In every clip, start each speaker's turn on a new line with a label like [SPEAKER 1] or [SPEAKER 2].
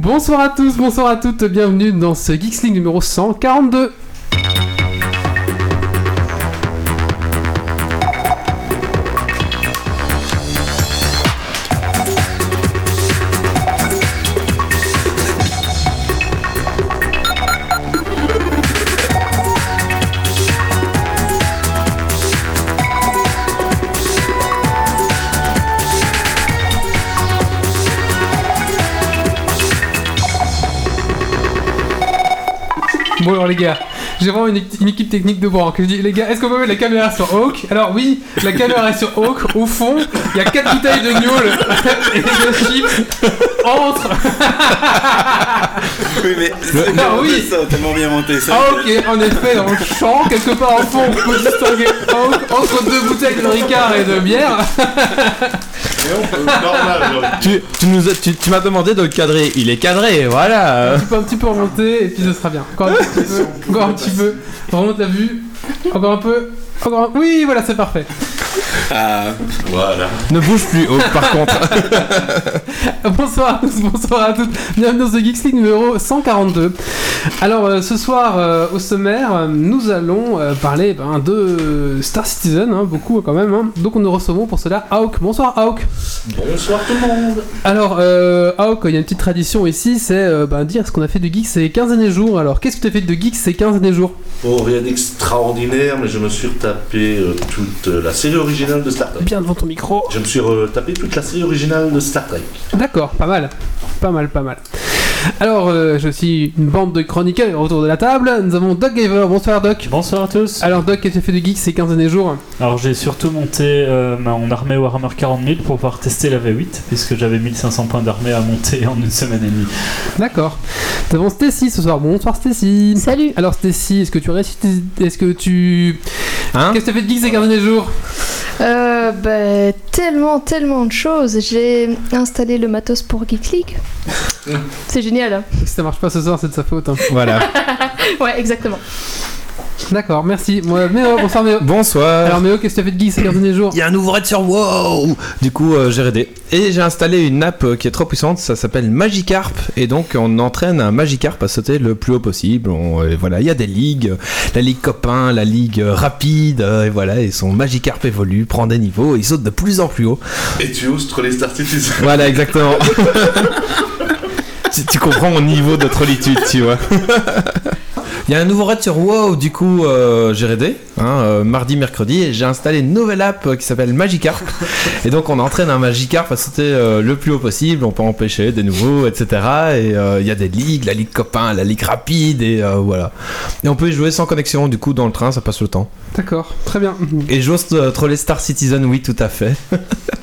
[SPEAKER 1] Bonsoir à tous, bonsoir à toutes, bienvenue dans ce Geeks League numéro 142. Bon alors les gars, j'ai vraiment une, équ- une équipe technique de bord. Je dis les gars, est-ce qu'on peut mettre la caméra sur Hawk Alors oui, la caméra est sur Hawk. Au fond, il y a quatre bouteilles de gnôle et de chips. Entre
[SPEAKER 2] Oui, mais c'est
[SPEAKER 1] Non,
[SPEAKER 2] bien
[SPEAKER 1] oui.
[SPEAKER 2] monté, ça, tellement bien monté ça.
[SPEAKER 3] Ah,
[SPEAKER 1] Hawk en effet dans le champ, quelque part au fond, on peut distinguer Hawk entre deux bouteilles de Ricard et de bière.
[SPEAKER 3] Tu, tu nous as- tu, tu m'as demandé de le cadrer. Il est cadré, voilà.
[SPEAKER 1] Tu peux un petit peu remonter et puis ce sera bien. Encore un petit peu, encore un petit peu. Remonte la vue. Encore un peu. Encore un... Oui, voilà, c'est parfait.
[SPEAKER 2] Ah, voilà.
[SPEAKER 3] Ne bouge plus, oh, par contre.
[SPEAKER 1] Bonsoir à tous, bonsoir à toutes. Bienvenue dans The Geeks League numéro 142. Alors euh, ce soir euh, au sommaire, euh, nous allons euh, parler ben, de euh, Star Citizen, hein, beaucoup quand même. hein. Donc nous recevons pour cela Hawk. Bonsoir Hawk.
[SPEAKER 4] Bonsoir tout le monde
[SPEAKER 1] Alors euh, Hawk, il y a une petite tradition ici, c'est euh, ben, dire ce qu'on a fait de Geeks ces 15 années jours. Alors qu'est-ce que tu as fait de Geeks ces 15 années jours
[SPEAKER 4] Oh, rien d'extraordinaire, mais je me suis retapé euh, toute euh, la série originale de Star Trek.
[SPEAKER 1] Bien devant ton micro.
[SPEAKER 4] Je me suis retapé toute la série originale de Star Trek.
[SPEAKER 1] D'accord, pas mal. Pas mal, pas mal. Alors euh, je suis une bande de chroniqueurs autour de la table. Nous avons Doc Gaver. Bonsoir Doc.
[SPEAKER 5] Bonsoir à tous.
[SPEAKER 1] Alors Doc, qu'est-ce que tu as fait de geek ces 15 derniers jours
[SPEAKER 5] Alors j'ai surtout monté euh, mon armée Warhammer 40 000 pour pouvoir tester la V8 puisque j'avais 1500 points d'armée à monter en une semaine et demie.
[SPEAKER 1] D'accord. Nous avons Stacy ce soir. Bonsoir Stacy.
[SPEAKER 6] Salut
[SPEAKER 1] Alors Stacy, est-ce que tu récites Est-ce que tu...
[SPEAKER 3] Hein
[SPEAKER 1] Qu'est-ce que tu as fait de geek ces 15 derniers jours
[SPEAKER 6] euh, bah, Tellement, tellement de choses. J'ai installé le matos pour Geek League. C'est génial. hein.
[SPEAKER 1] Si ça marche pas ce soir, c'est de sa faute. hein.
[SPEAKER 3] Voilà.
[SPEAKER 6] Ouais, exactement.
[SPEAKER 1] D'accord, merci. Moi, Méo, bonsoir Méo.
[SPEAKER 3] Bonsoir.
[SPEAKER 1] Alors Méo, qu'est-ce que tu as fait de geek ces 15 derniers jours
[SPEAKER 3] il y a un nouveau raid sur WoW Du coup, euh, j'ai raidé. Et j'ai installé une app euh, qui est trop puissante, ça s'appelle Magikarp. Et donc, on entraîne un Magikarp à sauter le plus haut possible. On- et voilà, il y a des ligues. La ligue copain, la ligue euh, rapide. euh, et voilà, et son Magikarp évolue, prend des niveaux, et il saute de plus en plus haut.
[SPEAKER 4] Et tu ostres les Star Citizen
[SPEAKER 3] Voilà, exactement. tu, tu comprends mon niveau de trollitude, tu vois. Il y a un nouveau raid sur WoW, du coup, euh, j'ai raidé, hein, euh, mardi, mercredi, et j'ai installé une nouvelle app euh, qui s'appelle Magikarp. Et donc, on entraîne un Magikarp à sauter euh, le plus haut possible, on peut empêcher des nouveaux, etc. Et euh, il y a des ligues, la ligue copain, la ligue rapide, et euh, voilà. Et on peut y jouer sans connexion, du coup, dans le train, ça passe le temps.
[SPEAKER 1] D'accord, très bien.
[SPEAKER 3] Et j'ose euh, troller Star Citizen, oui, tout à fait.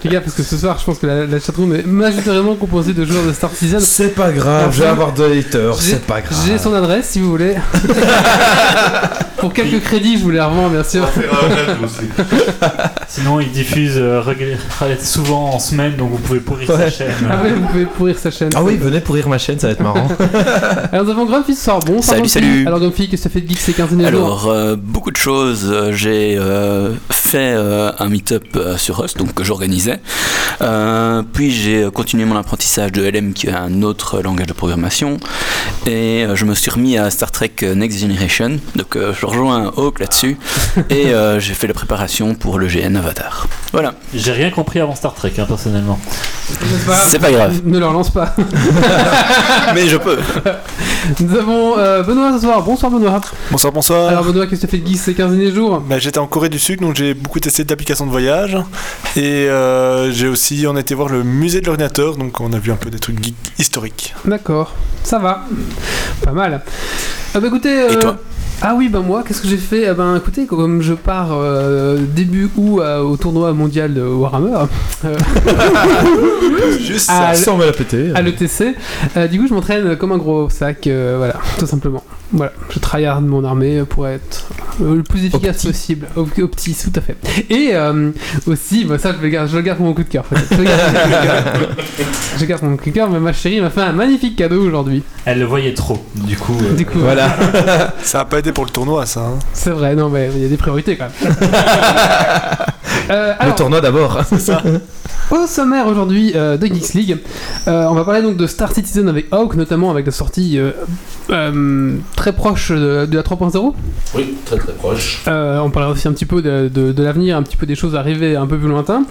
[SPEAKER 1] Les gars, parce que ce soir, je pense que la, la chatroom est majoritairement composée de joueurs de Star Citizen.
[SPEAKER 3] C'est pas grave, je vais avoir deux haters,
[SPEAKER 1] J'ai-
[SPEAKER 3] c'est pas grave.
[SPEAKER 1] J'ai son adresse si vous voulez. Pour quelques crédits, je vous les revends, bien sûr.
[SPEAKER 4] euh,
[SPEAKER 5] Sinon ils diffusent euh, régul- souvent en semaine donc vous pouvez pourrir sa
[SPEAKER 3] Ouais.
[SPEAKER 5] chaîne.
[SPEAKER 1] Ah oui, vous pouvez pourrir sa chaîne.
[SPEAKER 3] Ah oui, venez pourrir ma chaîne, ça va être marrant.
[SPEAKER 1] Alors nous avons Grumpy ce soir. Bonsoir.
[SPEAKER 2] Salut,
[SPEAKER 1] Grumpy.
[SPEAKER 2] salut.
[SPEAKER 1] Alors Grumpy, qu'est-ce que tu as fait de geek ces 15 derniers jours
[SPEAKER 2] Alors, euh, beaucoup de choses. Euh, J'ai euh, fait euh, un meet-up euh, sur Rust, donc que j'organisais. Euh, puis j'ai euh, continué mon apprentissage de LM, qui est un autre euh, langage de programmation. Et euh, je me suis remis à Star Trek euh, Next Generation. Donc, euh, je rejoins Hawk là-dessus. Et euh, j'ai fait la préparation pour le GN Avatar. Voilà,
[SPEAKER 5] J'ai rien compris avant Star Trek hein, personnellement.
[SPEAKER 2] c'est pas grave.
[SPEAKER 1] Ne leur lance pas.
[SPEAKER 2] Mais je peux.
[SPEAKER 1] Nous avons euh, Benoît ce soir. Bonsoir Benoît.
[SPEAKER 7] Bonsoir, bonsoir.
[SPEAKER 1] Alors Benoît, qu'est-ce que tu as fait de geek ces 15 derniers jours
[SPEAKER 7] Bah, J'étais en Corée du Sud, donc j'ai beaucoup testé d'applications de voyage. Et euh, j'ai aussi, on a été voir le musée de l'ordinateur, donc on a vu un peu des trucs geeks historiques.
[SPEAKER 1] D'accord, ça va. Pas mal. Ah bah écoutez. euh,
[SPEAKER 2] Et toi
[SPEAKER 1] ah oui, ben moi, qu'est-ce que j'ai fait Eh Ben écoutez, comme je pars euh, début août euh, au tournoi mondial de Warhammer,
[SPEAKER 7] Juste
[SPEAKER 1] Ah, le-
[SPEAKER 3] ça, on va la péter.
[SPEAKER 1] à l'ETC. Euh, du coup, je m'entraîne comme un gros sac, euh, voilà, tout simplement. Voilà, je tryhard mon armée pour être euh, le plus efficace possible, au, au petit, tout à fait. Et euh, aussi, bah, ça, je le, garde, je le garde pour mon coup de cœur. peut-être. Je le garde, je le garde. Je le garde pour mon coup de cœur, mais ma chérie m'a fait un magnifique cadeau aujourd'hui.
[SPEAKER 5] Elle le voyait trop du coup. euh,
[SPEAKER 1] Du coup,
[SPEAKER 3] Voilà.
[SPEAKER 7] Ça a pas aidé pour le tournoi, ça. hein.
[SPEAKER 1] c'est vrai, non, mais il y a des priorités quand même. Euh,
[SPEAKER 3] Le
[SPEAKER 1] alors,
[SPEAKER 3] tournoi d'abord.
[SPEAKER 1] Au sommaire aujourd'hui euh, de Geeks League, euh, on va parler donc de Star Citizen avec Hawk, notamment avec la sortie euh, euh, très proche de, de la 3.0.
[SPEAKER 4] Oui, très très proche.
[SPEAKER 1] Euh, on parlera aussi un petit peu de, de- de l'avenir, un petit peu des choses arrivées un peu plus lointain.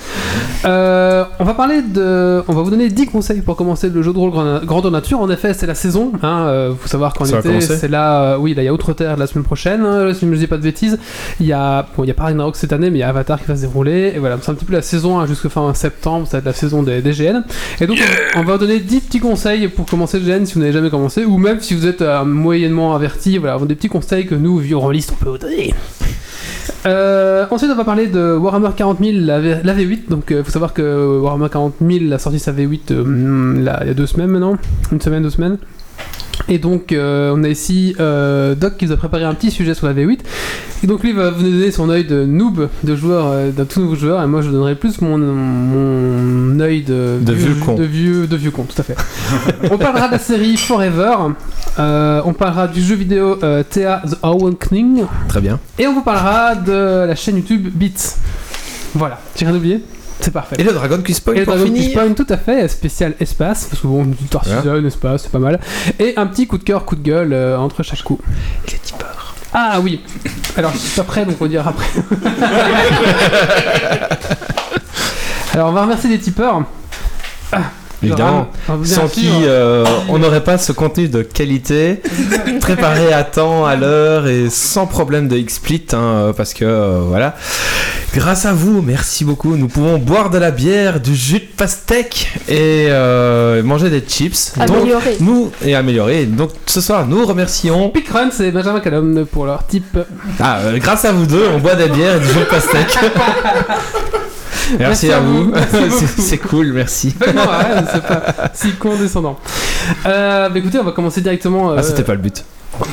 [SPEAKER 1] Euh, on va parler de. On va vous donner 10 conseils pour commencer le jeu de rôle grand- grandeur nature. En effet, c'est la saison. Il faut savoir qu'en
[SPEAKER 3] Ça va
[SPEAKER 1] été,
[SPEAKER 3] commencer
[SPEAKER 1] c'est là. euh, oui, là, il y a Outre-Terre la semaine prochaine, hein, si je ne dis pas de bêtises. Il y a. Bon, il n'y a pas Ragnarok cette année, mais il y a Avatar qui va se dérouler. Et voilà, c'est un petit peu la saison hein, jusqu'à fin septembre. Ça va être la saison des DGN. Et donc, on va vous donner 10 petits conseils pour commencer le GN si vous n'avez jamais commencé, ou même si vous êtes euh, moyennement averti. Voilà, des petits conseils que nous, vieux rôlistes, on peut vous donner. Euh, ensuite, on va parler de Warhammer 40000, la, V- la V8. Donc, il faut savoir que Warhammer 40000 a sorti sa V8 euh, hmm, là, il y a deux semaines maintenant. Une semaine, deux semaines. Et donc, euh, on a ici euh, Doc qui nous a préparé un petit sujet sur la V8. Et donc, lui va vous donner son œil de noob, de joueur, euh, d'un tout nouveau joueur. Et moi, je donnerai plus mon, mon œil de,
[SPEAKER 3] De vieux con.
[SPEAKER 1] De vieux, de vieux con, tout à fait. on parlera de la série Forever. Euh, on parlera du jeu vidéo euh, Thea The Awakening.
[SPEAKER 3] Très bien.
[SPEAKER 1] Et on vous parlera de la chaîne YouTube Beats. Voilà, j'ai rien oublié C'est parfait.
[SPEAKER 3] Et le Dragon qui spoil
[SPEAKER 1] Et
[SPEAKER 3] pour
[SPEAKER 1] Dragon Quest
[SPEAKER 3] finir.
[SPEAKER 1] Point, tout à fait, euh, spécial espace, parce que bon, Dark
[SPEAKER 3] Voilà.
[SPEAKER 1] Season, espace, c'est pas mal. Et un petit coup de cœur, coup de gueule euh, entre chaque coup. Il est tipeur. Ah oui Alors je suis pas prêt, donc on dira après. Alors on va remercier les tipeurs. Ah,
[SPEAKER 3] Évidemment.
[SPEAKER 1] Alors, bien
[SPEAKER 3] Sans
[SPEAKER 1] sûr.
[SPEAKER 3] qui euh, on n'aurait pas ce contenu de qualité, préparé à temps, à l'heure et sans problème de XSplit, hein, euh, parce que euh, voilà. Grâce à vous, merci beaucoup. Nous pouvons boire de la bière, du jus de pastèque et euh, manger des chips. Donc,
[SPEAKER 6] Amélioré.
[SPEAKER 3] nous et améliorer. Donc ce soir, nous remercions.
[SPEAKER 1] Pickrun, c'est Benjamin Calhomme pour leur type.
[SPEAKER 3] Ah, euh, grâce à vous deux, on boit des bières et du jus de pastèque. Merci,
[SPEAKER 1] Merci
[SPEAKER 3] à
[SPEAKER 1] à vous.
[SPEAKER 3] vous.
[SPEAKER 1] Merci
[SPEAKER 3] C'est-
[SPEAKER 1] beaucoup.
[SPEAKER 3] C'est cool, merci.
[SPEAKER 1] Non, ah ouais, c'est pas si condescendant. Euh, bah écoutez, on va commencer directement. euh,
[SPEAKER 3] Ah, c'était pas le but.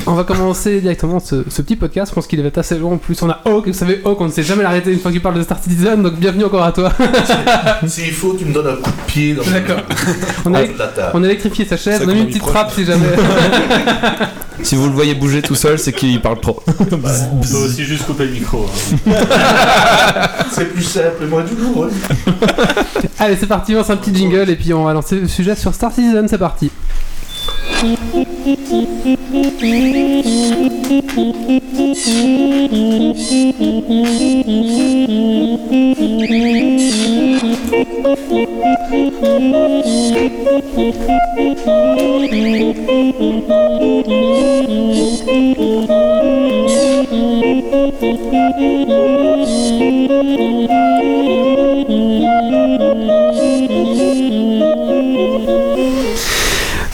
[SPEAKER 1] On va commencer directement ce, ce petit podcast. Je pense qu'il devait être assez long. En plus, on a Hawk. Vous savez, Hawk, on ne sait jamais l'arrêter une fois qu'il parle de Star Citizen. Donc, bienvenue encore à toi.
[SPEAKER 4] S'il faut, tu me donnes un coup de pied dans
[SPEAKER 1] D'accord.
[SPEAKER 4] dans
[SPEAKER 1] On
[SPEAKER 3] Ah.
[SPEAKER 1] a,
[SPEAKER 4] la table.
[SPEAKER 1] on a électrifié sa chaise.
[SPEAKER 7] Ça
[SPEAKER 1] On a mis une
[SPEAKER 7] commence
[SPEAKER 1] petite
[SPEAKER 7] proche.
[SPEAKER 1] frappe si jamais.
[SPEAKER 3] Si vous le voyez bouger tout seul, c'est qu'il parle trop.
[SPEAKER 5] On
[SPEAKER 4] Bah,
[SPEAKER 5] peut aussi juste couper le micro. hein.
[SPEAKER 4] C'est plus simple et moins douloureux.
[SPEAKER 1] Allez, c'est parti. On lance un petit jingle et puis on va lancer le sujet sur Star Citizen. C'est parti.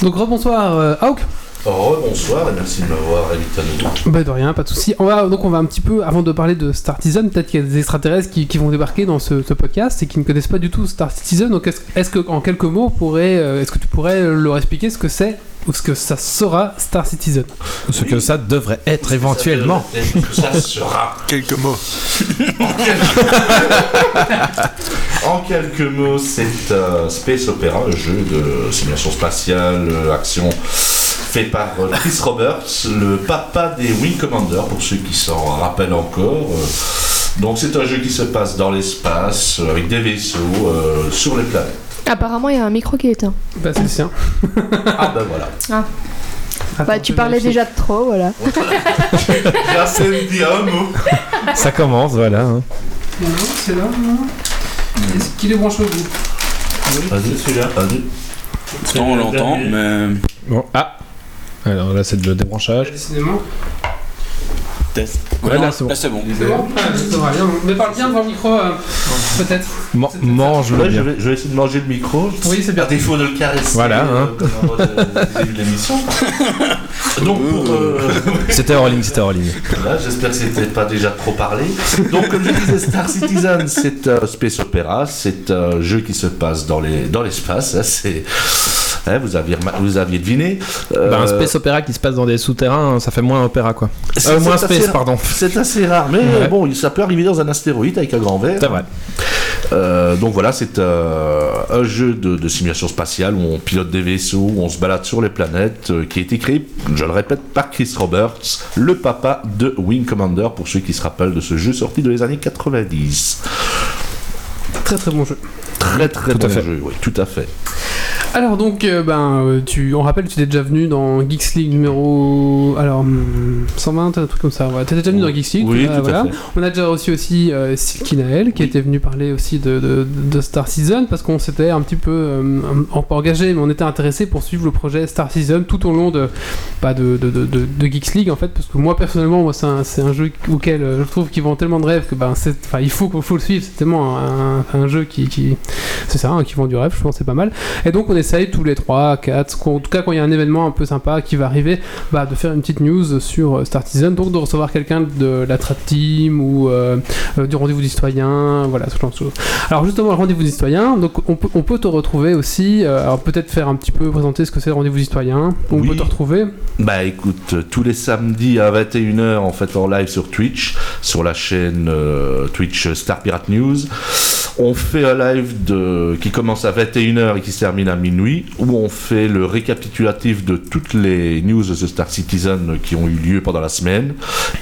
[SPEAKER 1] Donc, rebonsoir, euh, Hawk.
[SPEAKER 4] Oh, bonsoir et merci de m'avoir invité à nouveau.
[SPEAKER 1] Bah, de rien, pas de souci. On va, donc, on va un petit peu, avant de parler de Star Citizen, peut-être qu'il y a des extraterrestres qui, qui vont débarquer dans ce, ce podcast et qui ne connaissent pas du tout Star Citizen. Donc, est-ce est-ce que, en quelques mots, pourrait, euh, est-ce que tu pourrais leur expliquer ce que c'est ou ce que ça sera Star Citizen
[SPEAKER 3] Ce que ça devrait être éventuellement.
[SPEAKER 4] Ça, peut- Ça sera.
[SPEAKER 7] Quelques mots.
[SPEAKER 4] En quelques mots, c'est un space opéra, un jeu de simulation spatiale, euh, action, fait par euh, Chris Roberts, le papa des Wing Commander, pour ceux qui s'en rappellent encore. Euh, Donc c'est un jeu qui se passe dans l'espace, euh, avec des vaisseaux, euh, sur les planètes.
[SPEAKER 6] Apparemment, il y a un micro qui est éteint.
[SPEAKER 1] Bah, c'est le sien.
[SPEAKER 4] Ah ben voilà.
[SPEAKER 6] Bah,
[SPEAKER 1] Attends,
[SPEAKER 6] tu
[SPEAKER 1] je
[SPEAKER 6] parlais
[SPEAKER 1] vérifie.
[SPEAKER 6] déjà de trop, voilà.
[SPEAKER 4] J'ai assez de dire un mot.
[SPEAKER 3] Ça commence, voilà. hein.
[SPEAKER 1] Non, c'est là. non. Est-ce qu'il est branché au bout
[SPEAKER 4] Vas-y, celui-là. Vas-y.
[SPEAKER 2] Pourtant, on l'entend, mais.
[SPEAKER 3] Bon, ah Alors là, c'est le débranchage.
[SPEAKER 1] Décidément.
[SPEAKER 5] Test.
[SPEAKER 3] Ouais,
[SPEAKER 2] Non,
[SPEAKER 3] là, c'est bon.
[SPEAKER 2] bon.
[SPEAKER 1] C'est bon Ah, ça va bien. Mais parle bien devant le micro, euh, peut-être.
[SPEAKER 3] Man- Mange-le
[SPEAKER 4] Ouais, je,
[SPEAKER 3] bien.
[SPEAKER 4] vais, je vais essayer de manger le micro.
[SPEAKER 1] Oui, c'est bien.
[SPEAKER 4] À défaut de le caresser.
[SPEAKER 3] Voilà,
[SPEAKER 4] euh,
[SPEAKER 3] hein.
[SPEAKER 4] comme en mode, euh, début de l'émission. Donc, pour, euh,
[SPEAKER 3] C'était hors ligne, c'était hors ligne.
[SPEAKER 4] Voilà, j'espère que c'était pas déjà trop parlé. Donc, comme je disais, Star Citizen, c'est un space opéra, c'est euh, un jeu qui se passe dans les dans l'espace. hein, c'est hein, vous aviez remar- vous aviez deviné. Euh,
[SPEAKER 3] Bah, un space opéra qui se passe dans des souterrains, ça fait moins opéra quoi.
[SPEAKER 4] c'est-
[SPEAKER 3] Euh, moins
[SPEAKER 4] c'est
[SPEAKER 3] space,
[SPEAKER 4] assez-
[SPEAKER 3] pardon.
[SPEAKER 4] C'est assez rare, mais
[SPEAKER 3] Ouais.
[SPEAKER 4] bon, ça peut arriver dans un astéroïde avec un grand verre.
[SPEAKER 3] C'est vrai.
[SPEAKER 4] Euh, donc voilà, c'est euh, un jeu de, de simulation spatiale où on pilote des vaisseaux, où on se balade sur les planètes, euh, qui a été créé, je le répète, par Chris Roberts, le papa de Wing Commander, pour ceux qui se rappellent de ce jeu sorti dans les années 90.
[SPEAKER 1] Très très bon jeu.
[SPEAKER 4] très très
[SPEAKER 3] Tout à
[SPEAKER 4] bon
[SPEAKER 3] fait.
[SPEAKER 4] jeu, oui, tout à fait.
[SPEAKER 1] Alors donc, euh, ben, euh, tu, on rappelle, tu t'es déjà venu dans Geeks League numéro, alors hmm, 120, un truc comme ça. Voilà, t'es déjà venu dans Geeks League.
[SPEAKER 4] oui,
[SPEAKER 3] ah,
[SPEAKER 1] euh,
[SPEAKER 4] tout
[SPEAKER 1] voilà.
[SPEAKER 4] à fait.
[SPEAKER 1] On a déjà reçu aussi euh, Silky Nael qui était venu parler aussi de, de- de Star Season parce qu'on s'était un petit peu euh, en- pas engagé mais on était intéressé pour suivre le projet Star Season tout au long de pas de, de, de- de- de Geeks League en fait parce que moi personnellement moi c'est un, c'est un jeu auquel euh, je trouve qu'ils vend tellement de rêves que ben c'est enfin il faut qu'on faut le suivre c'est tellement un, un- un jeu qui, qui- c'est ça hein, qui vend du rêve je pense que c'est pas mal et donc on essaye tous les 3 4 en tout cas quand il y a un événement un peu sympa qui va arriver bah, de faire une petite news sur euh, Startisan, donc de recevoir quelqu'un de la Trap Team ou euh, euh, du rendez-vous des citoyens, voilà, ce genre de choses. Alors justement, le rendez-vous des citoyens, donc on peut, on peut te retrouver aussi, euh, alors peut-être faire un petit peu présenter ce que c'est le rendez-vous des citoyens, on
[SPEAKER 4] Oui.
[SPEAKER 1] peut te retrouver.
[SPEAKER 4] Bah écoute, euh, tous les samedis à 21h en fait en live sur Twitch, sur la chaîne euh, Twitch Star Pirate News. On fait un live de... qui commence à 21h et qui se termine à minuit, où on fait le récapitulatif de toutes les news de The Star Citizen qui ont eu lieu pendant la semaine,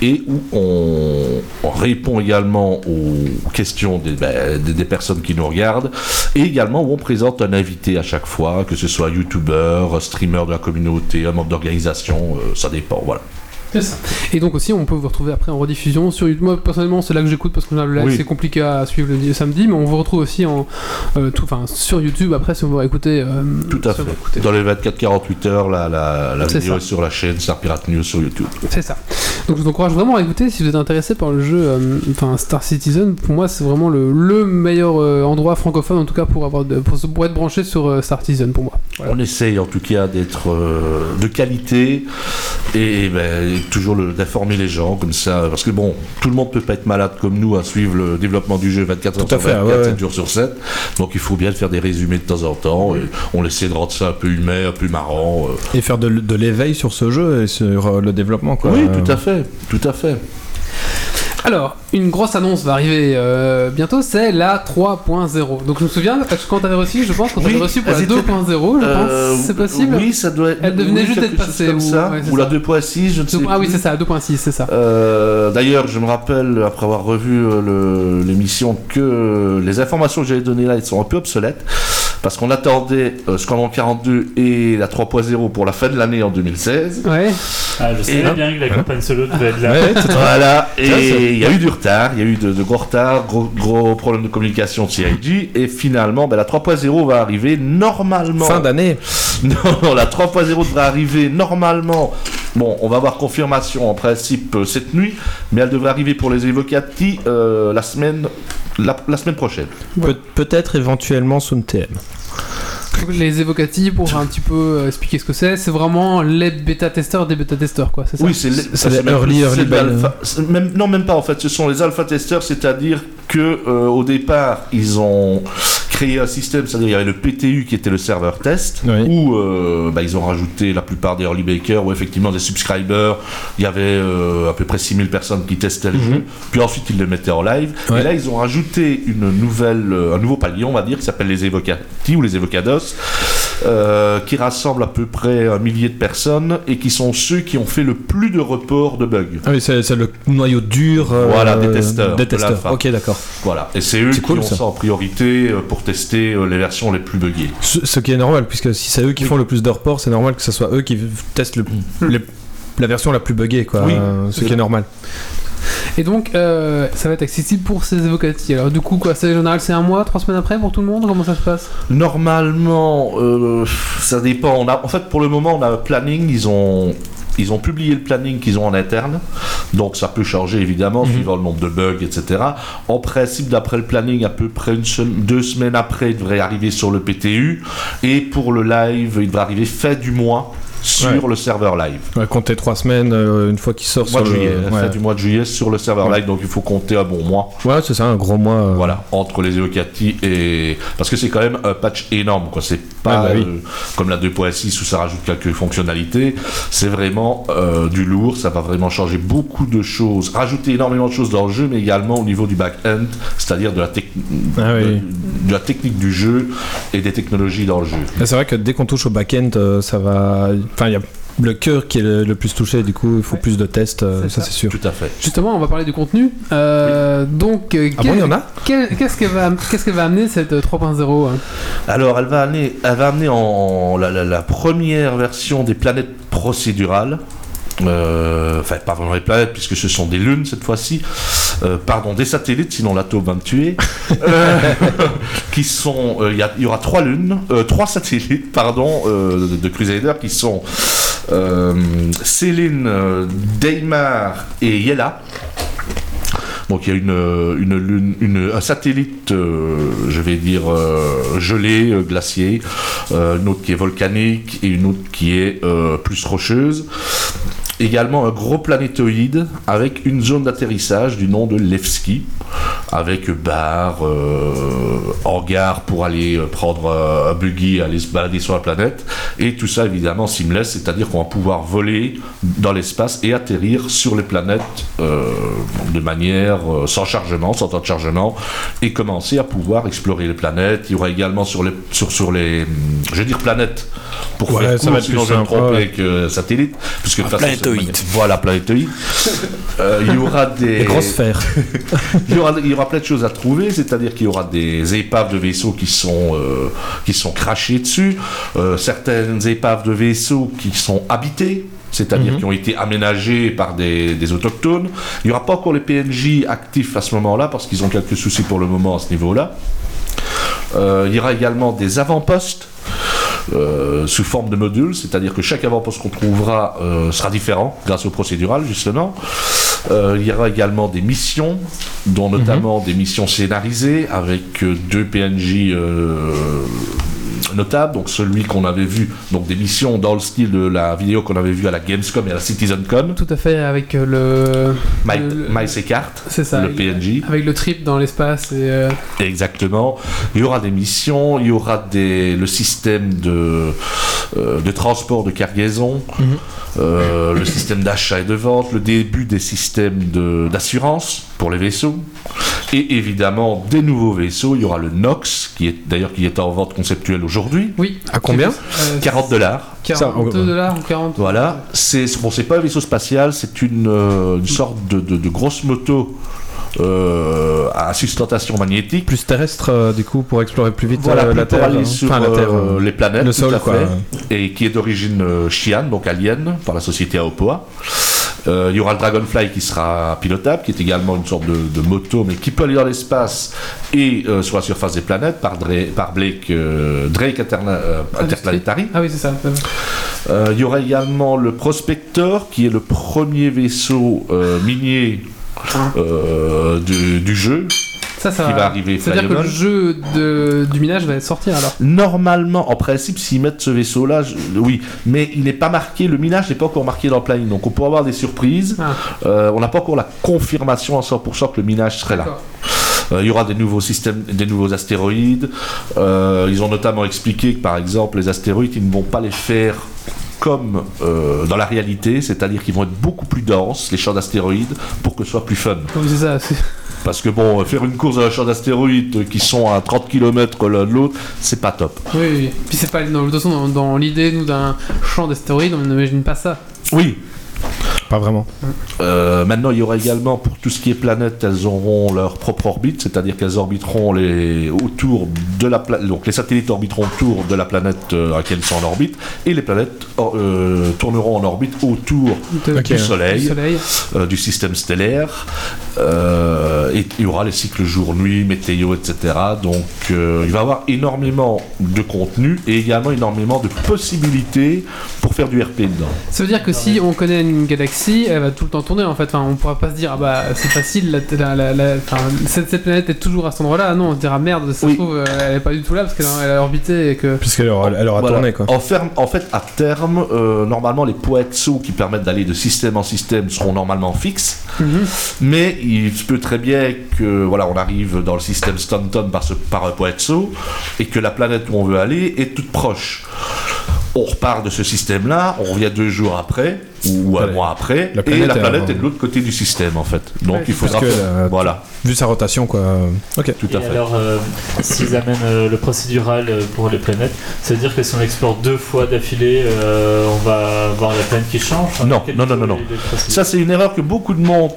[SPEAKER 4] et où on, on répond également aux questions des, bah, des- des personnes qui nous regardent, et également où on présente un invité à chaque fois, que ce soit youtubeur, streamer de la communauté, un membre d'organisation, euh, ça dépend, voilà.
[SPEAKER 1] C'est ça. Et donc aussi, on peut vous retrouver après en rediffusion sur YouTube. Moi, personnellement, c'est là que j'écoute parce que le live,
[SPEAKER 4] Oui.
[SPEAKER 1] c'est compliqué à suivre le di- samedi, mais on vous retrouve aussi en, euh, tout, enfin, sur YouTube après si on veut écouter. euh,
[SPEAKER 4] Tout à
[SPEAKER 1] si on
[SPEAKER 4] fait.
[SPEAKER 1] veut écouter.
[SPEAKER 4] Dans les 24-48 heures, la, la, la
[SPEAKER 1] C'est
[SPEAKER 4] vidéo
[SPEAKER 1] ça.
[SPEAKER 4] est sur la chaîne Star Pirate News sur YouTube.
[SPEAKER 1] C'est ça. Donc je vous encourage vraiment à écouter si vous êtes intéressé par le jeu, euh, enfin Star Citizen. Pour moi, c'est vraiment le, le meilleur euh, endroit francophone, en tout cas pour avoir de- pour, se- pour être branché sur euh, Star Citizen pour moi. Voilà.
[SPEAKER 4] On essaye en tout cas d'être euh, de qualité et, ben, toujours le- d'informer les gens comme ça. Parce que bon, tout le monde peut pas être malade comme nous à suivre le développement du jeu 24 heures
[SPEAKER 3] Tout à
[SPEAKER 4] sur
[SPEAKER 3] fait,
[SPEAKER 4] 24,
[SPEAKER 3] ouais,
[SPEAKER 4] 7
[SPEAKER 3] ouais.
[SPEAKER 4] jours sur 7. Donc il faut bien faire des résumés de temps en temps. Et on essaie de rendre ça un peu humain, un peu marrant. euh.
[SPEAKER 3] Et faire de, l- de l'éveil sur ce jeu et sur euh, le développement, quoi.
[SPEAKER 4] Oui, tout à fait, tout à fait.
[SPEAKER 1] Alors, une grosse annonce va arriver euh, bientôt, c'est la 3.0. Donc je me souviens, quand t'avais reçu, je pense, quand
[SPEAKER 4] Oui,
[SPEAKER 1] t'avais reçu pour la
[SPEAKER 4] elle
[SPEAKER 1] 2.0, je
[SPEAKER 4] Euh,
[SPEAKER 1] pense, c'est possible
[SPEAKER 4] Oui, ça doit être.
[SPEAKER 1] Elle devenait
[SPEAKER 4] oui,
[SPEAKER 1] juste
[SPEAKER 4] quelque
[SPEAKER 1] être
[SPEAKER 4] chose
[SPEAKER 1] passée,
[SPEAKER 4] comme
[SPEAKER 1] ou-
[SPEAKER 4] ça.
[SPEAKER 1] ouais, c'est
[SPEAKER 4] ou la
[SPEAKER 1] ça.
[SPEAKER 4] 2.6, je ne sais
[SPEAKER 1] Donc- Ah oui,
[SPEAKER 4] plus.
[SPEAKER 1] c'est ça, 2.6, c'est ça.
[SPEAKER 4] Euh, D'ailleurs, je me rappelle, après avoir revu euh, le- l'émission, que euh, les informations que j'avais données là, elles sont un peu obsolètes. Parce qu'on attendait euh, Scandal 42 et la 3.0 pour la fin de l'année en 2016.
[SPEAKER 1] Ouais,
[SPEAKER 5] Ah, je savais
[SPEAKER 4] hop.
[SPEAKER 5] bien que la campagne solo devait être là.
[SPEAKER 3] Ouais, tout à
[SPEAKER 4] Voilà,
[SPEAKER 3] ça-
[SPEAKER 4] et il y a eu du retard, il y a eu de, de gros retards, gros, gros problèmes de communication de CIG, et finalement, ben, la 3.0 va arriver normalement.
[SPEAKER 3] fait. Fin d'année.
[SPEAKER 4] Non, non, la 3.0 devrait arriver normalement. Bon, on va avoir confirmation en principe euh, cette nuit, mais elle devrait arriver pour les Evocati euh, la semaine. La, la semaine prochaine.
[SPEAKER 1] Ouais.
[SPEAKER 3] Peut- Peut-être éventuellement sous une TM.
[SPEAKER 1] Donc, les évocati pour un petit peu euh, expliquer ce que c'est, c'est vraiment les bêta-testeurs des bêta-testeurs, quoi, c'est ça
[SPEAKER 4] Oui, c'est le-
[SPEAKER 3] c'est
[SPEAKER 4] ça,
[SPEAKER 3] les
[SPEAKER 4] même-
[SPEAKER 3] early,
[SPEAKER 4] c'est
[SPEAKER 3] early
[SPEAKER 4] de
[SPEAKER 3] buy,
[SPEAKER 4] l'alpha- c'est même- non, même pas en fait. Ce sont les alpha testeurs, c'est-à-dire que euh, au départ, ils ont créé un système, c'est-à-dire il y avait le PTU qui était le serveur test,
[SPEAKER 3] Oui.
[SPEAKER 4] où euh, bah, ils ont rajouté la plupart des early bakers, où effectivement des subscribers, il y avait euh, à peu près 6000 personnes qui testaient le jeu, puis ensuite ils le mettaient en live,
[SPEAKER 3] Mhm. Ouais.
[SPEAKER 4] et là ils ont rajouté une nouvelle, euh, un nouveau palier, on va dire, qui s'appelle les Evocati ou les Evocados, euh, qui rassemble à peu près un millier de personnes et qui sont ceux qui ont fait le plus de reports de bugs.
[SPEAKER 3] Ah oui, c'est c'est le noyau dur. euh,
[SPEAKER 4] Voilà, des testeurs,
[SPEAKER 3] Des
[SPEAKER 4] de la
[SPEAKER 3] testeurs.
[SPEAKER 4] fin.
[SPEAKER 3] Ok, d'accord.
[SPEAKER 4] Voilà, et c'est eux
[SPEAKER 3] C'est
[SPEAKER 4] qui
[SPEAKER 3] cool,
[SPEAKER 4] ont
[SPEAKER 3] ça.
[SPEAKER 4] ça en priorité euh, pour tester euh, les versions les plus buggées.
[SPEAKER 3] Ce, ce qui est normal, puisque si c'est eux qui font le plus de reports, c'est normal que ce soit eux qui testent le, les- la version la plus buggée, quoi.
[SPEAKER 4] Hmm. Oui.
[SPEAKER 3] Euh, ce qui est normal.
[SPEAKER 1] Et donc, euh, ça va être accessible pour ces évocati. Alors, du coup, quoi, c'est en général, c'est un mois, trois semaines après pour tout le monde Comment ça se passe
[SPEAKER 4] Normalement, euh, ça dépend. On a, en fait, pour le moment, on a un planning. Ils ont, ils ont publié le planning qu'ils ont en interne. Donc, ça peut changer, évidemment,
[SPEAKER 3] Mhm.
[SPEAKER 4] suivant le nombre de bugs, etc. En principe, d'après le planning, à peu près une sem- deux semaines après, il devrait arriver sur le PTU. Et pour le live, il devrait arriver fin du mois sur
[SPEAKER 3] Ouais.
[SPEAKER 4] le serveur live.
[SPEAKER 3] Ouais, comptez trois semaines euh, une fois qu'il sort
[SPEAKER 4] Mois
[SPEAKER 3] sur le-
[SPEAKER 4] de juillet, hein, fin
[SPEAKER 3] ouais.
[SPEAKER 4] du mois de juillet sur le serveur
[SPEAKER 3] Ouais.
[SPEAKER 4] live. Donc, il faut compter un bon mois.
[SPEAKER 3] Ouais, c'est ça, un gros mois. euh.
[SPEAKER 4] Voilà, entre les Eocati et. Parce que c'est quand même un patch énorme, quoi. C'est pas
[SPEAKER 3] Ah bah oui.
[SPEAKER 4] euh, comme la 2.6 où ça rajoute quelques fonctionnalités. C'est vraiment euh, du lourd, ça va vraiment changer beaucoup de choses, rajouter énormément de choses dans le jeu, mais également au niveau du back-end, c'est-à-dire de, la tec-
[SPEAKER 3] Ah oui.
[SPEAKER 4] de- de la technique du jeu et des technologies dans le jeu.
[SPEAKER 3] Et C'est vrai que dès qu'on touche au back-end, euh, ça va. Enfin, il y a le cœur qui est le, le plus touché, du coup, il faut
[SPEAKER 1] Ouais.
[SPEAKER 3] plus de tests, euh,
[SPEAKER 1] C'est
[SPEAKER 3] ça,
[SPEAKER 1] ça.
[SPEAKER 3] c'est sûr.
[SPEAKER 4] Tout à fait.
[SPEAKER 1] Justement, on va parler du contenu. Euh, Donc, euh,
[SPEAKER 3] Ah
[SPEAKER 1] quel-
[SPEAKER 3] bon, il y en a
[SPEAKER 1] quel- qu'est-ce que va qu'est-ce que va amener cette euh, 3.0 hein
[SPEAKER 4] Alors, elle va amener, elle va amener en la, la- la première version des planètes procédurales. Euh, Enfin, pas vraiment les planètes, puisque ce sont des lunes cette fois-ci. Euh, pardon, des satellites, sinon la taupe va me tuer. Euh, qui sont, euh, il y a- il y, aura trois lunes, euh, trois satellites, pardon, euh, de, de Crusader qui sont euh, Céline, euh, Deimar et Yela. Donc il y a une, euh, une lune, une, un satellite, euh, je vais dire euh, gelé, euh, glacier, euh, une autre qui est volcanique et une autre qui est euh, plus rocheuse. Également un gros planétoïde avec une zone d'atterrissage du nom de Levski, avec bar, euh, hangar pour aller euh, prendre euh, un buggy, aller se balader sur la planète, et tout ça évidemment seamless, c'est-à-dire qu'on va pouvoir voler dans l'espace et atterrir sur les planètes euh, de manière euh, sans chargement, sans temps de chargement, et commencer à pouvoir explorer les planètes. Il y aura également sur les, sur, sur les, hum, je vais dire planètes, pour
[SPEAKER 3] Ouais,
[SPEAKER 4] faire
[SPEAKER 3] ça va
[SPEAKER 4] court,
[SPEAKER 3] être plus
[SPEAKER 4] sinon je me
[SPEAKER 3] simple,
[SPEAKER 4] trompe
[SPEAKER 3] ouais.
[SPEAKER 4] avec euh, satellite, puisque de toute façon,
[SPEAKER 2] planétoïde.
[SPEAKER 4] c'est une manière- Voilà planétoïde. Euh, il y aura des
[SPEAKER 3] Les grosses sphères.
[SPEAKER 4] il y, aura, il y aura plein de choses à trouver, c'est-à-dire qu'il y aura des épaves de vaisseaux qui sont, euh, qui sont crachées dessus, euh, certaines épaves de vaisseaux qui sont habitées, c'est-à-dire qui ont été aménagées par des, des autochtones. Il n'y aura pas encore les PNJ actifs à ce moment-là, parce qu'ils ont quelques soucis pour le moment à ce niveau-là. Euh, il y aura également des avant-postes euh, sous forme de modules, c'est-à-dire que chaque avant-poste qu'on trouvera euh, sera différent grâce au procédural justement. Euh, il y aura également des missions, dont notamment des missions scénarisées avec euh, deux PNJ euh, notables, donc celui qu'on avait vu, donc des missions dans le style de la vidéo qu'on avait vue à la Gamescom et à la CitizenCon,
[SPEAKER 1] Tout à fait avec euh, le
[SPEAKER 4] Mike,
[SPEAKER 1] Le-
[SPEAKER 4] Miles Eckhart,
[SPEAKER 1] c'est ça
[SPEAKER 4] le PNJ.
[SPEAKER 1] avec le trip dans l'espace et euh,
[SPEAKER 4] Exactement. Il y aura des missions, il y aura des, le système de, euh, de transport de cargaison,
[SPEAKER 3] Mhm.
[SPEAKER 4] euh, le système d'achat et de vente, le début des systèmes de- d'assurance pour les vaisseaux, et évidemment des nouveaux vaisseaux. Il y aura le Nox, qui est d'ailleurs qui est en vente conceptuelle aujourd'hui,
[SPEAKER 1] oui.
[SPEAKER 3] À combien
[SPEAKER 1] Euh,
[SPEAKER 4] 40 dollars.
[SPEAKER 1] 42
[SPEAKER 3] Ça,
[SPEAKER 1] dollars ou 40
[SPEAKER 4] Voilà, c'est bon, c'est pas un vaisseau spatial, c'est une, euh, une sorte de, de- de grosse moto euh, à sustentation magnétique.
[SPEAKER 3] Plus terrestre, euh, du coup, pour explorer plus vite
[SPEAKER 4] Voilà,
[SPEAKER 3] euh,
[SPEAKER 4] plus
[SPEAKER 3] la
[SPEAKER 4] pour
[SPEAKER 3] Terre.
[SPEAKER 4] aller
[SPEAKER 3] hein.
[SPEAKER 4] sur
[SPEAKER 3] enfin, la
[SPEAKER 4] euh,
[SPEAKER 3] Terre. euh,
[SPEAKER 4] les planètes,
[SPEAKER 3] le
[SPEAKER 4] tout
[SPEAKER 3] sol,
[SPEAKER 4] à
[SPEAKER 3] quoi.
[SPEAKER 4] fait, et qui est d'origine euh, Xi'an, donc alien, par la société Aopoa. Euh, il y aura le Dragonfly qui sera pilotable, qui est également une sorte de, de moto, mais qui peut aller dans l'espace et euh, sur la surface des planètes par, Dra- par Blake euh, Drake Interna- euh, Interplanetary.
[SPEAKER 1] ah oui c'est ça
[SPEAKER 4] Euh, il y aura également le Prospector, qui est le premier vaisseau euh, minier euh, du, du jeu,
[SPEAKER 1] ça ça
[SPEAKER 4] qui va arriver.
[SPEAKER 1] c'est à dire que le
[SPEAKER 4] Fireball.
[SPEAKER 1] jeu de, du minage va sortir alors
[SPEAKER 4] Normalement, en principe, s'ils mettent ce vaisseau-là, je- oui, mais il n'est pas marqué, le minage n'est pas encore marqué dans le planning, donc on peut avoir des surprises.
[SPEAKER 1] Ah.
[SPEAKER 4] Euh, on n'a pas encore la confirmation à 100% que le minage serait là.
[SPEAKER 1] D'accord.
[SPEAKER 4] Euh, il y aura des nouveaux systèmes, des nouveaux astéroïdes. Euh, ils ont notamment expliqué que, par exemple, les astéroïdes, ils ne vont pas les faire comme euh, dans la réalité, c'est-à-dire qu'ils vont être beaucoup plus denses, les champs d'astéroïdes, pour que ce soit plus fun.
[SPEAKER 1] oui c'est ça c'est-
[SPEAKER 4] Parce que bon, euh, faire une course dans un champ d'astéroïdes euh, qui sont à 30 km l'un de l'autre, c'est pas top.
[SPEAKER 1] oui, oui puis c'est pas dans, de toute façon, dans, dans l'idée nous d'un champ d'astéroïdes on n'imagine pas ça
[SPEAKER 4] Oui,
[SPEAKER 3] Pas vraiment.
[SPEAKER 4] Euh, maintenant, il y aura également pour tout ce qui est planète, elles auront leur propre orbite, c'est-à-dire qu'elles orbiteront les autour de la planète. Donc les satellites orbiteront autour de la planète euh, à laquelle ils sont en orbite, et les planètes or- euh, tourneront en orbite autour
[SPEAKER 1] de,
[SPEAKER 3] Ok.
[SPEAKER 1] du
[SPEAKER 4] du Soleil,
[SPEAKER 1] soleil
[SPEAKER 4] euh, du système stellaire. Euh, et il y aura les cycles jour-nuit, météo, etc. Donc euh, il va y avoir énormément de contenu et également énormément de possibilités pour faire du RP dedans.
[SPEAKER 1] Ça veut dire que si on connaît une galaxie, elle va tout le temps tourner en fait. Enfin, on pourra pas se dire ah bah c'est facile, la, la- la- la- enfin, cette, cette planète est toujours à cet endroit-là. Ah Non, on se dira merde, ça se
[SPEAKER 4] Oui.
[SPEAKER 1] trouve euh, elle est pas du tout là parce qu'elle a- elle a orbité et que.
[SPEAKER 3] Puisqu'elle aura, elle aura
[SPEAKER 4] Voilà.
[SPEAKER 3] tourné, quoi.
[SPEAKER 4] En, ferme- en fait, à terme, euh, normalement, les poetsos qui permettent d'aller de système en système seront normalement fixes.
[SPEAKER 1] Mhm.
[SPEAKER 4] Mais il se peut très bien que, voilà, on arrive dans le système Stanton par, ce, par un poetso et que la planète où on veut aller est toute proche. on repart de ce système-là, on revient deux jours après, ou un
[SPEAKER 3] Voilà.
[SPEAKER 4] mois après,
[SPEAKER 3] La
[SPEAKER 4] et
[SPEAKER 3] planète
[SPEAKER 4] la
[SPEAKER 3] est
[SPEAKER 4] planète
[SPEAKER 3] avant.
[SPEAKER 4] est de l'autre côté du système, en fait. Donc
[SPEAKER 1] Ouais,
[SPEAKER 4] il faudra...
[SPEAKER 3] parce que,
[SPEAKER 4] faire-
[SPEAKER 3] euh,
[SPEAKER 4] Voilà,
[SPEAKER 3] Vu sa rotation, quoi. Ok.
[SPEAKER 4] tout
[SPEAKER 5] Et
[SPEAKER 4] à fait.
[SPEAKER 5] alors, euh, s'ils amènent euh, le procédural euh, pour les planètes, ça veut dire que si on explore deux fois d'affilée, euh, on va avoir la planète qui change
[SPEAKER 4] Non,
[SPEAKER 5] Quel
[SPEAKER 4] non, non, non,
[SPEAKER 5] est
[SPEAKER 4] non.
[SPEAKER 5] le procédural
[SPEAKER 4] Ça, c'est une erreur que beaucoup de monde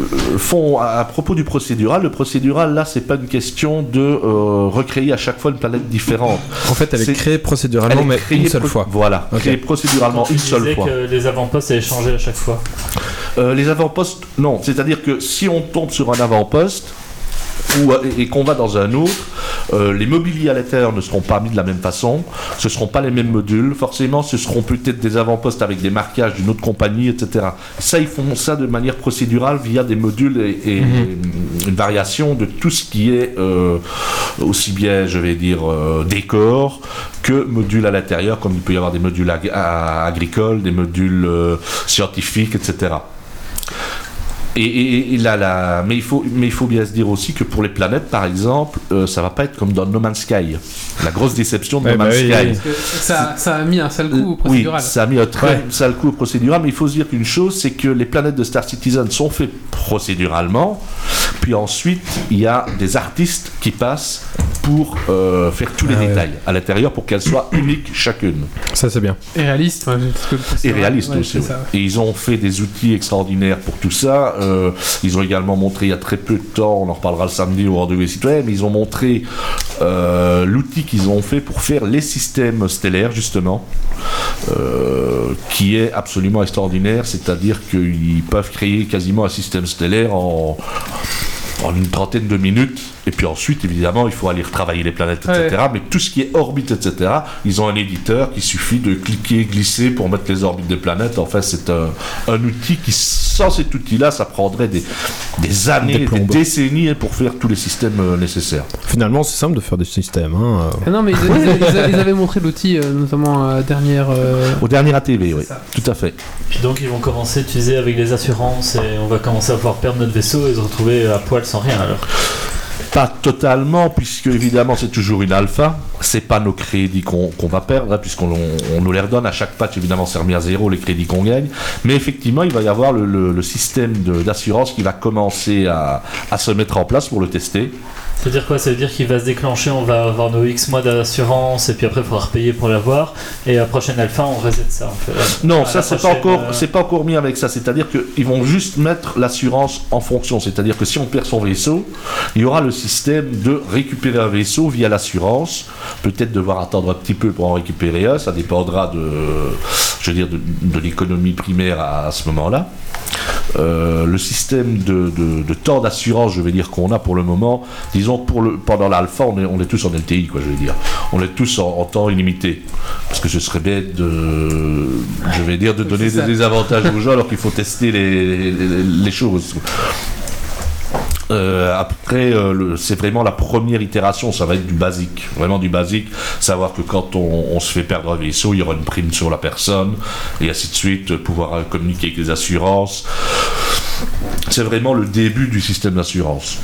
[SPEAKER 4] euh, font à, à propos du procédural. Le procédural, là, c'est pas une question de euh, recréer à chaque fois une planète différente.
[SPEAKER 3] En fait, elle est,
[SPEAKER 4] C'est-
[SPEAKER 3] créée
[SPEAKER 4] Elle
[SPEAKER 3] procéduralement,
[SPEAKER 4] est
[SPEAKER 3] Ah mais
[SPEAKER 4] créée
[SPEAKER 3] une seule
[SPEAKER 4] pro-
[SPEAKER 3] fois.
[SPEAKER 4] Voilà,
[SPEAKER 3] Ok.
[SPEAKER 4] créée procéduralement
[SPEAKER 5] Tu
[SPEAKER 4] une
[SPEAKER 5] disais
[SPEAKER 4] seule fois.
[SPEAKER 5] que les avant-postes allaient changer à chaque fois.
[SPEAKER 4] Euh, les avant-postes, non. C'est-à-dire que si on tombe sur un avant-poste ou, euh, et qu'on va dans un autre, euh, les mobiliers à l'intérieur ne seront pas mis de la même façon, ce seront pas les mêmes modules, forcément ce seront peut-être des avant-postes avec des marquages d'une autre compagnie, etc. Ça, ils font ça de manière procédurale via des modules et, et une variation de tout ce qui est euh, aussi bien, je vais dire, euh, décor que modules à l'intérieur, comme il peut y avoir des modules ag- à- agricoles, des modules euh, scientifiques, etc. Et, et- et là, là- mais, il faut, mais il faut bien se dire aussi que pour les planètes, par exemple, euh, ça va pas être comme dans No Man's Sky. La grosse déception de
[SPEAKER 3] Ouais,
[SPEAKER 4] No
[SPEAKER 3] bah
[SPEAKER 4] Man's
[SPEAKER 3] oui,
[SPEAKER 4] Sky.
[SPEAKER 3] oui.
[SPEAKER 1] Parce que ça, ça a mis un sale coup au
[SPEAKER 4] Oui,
[SPEAKER 1] procédural.
[SPEAKER 4] ça a mis un très
[SPEAKER 3] Ouais.
[SPEAKER 4] sale coup au procédural, mais il faut se dire qu'une chose, c'est que les planètes de Star Citizen sont faites procéduralement, puis ensuite, il y a des artistes qui passent pour euh, faire tous les
[SPEAKER 3] Ah ouais.
[SPEAKER 4] détails à l'intérieur pour qu'elles soient uniques chacune
[SPEAKER 3] Ça, c'est bien.
[SPEAKER 1] Et réaliste. ouais, parce que le
[SPEAKER 4] et
[SPEAKER 1] procédural,
[SPEAKER 4] réaliste
[SPEAKER 1] ouais,
[SPEAKER 4] aussi.
[SPEAKER 1] c'est
[SPEAKER 4] ouais.
[SPEAKER 1] ça, ouais.
[SPEAKER 4] Et ils ont fait des outils extraordinaires pour tout ça. Euh, ils ont également montré il y a très peu de temps, on en reparlera le samedi au rendez-vous citoyen, mais ils ont montré euh, l'outil qu'ils ont fait pour faire les systèmes stellaires, justement, euh, qui est absolument extraordinaire. C'est-à-dire qu'ils peuvent créer quasiment un système stellaire en en une trentaine de minutes. Et puis ensuite, évidemment, il faut aller retravailler les planètes, etc. Mais tout ce qui est orbite, etc., ils ont un éditeur qui suffit de cliquer, glisser pour mettre les orbites des planètes. Enfin, c'est un, un outil qui, sans cet outil-là, ça prendrait des, des années,
[SPEAKER 3] Des
[SPEAKER 4] des,
[SPEAKER 3] plombes.
[SPEAKER 4] décennies pour faire tous les systèmes euh, nécessaires.
[SPEAKER 3] Finalement, c'est simple de faire des systèmes. Hein.
[SPEAKER 1] Ah non, mais ils, ils- ils- ils avaient montré l'outil, euh, notamment euh, dernière. euh,
[SPEAKER 4] Au dernier ATV, oui.
[SPEAKER 1] ça.
[SPEAKER 4] Tout à fait.
[SPEAKER 5] Puis donc ils vont commencer, tu disais, avec les assurances et on va commencer à pouvoir perdre notre vaisseau et se retrouver à poil sans rien alors.
[SPEAKER 4] Pas totalement, puisque évidemment c'est toujours une alpha. C'est pas nos crédits qu'on qu'on va perdre, hein, puisqu'on on- on nous les redonne. À chaque patch, évidemment, c'est remis à zéro les crédits qu'on gagne. Mais effectivement, il va y avoir le, le- le système de- d'assurance qui va commencer à, à se mettre en place pour le tester.
[SPEAKER 5] Ça veut dire quoi Ça veut dire qu'il va se déclencher, on va avoir nos X mois d'assurance et puis après il faudra repayer pour l'avoir et à prochaine alpha on reset ça en fait.
[SPEAKER 4] Non,
[SPEAKER 5] À
[SPEAKER 4] ça
[SPEAKER 5] la
[SPEAKER 4] c'est pas
[SPEAKER 5] prochaine,
[SPEAKER 4] encore,
[SPEAKER 5] euh,
[SPEAKER 4] c'est pas encore mis avec ça. C'est-à-dire qu'ils vont juste mettre l'assurance en fonction. C'est-à-dire que si on perd son vaisseau, il y aura le système de récupérer un vaisseau via l'assurance. Peut-être devoir attendre un petit peu pour en récupérer un. Ça dépendra de, je veux dire, de, de l'économie primaire à, à ce moment-là. Euh, le système de, de- de temps d'assurance, je vais dire qu'on a pour le moment, disons pour le, pendant l'alpha, on est, on est tous en LTI, quoi, je veux dire. On est tous en, en temps illimité. Parce que ce serait bête de, je vais dire, de donner
[SPEAKER 1] C'est ça.
[SPEAKER 4] des, des avantages aux gens alors qu'il faut tester les, les- les choses. Euh, après, euh, le- c'est vraiment la première itération, ça va être du basique, vraiment du basique. Savoir que quand on, on se fait perdre un vaisseau, il y aura une prime sur la personne, et ainsi de suite, euh, pouvoir euh, communiquer avec les assurances. C'est vraiment le début du système d'assurance.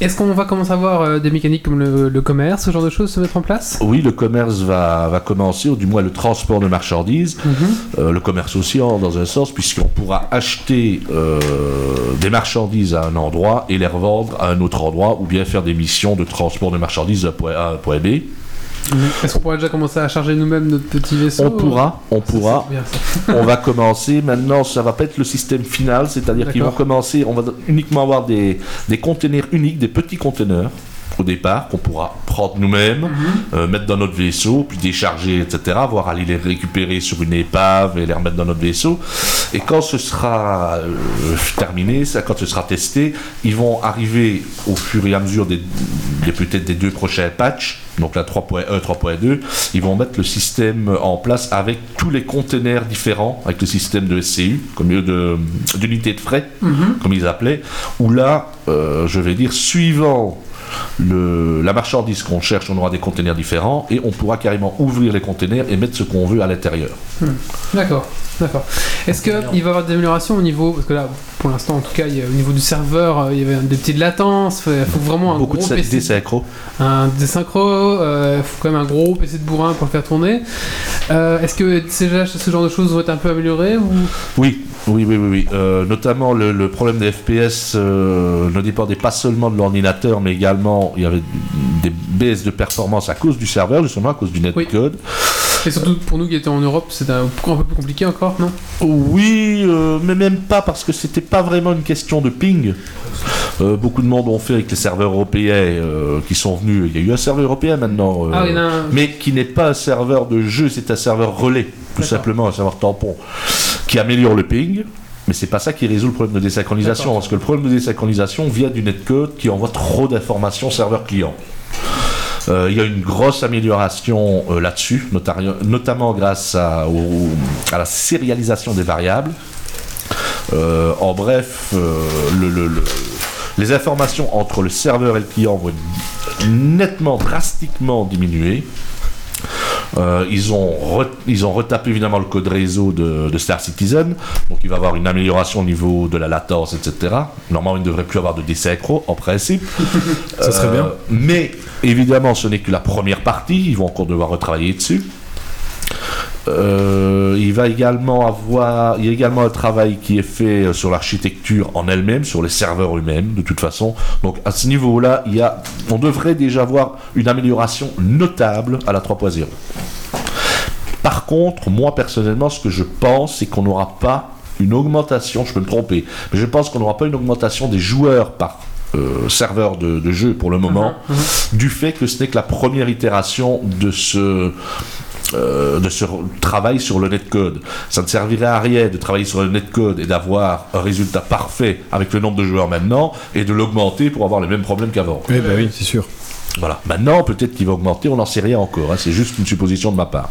[SPEAKER 1] Est-ce qu'on va commencer à voir euh, des mécaniques comme le, le commerce, ce genre de choses se mettre en place
[SPEAKER 4] Oui, le commerce va, va commencer, ou du moins le transport de marchandises,
[SPEAKER 1] Mhm.
[SPEAKER 4] Euh, le commerce aussi en- dans un sens, puisqu'on pourra acheter euh, des marchandises à un endroit et les revendre à un autre endroit, ou bien faire des missions de transport de marchandises d'un point A à un point B.
[SPEAKER 1] Est-ce qu'on pourrait déjà commencer à charger nous-mêmes notre petit vaisseau
[SPEAKER 4] Mm. On pourra, on
[SPEAKER 1] Ça, c'est
[SPEAKER 4] pourra,
[SPEAKER 1] bien, ça.
[SPEAKER 4] on va commencer. Maintenant, ça va pas être le système final, c'est-à-dire qu'ils vont
[SPEAKER 1] D'accord.
[SPEAKER 4] commencer, on va uniquement avoir des, des conteneurs uniques, des petits conteneurs au départ qu'on pourra prendre nous-mêmes, euh, mettre dans notre vaisseau, puis décharger, etc., voire aller les récupérer sur une épave et les remettre dans notre vaisseau. Et quand ce sera euh, terminé, ça, quand ce sera testé, ils vont arriver au fur et à mesure des, des- peut-être des deux prochains patchs, donc la 3.1, 3.2, ils vont mettre le système en place avec tous les conteneurs différents, avec le système de SCU, comme lieu de-
[SPEAKER 1] Mhm.
[SPEAKER 4] d'unité de, frais, comme ils appelaient, où là, euh, je vais dire, suivant le- la marchandise qu'on cherche, on aura des containers différents et on pourra carrément ouvrir les containers et mettre ce qu'on veut à l'intérieur.
[SPEAKER 1] D'accord, d'accord. Est-ce qu'il va y avoir des améliorations au niveau. Parce que là, pour l'instant, en tout cas, il y a- au niveau du serveur, euh, il y avait des petites latences. Il faut vraiment un
[SPEAKER 4] Beaucoup de
[SPEAKER 1] gros
[SPEAKER 4] sa-
[SPEAKER 1] PC.
[SPEAKER 4] des synchros.
[SPEAKER 1] un des synchro, il faut quand même un gros PC de bourrin pour le faire tourner. Euh, Est-ce que ces- ce genre de choses vont être un peu améliorées ou...
[SPEAKER 4] Oui, oui, oui, oui. oui. Euh, notamment le, le problème des FPS euh, ne dépendait pas seulement de l'ordinateur, mais également il y avait des baisses de performance à cause du serveur, justement, à cause du netcode.
[SPEAKER 1] Et surtout pour nous qui étions en Europe, c'est un, un peu plus compliqué encore, non
[SPEAKER 4] Oui, euh, mais même pas parce que c'était pas vraiment une question de ping. Euh, beaucoup de monde ont fait avec les serveurs européens euh, qui sont venus. Il y a eu un serveur européen maintenant, euh,
[SPEAKER 1] Ah, il y en a un.
[SPEAKER 4] mais qui n'est pas un serveur de jeu, c'est un serveur relais, tout
[SPEAKER 1] D'accord.
[SPEAKER 4] simplement, un serveur tampon, qui améliore le ping. Mais c'est pas ça qui résout le problème de désynchronisation,
[SPEAKER 1] D'accord.
[SPEAKER 4] parce que le problème de désynchronisation vient du netcode qui envoie trop d'informations serveur client. Euh, Il y a une grosse amélioration euh, là-dessus, notari- notamment grâce à, au- à la sérialisation des variables. Euh, en bref, euh, le- le- le- les informations entre le serveur et le client vont être nettement, drastiquement diminuées. Euh, ils, ont re- ils ont retapé évidemment le code réseau de, de Star Citizen, donc il va y avoir une amélioration au niveau de la latence, etc. Normalement, il ne devrait plus avoir de désynchro, en principe. Euh,
[SPEAKER 3] Ça serait bien.
[SPEAKER 4] Mais évidemment, ce n'est que la première partie, ils vont encore devoir retravailler dessus. Euh, il va également avoir, il y a également un travail qui est fait euh, sur l'architecture en elle-même, sur les serveurs eux-mêmes, de toute façon. Donc à ce niveau-là, il y a, on devrait déjà voir une amélioration notable à la 3.0. Par contre, moi personnellement, ce que je pense, c'est qu'on n'aura pas une augmentation, je peux me tromper, mais je pense qu'on n'aura pas une augmentation des joueurs par euh, serveur de, de jeu pour le moment, du fait que ce n'est que la première itération de ce, euh, de ce travail sur le netcode. Ça ne servirait à rien de travailler sur le netcode et d'avoir un résultat parfait avec le nombre de joueurs maintenant et de l'augmenter pour avoir les mêmes problèmes qu'avant.
[SPEAKER 3] Oui, bah oui, c'est sûr.
[SPEAKER 4] Voilà. Maintenant, peut-être qu'il va augmenter, on n'en sait rien encore. hein. C'est juste une supposition de ma part.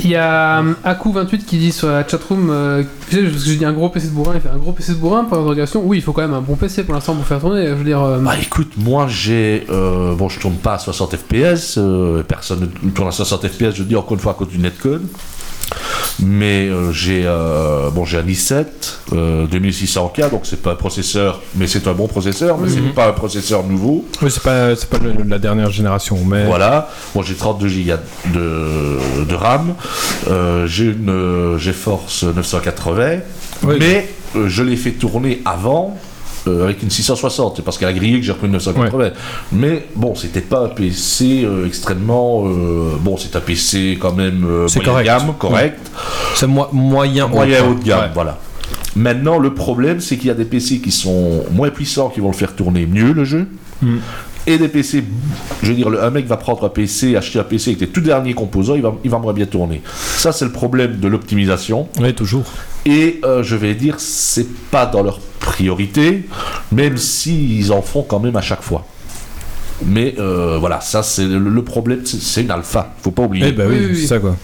[SPEAKER 1] Il y a euh, Aku28 qui dit sur la chatroom, euh, tu sais, parce que j'ai dit un gros PC de bourrin, il fait un gros PC de bourrin pour l'interrogation. Oui, il faut quand même un bon PC pour l'instant pour faire tourner. Je veux dire, euh,
[SPEAKER 4] Bah écoute, moi j'ai. euh, bon, je tourne pas à 60 FPS, euh, personne ne tourne à 60 FPS, je dis encore une fois à cause du netcode. Mais euh, j'ai euh, bon, j'ai un i7 euh, 2600K, donc c'est pas un processeur, mais c'est un bon processeur, mais c'est pas un processeur nouveau.
[SPEAKER 3] Oui, c'est pas, c'est pas le- la dernière génération, mais.
[SPEAKER 4] Voilà, bon, j'ai 32 Go de, de RAM, euh, j'ai une euh, GeForce 980,
[SPEAKER 3] Oui.
[SPEAKER 4] mais euh, je l'ai fait tourner avant euh, avec une 660, c'est parce qu'elle a grillé que j'ai repris une 980. Mais bon, c'était pas un PC euh, extrêmement. euh, bon, c'est un PC quand même euh,
[SPEAKER 3] C'est
[SPEAKER 4] moyen
[SPEAKER 3] correct.
[SPEAKER 4] gamme, correct,
[SPEAKER 3] C'est moi- moyen
[SPEAKER 4] moyen
[SPEAKER 3] haut.
[SPEAKER 4] haut de gamme,
[SPEAKER 3] Ouais.
[SPEAKER 4] voilà. Maintenant, le problème, c'est qu'il y a des PC qui sont moins puissants, qui vont le faire tourner mieux le jeu.
[SPEAKER 3] Mm.
[SPEAKER 4] Et des PC, je veux dire, le- un mec va prendre un PC, acheter un PC avec les tout derniers composants, il va, il va moins bien tourner. Ça, c'est le problème de l'optimisation.
[SPEAKER 3] Oui, toujours.
[SPEAKER 4] Et euh, je vais dire, c'est pas dans leur priorité, même s'ils en font quand même à chaque fois. Mais euh, voilà, ça, c'est le, le problème, c'est- c'est une alpha, faut pas oublier.
[SPEAKER 3] Eh bah oui,
[SPEAKER 1] Oui, oui,
[SPEAKER 3] c'est
[SPEAKER 1] oui.
[SPEAKER 3] ça quoi.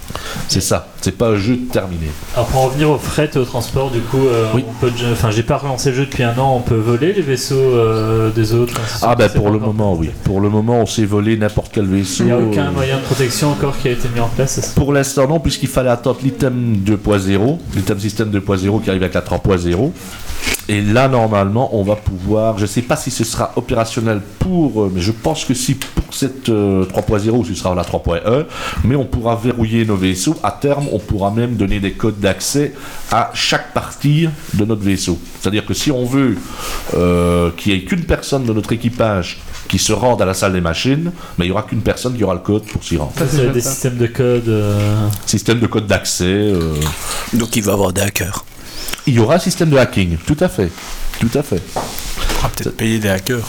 [SPEAKER 4] C'est ça, c'est pas un jeu terminé.
[SPEAKER 5] Alors pour en revenir au fret et au transport, du coup, euh,
[SPEAKER 4] Oui.
[SPEAKER 5] on peut, enfin, j'ai pas relancé le jeu depuis un an, on peut voler les vaisseaux euh, des autres. ainsi de
[SPEAKER 4] Ah
[SPEAKER 5] suite,
[SPEAKER 4] ben
[SPEAKER 5] c'est
[SPEAKER 4] pour
[SPEAKER 5] pas
[SPEAKER 4] le
[SPEAKER 5] encore
[SPEAKER 4] moment oui.
[SPEAKER 5] compté.
[SPEAKER 4] Pour le moment on s'est volé n'importe quel vaisseau.
[SPEAKER 5] Il n'y a aucun
[SPEAKER 4] euh,
[SPEAKER 5] moyen de protection encore qui a été mis en place, c'est ça
[SPEAKER 4] Pour l'instant non puisqu'il fallait attendre l'item 2.0, l'item système 2.0 qui arrive avec la 3.0. Et là normalement on va pouvoir, je ne sais pas si ce sera opérationnel pour, euh, mais je pense que si pour cette euh, 3.0 ce sera la 3.1, mais on pourra verrouiller nos vaisseaux. À terme on pourra même donner des codes d'accès à chaque partie de notre vaisseau. C'est-à-dire que si on veut euh, qu'il n'y ait qu'une personne de notre équipage qui se rende à la salle des machines, mais il n'y aura qu'une personne qui aura le code pour s'y rendre.
[SPEAKER 1] ça, c'est
[SPEAKER 5] Il y a
[SPEAKER 1] chouette,
[SPEAKER 5] des
[SPEAKER 1] ça.
[SPEAKER 5] systèmes de code. euh,
[SPEAKER 4] Système de code d'accès. euh,
[SPEAKER 2] Donc il va avoir des hackers.
[SPEAKER 4] Il y aura un système de hacking, tout à fait. Tout à fait. Oh,
[SPEAKER 7] On pourra peut-être payer des hackers.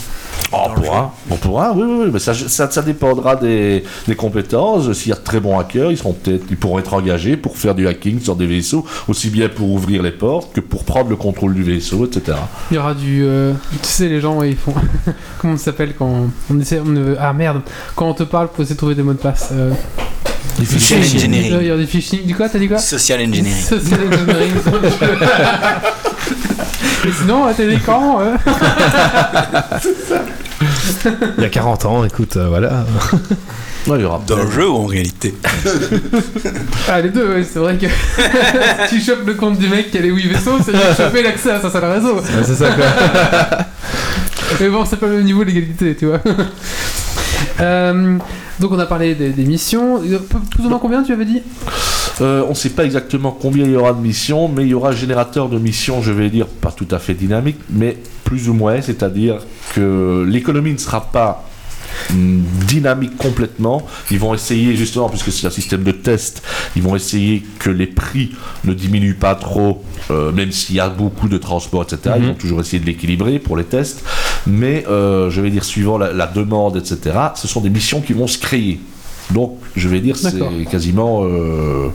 [SPEAKER 4] On pourra, on pourra, oui, oui, oui, mais ça, ça, ça dépendra des, des compétences. S'il y a de très bons hackers, ils, seront peut-être, ils pourront être engagés pour faire du hacking sur des vaisseaux, aussi bien pour ouvrir les portes que pour prendre le contrôle du vaisseau, etc.
[SPEAKER 1] il y aura du. euh, tu sais, les gens, ouais, ils font. Comment ça s'appelle quand on essaie. on ne- Ah merde, quand on te parle pour essayer de trouver des mots de passe. euh,
[SPEAKER 2] Social
[SPEAKER 1] euh, Il
[SPEAKER 2] engineering.
[SPEAKER 1] y a du phishing. Du quoi T'as
[SPEAKER 3] Ah.
[SPEAKER 1] dit quoi
[SPEAKER 2] Social engineering.
[SPEAKER 1] Social engineering. Et sinon, à Télécran, euh,
[SPEAKER 3] Il y a 40 ans, écoute, euh, voilà. il y aura
[SPEAKER 2] D'un jeu en réalité.
[SPEAKER 1] Ah, les deux, ouais, c'est vrai que si tu chopes le compte du mec qui a les 8 vaisseaux, c'est de choper l'accès à sa salle réseau.
[SPEAKER 3] c'est ça quoi.
[SPEAKER 1] Mais bon, c'est pas le même niveau d'égalité, tu vois. Euh, donc, on a parlé des, des missions. Il y a peu- Plus ou moins combien tu avais dit
[SPEAKER 4] Euh, on ne sait pas exactement combien il y aura de missions, mais il y aura un générateur de missions, je vais dire, pas tout à fait dynamique, mais plus ou moins, c'est-à-dire que l'économie ne sera pas hum, dynamique complètement. Ils vont essayer justement, puisque c'est un système de test, ils vont essayer que les prix ne diminuent pas trop, euh, même s'il y a beaucoup de transports, etc. Ils
[SPEAKER 3] Mhm.
[SPEAKER 4] vont toujours essayer de l'équilibrer pour les tests. Mais euh, je vais dire, suivant la, la demande, etc., ce sont des missions qui vont se créer. Donc, je vais dire, c'est
[SPEAKER 1] D'accord.
[SPEAKER 4] quasiment euh,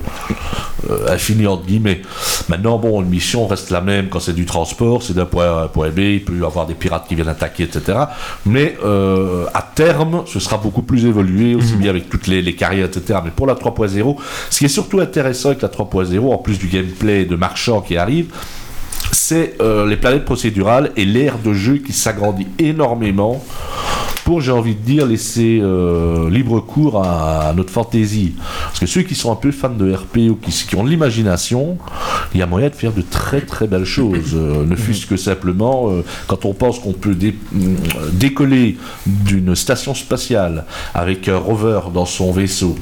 [SPEAKER 4] euh, infini entre guillemets. Maintenant, bon, une mission reste la même quand c'est du transport, c'est d'un point A à un point B, il peut y avoir des pirates qui viennent attaquer, etc. Mais euh, à terme, ce sera beaucoup plus évolué, aussi bien avec toutes les, les carrières, etc. Mais pour la 3.0, ce qui est surtout intéressant avec la 3.0, en plus du gameplay de marchand qui arrive, c'est euh, les planètes procédurales et l'ère de jeu qui s'agrandit énormément pour, j'ai envie de dire, laisser euh, libre cours à, à notre fantaisie. Parce que ceux qui sont un peu fans de RP ou qui, qui ont de l'imagination, il y a moyen de faire de très très belles choses. Euh, ne fût-ce que simplement, euh, quand on pense qu'on peut dé- mm, décoller d'une station spatiale avec un rover dans son vaisseau,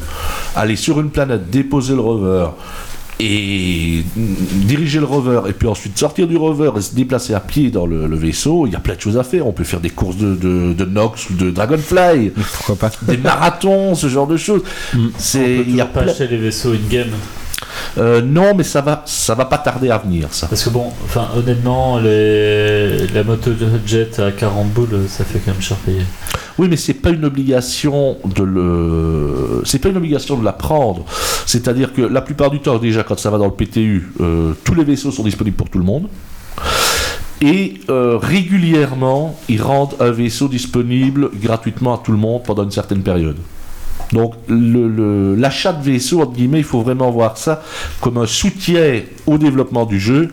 [SPEAKER 4] aller sur une planète, déposer le rover, et diriger le rover et puis ensuite sortir du rover et se déplacer à pied dans le, le vaisseau, il y a plein de choses à faire. On peut faire des courses de, de, de Nox ou de Dragonfly,
[SPEAKER 3] Pourquoi pas
[SPEAKER 4] des marathons, ce genre de choses. C'est
[SPEAKER 5] Il
[SPEAKER 4] il y a
[SPEAKER 5] pas
[SPEAKER 4] plein-
[SPEAKER 5] acheter les vaisseaux in-game.
[SPEAKER 4] Euh, non, mais ça va, ça va pas tarder à venir, ça.
[SPEAKER 5] Parce que bon, enfin honnêtement, les... la moto de jet à 40 boules, ça fait quand même cher payé.
[SPEAKER 4] Oui, mais c'est pas une obligation de le, c'est pas une obligation de la prendre. C'est-à-dire que la plupart du temps, déjà, quand ça va dans le PTU, euh, tous les vaisseaux sont disponibles pour tout le monde. Et euh, régulièrement, ils rendent un vaisseau disponible gratuitement à tout le monde pendant une certaine période. Donc le- le- l'achat de vaisseaux, entre guillemets, il faut vraiment voir ça comme un soutien au développement du jeu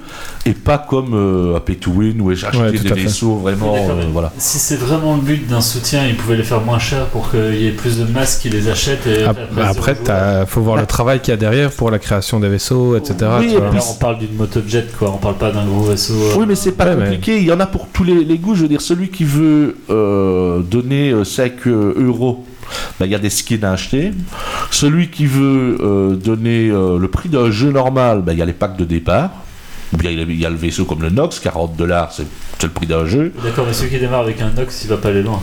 [SPEAKER 4] et pas comme euh, un pay-to-win où acheter
[SPEAKER 3] Ouais, tout
[SPEAKER 4] des
[SPEAKER 3] à fait.
[SPEAKER 4] vaisseaux vraiment...
[SPEAKER 5] Mais d'accord,
[SPEAKER 4] euh,
[SPEAKER 5] mais
[SPEAKER 4] voilà.
[SPEAKER 5] Si c'est vraiment le but d'un soutien, ils pouvaient les faire moins cher pour qu'il y ait plus de masses qui les achètent. Et
[SPEAKER 3] Ap- bah, Après, t'as- faut voir le travail qu'il y a derrière pour la création des vaisseaux, etc.
[SPEAKER 4] Oui,
[SPEAKER 3] tu
[SPEAKER 4] et
[SPEAKER 3] vois.
[SPEAKER 4] puis-
[SPEAKER 5] Là, on parle d'une moto jet, quoi. On parle pas d'un gros vaisseau. euh,
[SPEAKER 4] Oui, mais c'est pas
[SPEAKER 3] Ouais, mais-
[SPEAKER 4] compliqué. Il y en a pour tous les, les goûts. Je veux dire, celui qui veut euh, donner euh, 5 euh, euros, ben, il y a des skins à acheter. Celui qui veut euh, donner euh, le prix d'un jeu normal, ben, il y a les packs de départ. Ou bien il y a- il y a le vaisseau comme le Nox, 40 dollars, c'est c'est le prix d'un jeu.
[SPEAKER 5] D'accord, mais celui qui démarre avec un Nox, il va pas aller loin.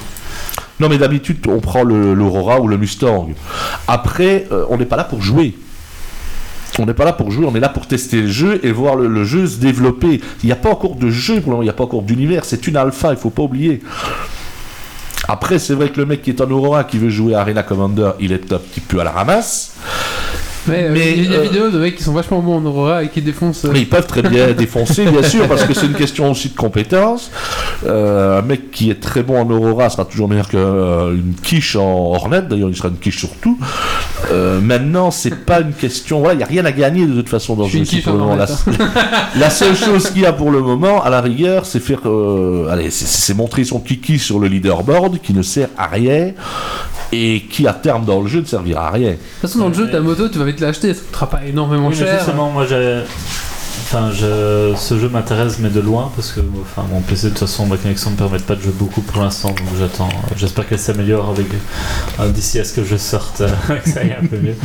[SPEAKER 4] Non, mais d'habitude, on prend le- l'Aurora ou le Mustang. Après, euh, on n'est pas là pour jouer. On n'est pas là pour jouer, on est là pour tester le jeu et voir le, le jeu se développer. Il n'y a pas encore de jeu pour le moment, il n'y a pas encore d'univers. C'est une alpha, il faut pas oublier. Après, c'est vrai que le mec qui est en Aurora, qui veut jouer à Arena Commander, il est un petit peu à la ramasse.
[SPEAKER 1] Mais, euh,
[SPEAKER 4] Mais,
[SPEAKER 1] il y a des
[SPEAKER 4] euh,
[SPEAKER 1] vidéos de mecs qui sont vachement bons en Aurora et qui défoncent. euh,
[SPEAKER 4] Mais ils peuvent très bien défoncer, bien sûr, parce que c'est une question aussi de compétence. Euh, un mec qui est très bon en Aurora sera toujours meilleur qu'une quiche en Hornet. D'ailleurs, il sera une quiche sur tout. Euh, maintenant, c'est pas une question. Voilà, il n'y a rien à gagner de toute façon dans
[SPEAKER 1] Je
[SPEAKER 4] ce
[SPEAKER 1] suis une
[SPEAKER 4] jeu. c'est
[SPEAKER 1] quiche
[SPEAKER 4] pour le
[SPEAKER 1] en hein.
[SPEAKER 4] moment la, la seule chose qu'il y a pour le moment, à la rigueur, c'est faire. euh, allez, c'est- c'est montrer son kiki sur le leaderboard qui ne sert à rien et qui, à terme dans le jeu, ne servira à rien.
[SPEAKER 1] De toute façon, dans le
[SPEAKER 4] Euh,
[SPEAKER 1] jeu, ta moto, tu vas vite l'acheter, ça coûtera pas énormément
[SPEAKER 5] Oui, mais
[SPEAKER 1] cher.
[SPEAKER 5] justement, moi, j'ai. Enfin, je- ce jeu m'intéresse, mais de loin, parce que enfin, mon PC, de toute façon, ma connexion ne me permet pas de jouer beaucoup pour l'instant, donc j'attends. J'espère qu'elle s'améliore avec... euh, d'ici à ce que je sorte, euh, que ça aille un peu mieux.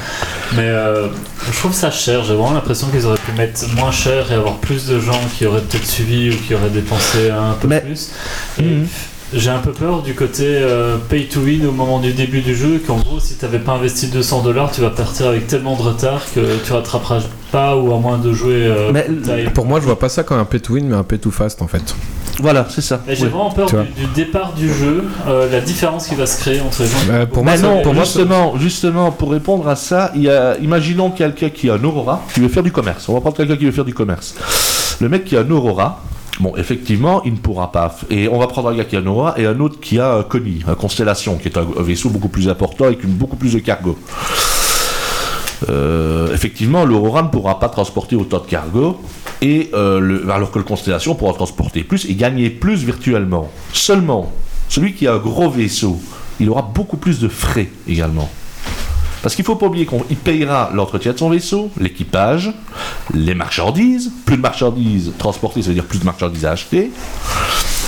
[SPEAKER 5] Mais euh, je trouve ça cher, j'ai vraiment l'impression qu'ils auraient pu mettre moins cher et avoir plus de gens qui auraient peut-être suivi ou qui auraient dépensé un peu
[SPEAKER 4] Mais-
[SPEAKER 5] plus. Et
[SPEAKER 4] Mhm.
[SPEAKER 5] J'ai un peu peur du côté euh, pay to win au moment du début du jeu, qu'en gros, si t'avais pas investi 200 dollars, tu vas partir avec tellement de retard que tu rattraperas pas ou à moins de jouer. euh,
[SPEAKER 4] Mais-
[SPEAKER 5] full time.
[SPEAKER 3] Pour moi, je vois pas ça comme un pay to win, mais un pay to fast en fait.
[SPEAKER 4] Voilà, c'est ça.
[SPEAKER 5] Mais j'ai
[SPEAKER 4] Oui.
[SPEAKER 5] vraiment peur
[SPEAKER 3] Tu
[SPEAKER 5] du,
[SPEAKER 3] vois.
[SPEAKER 5] du départ du jeu, euh, la différence qui va se créer entre les gens.
[SPEAKER 3] Euh, pour moi,
[SPEAKER 4] Mais Bah non,
[SPEAKER 3] c'est- pour moi, c'est-
[SPEAKER 4] justement, justement, pour répondre à ça, il y a- imaginons quelqu'un qui a un Aurora, qui veut faire du commerce. On va prendre quelqu'un qui veut faire du commerce. Le mec qui a un Aurora, bon, effectivement, il ne pourra pas. f- Et on va prendre un gars qui a un Aurora et un autre qui a un Connie, un Constellation, qui est un, un vaisseau beaucoup plus important avec une, beaucoup plus de cargo. Euh, effectivement, l'Aurora ne pourra pas transporter autant de cargo, et, euh, le- alors que le Constellation pourra transporter plus et gagner plus virtuellement. Seulement, Celui qui a un gros vaisseau, il aura beaucoup plus de frais également. Parce qu'il faut pas oublier qu'il payera l'entretien de son vaisseau, l'équipage, les marchandises, plus de marchandises transportées, ça veut dire plus de marchandises à acheter,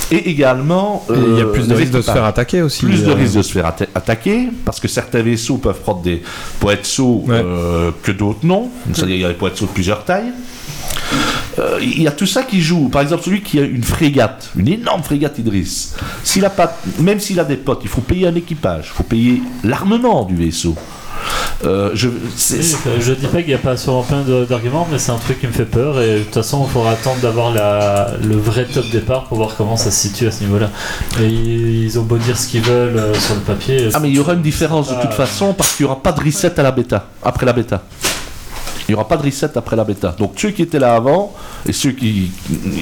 [SPEAKER 4] et également.
[SPEAKER 3] Et Il y a
[SPEAKER 4] euh,
[SPEAKER 3] plus de
[SPEAKER 4] les
[SPEAKER 3] risques de se
[SPEAKER 4] équipages.
[SPEAKER 3] faire attaquer aussi.
[SPEAKER 4] Plus de
[SPEAKER 3] euh,
[SPEAKER 4] risques de se faire atta- attaquer, parce que certains vaisseaux peuvent prendre des poetsos
[SPEAKER 3] Ouais.
[SPEAKER 4] que d'autres non. Donc, C'est-à-dire il y a des poetsos de plusieurs tailles. Euh, Il y a tout ça qui joue. Par exemple, celui qui a une frégate, une énorme frégate Idriss, s'il a pas, même s'il a des potes, il faut payer un équipage, il faut payer l'armement du vaisseau. Euh, je, c'est- c'est-
[SPEAKER 5] Je je dis pas qu'il n'y a pas sûrement plein de- d'arguments, mais c'est un truc qui me fait peur. Et de toute façon, il faudra attendre d'avoir la- le vrai top départ pour voir comment ça se situe à ce niveau-là. Et ils, ils ont beau dire ce qu'ils veulent euh, sur le papier.
[SPEAKER 4] Ah mais il y aura une différence de
[SPEAKER 1] Ah.
[SPEAKER 4] toute façon parce qu'il n'y aura pas de reset à la bêta, après la bêta. Il n'y aura pas de reset après la bêta. Donc ceux qui étaient là avant et ceux qui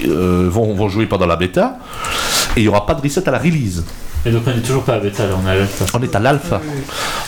[SPEAKER 4] euh, vont, vont jouer pendant la bêta, et il n'y aura pas de reset à la release.
[SPEAKER 5] Et donc, on n'est toujours pas à bêta, là, on est à l'alpha.
[SPEAKER 4] On est à l'alpha.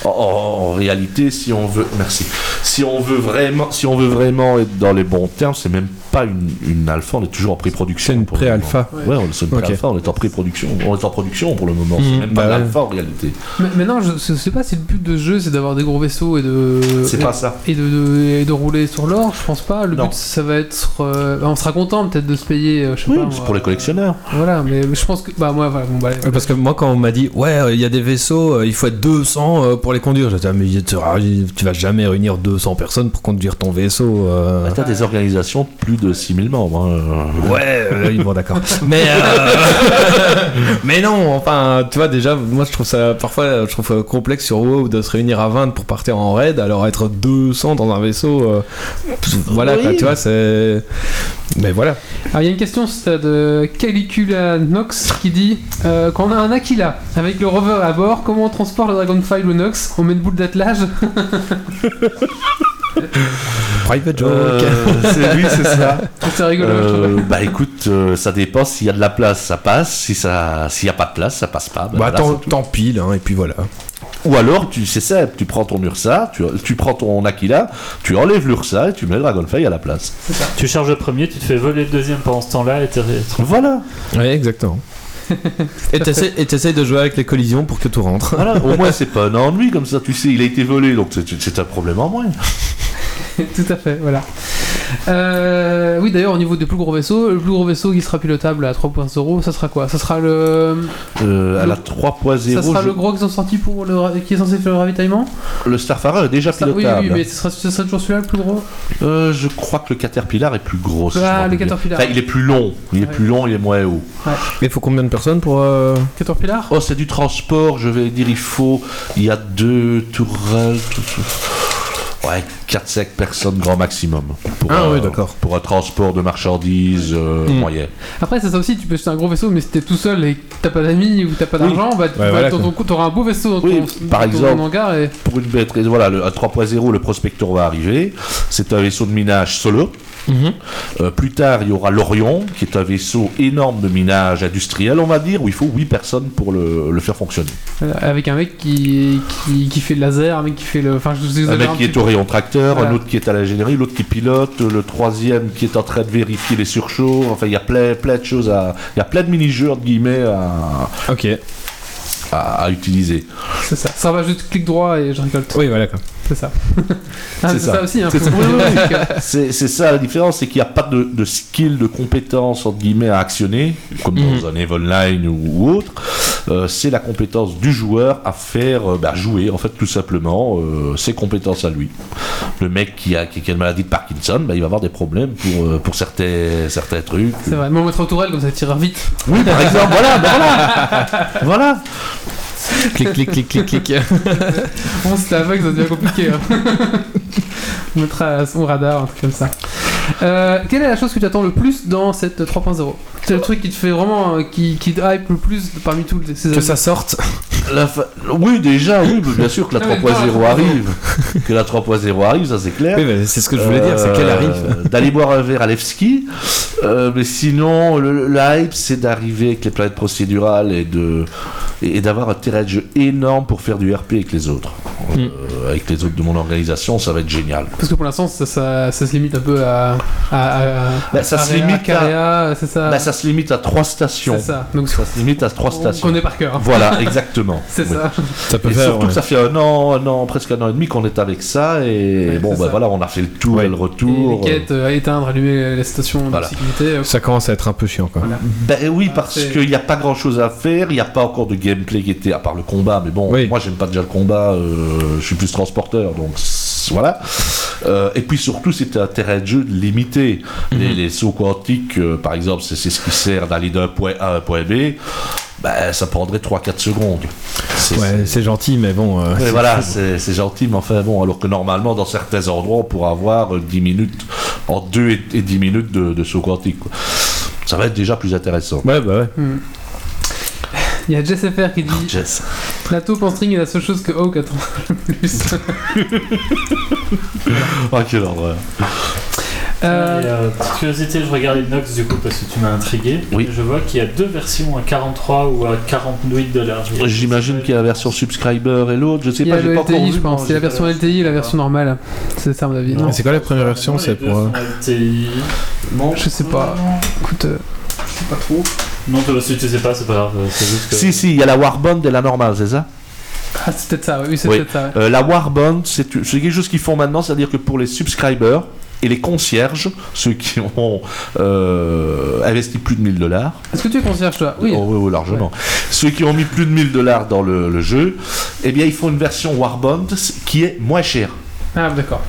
[SPEAKER 4] En, en réalité, si on veut, merci, si on veut vraiment, si on veut vraiment être dans les bons termes, c'est même pas une, une alpha. On est toujours en pré-production.
[SPEAKER 3] C'est une
[SPEAKER 4] pour le moment.
[SPEAKER 3] pré-alpha.
[SPEAKER 4] Ouais, on, c'est une
[SPEAKER 3] Ok.
[SPEAKER 4] pré-alpha, on est en pré-production. On est en production pour le moment.
[SPEAKER 3] Mhm,
[SPEAKER 4] c'est même
[SPEAKER 3] bah
[SPEAKER 4] pas
[SPEAKER 3] ouais.
[SPEAKER 4] l'alpha en réalité.
[SPEAKER 1] Mais, mais non, je, je sais pas si le but de ce jeu c'est d'avoir des gros vaisseaux et de.
[SPEAKER 4] C'est pas ça.
[SPEAKER 1] Et de, de- et de rouler sur l'or, je pense pas. Le
[SPEAKER 4] Non.
[SPEAKER 1] but, ça va être. euh, on sera content peut-être de se payer, euh, je sais
[SPEAKER 4] Oui,
[SPEAKER 1] pas.
[SPEAKER 4] c'est
[SPEAKER 1] moi,
[SPEAKER 4] pour les collectionneurs.
[SPEAKER 1] euh, Voilà, mais je pense que. Bah, moi, voilà, bon, bah,
[SPEAKER 3] Euh, Parce que moi, quand on m'a dit, ouais, euh, il y a des vaisseaux, euh, il faut être 200 euh, pour les conduire, j'ai dit, ah, mais tu ah, tu vas jamais réunir 200 personnes pour conduire ton vaisseau. euh.
[SPEAKER 4] T'as des organisations de plus de 6000 membres. hein.
[SPEAKER 3] Ouais, euh, bon, d'accord. Mais, euh, mais non, enfin, tu vois, déjà, moi, je trouve ça, parfois, je trouve euh, complexe sur WoW de se réunir à 20 pour partir en raid, alors être 200 dans un vaisseau, euh, voilà,
[SPEAKER 4] Oui.
[SPEAKER 3] quoi, tu vois, c'est. Mais voilà.
[SPEAKER 1] Alors il y a une question c'est de Calicula Nox qui dit euh, quand on a un Aquila avec le rover à bord, comment on transporte le Dragonfly ou Nox On met une boule d'attelage
[SPEAKER 3] Private joke.
[SPEAKER 4] Euh, c'est oui, c'est ça.
[SPEAKER 1] C'est rigolo. je trouve.
[SPEAKER 4] Euh, bah écoute, euh, ça dépend. S'il y a de la place, ça passe. Si ça, s'il y a pas de place, ça passe pas.
[SPEAKER 3] Bah,
[SPEAKER 4] Ben voilà,
[SPEAKER 3] tant,
[SPEAKER 4] c'est tout.
[SPEAKER 3] tant pis, là, hein, et puis voilà.
[SPEAKER 4] Ou alors, tu c'est simple. Tu prends ton Ursa, tu, tu prends ton Aquila, tu enlèves l'Ursa et tu mets le Dragonfly à la place.
[SPEAKER 5] Tu charges le premier, tu te fais voler le deuxième pendant ce temps-là et t'es t'es tranquille.
[SPEAKER 4] Voilà.
[SPEAKER 3] Ouais, exactement. et t'essayes et t'essayes de jouer avec les collisions pour que tout rentre.
[SPEAKER 4] Voilà. Au moins, c'est pas un ennui comme ça. Tu sais, il a été volé, donc c'est- c'est un problème en moins.
[SPEAKER 1] Tout à fait, voilà. Euh, oui, d'ailleurs, au niveau des plus gros vaisseaux, le plus gros vaisseau qui sera pilotable à 3.0, ça sera quoi Ça sera le,
[SPEAKER 4] Euh, à la
[SPEAKER 1] Donc,
[SPEAKER 4] 3.0,
[SPEAKER 1] ça sera
[SPEAKER 4] je-
[SPEAKER 1] le gros qu'ils ont sorti pour le ra- qui est censé faire le ravitaillement
[SPEAKER 4] le Starfarer est déjà
[SPEAKER 1] Ça- Oui,
[SPEAKER 4] pilotable.
[SPEAKER 1] oui, mais ce sera, ce sera toujours celui-là le plus gros.
[SPEAKER 4] Euh, je crois que le Caterpillar est plus gros. si
[SPEAKER 1] Ah,
[SPEAKER 4] je me rappelle
[SPEAKER 1] le
[SPEAKER 4] bien.
[SPEAKER 1] Caterpillar.
[SPEAKER 4] Enfin, il est plus long. Il est
[SPEAKER 1] Ouais.
[SPEAKER 4] plus long, il est moins haut.
[SPEAKER 3] Mais faut combien de personnes pour. euh,
[SPEAKER 1] Caterpillar
[SPEAKER 4] Oh, c'est du transport, je vais dire, il faut. Il y a deux tourelles. tout- tout- Ouais, 4-5 personnes grand maximum. Pour,
[SPEAKER 3] Ah
[SPEAKER 4] un-
[SPEAKER 3] oui, d'accord.
[SPEAKER 4] Pour un transport de marchandises euh,
[SPEAKER 3] Hmm.
[SPEAKER 4] moyen.
[SPEAKER 1] Après, c'est ça aussi, tu peux acheter un gros vaisseau, mais si t'es tout seul et que t'as pas d'amis ou t'as pas
[SPEAKER 4] Oui.
[SPEAKER 1] d'argent, bah, tu
[SPEAKER 3] Ouais,
[SPEAKER 1] vas-
[SPEAKER 3] voilà,
[SPEAKER 1] ton- ton- t'auras un beau vaisseau dans
[SPEAKER 4] Oui,
[SPEAKER 1] ton,
[SPEAKER 4] par
[SPEAKER 1] dans ton
[SPEAKER 4] exemple.
[SPEAKER 1] hangar et.
[SPEAKER 4] Pour une bête raison, voilà, le, à 3.0, le Prospector va arriver. C'est un vaisseau de minage solo.
[SPEAKER 3] Mhm.
[SPEAKER 4] Euh, plus tard, il y aura l'Orion, qui est un vaisseau énorme de minage industriel, on va dire, où il faut 8 personnes pour le, le faire fonctionner.
[SPEAKER 1] Euh, Avec un mec qui, qui, qui fait le laser, un mec qui fait le. Enfin, je vous ai
[SPEAKER 4] Un mec qui est au rayon tracteur,
[SPEAKER 1] Voilà.
[SPEAKER 4] un autre qui est à l'ingénierie, l'autre qui pilote, le troisième qui est en train de vérifier les surchauds. Enfin, il y a plein, plein de choses à. Il y a plein de mini-jeux, entre guillemets, à,
[SPEAKER 3] Ok.
[SPEAKER 4] à- à utiliser.
[SPEAKER 1] C'est ça. Ça va juste clic droit et je récolte.
[SPEAKER 3] Oui, voilà quoi.
[SPEAKER 1] C'est ça. Ah,
[SPEAKER 4] C'est
[SPEAKER 1] c'est
[SPEAKER 4] ça.
[SPEAKER 1] ça. aussi, hein.
[SPEAKER 4] C'est
[SPEAKER 1] faut-
[SPEAKER 4] ça. Oui, oui, oui.
[SPEAKER 1] c'est que-
[SPEAKER 4] C'est c'est ça la différence, c'est qu'il n'y a pas de, de skill, de compétence, entre guillemets, à actionner, comme dans un Evolline ou, ou autre. Euh, c'est la compétence du joueur à faire euh, bah, jouer, en fait, tout simplement, euh, ses compétences à lui. Le mec qui a, qui a une maladie de Parkinson, bah, il va avoir des problèmes pour, euh, pour certains, certains trucs.
[SPEAKER 1] C'est vrai. Mais on mettra aux tourelles comme ça, tirera vite.
[SPEAKER 4] Oui, par exemple, voilà, bah, voilà. voilà.
[SPEAKER 3] clic, clic, clic, clic, clic.
[SPEAKER 1] On se l'aveugle, ça devient compliqué. hein. on mettra son radar, un truc comme ça. Euh, quelle est la chose que tu attends le plus dans cette 3.0 C'est le truc qui te fait vraiment. euh, qui, qui te hype le plus parmi tous ces
[SPEAKER 3] que ça sorte.
[SPEAKER 4] La fa- Oui, déjà, oui, mais bien sûr que la
[SPEAKER 1] Non, mais
[SPEAKER 4] 3.0
[SPEAKER 1] pas-
[SPEAKER 4] arrive. Que la 3.0 arrive, ça c'est clair.
[SPEAKER 3] Oui, mais c'est ce que je voulais dire, c'est qu'elle
[SPEAKER 4] Euh,
[SPEAKER 3] arrive.
[SPEAKER 4] D'aller boire un verre à Levski. Euh, mais sinon, le, le hype, c'est d'arriver avec les planètes procédurales et de et et d'avoir un terrain de jeu énorme pour faire du RP avec les autres.
[SPEAKER 1] Hmm.
[SPEAKER 3] Mm.
[SPEAKER 4] Euh, avec les autres de mon organisation, ça va être génial. quoi.
[SPEAKER 1] Parce que pour l'instant, ça, ça, ça se limite un peu à. à, à-
[SPEAKER 4] Bah, ça
[SPEAKER 1] à
[SPEAKER 4] se
[SPEAKER 1] Area,
[SPEAKER 4] limite à-
[SPEAKER 1] Caria, c'est ça.
[SPEAKER 4] Bah, ça se limite à trois
[SPEAKER 1] c'est
[SPEAKER 4] stations.
[SPEAKER 1] ça. Donc,
[SPEAKER 4] Ça se limite à trois
[SPEAKER 1] on
[SPEAKER 4] stations.
[SPEAKER 1] connaît par cœur.
[SPEAKER 4] Voilà, exactement.
[SPEAKER 1] C'est
[SPEAKER 4] Oui.
[SPEAKER 1] ça.
[SPEAKER 3] Ça peut
[SPEAKER 4] Et
[SPEAKER 3] faire.
[SPEAKER 4] surtout
[SPEAKER 3] ouais.
[SPEAKER 4] que ça fait un an, un an, presque un an et demi qu'on est avec ça, et
[SPEAKER 1] Ouais,
[SPEAKER 4] bon,
[SPEAKER 1] c'est
[SPEAKER 4] bah
[SPEAKER 1] ça.
[SPEAKER 4] voilà, on a fait le tour
[SPEAKER 3] Ouais.
[SPEAKER 4] et le
[SPEAKER 1] Et les
[SPEAKER 4] retour.
[SPEAKER 1] quêtes, euh, éteindre, allumer les stations
[SPEAKER 4] Voilà.
[SPEAKER 1] de sécurité. euh,
[SPEAKER 3] Ça commence à être un peu chiant, quoi.
[SPEAKER 4] Ben oui,
[SPEAKER 1] Ah,
[SPEAKER 4] parce
[SPEAKER 1] c'est-
[SPEAKER 4] qu'il n'y a pas grand chose à faire, il n'y a pas encore de gameplay qui était, à part le combat, mais bon,
[SPEAKER 3] Oui.
[SPEAKER 4] moi j'aime pas déjà le combat, euh, je suis plus transporteur, donc c- voilà. Euh, et puis surtout, c'était un terrain de jeu limité. Les, les sauts quantiques, euh, par exemple, c'est c'est ce qui sert d'aller d'un point A à un point B, ben ça prendrait 3-4 secondes. C'est-
[SPEAKER 3] Ouais, c'est gentil, mais bon. euh,
[SPEAKER 4] Ouais, voilà, c'est c'est gentil, mais enfin bon, alors que normalement, dans certains endroits, on pourra avoir euh, 10 minutes, en 2 et, et 10 minutes de, de saut quantique. quoi. Ça va être déjà plus intéressant.
[SPEAKER 3] Ouais, bah ouais.
[SPEAKER 1] hmm. Il y a JSFR qui dit
[SPEAKER 4] Jess.
[SPEAKER 1] La taupe en string est la seule chose que Hawk attend le plus.
[SPEAKER 4] Ah, quelle horreur.
[SPEAKER 1] Euh,
[SPEAKER 5] Et, euh, petite curiosité, je regarde Inox du coup parce que tu m'as intrigué.
[SPEAKER 4] Oui.
[SPEAKER 5] Et Je vois qu'il y a deux versions à 43 ou à 48 dollars. Il y a-
[SPEAKER 4] J'imagine qu'il y a la version subscriber et l'autre, je sais
[SPEAKER 1] Il y a
[SPEAKER 4] pas, j'ai
[SPEAKER 1] le
[SPEAKER 4] pas encore
[SPEAKER 1] LTI,
[SPEAKER 4] vu.
[SPEAKER 1] je pense. C'est la version LTI et la version normale. C'est ça, à mon avis.
[SPEAKER 5] Non.
[SPEAKER 1] Non,
[SPEAKER 3] C'est quoi la première version C'est
[SPEAKER 5] Les deux
[SPEAKER 3] pour. euh,
[SPEAKER 5] sont LTI.
[SPEAKER 1] je sais pas. Écoute, euh, pas trop.
[SPEAKER 5] Non, toi aussi tu sais pas, c'est pas grave. euh, C'est juste que.
[SPEAKER 4] Si, si, il y a la Warband et la normale, c'est ça
[SPEAKER 1] Ah, c'est peut-être ça, oui, oui, c'est
[SPEAKER 4] Oui.
[SPEAKER 1] peut-être ça. ouais.
[SPEAKER 4] Euh, La Warband, c'est c'est quelque chose qu'ils font maintenant, c'est-à-dire que pour les subscribers et les concierges, ceux qui ont euh, investi plus de 1000 dollars,
[SPEAKER 1] Est-ce que tu es concierge, toi Oui.
[SPEAKER 4] Oh, oui, oui, largement. Ceux qui ont mis plus de 1000 dollars dans le, le jeu, eh bien, ils font une version Warband qui est moins chère.
[SPEAKER 1] Ah, d'accord.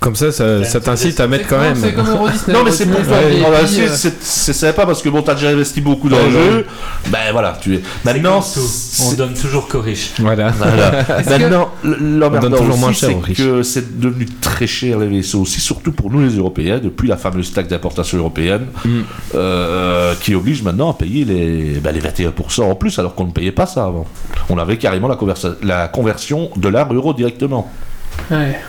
[SPEAKER 3] Comme ça, ça, ça t'incite à mettre quand
[SPEAKER 1] C'est-
[SPEAKER 3] même.
[SPEAKER 1] C'est comme Euro Disney.
[SPEAKER 4] Non, mais c'est pour
[SPEAKER 1] Disney,
[SPEAKER 4] toi.
[SPEAKER 1] et
[SPEAKER 4] Ah, bah,
[SPEAKER 1] puis,
[SPEAKER 4] si,
[SPEAKER 1] euh,
[SPEAKER 4] c'est- C'est sympa parce que bon, t'as déjà investi beaucoup dans
[SPEAKER 3] Ouais,
[SPEAKER 4] le
[SPEAKER 3] ouais.
[SPEAKER 4] jeu. Ben voilà, tu es.
[SPEAKER 1] Bah
[SPEAKER 5] C'est
[SPEAKER 4] Maintenant,
[SPEAKER 5] comme tout. On
[SPEAKER 4] c'est-
[SPEAKER 5] donne toujours corrige.
[SPEAKER 3] Voilà.
[SPEAKER 4] Voilà.
[SPEAKER 1] Est-ce
[SPEAKER 4] Maintenant, l-
[SPEAKER 3] On
[SPEAKER 4] l'emmerdant
[SPEAKER 3] donne toujours
[SPEAKER 4] aussi,
[SPEAKER 3] moins cher
[SPEAKER 4] c'est
[SPEAKER 3] aux riches.
[SPEAKER 4] que c'est devenu très cher les vaisseaux aussi, surtout pour nous les Européens, depuis la fameuse taxe d'importation européenne,
[SPEAKER 3] Mm.
[SPEAKER 4] euh, qui oblige maintenant à payer les, bah, les 21% en plus, alors qu'on ne payait pas ça avant. On avait carrément la, conversa- la conversion dollar-euro directement.
[SPEAKER 1] euh, Ouais.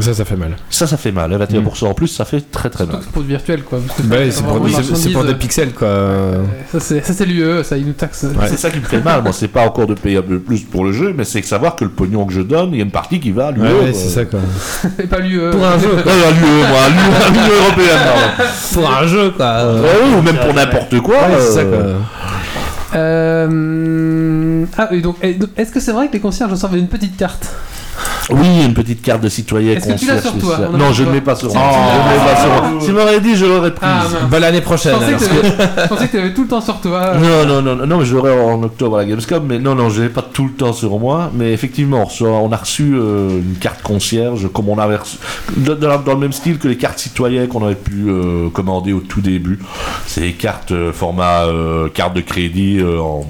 [SPEAKER 3] Ça, ça fait mal.
[SPEAKER 4] Ça, ça fait mal, hein, 21%
[SPEAKER 3] Mm.
[SPEAKER 4] en plus, ça fait très très
[SPEAKER 1] Surtout
[SPEAKER 4] mal.
[SPEAKER 1] que c'est pour du virtuel, quoi. parce que
[SPEAKER 3] Bah,
[SPEAKER 1] t'as
[SPEAKER 3] c'est
[SPEAKER 1] vraiment
[SPEAKER 3] pour, des-
[SPEAKER 1] marchandises,
[SPEAKER 3] c'est pour des
[SPEAKER 1] euh,
[SPEAKER 3] pixels, quoi.
[SPEAKER 1] ouais, Ça, c'est ça, c'est l'UE, ça, ils nous taxent.
[SPEAKER 3] Ouais.
[SPEAKER 4] C'est ça qui me fait mal, moi, c'est pas encore de payer un peu plus pour le jeu, mais c'est que savoir que le pognon que je donne, il y a une partie qui va à l'UE. euh.
[SPEAKER 3] Ouais, ouais,
[SPEAKER 4] quoi.
[SPEAKER 3] c'est ça, quoi.
[SPEAKER 1] Et pas l'UE.
[SPEAKER 3] Pour un jeu.
[SPEAKER 4] Ouais, à l'UE, moi, à l'UE, à l'Union européenne, pardon.
[SPEAKER 3] Pour un jeu, quoi. euh,
[SPEAKER 4] Ouais, ouais, ou même
[SPEAKER 5] ça,
[SPEAKER 4] pour
[SPEAKER 5] ouais.
[SPEAKER 4] n'importe quoi.
[SPEAKER 3] ouais, c'est ça,
[SPEAKER 4] euh,
[SPEAKER 3] quoi.
[SPEAKER 1] Euh... Ah, et donc, et donc, est-ce que c'est vrai que les concierges sortent une petite carte
[SPEAKER 4] Oui, une petite carte de citoyen
[SPEAKER 1] Est-ce que tu l'as
[SPEAKER 4] concierge,
[SPEAKER 1] sur
[SPEAKER 4] c'est
[SPEAKER 1] toi
[SPEAKER 4] ça.
[SPEAKER 1] On en
[SPEAKER 4] Non,
[SPEAKER 1] a
[SPEAKER 4] je ne
[SPEAKER 1] pas.
[SPEAKER 4] l'ai pas sur
[SPEAKER 1] Tu-
[SPEAKER 4] moi.
[SPEAKER 1] tu l'as
[SPEAKER 4] Je ne l'ai
[SPEAKER 1] pas.
[SPEAKER 4] pas sur moi. Si m'aurait dit, je l'aurais prise.
[SPEAKER 1] Ah, mince.
[SPEAKER 3] Bah, l'année
[SPEAKER 1] Je
[SPEAKER 3] prochaine.
[SPEAKER 1] pensais
[SPEAKER 3] alors.
[SPEAKER 1] que t'avais- je pensais que tu avais tout le temps sur toi.
[SPEAKER 4] Non, non, non, non, non, mais je l'aurais en octobre à la Gamescom, mais non, non, je l'ai pas tout le temps sur moi, mais effectivement, on reçoit- on a reçu euh, une carte concierge, comme on avait reçu, dans, dans- dans le même style que les cartes citoyennes qu'on avait pu euh, commander au tout début. C'est des cartes euh, format euh, carte de crédit euh, en,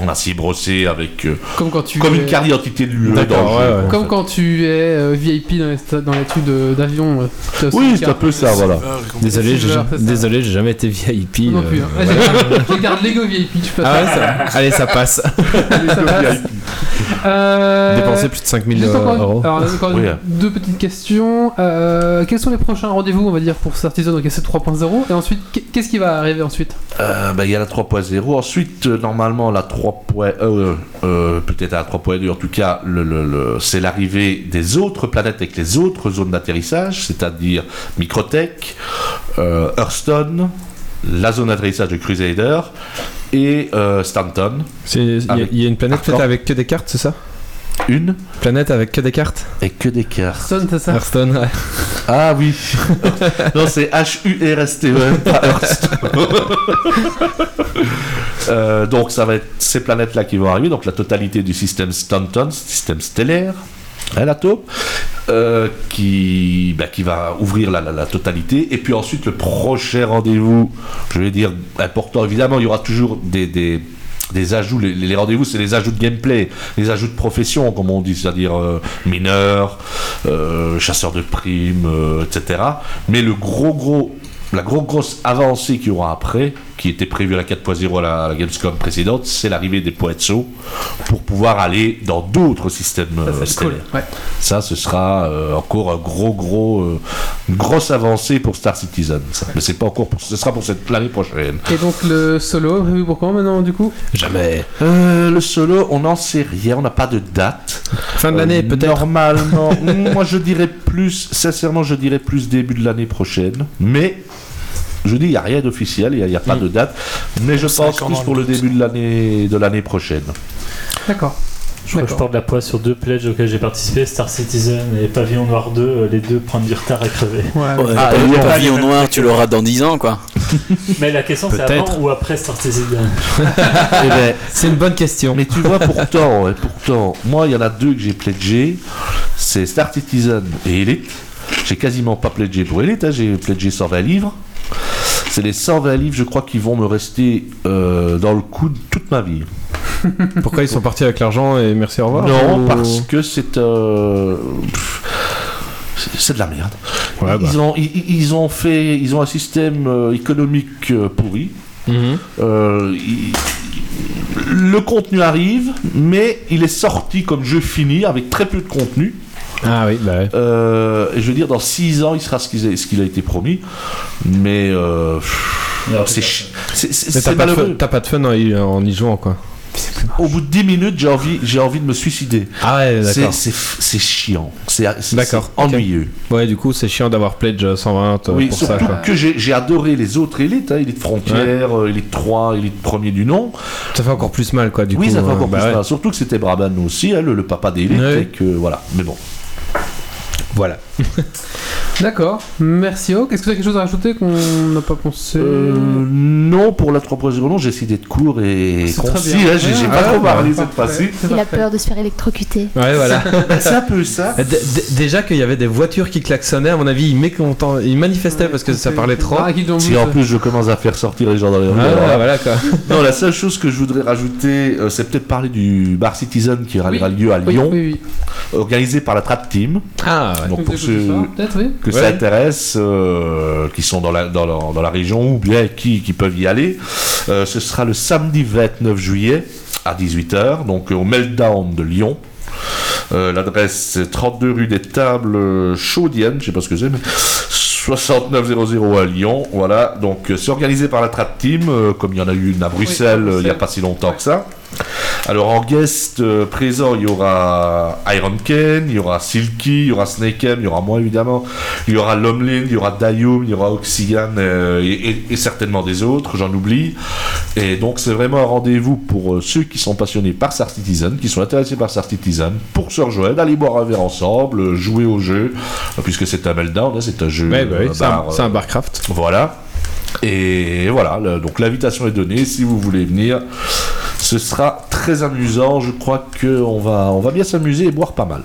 [SPEAKER 4] en acier brossé avec, euh,
[SPEAKER 1] Comme quand tu.
[SPEAKER 4] comme
[SPEAKER 1] es-
[SPEAKER 4] une carte d'identité de l'UE dans le
[SPEAKER 3] D'accord,
[SPEAKER 4] jeu,
[SPEAKER 3] ouais, ouais.
[SPEAKER 4] en
[SPEAKER 1] Comme
[SPEAKER 4] fait.
[SPEAKER 1] quand tu es euh, VIP dans les, sta- dans les trucs de- d'avion. euh, t'as aussi
[SPEAKER 4] Oui,
[SPEAKER 1] une
[SPEAKER 4] c'est un
[SPEAKER 1] carte.
[SPEAKER 4] peu ça, voilà.
[SPEAKER 3] Désolé, j'ai
[SPEAKER 1] Silver, c'est ça.
[SPEAKER 3] désolé, j'ai jamais été VIP.
[SPEAKER 1] Non
[SPEAKER 3] euh,
[SPEAKER 1] plus. hein.
[SPEAKER 3] voilà.
[SPEAKER 1] J'ai une carte Lego VIP, je peux
[SPEAKER 3] Ah ouais, ça, allez, ça passe.
[SPEAKER 1] ça passe. Euh,
[SPEAKER 3] Dépenser plus de 5000
[SPEAKER 1] Juste Ah. encore une-
[SPEAKER 3] euh, euros.
[SPEAKER 1] alors, encore une-
[SPEAKER 4] Oui. hein.
[SPEAKER 1] deux petites questions. Euh, quels sont les prochains rendez-vous, on va dire, pour Certizo donc il y a cette 3.0 Et ensuite, qu'est- qu'est-ce qui va arriver ensuite
[SPEAKER 4] Euh, ben, il y a la 3.0. Ensuite, euh, normalement, la 3.1, euh, euh, peut-être à la 3.2, en tout cas, le, le- le- c'est l'arrivée des autres planètes avec les autres zones d'atterrissage, c'est-à-dire Microtech, euh, Hearthstone, la zone d'atterrissage de Crusader et euh, Stanton.
[SPEAKER 3] Il y, a-
[SPEAKER 4] Avec-
[SPEAKER 3] il y a une planète
[SPEAKER 1] Ah,
[SPEAKER 3] faite
[SPEAKER 4] Arcor.
[SPEAKER 3] avec que des cartes, c'est ça
[SPEAKER 4] Une
[SPEAKER 3] Planète avec que des cartes
[SPEAKER 4] et que des cartes.
[SPEAKER 1] Personne, c'est ça
[SPEAKER 3] Hearthstone, ouais.
[SPEAKER 4] Ah oui Non, c'est H-U-R-S-T-E, E, hein, pas Hearthstone. Euh, donc, ça va être ces planètes-là qui vont arriver, donc la totalité du système Stanton, système stellaire, hein, la taupe, euh, qui, bah, qui va ouvrir la, la- la totalité. Et puis ensuite, le prochain rendez-vous, je vais dire important, évidemment, il y aura toujours des. des- des ajouts, les, les rendez-vous, c'est les ajouts de gameplay, les ajouts de profession, comme on dit, c'est-à-dire euh, mineur, euh, chasseur de primes, euh, etc. Mais le gros gros la grosse, grosse avancée qu'il y aura après, qui était prévue à la 4.0 à la, à la Gamescom précédente, c'est l'arrivée des Poetso pour pouvoir aller dans d'autres systèmes
[SPEAKER 1] Ça,
[SPEAKER 4] euh,
[SPEAKER 1] c'est cool.
[SPEAKER 4] stellaires.
[SPEAKER 1] Ouais.
[SPEAKER 4] Ça, ce sera euh, encore un gros, gros, euh, une grosse avancée pour Star Citizen. ça. Mais c'est pas encore, pour- ce sera pour cette l'année prochaine.
[SPEAKER 1] Et donc le solo, prévu pour quand maintenant du coup
[SPEAKER 3] Jamais.
[SPEAKER 4] Euh, le solo, on n'en sait rien, on n'a pas de date.
[SPEAKER 3] Fin de l'année,
[SPEAKER 4] Euh,
[SPEAKER 3] peut-être.
[SPEAKER 4] Normalement, moi je dirais plus, sincèrement, je dirais plus début de l'année prochaine. Mais je dis, il n'y a rien d'officiel, il n'y a, il y a
[SPEAKER 3] Mm.
[SPEAKER 4] pas de date. Mais je
[SPEAKER 8] Cinq
[SPEAKER 4] pense
[SPEAKER 8] ans
[SPEAKER 4] plus
[SPEAKER 8] dans
[SPEAKER 4] pour
[SPEAKER 8] le
[SPEAKER 4] le début de l'année de l'année prochaine.
[SPEAKER 1] D'accord.
[SPEAKER 5] Je crois que je
[SPEAKER 1] D'accord.
[SPEAKER 5] porte la poisse sur deux pledges auxquels j'ai participé, Star Citizen et Pavillon Noir 2, euh, les deux prennent du retard à crever.
[SPEAKER 1] Ouais.
[SPEAKER 2] Ouais,
[SPEAKER 4] Ah,
[SPEAKER 2] le
[SPEAKER 4] Lyon.
[SPEAKER 2] pavillon noir, tu l'auras dans 10 ans, quoi.
[SPEAKER 5] Mais la question c'est
[SPEAKER 3] Peut-être.
[SPEAKER 5] avant ou après Star Citizen
[SPEAKER 4] Eh ben,
[SPEAKER 3] C'est une bonne question.
[SPEAKER 4] mais tu vois, pourtant, hein, pourtant, moi il y en a deux que j'ai pledgé c'est Star Citizen et Elite. J'ai quasiment pas pledgé pour Elite, hein, j'ai pledgé 120 livres. C'est les 120 livres, je crois, qui vont me rester euh, dans le coude toute ma vie.
[SPEAKER 3] Pourquoi ils sont partis avec l'argent et merci, au revoir
[SPEAKER 4] Non,
[SPEAKER 3] ou-
[SPEAKER 4] parce que c'est. euh, pff, c'est- C'est de la merde.
[SPEAKER 3] Ouais, bah.
[SPEAKER 4] Ils, ont, ils, ils- ils ont fait, ils ont un système euh, économique euh, pourri.
[SPEAKER 3] Mhm.
[SPEAKER 4] Euh, ils- le contenu arrive, mais il est sorti comme jeu fini avec très peu de contenu.
[SPEAKER 3] Ah oui, bah ouais.
[SPEAKER 4] Euh, et je veux dire, dans 6 ans, il sera ce qu'il a, ce qu'il a été promis. Mais euh, pff, c'est chi- c'est- c'est-
[SPEAKER 3] Mais
[SPEAKER 4] c'est
[SPEAKER 3] t'as pas, de fun-
[SPEAKER 4] malheureux.
[SPEAKER 3] t'as pas de fun en y, en y jouant, quoi.
[SPEAKER 4] Au bout de 10 minutes, j'ai envie, j'ai envie de me suicider.
[SPEAKER 3] Ah ouais,
[SPEAKER 4] C'est
[SPEAKER 3] d'accord.
[SPEAKER 4] c'est f- c'est chiant. C'est c'est-
[SPEAKER 3] D'accord,
[SPEAKER 4] c'est
[SPEAKER 3] ok.
[SPEAKER 4] ennuyeux.
[SPEAKER 3] Ouais, du coup, c'est chiant d'avoir pledge euh, 120 euh,
[SPEAKER 4] Oui,
[SPEAKER 3] pour ça,
[SPEAKER 4] surtout
[SPEAKER 3] quoi.
[SPEAKER 4] que j'ai j'ai adoré les autres élites, hein, élite frontière, euh, élite 3, élite premier du nom.
[SPEAKER 3] Ça fait encore plus mal, quoi, du
[SPEAKER 4] oui,
[SPEAKER 3] coup.
[SPEAKER 4] ça fait
[SPEAKER 3] euh,
[SPEAKER 4] encore
[SPEAKER 3] bah
[SPEAKER 4] plus
[SPEAKER 3] ouais.
[SPEAKER 4] mal. Surtout que c'était Braban aussi, hein, le, le papa des élites,
[SPEAKER 3] Ouais.
[SPEAKER 4] et que voilà. Mais bon.
[SPEAKER 3] Voilà.
[SPEAKER 1] D'accord. Merci Hawk. Est-ce que tu as quelque chose à rajouter qu'on n'a pas pensé
[SPEAKER 4] Euh, non, pour la 3.0, non, j'ai essayé d'être court et
[SPEAKER 1] C'est très
[SPEAKER 4] concis.
[SPEAKER 1] bien.
[SPEAKER 4] hein, j'ai j'ai
[SPEAKER 1] Ah,
[SPEAKER 4] pas trop parlé cette
[SPEAKER 1] parfait.
[SPEAKER 4] fois-ci.
[SPEAKER 1] C'est
[SPEAKER 6] Il a
[SPEAKER 1] parfait.
[SPEAKER 6] peur de se faire électrocuter.
[SPEAKER 3] Ouais, voilà.
[SPEAKER 1] Bah,
[SPEAKER 4] Ben, C'est un peu ça.
[SPEAKER 3] D- d- Déjà qu'il y avait des voitures qui klaxonnaient, à mon avis, ils, mécontent- ils manifestaient parce que ça parlait trop.
[SPEAKER 1] Ah,
[SPEAKER 3] Ah,
[SPEAKER 1] qu'ils l'ont
[SPEAKER 4] Si
[SPEAKER 1] vu,
[SPEAKER 4] en
[SPEAKER 1] ça.
[SPEAKER 4] plus je commence à faire sortir les gens dans les rues. alors là.
[SPEAKER 3] voilà, voilà, quoi.
[SPEAKER 4] Non, la seule chose que je voudrais rajouter, euh, c'est peut-être parler du Bar Citizen qui aura
[SPEAKER 1] Oui.
[SPEAKER 4] lieu à
[SPEAKER 1] Oui,
[SPEAKER 4] Lyon,
[SPEAKER 1] oui, oui.
[SPEAKER 4] organisé par la Trap Team.
[SPEAKER 3] Ah, ouais.
[SPEAKER 4] Donc
[SPEAKER 1] Vous
[SPEAKER 4] pour
[SPEAKER 1] écoutez
[SPEAKER 4] ceux,
[SPEAKER 1] ça, Peut-être, oui.
[SPEAKER 4] que
[SPEAKER 3] Ouais.
[SPEAKER 4] ça intéresse, euh, qui sont dans la, dans, la, dans la région ou bien qui, qui peuvent y aller. Euh, ce sera le samedi 29 juillet à 18h, donc euh, au Meltdown de Lyon. Euh, L'adresse c'est 32 rue des Tables euh, Chaudienne, je sais pas ce que c'est, mais 6900 à Lyon. Voilà, donc euh, c'est organisé par la Trap Team, euh, comme il y en a eu une à Bruxelles
[SPEAKER 1] à
[SPEAKER 4] euh, il n'y a
[SPEAKER 1] Bruxelles.
[SPEAKER 4] pas si longtemps que ça. Alors en guest euh, présent, il y aura Iron Ken, il y aura Silky, il y aura Snakem, il y aura moi évidemment, il y aura Lomlin, il y aura Dayum, il y aura Oxyan euh, et, et- et certainement des autres, j'en oublie. Et donc c'est vraiment un rendez-vous pour euh, ceux qui sont passionnés par Star Citizen, qui sont intéressés par Star Citizen, pour se rejoindre, aller boire un verre ensemble, euh, jouer au jeu, euh, puisque c'est un meltdown, hein, c'est un jeu
[SPEAKER 3] Ouais, bah oui,
[SPEAKER 4] euh,
[SPEAKER 3] c'est un,
[SPEAKER 4] bar,
[SPEAKER 3] c'est
[SPEAKER 4] euh,
[SPEAKER 3] un barcraft.
[SPEAKER 4] voilà. Et voilà, le- donc l'invitation est donnée. Si vous voulez venir, ce sera très amusant. Je crois qu'on va, on va bien s'amuser et boire pas mal.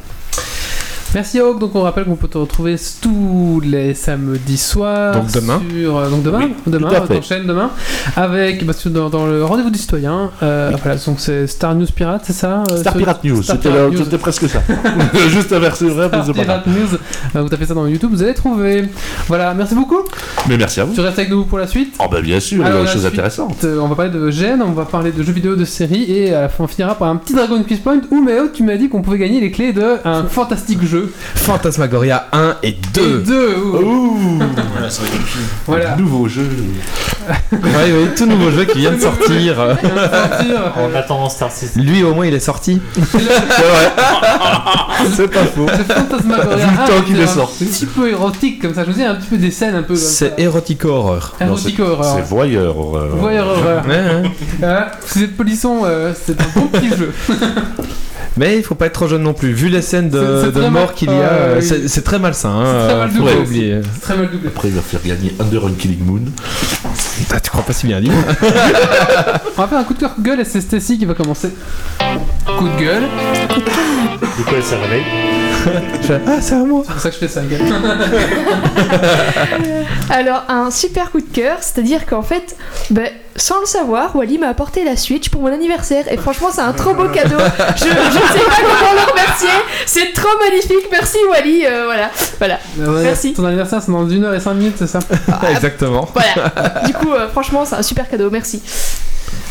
[SPEAKER 1] Merci Hawk, donc on rappelle qu'on peut te retrouver tous les samedis soirs.
[SPEAKER 3] Donc demain.
[SPEAKER 1] sur- euh, donc demain,
[SPEAKER 4] Oui,
[SPEAKER 1] demain,
[SPEAKER 4] tout à
[SPEAKER 1] on
[SPEAKER 4] fait.
[SPEAKER 1] t'enchaîne demain. Avec, parce que dans, dans le rendez-vous du citoyen, euh, voilà, donc c'est Star News Pirate, c'est ça euh,
[SPEAKER 4] Star
[SPEAKER 1] ce-
[SPEAKER 4] Pirate News,
[SPEAKER 1] Star
[SPEAKER 4] c'était
[SPEAKER 1] Pirate
[SPEAKER 4] le-
[SPEAKER 1] News.
[SPEAKER 4] c'était presque ça. Juste inversé, vrai, mais
[SPEAKER 1] Star
[SPEAKER 4] c'est pas grave.
[SPEAKER 1] Pirate News. Euh, vous tapez ça dans YouTube, vous allez trouver. Voilà, merci beaucoup.
[SPEAKER 4] Mais merci à vous.
[SPEAKER 1] Tu restes avec nous pour la suite.
[SPEAKER 4] Oh, bah bien sûr, il y
[SPEAKER 1] Alors,
[SPEAKER 4] a des
[SPEAKER 1] la
[SPEAKER 4] choses
[SPEAKER 1] suite.
[SPEAKER 4] intéressantes.
[SPEAKER 1] Euh, On va parler de gènes, on va parler de jeux vidéo, de séries, et à la fin on finira par un petit Dragon Quiz Point où Méo, tu m'as dit qu'on pouvait gagner les clés de un fantastique jeu.
[SPEAKER 3] Fantasmagoria 1 et 2.
[SPEAKER 1] Et Deux. ouh.
[SPEAKER 4] Ouh,
[SPEAKER 1] Voilà.
[SPEAKER 4] nouveau jeu.
[SPEAKER 3] ouais, ouais, tout nouveau jeu qui vient de sortir.
[SPEAKER 1] On vient de sortir,
[SPEAKER 4] Oh,
[SPEAKER 5] En
[SPEAKER 1] euh,
[SPEAKER 5] attendant Star Citizen.
[SPEAKER 3] Lui, au moins, il est sorti.
[SPEAKER 4] C'est pas faux.
[SPEAKER 1] le Fantasmagoria
[SPEAKER 4] Vu le temps
[SPEAKER 1] 1,
[SPEAKER 4] qu'il
[SPEAKER 1] c'est
[SPEAKER 4] est
[SPEAKER 1] un
[SPEAKER 4] sorti.
[SPEAKER 1] petit peu érotique comme ça, je vous dis un petit peu des scènes un peu comme ça.
[SPEAKER 3] C'est érotico horreur.
[SPEAKER 4] Non,
[SPEAKER 1] Érotique horreur.
[SPEAKER 4] C'est voyeur. euh,
[SPEAKER 1] Voyeur horreur. Hein,
[SPEAKER 3] Ouais, hein. ouais.
[SPEAKER 1] Voilà. Si vous êtes polisson, euh, c'est un bon petit jeu.
[SPEAKER 3] Mais il faut pas être trop jeune non plus. Vu les scènes
[SPEAKER 1] C'est-
[SPEAKER 3] de,
[SPEAKER 1] c'est
[SPEAKER 3] de
[SPEAKER 1] très
[SPEAKER 3] mort
[SPEAKER 1] mal-
[SPEAKER 3] qu'il y a,
[SPEAKER 1] euh,
[SPEAKER 3] euh,
[SPEAKER 1] oui.
[SPEAKER 3] c'est c'est très malsain. Hein,
[SPEAKER 1] C'est très mal
[SPEAKER 3] euh, faut
[SPEAKER 1] doublé
[SPEAKER 3] pas
[SPEAKER 1] aussi.
[SPEAKER 3] oublier.
[SPEAKER 1] C'est très mal doublé.
[SPEAKER 4] Après, il va faire gagner Under and Killing Moon.
[SPEAKER 3] Ah, tu crois pas si bien dit.
[SPEAKER 1] On va faire un coup de cœur, coup de gueule, et c'est Stacy qui va commencer. Coup de gueule.
[SPEAKER 5] Du coup, elle s'est réveillée.
[SPEAKER 3] Je fais, ah, c'est à moi.
[SPEAKER 1] C'est pour ça que je fais ça, gars.
[SPEAKER 6] Alors, un super coup de cœur, c'est-à-dire qu'en fait, ben, sans le savoir, Wally m'a apporté la Switch pour mon anniversaire. Et franchement, c'est un trop beau cadeau. Je, je sais pas comment le remercier. C'est trop magnifique. Merci, Wally. Euh, voilà. voilà. Merci.
[SPEAKER 1] Euh, Ton anniversaire, c'est dans 1 heure et 5 minutes, c'est ça
[SPEAKER 3] Ah, Exactement.
[SPEAKER 6] Voilà. Du coup, euh, franchement, c'est un super cadeau. Merci.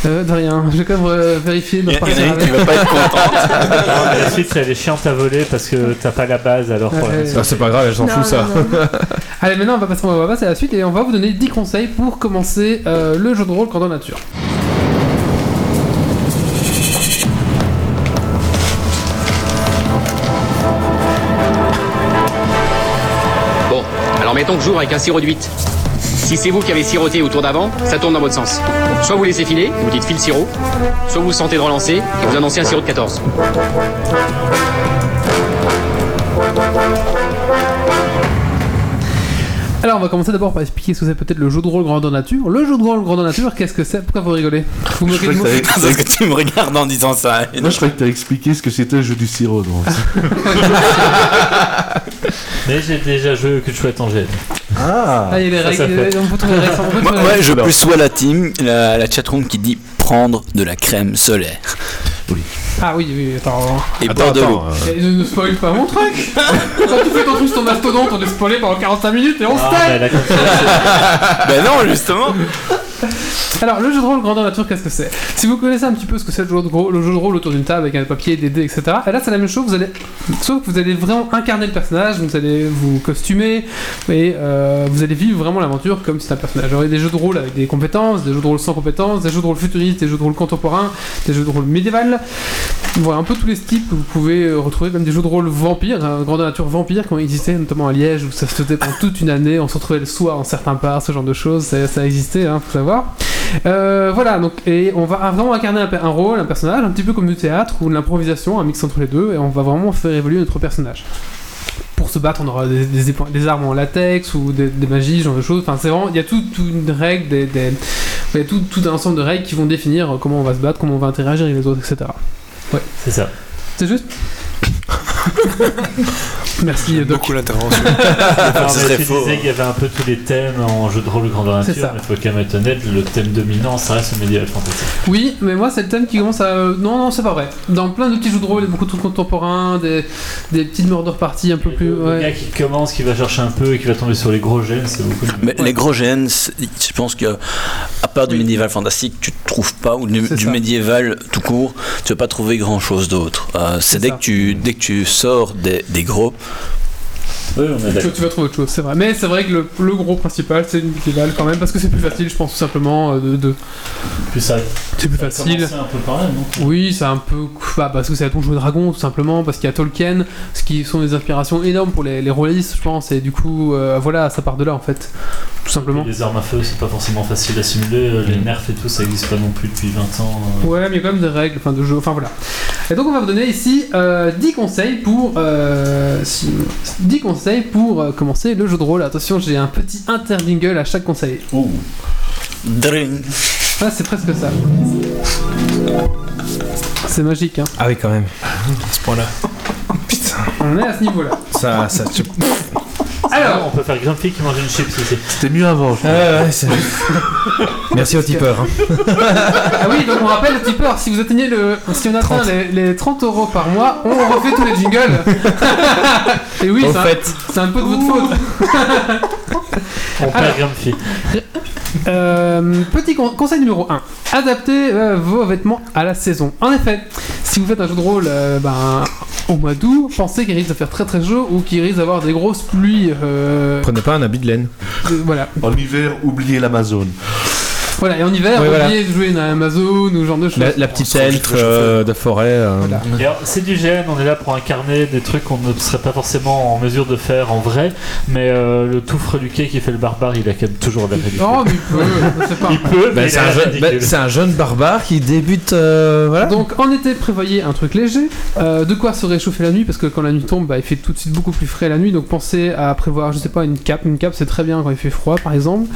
[SPEAKER 1] euh, De rien. Je vais quand même euh, vérifier. de
[SPEAKER 4] Il y a
[SPEAKER 1] repartir
[SPEAKER 4] Eric qui
[SPEAKER 1] avec.
[SPEAKER 4] va pas être content.
[SPEAKER 5] La suite, elle est chiante à voler parce que t'as pas la base, alors
[SPEAKER 1] Ouais,
[SPEAKER 5] pour la
[SPEAKER 1] ouais.
[SPEAKER 3] Ah, c'est pas grave, elle s'en
[SPEAKER 6] Non,
[SPEAKER 3] fout ça.
[SPEAKER 6] non, non.
[SPEAKER 1] Allez, maintenant, on va passer, on va passer à la suite et on va vous donner 10 conseils pour commencer euh, le jeu de rôle Cordon Nature.
[SPEAKER 9] Bon, alors mettons que j'ouvre avec un sirop de 8. Si c'est vous qui avez siroté au tour d'avant, ça tourne dans votre sens. Soit vous laissez filer, vous dites file sirop, soit vous sentez de relancer et vous annoncez un sirop de 14.
[SPEAKER 1] Alors, on va commencer d'abord par expliquer ce que c'est peut-être le jeu de rôle Grandeur Nature. Le jeu de rôle Grandeur Nature, qu'est-ce que c'est Pourquoi vous rigolez Vous
[SPEAKER 10] Je
[SPEAKER 1] moquez de
[SPEAKER 10] croyais que
[SPEAKER 1] moi
[SPEAKER 10] t'avais-
[SPEAKER 2] Parce que tu me regardes en disant ça.
[SPEAKER 10] Moi, je croyais que t'as expliqué ce que c'était le jeu du sirop. donc.
[SPEAKER 5] Mais j'ai déjà joué que de chouette en GL.
[SPEAKER 1] Ah, il y a les
[SPEAKER 5] ça, ça
[SPEAKER 1] règles, on peut trouver les règles sans doute,
[SPEAKER 2] Moi,
[SPEAKER 1] mais-
[SPEAKER 2] moi, je peux soit la team, la, la chatroom qui dit prendre de la crème solaire
[SPEAKER 1] Ah oui, oui, attends.
[SPEAKER 2] et
[SPEAKER 3] Attends,
[SPEAKER 2] boire de l'eau.
[SPEAKER 3] attends, euh,
[SPEAKER 1] Et ne, ne spoil pas mon truc Quand tu fais ton truc sur ton mastodonte, on est spoilé pendant 45 minutes et on se
[SPEAKER 5] Ah,
[SPEAKER 1] taille
[SPEAKER 5] mais la confiance,
[SPEAKER 2] Ben non, justement.
[SPEAKER 1] Alors, le jeu de rôle grandeur nature, qu'est-ce que c'est Si vous connaissez un petit peu ce que c'est le jeu de rôle, le jeu de rôle autour d'une table avec un papier, des dés, etc. Et là, c'est la même chose. Vous allez, sauf que vous allez vraiment incarner le personnage, vous allez vous costumer et euh, vous allez vivre vraiment l'aventure comme si c'était un personnage. Alors, il y a des jeux de rôle avec des compétences, des jeux de rôle sans compétences, des jeux de rôle futuristes, des jeux de rôle contemporains, des jeux de rôle médiéval. Voilà un peu tous les styles que vous pouvez euh, retrouver, même des jeux de rôle vampires, hein, grandeur nature vampire qui ont existé notamment à Liège où ça se faisait pendant toute une année, on se retrouvait le soir en certains bars, ce genre de choses, ça, ça existait, hein, faut savoir. Euh, voilà, donc, et on va vraiment incarner un, pe- un rôle, un personnage, un petit peu comme du théâtre ou de l'improvisation, un mix entre les deux, et on va vraiment faire évoluer notre personnage. Pour se battre, on aura des, des épo- des armes en latex ou des, des magies, ce genre de choses. Enfin, c'est vraiment, il y a toute tout une règle, des, des- il y a tout, tout un ensemble de règles qui vont définir euh, comment on va se battre, comment on va interagir avec les autres, etc.
[SPEAKER 5] c'est ça.
[SPEAKER 1] C'est juste Merci, Doc.
[SPEAKER 7] Beaucoup l'intervention.
[SPEAKER 1] Ah,
[SPEAKER 5] Alors,
[SPEAKER 2] Ce
[SPEAKER 5] mais
[SPEAKER 2] serait
[SPEAKER 5] tu
[SPEAKER 2] faux, hein.
[SPEAKER 5] disais qu'il y avait un peu tous les thèmes en jeu de rôle grandeur
[SPEAKER 1] C'est
[SPEAKER 5] nature,
[SPEAKER 1] ça.
[SPEAKER 5] mais faut quand même être honnête, le thème dominant, ça reste le médiéval fantastique.
[SPEAKER 1] Oui, mais moi c'est le thème qui commence à. euh, Non, non, c'est pas vrai. Dans plein de petits jeux de rôle, il y a beaucoup de trucs contemporains, des, des petites murder parties un peu plus.
[SPEAKER 5] le,
[SPEAKER 1] ouais.
[SPEAKER 5] gars qui commence, qui va chercher un peu et qui va tomber sur les gros gènes, c'est beaucoup mieux.
[SPEAKER 2] Mais les gros gènes, c'est- je pense que à part du médiéval fantastique, tu te trouves pas ou du,
[SPEAKER 1] C'est
[SPEAKER 2] du
[SPEAKER 1] ça.
[SPEAKER 2] médiéval tout court, tu vas pas trouver grand chose d'autre. Euh, c'est
[SPEAKER 1] C'est
[SPEAKER 2] dès
[SPEAKER 1] ça.
[SPEAKER 2] que tu dès que tu sors des, des gros.
[SPEAKER 5] Oui, on est
[SPEAKER 1] Que
[SPEAKER 5] d'accord.
[SPEAKER 1] tu vas trouver autre chose, c'est vrai. Mais c'est vrai que le, le gros principal c'est le médiéval quand même, parce que c'est plus facile, je pense, tout simplement. euh, De, de-
[SPEAKER 5] Puis ça
[SPEAKER 1] C'est plus
[SPEAKER 5] ça a
[SPEAKER 1] facile.
[SPEAKER 5] commencé un peu par là, non
[SPEAKER 1] Oui, c'est un peu. bah, parce que c'est à ton jeu de dragon, tout simplement, parce qu'il y a Tolkien, ce qui sont des inspirations énormes pour les, les rôlistes, je pense, et du coup, euh, voilà, ça part de là en fait. Tout
[SPEAKER 3] Hein
[SPEAKER 1] simplement.
[SPEAKER 5] Les armes à feu, c'est pas forcément facile à simuler. euh, Les nerfs et tout, ça existe pas non plus depuis 20 ans. euh.
[SPEAKER 1] Ouais, mais il y a quand même des règles, enfin de jeu, enfin voilà. Et donc on va vous donner ici euh, 10 conseils pour euh, si- 10 conseils pour euh, commencer le jeu de rôle. Attention, j'ai un petit interjingle à chaque conseil.
[SPEAKER 2] Dring.
[SPEAKER 1] Ça, c'est presque ça. C'est magique, hein.
[SPEAKER 3] Ah oui, quand même.
[SPEAKER 1] On est à ce niveau-là.
[SPEAKER 3] Ça, ça. tu-
[SPEAKER 1] Alors,
[SPEAKER 5] On peut faire Grumpy qui mange une chips aussi.
[SPEAKER 10] C'était mieux avant. je crois.
[SPEAKER 3] Ah, ouais, c'est- Merci au tipeur. hein.
[SPEAKER 1] ah oui, donc on rappelle le tipeur, si vous atteignez le. Si on atteint
[SPEAKER 3] 30.
[SPEAKER 1] les, les 30 euros par mois, on refait tous les jingles. Et oui,
[SPEAKER 3] Au
[SPEAKER 1] c'est un-
[SPEAKER 3] fait,
[SPEAKER 1] c'est un, peu de votre faute.
[SPEAKER 5] On
[SPEAKER 3] Ah.
[SPEAKER 1] Alors.
[SPEAKER 5] perd Grumpy.
[SPEAKER 1] Euh, petit con- conseil numéro 1. Adaptez euh, vos vêtements à la saison. En effet, si vous faites un jeu de rôle euh, ben, au mois d'août, pensez qu'il risque de faire très très chaud ou qu'il risque d'avoir des grosses pluies. euh,
[SPEAKER 3] prenez pas un habit de laine.
[SPEAKER 1] de- voilà.
[SPEAKER 10] En hiver, oubliez l'Amazon.
[SPEAKER 1] voilà. Et en hiver,
[SPEAKER 3] Oui, voilà.
[SPEAKER 1] oubliez de jouer dans Amazon ou ce genre de choses.
[SPEAKER 3] La, la petite
[SPEAKER 7] On se
[SPEAKER 3] elfe euh, de forêt. euh,
[SPEAKER 1] Voilà.
[SPEAKER 5] Et alors, c'est du gène, on est là pour incarner des trucs qu'on ne serait pas forcément en mesure de faire en vrai, mais euh, le tout freluqué qui fait le barbare, il a quand même toujours de la ridicule.
[SPEAKER 1] Oh, mais il peut, c'est pas.
[SPEAKER 5] Il peut,
[SPEAKER 3] Bah,
[SPEAKER 5] mais
[SPEAKER 3] c'est
[SPEAKER 5] il a
[SPEAKER 3] un,
[SPEAKER 5] la
[SPEAKER 3] jeune- bah,
[SPEAKER 5] ridicule.
[SPEAKER 3] c'est un jeune barbare qui débute. euh, voilà.
[SPEAKER 1] Donc en été, prévoyez un truc léger, euh, de quoi se réchauffer la nuit, parce que quand la nuit tombe, bah, il fait tout de suite beaucoup plus frais la nuit, donc pensez à prévoir, je sais pas, une cape. Une cape, c'est très bien quand il fait froid, par exemple.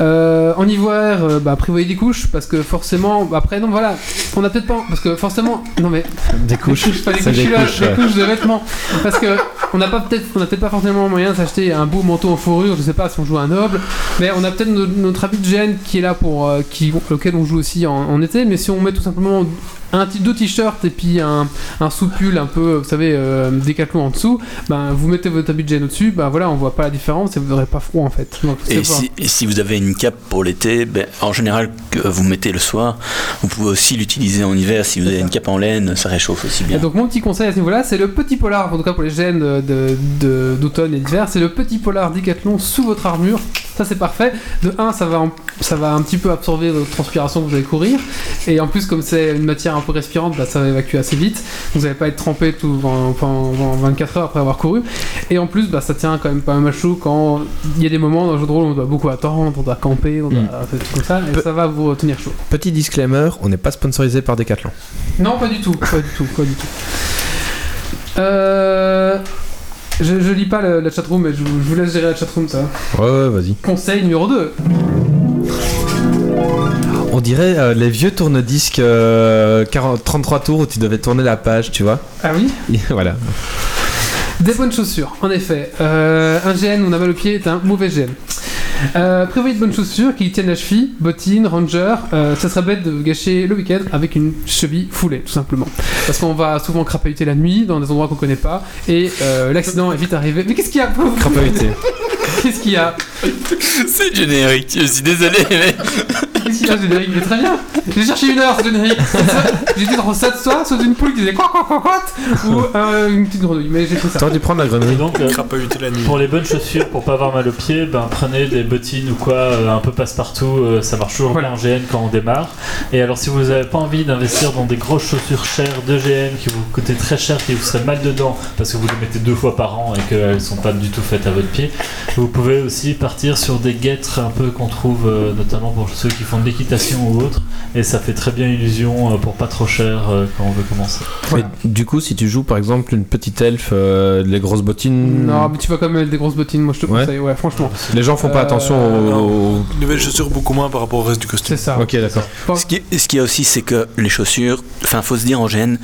[SPEAKER 1] Euh, en hiver, euh, bah, prévoyez des couches parce que forcément, bah, après, non, voilà, on a peut-être pas. Parce que forcément, non mais.
[SPEAKER 3] Des couches,
[SPEAKER 1] Pas des
[SPEAKER 3] ça,
[SPEAKER 1] couches,
[SPEAKER 3] des
[SPEAKER 1] là,
[SPEAKER 3] couches,
[SPEAKER 1] des
[SPEAKER 3] ouais.
[SPEAKER 1] couches de vêtements. Parce que on n'a pas peut-être on a peut-être pas forcément moyen de s'acheter un beau manteau en fourrure, je sais pas si on joue à un noble, mais on a peut-être no- notre habit de gêne qui est là pour euh, qui lequel on joue aussi en, en été, mais si on met tout simplement un t- deux t-shirts et puis un, un sous-pull un peu vous savez euh, décathlon en dessous, ben vous mettez votre habit de gêne au-dessus, ben voilà, on voit pas la différence et vous n'aurez pas froid en fait. Donc, c'est
[SPEAKER 2] Et
[SPEAKER 1] pas-
[SPEAKER 2] si, et si vous avez une cape pour l'été, ben, en général que vous mettez le soir, vous pouvez aussi l'utiliser en hiver. Si vous avez une cape en laine, ça réchauffe aussi
[SPEAKER 1] Et
[SPEAKER 2] bien.
[SPEAKER 1] donc mon petit conseil à ce niveau-là, c'est le petit polar, en tout cas pour les gènes de- de- d'automne et d'hiver, c'est le petit polar Decathlon sous votre armure. Ça c'est parfait. De 1, ça va, en- ça va un petit peu absorber votre transpiration que vous allez courir. Et en plus, comme c'est une matière un peu respirante, bah, ça va évacuer assez vite. Vous n'allez pas être trempé tout en, en- en 24 heures après avoir couru. Et en plus, bah, ça tient quand même pas mal chaud quand il y a des moments dans le jeu de rôle où on doit beaucoup attendre, on doit camper, on doit
[SPEAKER 3] Mm.
[SPEAKER 1] faire des trucs comme ça. Et
[SPEAKER 3] Pe-
[SPEAKER 1] ça va vous tenir chaud.
[SPEAKER 3] Petit disclaimer, on n'est pas sponsorisé par Decathlon.
[SPEAKER 1] Non, pas du tout, pas du tout, pas du tout. Euh, je, je lis pas le- la chatroom, mais je, vous- je vous laisse gérer la chatroom, ça.
[SPEAKER 3] Ouais, ouais, vas-y.
[SPEAKER 1] Conseil numéro 2.
[SPEAKER 3] On dirait euh, les vieux tourne-disques euh, 40 33 tours où tu devais tourner la page, tu vois.
[SPEAKER 1] Ah oui
[SPEAKER 3] voilà.
[SPEAKER 1] Des bonnes chaussures, en effet. Euh, un GN où on a mal au pied est un mauvais GN. Euh, prévoyez de bonnes chaussures qui tiennent la cheville, bottines, ranger. Euh, ça serait bête de gâcher le week-end avec une cheville foulée, tout simplement. Parce qu'on va souvent crapahuter la nuit dans des endroits qu'on connaît pas et euh, l'accident est vite arrivé. Mais qu'est-ce qu'il y a
[SPEAKER 3] Crapahuté.
[SPEAKER 1] Qu'est-ce qu'il y a
[SPEAKER 2] C'est générique, je suis désolé. Mais...
[SPEAKER 1] Qu'est-ce qu'il y a, ce générique Il est très bien J'ai cherché une heure, ce générique J'étais dans cette soir sous une poule qui disait quoi quoi quoi quoi ou euh, une petite grenouille, mais j'ai fait ça.
[SPEAKER 3] T'aurais dû prendre la
[SPEAKER 5] Et
[SPEAKER 3] grenouille.
[SPEAKER 5] donc, euh,
[SPEAKER 7] Crapahuté la nuit.
[SPEAKER 5] pour les bonnes chaussures, pour pas avoir mal aux pieds, ben, prenez des bottines ou quoi, euh, un peu passe-partout, euh, ça marche toujours
[SPEAKER 1] Voilà.
[SPEAKER 5] bien en GN quand on démarre. Et alors, si vous n'avez pas envie d'investir dans des grosses chaussures chères de GN qui vous coûtent très cher, qui vous seraient mal dedans parce que vous les mettez deux fois par an et qu'elles sont pas du tout faites à votre pied, vous pouvez aussi partir sur des guêtres un peu qu'on trouve euh, notamment pour ceux qui font de l'équitation ou autre, et ça fait très bien illusion euh, pour pas trop cher euh, quand on veut commencer.
[SPEAKER 1] Voilà.
[SPEAKER 3] Mais du coup, si tu joues par exemple une petite elfe, euh, les grosses bottines.
[SPEAKER 1] Non, mais tu vas quand même mettre des grosses bottines, moi je te
[SPEAKER 3] Hmm. Ouais.
[SPEAKER 1] conseille, ouais, franchement.
[SPEAKER 3] Les gens font pas
[SPEAKER 1] Euh,
[SPEAKER 3] attention aux.
[SPEAKER 7] Nouvelles chaussures beaucoup moins par rapport au reste du
[SPEAKER 1] C'est
[SPEAKER 7] costume.
[SPEAKER 1] ça.
[SPEAKER 3] Ok, d'accord.
[SPEAKER 2] Ce qui- ce qu'il y a aussi, c'est que les chaussures, enfin, faut se dire en GN,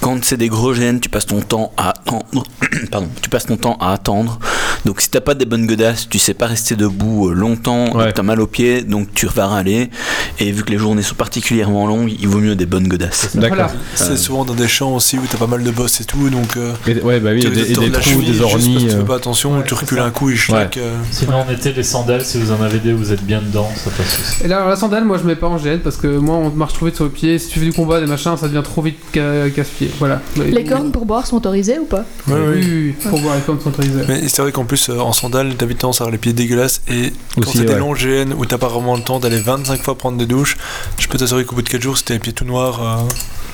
[SPEAKER 2] quand c'est des gros GN, tu passes ton temps à attendre. Pardon, tu passes ton temps à attendre. Donc, si t'as pas des bonnes godasses, tu sais pas rester debout euh, longtemps,
[SPEAKER 3] Ouais.
[SPEAKER 2] t'as mal aux pieds, donc tu vas râler. Et vu que les journées sont particulièrement longues, il vaut mieux des bonnes godasses.
[SPEAKER 3] D'accord.
[SPEAKER 1] Voilà.
[SPEAKER 7] C'est souvent dans des champs aussi où t'as pas mal de boss et tout, donc euh,
[SPEAKER 3] Et- Ouais, bah oui,
[SPEAKER 7] tu
[SPEAKER 3] et des,
[SPEAKER 7] risques de
[SPEAKER 3] et
[SPEAKER 7] tordre
[SPEAKER 3] des
[SPEAKER 7] la
[SPEAKER 3] trous,
[SPEAKER 7] cheville
[SPEAKER 3] des
[SPEAKER 7] juste parce que tu
[SPEAKER 3] ornies. euh.
[SPEAKER 7] fais pas attention,
[SPEAKER 1] Ouais,
[SPEAKER 7] tu
[SPEAKER 1] c'est
[SPEAKER 7] recules
[SPEAKER 1] ça.
[SPEAKER 7] un coup et je
[SPEAKER 3] Ouais.
[SPEAKER 7] claque, euh,
[SPEAKER 5] Sinon, en été, les sandales, si vous en avez des, vous êtes bien dedans, ça passe aussi.
[SPEAKER 1] Et là, alors, la sandale, moi je mets pas en gêne parce que moi on marche trop vite sur le pied, si tu fais du combat, des machins, ça devient trop vite ca- casse-pied. Voilà.
[SPEAKER 6] Les cornes pour boire sont autorisées ou pas
[SPEAKER 1] Oui,
[SPEAKER 7] Ouais, ouais.
[SPEAKER 1] oui, oui, pour boire les cornes sont autorisées.
[SPEAKER 7] Mais c'est vrai qu'en plus, euh, en sandales, t'as vite tendance à avoir les pieds dégueulasses. Et quand
[SPEAKER 3] Aussi,
[SPEAKER 7] c'est des
[SPEAKER 3] ouais.
[SPEAKER 7] longs GN où t'as pas vraiment le temps d'aller 25 fois prendre des douches, je peux t'assurer qu'au bout de 4 jours, si t'as les pieds tout noirs, euh,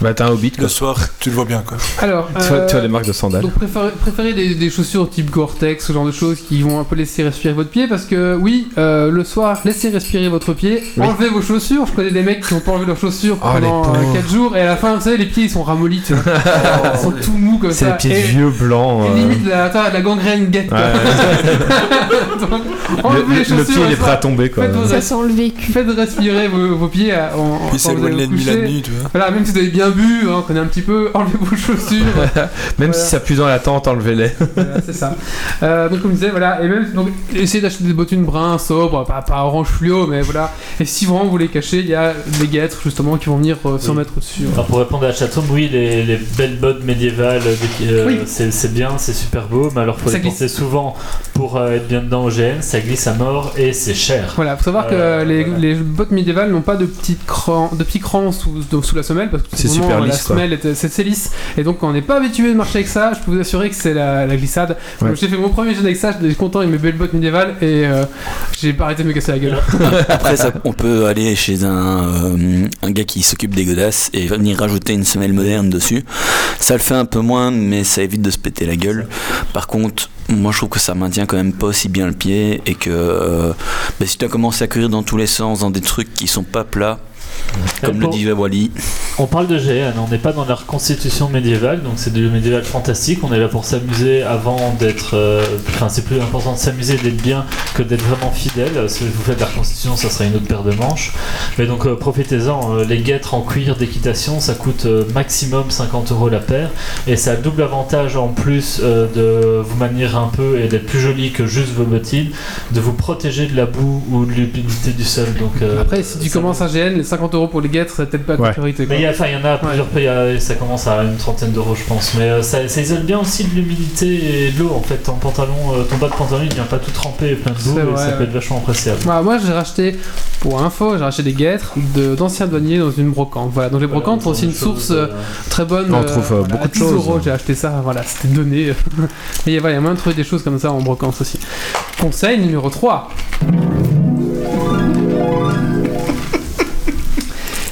[SPEAKER 3] Bah t'as un hobbit
[SPEAKER 7] le
[SPEAKER 3] quoi.
[SPEAKER 7] soir, tu le vois bien quoi.
[SPEAKER 1] Alors.
[SPEAKER 3] Tu vois, tu vois
[SPEAKER 1] euh,
[SPEAKER 3] les marques de sandales.
[SPEAKER 1] Donc préférez, préférez des, des chaussures type Gore-Tex, ce genre de choses qui vont un peu laisser respirer votre pied parce que oui, euh, le soir, laissez respirer votre pied,
[SPEAKER 3] Oui.
[SPEAKER 1] enlevez vos chaussures. Je connais des mecs qui n'ont pas enlevé leurs chaussures
[SPEAKER 3] Oh, les
[SPEAKER 1] pendant
[SPEAKER 3] pauvres.
[SPEAKER 1] 4 jours et à la fin, vous savez, les pieds ils sont ramollis, tu vois. ils sont tout mous comme
[SPEAKER 3] C'est
[SPEAKER 1] ça.
[SPEAKER 3] les pieds
[SPEAKER 1] et,
[SPEAKER 3] vieux blancs.
[SPEAKER 1] et
[SPEAKER 3] euh.
[SPEAKER 1] limite la, attends, la gangrène guette.
[SPEAKER 3] Ouais,
[SPEAKER 1] quoi. Donc, enlevez
[SPEAKER 3] le,
[SPEAKER 1] les
[SPEAKER 3] le-
[SPEAKER 1] chaussures.
[SPEAKER 3] le pied il
[SPEAKER 1] et
[SPEAKER 3] est prêt à tomber quoi.
[SPEAKER 1] Faites vos
[SPEAKER 6] Ça sent le vécu.
[SPEAKER 1] Faites respirer vos, vos pieds à- en, en
[SPEAKER 7] Puis c'est
[SPEAKER 1] quand vous allez
[SPEAKER 7] loin
[SPEAKER 1] vous
[SPEAKER 7] l'ennemi la
[SPEAKER 1] coucher.
[SPEAKER 7] nuit, tu vois.
[SPEAKER 1] Voilà, même si vous avez bien bu, hein, qu'on est un petit peu, enlevez vos chaussures.
[SPEAKER 3] Même
[SPEAKER 1] Voilà.
[SPEAKER 3] si ça pue dans la tente, enlevez-les.
[SPEAKER 1] Voilà, c'est ça. Euh, donc, comme je disais, voilà, et même, donc, essayez d'acheter des bottines brun, sobre, pas, pas orange fluo, mais voilà. Et si vraiment vous voulez cacher, il y a des guêtres, justement, qui vont venir euh, s'en
[SPEAKER 5] Oui.
[SPEAKER 1] mettre au-dessus.
[SPEAKER 5] Enfin, pour répondre à la chatroom, oui, les, les belles bottes médiévales, euh, euh,
[SPEAKER 1] Oui.
[SPEAKER 5] c'est c'est bien, c'est super beau, mais alors faut
[SPEAKER 1] Ça
[SPEAKER 5] les
[SPEAKER 1] glisse.
[SPEAKER 5] penser souvent pour euh, être bien dedans au GN, ça glisse à mort et c'est cher.
[SPEAKER 1] Voilà, faut savoir que
[SPEAKER 5] Euh,
[SPEAKER 1] les,
[SPEAKER 5] voilà.
[SPEAKER 1] les bottes médiévales n'ont pas de petites crans, de petits crans sous, de- sous la semelle parce que
[SPEAKER 3] C'est
[SPEAKER 1] vraiment,
[SPEAKER 3] super
[SPEAKER 1] la
[SPEAKER 3] lisse, quoi.
[SPEAKER 1] semelle est- c'est c'est lisse et donc quand on n'est pas habitué de marcher avec ça, je peux vous assurer que c'est la, la glissade.
[SPEAKER 3] Ouais.
[SPEAKER 1] Donc, J'ai fait mon premier jeu avec ça, j'étais content avec mes belles bottes médiévales et euh, j'ai pas arrêté de me casser la gueule.
[SPEAKER 2] Après, ça, on peut aller chez un, euh, un gars qui s'occupe des godasses et venir rajouter une semelle moderne dessus. Ça le fait un peu moins, mais ça évite de se péter la gueule. Par contre, moi je trouve que ça maintient quand même pas aussi bien le pied et que euh, bah, si tu as commencé à courir dans tous les sens, dans des trucs qui sont pas plats,
[SPEAKER 5] Et
[SPEAKER 2] comme le
[SPEAKER 5] pour-
[SPEAKER 2] disait Wally,
[SPEAKER 5] On parle de GN, on n'est pas dans la reconstitution médiévale, donc c'est du médiéval fantastique. On est là pour s'amuser avant d'être. euh, Enfin, c'est plus important de s'amuser et d'être bien que d'être vraiment fidèle. Si vous faites de la reconstitution, ça sera une autre paire de manches. Mais donc, euh, profitez-en. euh, les guêtres en cuir d'équitation, ça coûte euh, maximum 50 euros la paire. Et ça a le double avantage en plus euh, de vous manier un peu et d'être plus joli que juste vos bottines, de vous protéger de la boue ou de l'humidité du sol. Donc, euh,
[SPEAKER 1] Après, si tu
[SPEAKER 5] ça
[SPEAKER 1] commences un GN, les 50 euros pour les guêtres, c'est peut-être pas la
[SPEAKER 3] Ouais.
[SPEAKER 1] priorité. quoi.
[SPEAKER 5] Mais il y a- enfin, il y en a à plusieurs pays, euh, ça commence à une trentaine d'euros, je pense. Mais euh, ça, ça isole bien aussi de l'humidité et de l'eau. En fait, ton pantalon, euh, ton bas de pantalon, il devient pas tout trempé et plein de boue.
[SPEAKER 1] C'est
[SPEAKER 5] et
[SPEAKER 1] vrai,
[SPEAKER 5] ça peut
[SPEAKER 1] ouais.
[SPEAKER 5] être vachement appréciable.
[SPEAKER 1] Voilà, Bah, moi, j'ai racheté, pour info, j'ai racheté des guêtres de- d'anciens douaniers dans une brocante. Voilà, donc les brocantes sont aussi une source
[SPEAKER 5] Euh,
[SPEAKER 1] euh, très bonne.
[SPEAKER 3] On trouve, euh,
[SPEAKER 1] voilà,
[SPEAKER 3] beaucoup
[SPEAKER 1] à
[SPEAKER 3] de
[SPEAKER 1] 10
[SPEAKER 3] choses.
[SPEAKER 1] euros, j'ai acheté ça, voilà, c'était donné. Mais voilà, il y a moyen de trouver des choses comme ça en brocante aussi. Conseil numéro 3.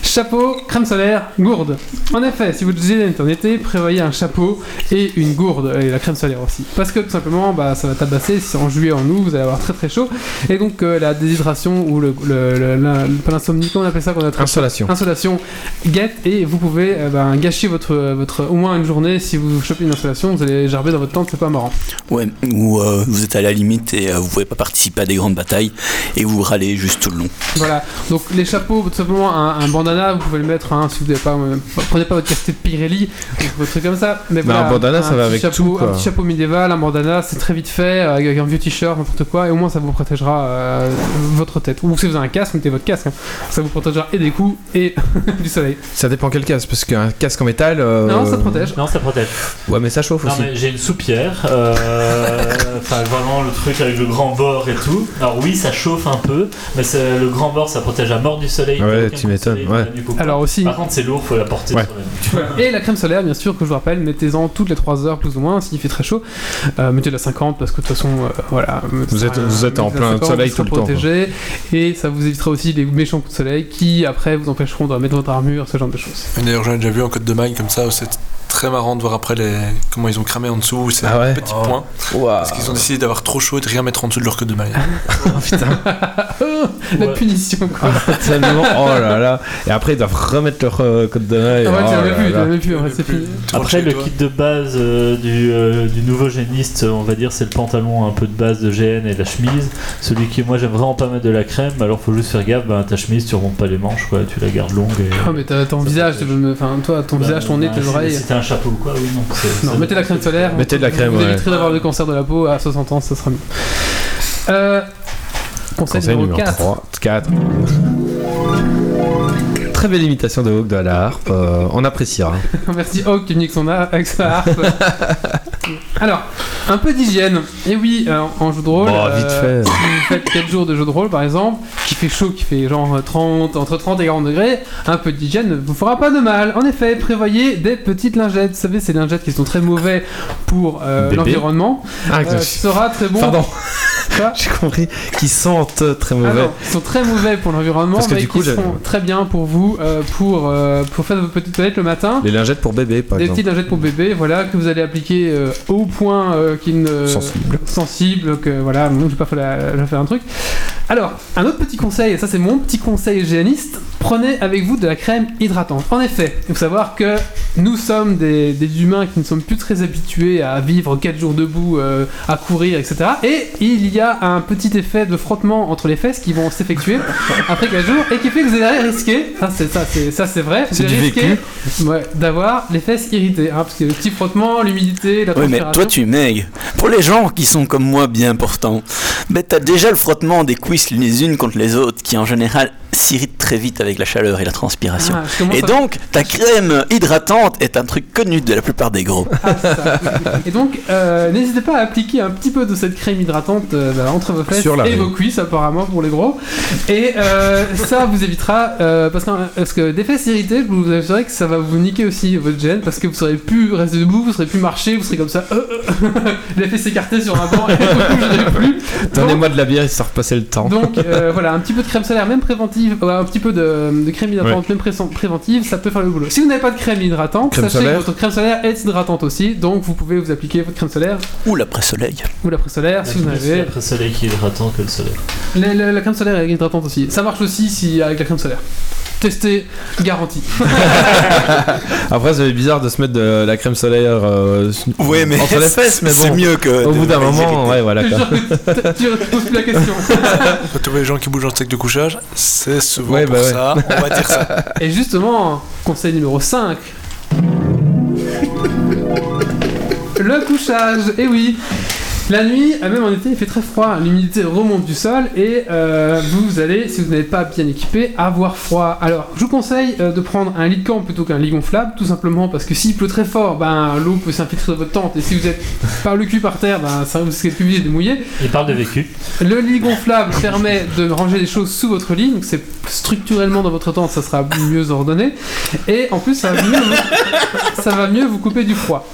[SPEAKER 1] Chapeau, crème solaire, gourde. En effet, si vous désirez en été, prévoyez un chapeau et une gourde, et la crème solaire aussi. Parce que tout simplement, bah, ça va tabasser, si en juillet, en août, vous allez avoir très très chaud. Et donc euh, la déshydratation ou le, le, le- la- pas l'insomnie, comment on appelle ça qu'on a très
[SPEAKER 3] Insolation.
[SPEAKER 1] Insolation guette et vous pouvez euh, ben, gâcher votre, votre au moins une journée si vous chopez une insolation, vous allez gerber dans votre tente, c'est pas marrant.
[SPEAKER 2] Ouais, ou euh, vous êtes à la limite et euh, vous pouvez pas participer à des grandes batailles et vous râlez juste tout le long.
[SPEAKER 1] Voilà, donc les chapeaux, tout simplement un, un bandana, vous pouvez le mettre hein, si vous n'avez pas, euh, prenez pas votre casquette Pirelli, ou votre truc comme ça. Mais
[SPEAKER 3] Bah,
[SPEAKER 1] voilà,
[SPEAKER 3] un bandana, ça va
[SPEAKER 1] petit
[SPEAKER 3] avec
[SPEAKER 1] chapeau,
[SPEAKER 3] tout, quoi.
[SPEAKER 1] Un petit chapeau médiéval, un bandana, c'est très vite fait, euh, avec un vieux t-shirt, n'importe quoi, et au moins ça vous protégera euh, votre tête. Ou si vous avez un casque, mettez votre casque, hein. ça vous protégera et des coups et du soleil.
[SPEAKER 3] Ça dépend quel casque, parce qu'un casque en métal. euh,
[SPEAKER 1] Non, ça protège.
[SPEAKER 5] Non, ça protège.
[SPEAKER 3] Ouais, mais ça chauffe
[SPEAKER 5] Non,
[SPEAKER 3] aussi.
[SPEAKER 5] mais j'ai une soupière. euh, Enfin, vraiment le truc avec le grand bord et tout. Alors, oui, ça chauffe un peu, mais c'est- le grand bord, ça protège à mort du soleil.
[SPEAKER 3] Ouais,
[SPEAKER 5] Aucun
[SPEAKER 3] tu
[SPEAKER 5] coup de
[SPEAKER 3] m'étonnes,
[SPEAKER 5] soleil,
[SPEAKER 3] ouais.
[SPEAKER 5] du coup, pas.
[SPEAKER 1] Alors aussi,
[SPEAKER 5] Par contre, c'est lourd, faut la porter
[SPEAKER 3] Ouais.
[SPEAKER 5] sur la
[SPEAKER 1] Et la crème solaire, bien sûr, que je vous rappelle, mettez-en toutes les 3 heures, plus ou moins, s'il fait très chaud. Euh, mettez-la 50, parce que de toute façon, euh, voilà.
[SPEAKER 3] Vous êtes- vous êtes en
[SPEAKER 1] mettez-la
[SPEAKER 3] plein
[SPEAKER 1] 50,
[SPEAKER 3] soleil
[SPEAKER 1] vous serez
[SPEAKER 3] tout le temps, quoi.
[SPEAKER 1] protégé, Et ça vous évitera aussi les méchants coups de soleil qui, après, vous empêcheront de mettre votre armure, ce genre de choses.
[SPEAKER 7] Et D'ailleurs, j'en ai déjà vu en Côte de Maille comme ça. où C'est très marrant de voir après les... comment ils ont cramé en dessous. C'est
[SPEAKER 3] Ah ouais
[SPEAKER 7] un petit point. Parce qu'ils ont décidé d'avoir trop chaud et de rien mettre en dessous de leur Côte de Maille.
[SPEAKER 1] la
[SPEAKER 5] Ah, Ouais.
[SPEAKER 1] punition, quoi.
[SPEAKER 3] Ah, tellement. Oh là là. Et après, ils doivent remettre leur euh, code de maille.
[SPEAKER 1] Ah ouais,
[SPEAKER 3] Oh
[SPEAKER 1] tu l'avais
[SPEAKER 3] là
[SPEAKER 1] plus, tu
[SPEAKER 3] là.
[SPEAKER 1] l'avais plus, en fait, c'est
[SPEAKER 7] Plus-
[SPEAKER 1] fini.
[SPEAKER 7] trop
[SPEAKER 5] Après,
[SPEAKER 7] chez
[SPEAKER 5] le
[SPEAKER 7] toi.
[SPEAKER 5] kit de base euh, du, euh, du nouveau géniste, euh, on va dire, c'est le pantalon un peu de base de GN et la chemise. Celui qui, moi, j'aime vraiment pas mettre de la crème, alors faut juste faire gaffe, bah, ta chemise, tu remontes pas les manches, quoi, tu la gardes longue. Et...
[SPEAKER 1] Ah, mais t'as ton
[SPEAKER 5] Ça
[SPEAKER 1] visage,
[SPEAKER 5] protège.
[SPEAKER 1] tu veux me- enfin, toi, ton
[SPEAKER 5] Bah,
[SPEAKER 1] visage, ton nez,
[SPEAKER 5] bah,
[SPEAKER 1] tes
[SPEAKER 5] si-
[SPEAKER 1] oreilles.
[SPEAKER 5] Si t'as un chapeau ou quoi, oui, non. c'est-
[SPEAKER 1] Non,
[SPEAKER 5] c'est-
[SPEAKER 1] mettez de la crème solaire.
[SPEAKER 3] Mettez de la crème,
[SPEAKER 1] Vous
[SPEAKER 3] ouais.
[SPEAKER 1] éviterez d'avoir le cancer de la peau à 60 ans, ça sera mieux. Euh, conseil,
[SPEAKER 3] Conseil
[SPEAKER 1] numéro
[SPEAKER 3] numéro
[SPEAKER 1] 4.
[SPEAKER 3] 3, 4. Très belle imitation de Hawk de la harpe. euh, on appréciera.
[SPEAKER 1] Merci Oh, Hawk qui nique son ar- avec sa harpe. Alors, un peu d'hygiène. Et oui, euh, en jeu de rôle, euh,
[SPEAKER 3] Bon, Bah, vite fait.
[SPEAKER 1] si vous faites 4 jours de jeu de rôle par exemple, qui fait chaud, qui fait genre 30, entre 30 et 40 degrés, un peu d'hygiène ne vous fera pas de mal. En effet, prévoyez des petites lingettes. Vous savez, ces lingettes qui sont très mauvais pour euh,
[SPEAKER 3] Bébé.
[SPEAKER 1] l'environnement,
[SPEAKER 3] Ah,
[SPEAKER 1] euh, sera très bon.
[SPEAKER 3] Pardon,
[SPEAKER 1] Quoi
[SPEAKER 3] j'ai compris. Qui sentent très
[SPEAKER 1] Ah
[SPEAKER 3] mauvais.
[SPEAKER 1] non, ils sont très mauvais pour l'environnement,
[SPEAKER 3] Parce que
[SPEAKER 1] mais
[SPEAKER 3] du coup,
[SPEAKER 1] qui
[SPEAKER 3] j'avais-
[SPEAKER 1] sont très bien pour vous euh, pour, euh, pour faire vos petites toilettes le matin.
[SPEAKER 3] Les lingettes pour bébé, par
[SPEAKER 1] Des
[SPEAKER 3] exemple.
[SPEAKER 1] petites lingettes pour bébé, voilà, que vous allez appliquer euh, au point euh, qui ne...
[SPEAKER 3] Sensible.
[SPEAKER 1] sensible, que voilà, bon, j'ai pas fait la, la faire un truc. Alors, un autre petit conseil, et ça c'est mon petit conseil hygiéniste, prenez avec vous de la crème hydratante. En effet, il faut savoir que nous sommes des, des humains qui ne sommes plus très habitués à vivre 4 jours debout, euh, à courir, etc. Et il y a un petit effet de frottement entre les fesses qui vont s'effectuer après 4 jours et qui fait que vous allez risquer, ça c'est, ça, c'est, ça, c'est vrai, vous
[SPEAKER 3] C'est
[SPEAKER 1] allez
[SPEAKER 3] du
[SPEAKER 1] risquer ouais, d'avoir les fesses irritées, hein, parce que le petit frottement, l'humidité, la
[SPEAKER 2] Oui, mais
[SPEAKER 1] transpiration-
[SPEAKER 2] toi tu maigres. Pour les gens qui sont comme moi bien portants, ben t'as déjà le frottement des cuisses les unes contre les autres qui en général s'irritent très vite avec la chaleur et la transpiration.
[SPEAKER 1] Ah, je commence
[SPEAKER 2] Et
[SPEAKER 1] à-
[SPEAKER 2] donc, ta crème hydratante est un truc connu de la plupart des gros.
[SPEAKER 1] Ah, c'est ça. Et donc, euh, n'hésitez pas à appliquer un petit peu de cette crème hydratante euh, voilà, entre vos fesses
[SPEAKER 3] Sur la
[SPEAKER 1] et
[SPEAKER 3] rue.
[SPEAKER 1] vos cuisses, apparemment, pour les gros. Et euh, ça vous évitera, euh, parce, que, parce que des fesses irritées, je vous assurer que ça va vous niquer aussi votre gêne, parce que vous serez plus rester debout, vous serez plus marcher, vous serez comme ça, euh, euh, les fesses écartées sur un banc, et vous bougerez plus. Donc,
[SPEAKER 3] Donnez-moi de la bière, histoire de passer le temps.
[SPEAKER 1] donc euh, voilà, un petit peu de crème solaire, même préventive, ouais, un petit peu de, de crème hydratante, même pré- préventive, ça peut faire le boulot. Si vous n'avez pas de crème hydratante,
[SPEAKER 3] Crème
[SPEAKER 1] sachez
[SPEAKER 3] solaire.
[SPEAKER 1] que votre crème solaire est hydratante aussi, donc vous pouvez vous appliquer votre crème solaire
[SPEAKER 2] Ou l'après-soleil.
[SPEAKER 1] ou la pré solaire si vous en
[SPEAKER 5] C'est
[SPEAKER 1] avez.
[SPEAKER 5] après soleil qui est hydratant que le soleil.
[SPEAKER 1] La, la- la crème solaire est hydratante aussi. Ça marche aussi si avec la crème solaire. testé, garanti.
[SPEAKER 3] Après, c'est bizarre de se mettre de la crème solaire euh, s-
[SPEAKER 7] Ouais, mais
[SPEAKER 3] entre les fesses, mais bon.
[SPEAKER 7] c'est mieux que.
[SPEAKER 3] Au
[SPEAKER 7] de
[SPEAKER 3] bout d'un
[SPEAKER 7] réaliser
[SPEAKER 3] moment, ouais, voilà. quoi.
[SPEAKER 1] tu ne poses plus la question.
[SPEAKER 7] les- Quand on voit les gens qui bougent en sac de couchage, c'est souvent
[SPEAKER 3] Ouais,
[SPEAKER 7] pour
[SPEAKER 3] bah ouais.
[SPEAKER 7] ça. On va dire ça.
[SPEAKER 1] Et justement, conseil numéro 5. Le couchage, et oui la nuit, ah, même en été, il fait très froid, l'humidité remonte du sol et euh, vous allez, si vous n'êtes pas bien équipé, avoir froid. Alors, je vous conseille euh, de prendre un lit de camp plutôt qu'un lit gonflable, tout simplement parce que s'il pleut très fort, ben, l'eau peut s'infiltrer dans votre tente et si vous êtes par le cul par terre, ben, ça, vous serez obligé de mouiller.
[SPEAKER 5] Il parle de vécu.
[SPEAKER 1] Le lit gonflable permet de ranger les choses sous votre lit, donc c'est structurellement dans votre tente, ça sera mieux ordonné. Et en plus, ça va mieux vous, ça va mieux vous couper du froid.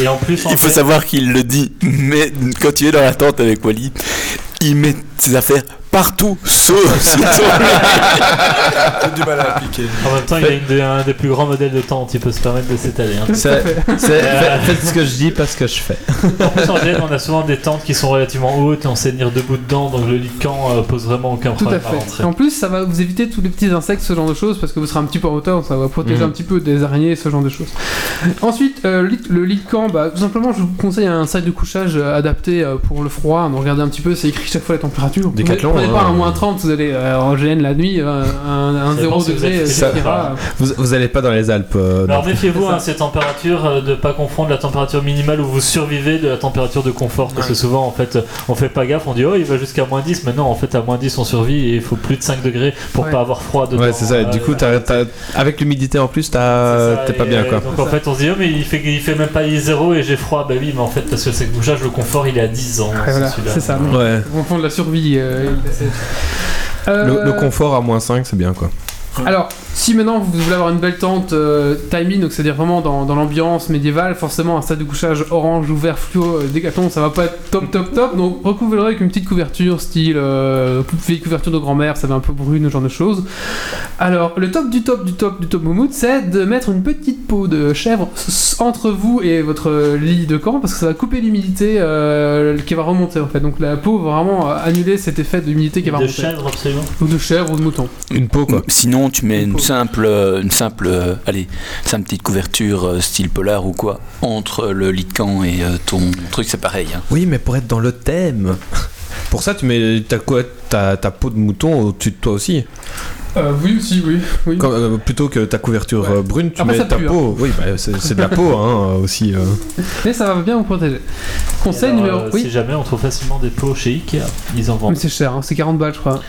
[SPEAKER 5] Et en plus, en
[SPEAKER 11] Il faut
[SPEAKER 5] fait,
[SPEAKER 11] savoir qu'il le dit, mais quand tu es dans la tente avec Wally, il met ses affaires partout, sauf sous son
[SPEAKER 7] J'ai du mal à appliquer.
[SPEAKER 5] en même temps, il a une des- un des plus grands modèles de tente. Il peut se permettre de s'étaler. hein.
[SPEAKER 3] C'est- c'est- fa- Faites ce que je dis, pas ce que je fais.
[SPEAKER 5] En plus, en Inde, on a souvent des tentes qui sont relativement hautes et on sait tenir debout dedans, donc le lit de camp euh, pose vraiment aucun
[SPEAKER 1] Tout à
[SPEAKER 5] problème à,
[SPEAKER 1] fait.
[SPEAKER 5] rentrer.
[SPEAKER 1] Et En plus, ça va vous éviter tous les petits insectes, ce genre de choses, parce que vous serez un petit peu en hauteur, ça va protéger
[SPEAKER 5] Mm.
[SPEAKER 3] Mhm.
[SPEAKER 1] un petit peu des araignées, ce genre de choses. Ensuite, euh, le lit- le lit de camp, bah, tout simplement, je vous conseille un sac de couchage euh, adapté euh, pour le froid. Donc, regardez un petit peu, c'est écrit chaque fois la température. Vous
[SPEAKER 3] Décathlon,
[SPEAKER 1] prenez pas
[SPEAKER 3] hein.
[SPEAKER 1] un moins 30, vous allez euh, en GN la nuit, euh, un, un
[SPEAKER 5] Ça
[SPEAKER 1] 0
[SPEAKER 5] dépend si vous
[SPEAKER 1] degré, euh,
[SPEAKER 5] êtes
[SPEAKER 1] etc.
[SPEAKER 5] équipé ou pas.
[SPEAKER 3] Vous, vous allez pas dans les Alpes. euh, non.
[SPEAKER 5] Alors méfiez-vous hein, ces températures, euh, de pas confondre la température minimale où vous survivez de la température de confort, parce que souvent en fait euh, on fait pas gaffe, on dit oh il va jusqu'à moins 10, mais non en fait à moins 10 on survit et il faut plus de 5 degrés pour
[SPEAKER 1] Ouais.
[SPEAKER 5] pas avoir froid dedans.
[SPEAKER 3] Ouais, c'est ça.
[SPEAKER 5] Euh,
[SPEAKER 3] et du coup, t'as-
[SPEAKER 5] euh,
[SPEAKER 3] t'as- avec l'humidité en plus, t'as-
[SPEAKER 5] c'est ça,
[SPEAKER 3] t'es pas
[SPEAKER 5] et,
[SPEAKER 3] bien,
[SPEAKER 5] euh,
[SPEAKER 3] quoi.
[SPEAKER 5] Donc en fait on se dit oh mais il fait, il fait même pas il est zéro et j'ai froid, bah oui mais en fait parce que c'est que bouchage le confort il est à 10 ans.
[SPEAKER 1] Ouais, voilà,
[SPEAKER 5] celui-là.
[SPEAKER 1] c'est ça.
[SPEAKER 3] Ouais.
[SPEAKER 1] Vous fond de la survie. euh, et-
[SPEAKER 3] Le,
[SPEAKER 1] Euh,
[SPEAKER 3] le confort à moins 5, c'est bien, quoi.
[SPEAKER 1] Alors, si maintenant vous voulez avoir une belle tente euh, timing, donc c'est-à-dire vraiment dans, dans l'ambiance médiévale, forcément un sac de couchage orange ou vert fluo, euh, décathlon, ça va pas être top top top. Donc recouvrez-le avec une petite couverture, style euh, vieille couverture de grand-mère, ça va un peu brune, ce genre de choses. Alors, le top du top du top du top moumoute, c'est de mettre une petite peau de chèvre s- entre vous et votre lit de camp, parce que ça va couper l'humidité euh, qui va remonter en fait. Donc la peau va vraiment euh, annuler cet effet d'humidité qui va
[SPEAKER 5] De
[SPEAKER 1] remonter.
[SPEAKER 5] chèvre absolument.
[SPEAKER 1] Ou de chèvre ou de mouton.
[SPEAKER 3] Une peau, quoi.
[SPEAKER 2] Sinon, tu mets une simple, euh, une simple, euh, allez, simple petite couverture euh, style polar ou quoi entre le lit de camp et euh, ton truc, c'est pareil. hein.
[SPEAKER 3] Oui, mais pour être dans le thème. Pour ça, tu mets ta, quoi, ta, ta peau de mouton au-dessus de toi aussi.
[SPEAKER 1] Euh, oui aussi, oui. oui.
[SPEAKER 3] Quand- euh, plutôt que ta couverture
[SPEAKER 1] Ouais.
[SPEAKER 3] euh, brune, tu
[SPEAKER 1] Après, ça
[SPEAKER 3] mets ta
[SPEAKER 1] pue, hein.
[SPEAKER 3] peau. Oui, bah, c'est c'est de la peau hein, euh, aussi. euh.
[SPEAKER 1] Mais ça va bien vous protéger. Conseil
[SPEAKER 5] Alors,
[SPEAKER 1] numéro.
[SPEAKER 5] euh, Si
[SPEAKER 1] oui.
[SPEAKER 5] jamais on trouve facilement des pots chez Ikea, ils en
[SPEAKER 1] Mais
[SPEAKER 5] vendent.
[SPEAKER 1] c'est cher, hein, c'est 40 balles, je crois.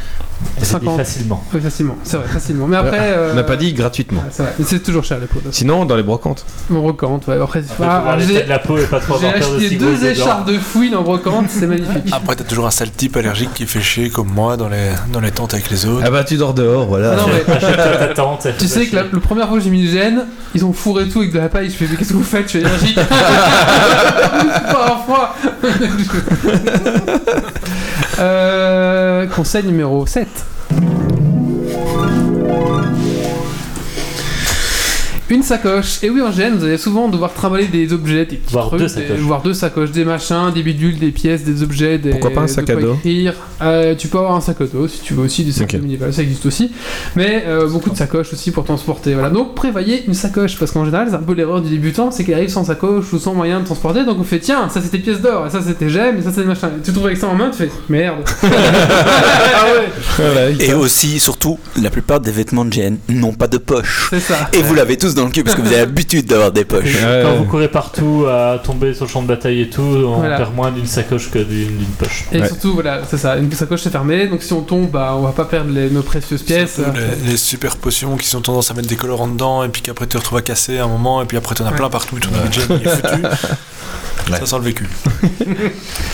[SPEAKER 5] Et c'est dit
[SPEAKER 1] 50.
[SPEAKER 5] facilement.
[SPEAKER 1] Oui, facilement, c'est vrai, facilement. Mais après. euh,
[SPEAKER 3] On n'a pas dit gratuitement.
[SPEAKER 1] ouais, c'est vrai, mais c'est toujours cher les pots. là.
[SPEAKER 3] Sinon, dans les brocantes.
[SPEAKER 1] Mon brocante, ouais. Après,
[SPEAKER 5] Après,
[SPEAKER 1] ah,
[SPEAKER 5] faut voir l'état
[SPEAKER 1] j'ai,
[SPEAKER 5] de la peau et pas trop
[SPEAKER 1] j'ai
[SPEAKER 5] avoir peur de
[SPEAKER 1] acheté
[SPEAKER 5] cigouilles
[SPEAKER 1] deux
[SPEAKER 5] dedans. Ah,
[SPEAKER 1] écharpes de fouine en brocante, c'est magnifique.
[SPEAKER 7] Après, t'as toujours un sale type allergique qui fait chier comme moi dans les, dans les tentes avec les autres.
[SPEAKER 3] Ah bah, tu dors dehors, voilà.
[SPEAKER 1] Non, mais
[SPEAKER 5] Achète-toi ta tente.
[SPEAKER 1] tu sais que la, la première fois que j'ai mis le gène, ils ont fourré tout avec de la paille. Je fais, mais qu'est-ce que vous faites Je suis allergique. pas en froid. Euh, conseil numéro 7. Une sacoche. Et oui, en gêne, vous allez souvent devoir trimballer des objets, des petits
[SPEAKER 5] Voire
[SPEAKER 1] trucs,
[SPEAKER 5] deux
[SPEAKER 1] des-
[SPEAKER 5] sacoches.
[SPEAKER 1] voire deux sacoches, des machins, des bidules, des pièces, des objets, des.
[SPEAKER 3] Pourquoi pas un
[SPEAKER 1] de
[SPEAKER 3] sac à
[SPEAKER 1] quoi
[SPEAKER 3] dos
[SPEAKER 1] écrire. Euh, tu peux avoir un sac à dos si tu veux aussi, des sacs
[SPEAKER 3] Ok.
[SPEAKER 1] médiévales, ça existe aussi. Mais euh, beaucoup de sacoches aussi pour transporter. Voilà. Donc prévoyez une sacoche parce qu'en général, c'est un peu l'erreur du débutant, c'est qu'il arrive sans sacoche ou sans moyen de transporter. Donc on fait tiens, ça c'était pièce d'or, et ça c'était gemme, et ça c'était machin. Et tu te trouves avec ça en main, tu fais merde. Ah
[SPEAKER 3] Voilà, il-
[SPEAKER 11] Et aussi, surtout, la plupart des vêtements de GN n'ont pas de poche.
[SPEAKER 1] C'est ça.
[SPEAKER 11] Et vous l'avez tous dans le cul parce que vous avez l'habitude d'avoir des poches.
[SPEAKER 3] Ouais.
[SPEAKER 5] Quand vous courez partout à tomber sur le champ de bataille et tout, on
[SPEAKER 1] Voilà.
[SPEAKER 5] perd moins d'une sacoche que d'une d'une poche.
[SPEAKER 1] Et
[SPEAKER 3] Ouais.
[SPEAKER 1] surtout, voilà, c'est ça. Une sacoche c'est fermé, donc si on tombe, bah, on va pas perdre les- nos précieuses pièces.
[SPEAKER 7] C'est un peu Les, les super potions qui ont tendance à mettre des colorants dedans, et puis qu'après tu te retrouves à casser à un moment, et puis après t'en as
[SPEAKER 1] Ouais.
[SPEAKER 7] plein partout, ton budget il est foutu. Ça sent le vécu.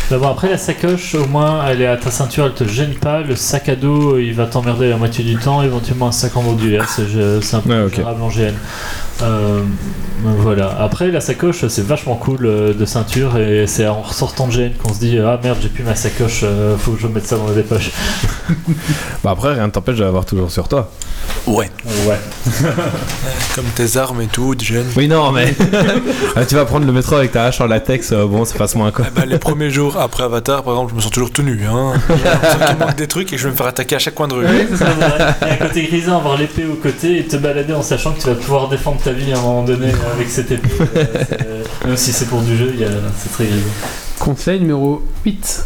[SPEAKER 5] D'abord, après la sacoche, au moins elle est à ta ceinture, elle te gêne pas. Le sac à dos, il va t'emmerder la moitié du temps. Éventuellement, un sac en modulaire, c'est je- c'est un peu
[SPEAKER 3] Ouais,
[SPEAKER 5] plus
[SPEAKER 3] ok.
[SPEAKER 5] gérable en GN. Euh, voilà. Après, la sacoche, c'est vachement cool euh, de ceinture et c'est en sortant de GN qu'on se dit Ah merde, j'ai plus ma sacoche, euh, faut que je mette ça dans les poches.
[SPEAKER 3] Bah après, rien ne t'empêche de l'avoir toujours sur toi.
[SPEAKER 2] Ouais.
[SPEAKER 5] Ouais.
[SPEAKER 7] Comme tes armes et tout, Jen.
[SPEAKER 3] Oui, non, mais. Ah, tu vas prendre le métro avec ta hache en latex, euh, bon, ça passe moins quoi.
[SPEAKER 9] Ah
[SPEAKER 7] Bah, les premiers jours après Avatar, par exemple, je me sens toujours tout nu. Hein. J'ai l'impression qu'il manque des trucs et que je vais me faire attaquer à chaque coin de rue.
[SPEAKER 5] C'est vrai. Et à côté grisant, avoir l'épée au côté et te balader en sachant que tu vas pouvoir défendre ta vie à un moment donné avec cette épée. euh, c'est- même si c'est pour du jeu, il y a- c'est très grisant.
[SPEAKER 1] Conseil numéro 8.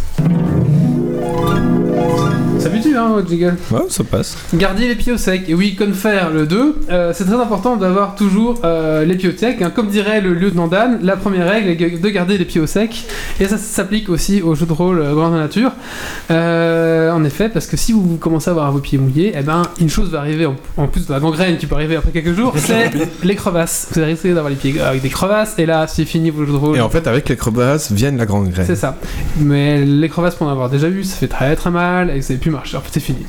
[SPEAKER 1] Ça pue hein, votre jingle
[SPEAKER 3] Ouais, ça passe.
[SPEAKER 1] Gardez les pieds au sec. Et oui, comme faire le 2, euh, c'est très important d'avoir toujours euh, les pieds au sec. hein. Comme dirait le lieutenant Dan, la première règle est de garder les pieds au sec. Et ça, ça s'applique aussi aux jeux de rôle euh, Grande Nature. Euh, en effet, parce que si vous commencez à avoir vos pieds mouillés, eh ben, une chose va arriver en, en plus de la gangrène qui peut arriver après quelques jours, c'est les crevasses. Vous risquez d'avoir les pieds avec des crevasses. Et là, c'est fini vos jeux de rôle.
[SPEAKER 3] Et en fait, avec les crevasses viennent la grande graine.
[SPEAKER 1] C'est ça. Mais les crevasses, pour en avoir déjà vu, ça fait très très mal et ça n'a plus marcher. En fait, c'est fini.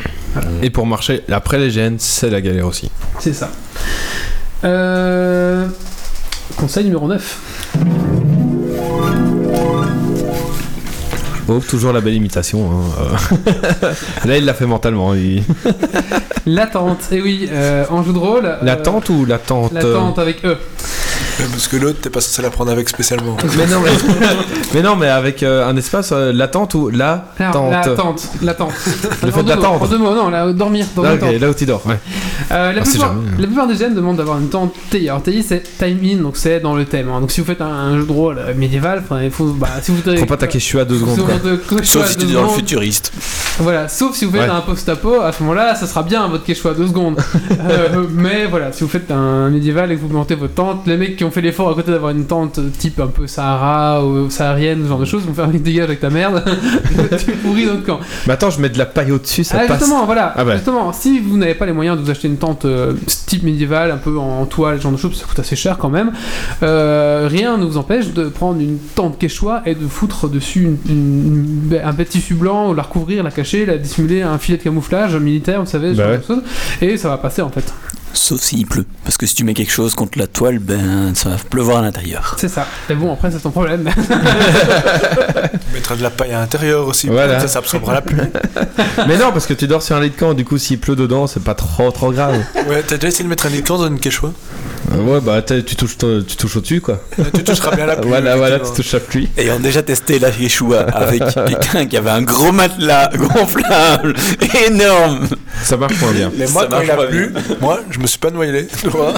[SPEAKER 3] Et pour marcher, après les gènes, c'est la galère aussi.
[SPEAKER 1] C'est ça. Euh... Conseil numéro 9.
[SPEAKER 3] Oh, toujours la belle imitation. hein, euh. Là, il l'a fait mentalement. il-
[SPEAKER 1] L'attente. Et oui, euh, en jeu de rôle. euh,
[SPEAKER 3] L'attente ou l'attente euh,
[SPEAKER 1] L'attente avec E.
[SPEAKER 7] Ouais, Parce que l'autre, t'es pas censé la prendre avec spécialement.
[SPEAKER 3] euh, mais non mais... mais non, mais avec euh, un espace, euh, l'attente ou la
[SPEAKER 1] Alors,
[SPEAKER 3] tente.
[SPEAKER 1] L'attente. L'attente.
[SPEAKER 3] Le
[SPEAKER 1] En
[SPEAKER 3] fait
[SPEAKER 1] deux mots,
[SPEAKER 3] d'attendre.
[SPEAKER 1] En deux mots, non, la- dormir. dans
[SPEAKER 3] Là,
[SPEAKER 1] une tente.
[SPEAKER 3] Ah, ok, là où tu dors, ouais.
[SPEAKER 1] Euh, la,
[SPEAKER 3] Ah, c'est
[SPEAKER 1] plupart,
[SPEAKER 3] jamais, hein.
[SPEAKER 1] la plupart des gènes demandent d'avoir une tente TI. Alors TI c'est time in, donc c'est dans le thème. hein. Donc si vous faites un, un jeu de rôle euh, médiéval, enfin, il faut, bah, si vous
[SPEAKER 3] Faut pas attaquer Shua deux secondes. quoi.
[SPEAKER 2] Sauf si tu es dans le futuriste.
[SPEAKER 1] Voilà, sauf si vous faites
[SPEAKER 3] Ouais.
[SPEAKER 1] un post-apo, à ce moment-là, ça sera bien votre quechua à deux secondes. Euh, mais voilà, si vous faites un médiéval et que vous montez votre tente, les mecs qui ont fait l'effort à côté d'avoir une tente euh, type un peu Sahara ou saharienne, ce genre de choses, vont faire un dégage avec ta merde, tu pourris notre camp.
[SPEAKER 3] Mais attends, je mets de la paille au-dessus, ça
[SPEAKER 1] ah,
[SPEAKER 3] passe.
[SPEAKER 1] justement, voilà,
[SPEAKER 3] Ah ouais.
[SPEAKER 1] justement, si vous n'avez pas les moyens de vous acheter une tente euh, type médiévale, un peu en toile, ce genre de choses, parce que ça coûte assez cher quand même, euh, rien ne vous empêche de prendre une tente quechua et de foutre dessus une- une- une- un petit tissu blanc, la recouvrir, la cacher, la dissimuler, un filet de camouflage militaire, vous savez, ce
[SPEAKER 3] Bah
[SPEAKER 1] genre
[SPEAKER 3] ouais.
[SPEAKER 1] de choses, et ça va passer en fait.
[SPEAKER 2] Sauf s'il pleut. Parce que si tu mets quelque chose contre la toile, ben ça va pleuvoir à l'intérieur.
[SPEAKER 1] C'est ça. Mais bon, après, c'est ton problème.
[SPEAKER 7] Tu mettras de la paille à l'intérieur aussi.
[SPEAKER 3] Voilà.
[SPEAKER 7] Comme ça, ça absorbera la pluie.
[SPEAKER 3] Mais non, parce que tu dors sur un lit de camp, du coup, s'il pleut dedans, c'est pas trop trop grave.
[SPEAKER 7] Ouais, t'as déjà essayé de mettre un lit de camp dans une quechua
[SPEAKER 3] Euh, ouais, bah t'as- tu touches, ton- tu touches au-dessus, quoi.
[SPEAKER 7] Là, Tu toucheras bien la pluie.
[SPEAKER 3] voilà, voilà, tu
[SPEAKER 7] effectivement.
[SPEAKER 3] touches la pluie.
[SPEAKER 2] Ayant déjà testé la Yeshua avec quelqu'un qui avait un gros matelas gonflable énorme.
[SPEAKER 3] Ça marche moins bien.
[SPEAKER 7] Mais moi,
[SPEAKER 2] Ça
[SPEAKER 7] quand il
[SPEAKER 2] marche
[SPEAKER 7] a
[SPEAKER 2] pas
[SPEAKER 7] plu, moi, je me suis pas noyé. Toi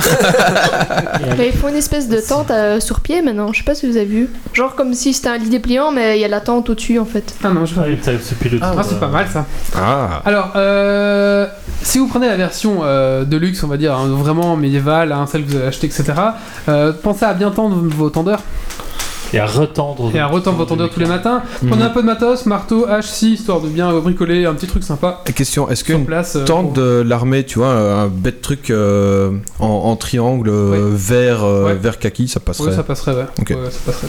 [SPEAKER 6] Mais il faut une espèce de tente euh, sur pied maintenant, je sais pas si vous avez vu. Genre comme si c'était un lit dépliant, mais il y a la tente au-dessus en fait.
[SPEAKER 1] Ah non, je
[SPEAKER 5] Ah, il tape ce pilote,
[SPEAKER 1] Ah, c'est
[SPEAKER 5] euh,
[SPEAKER 1] pas mal ça.
[SPEAKER 3] Ah,
[SPEAKER 1] Alors, euh, si vous prenez la version euh, de luxe, on va dire hein, vraiment médiévale, hein, celle que vous avez achetée, etc., euh, pensez à bien tendre vos tendeurs.
[SPEAKER 5] Et à retendre.
[SPEAKER 1] et à retendre vos tendeurs tous les matins.
[SPEAKER 3] Mhm.
[SPEAKER 1] Prenez un peu de matos, marteau, hache, scie, histoire de bien bricoler un petit truc sympa
[SPEAKER 3] et question, est-ce
[SPEAKER 1] sur
[SPEAKER 3] qu'une
[SPEAKER 1] place. euh, pour-
[SPEAKER 3] tente de l'armée, tu vois, un bête truc euh, en, en triangle euh, vert, euh,
[SPEAKER 1] Ouais.
[SPEAKER 3] vert kaki, ça passerait.
[SPEAKER 1] Ouais, ça passerait, ouais.
[SPEAKER 3] Ok.
[SPEAKER 1] Ouais, ça passerait.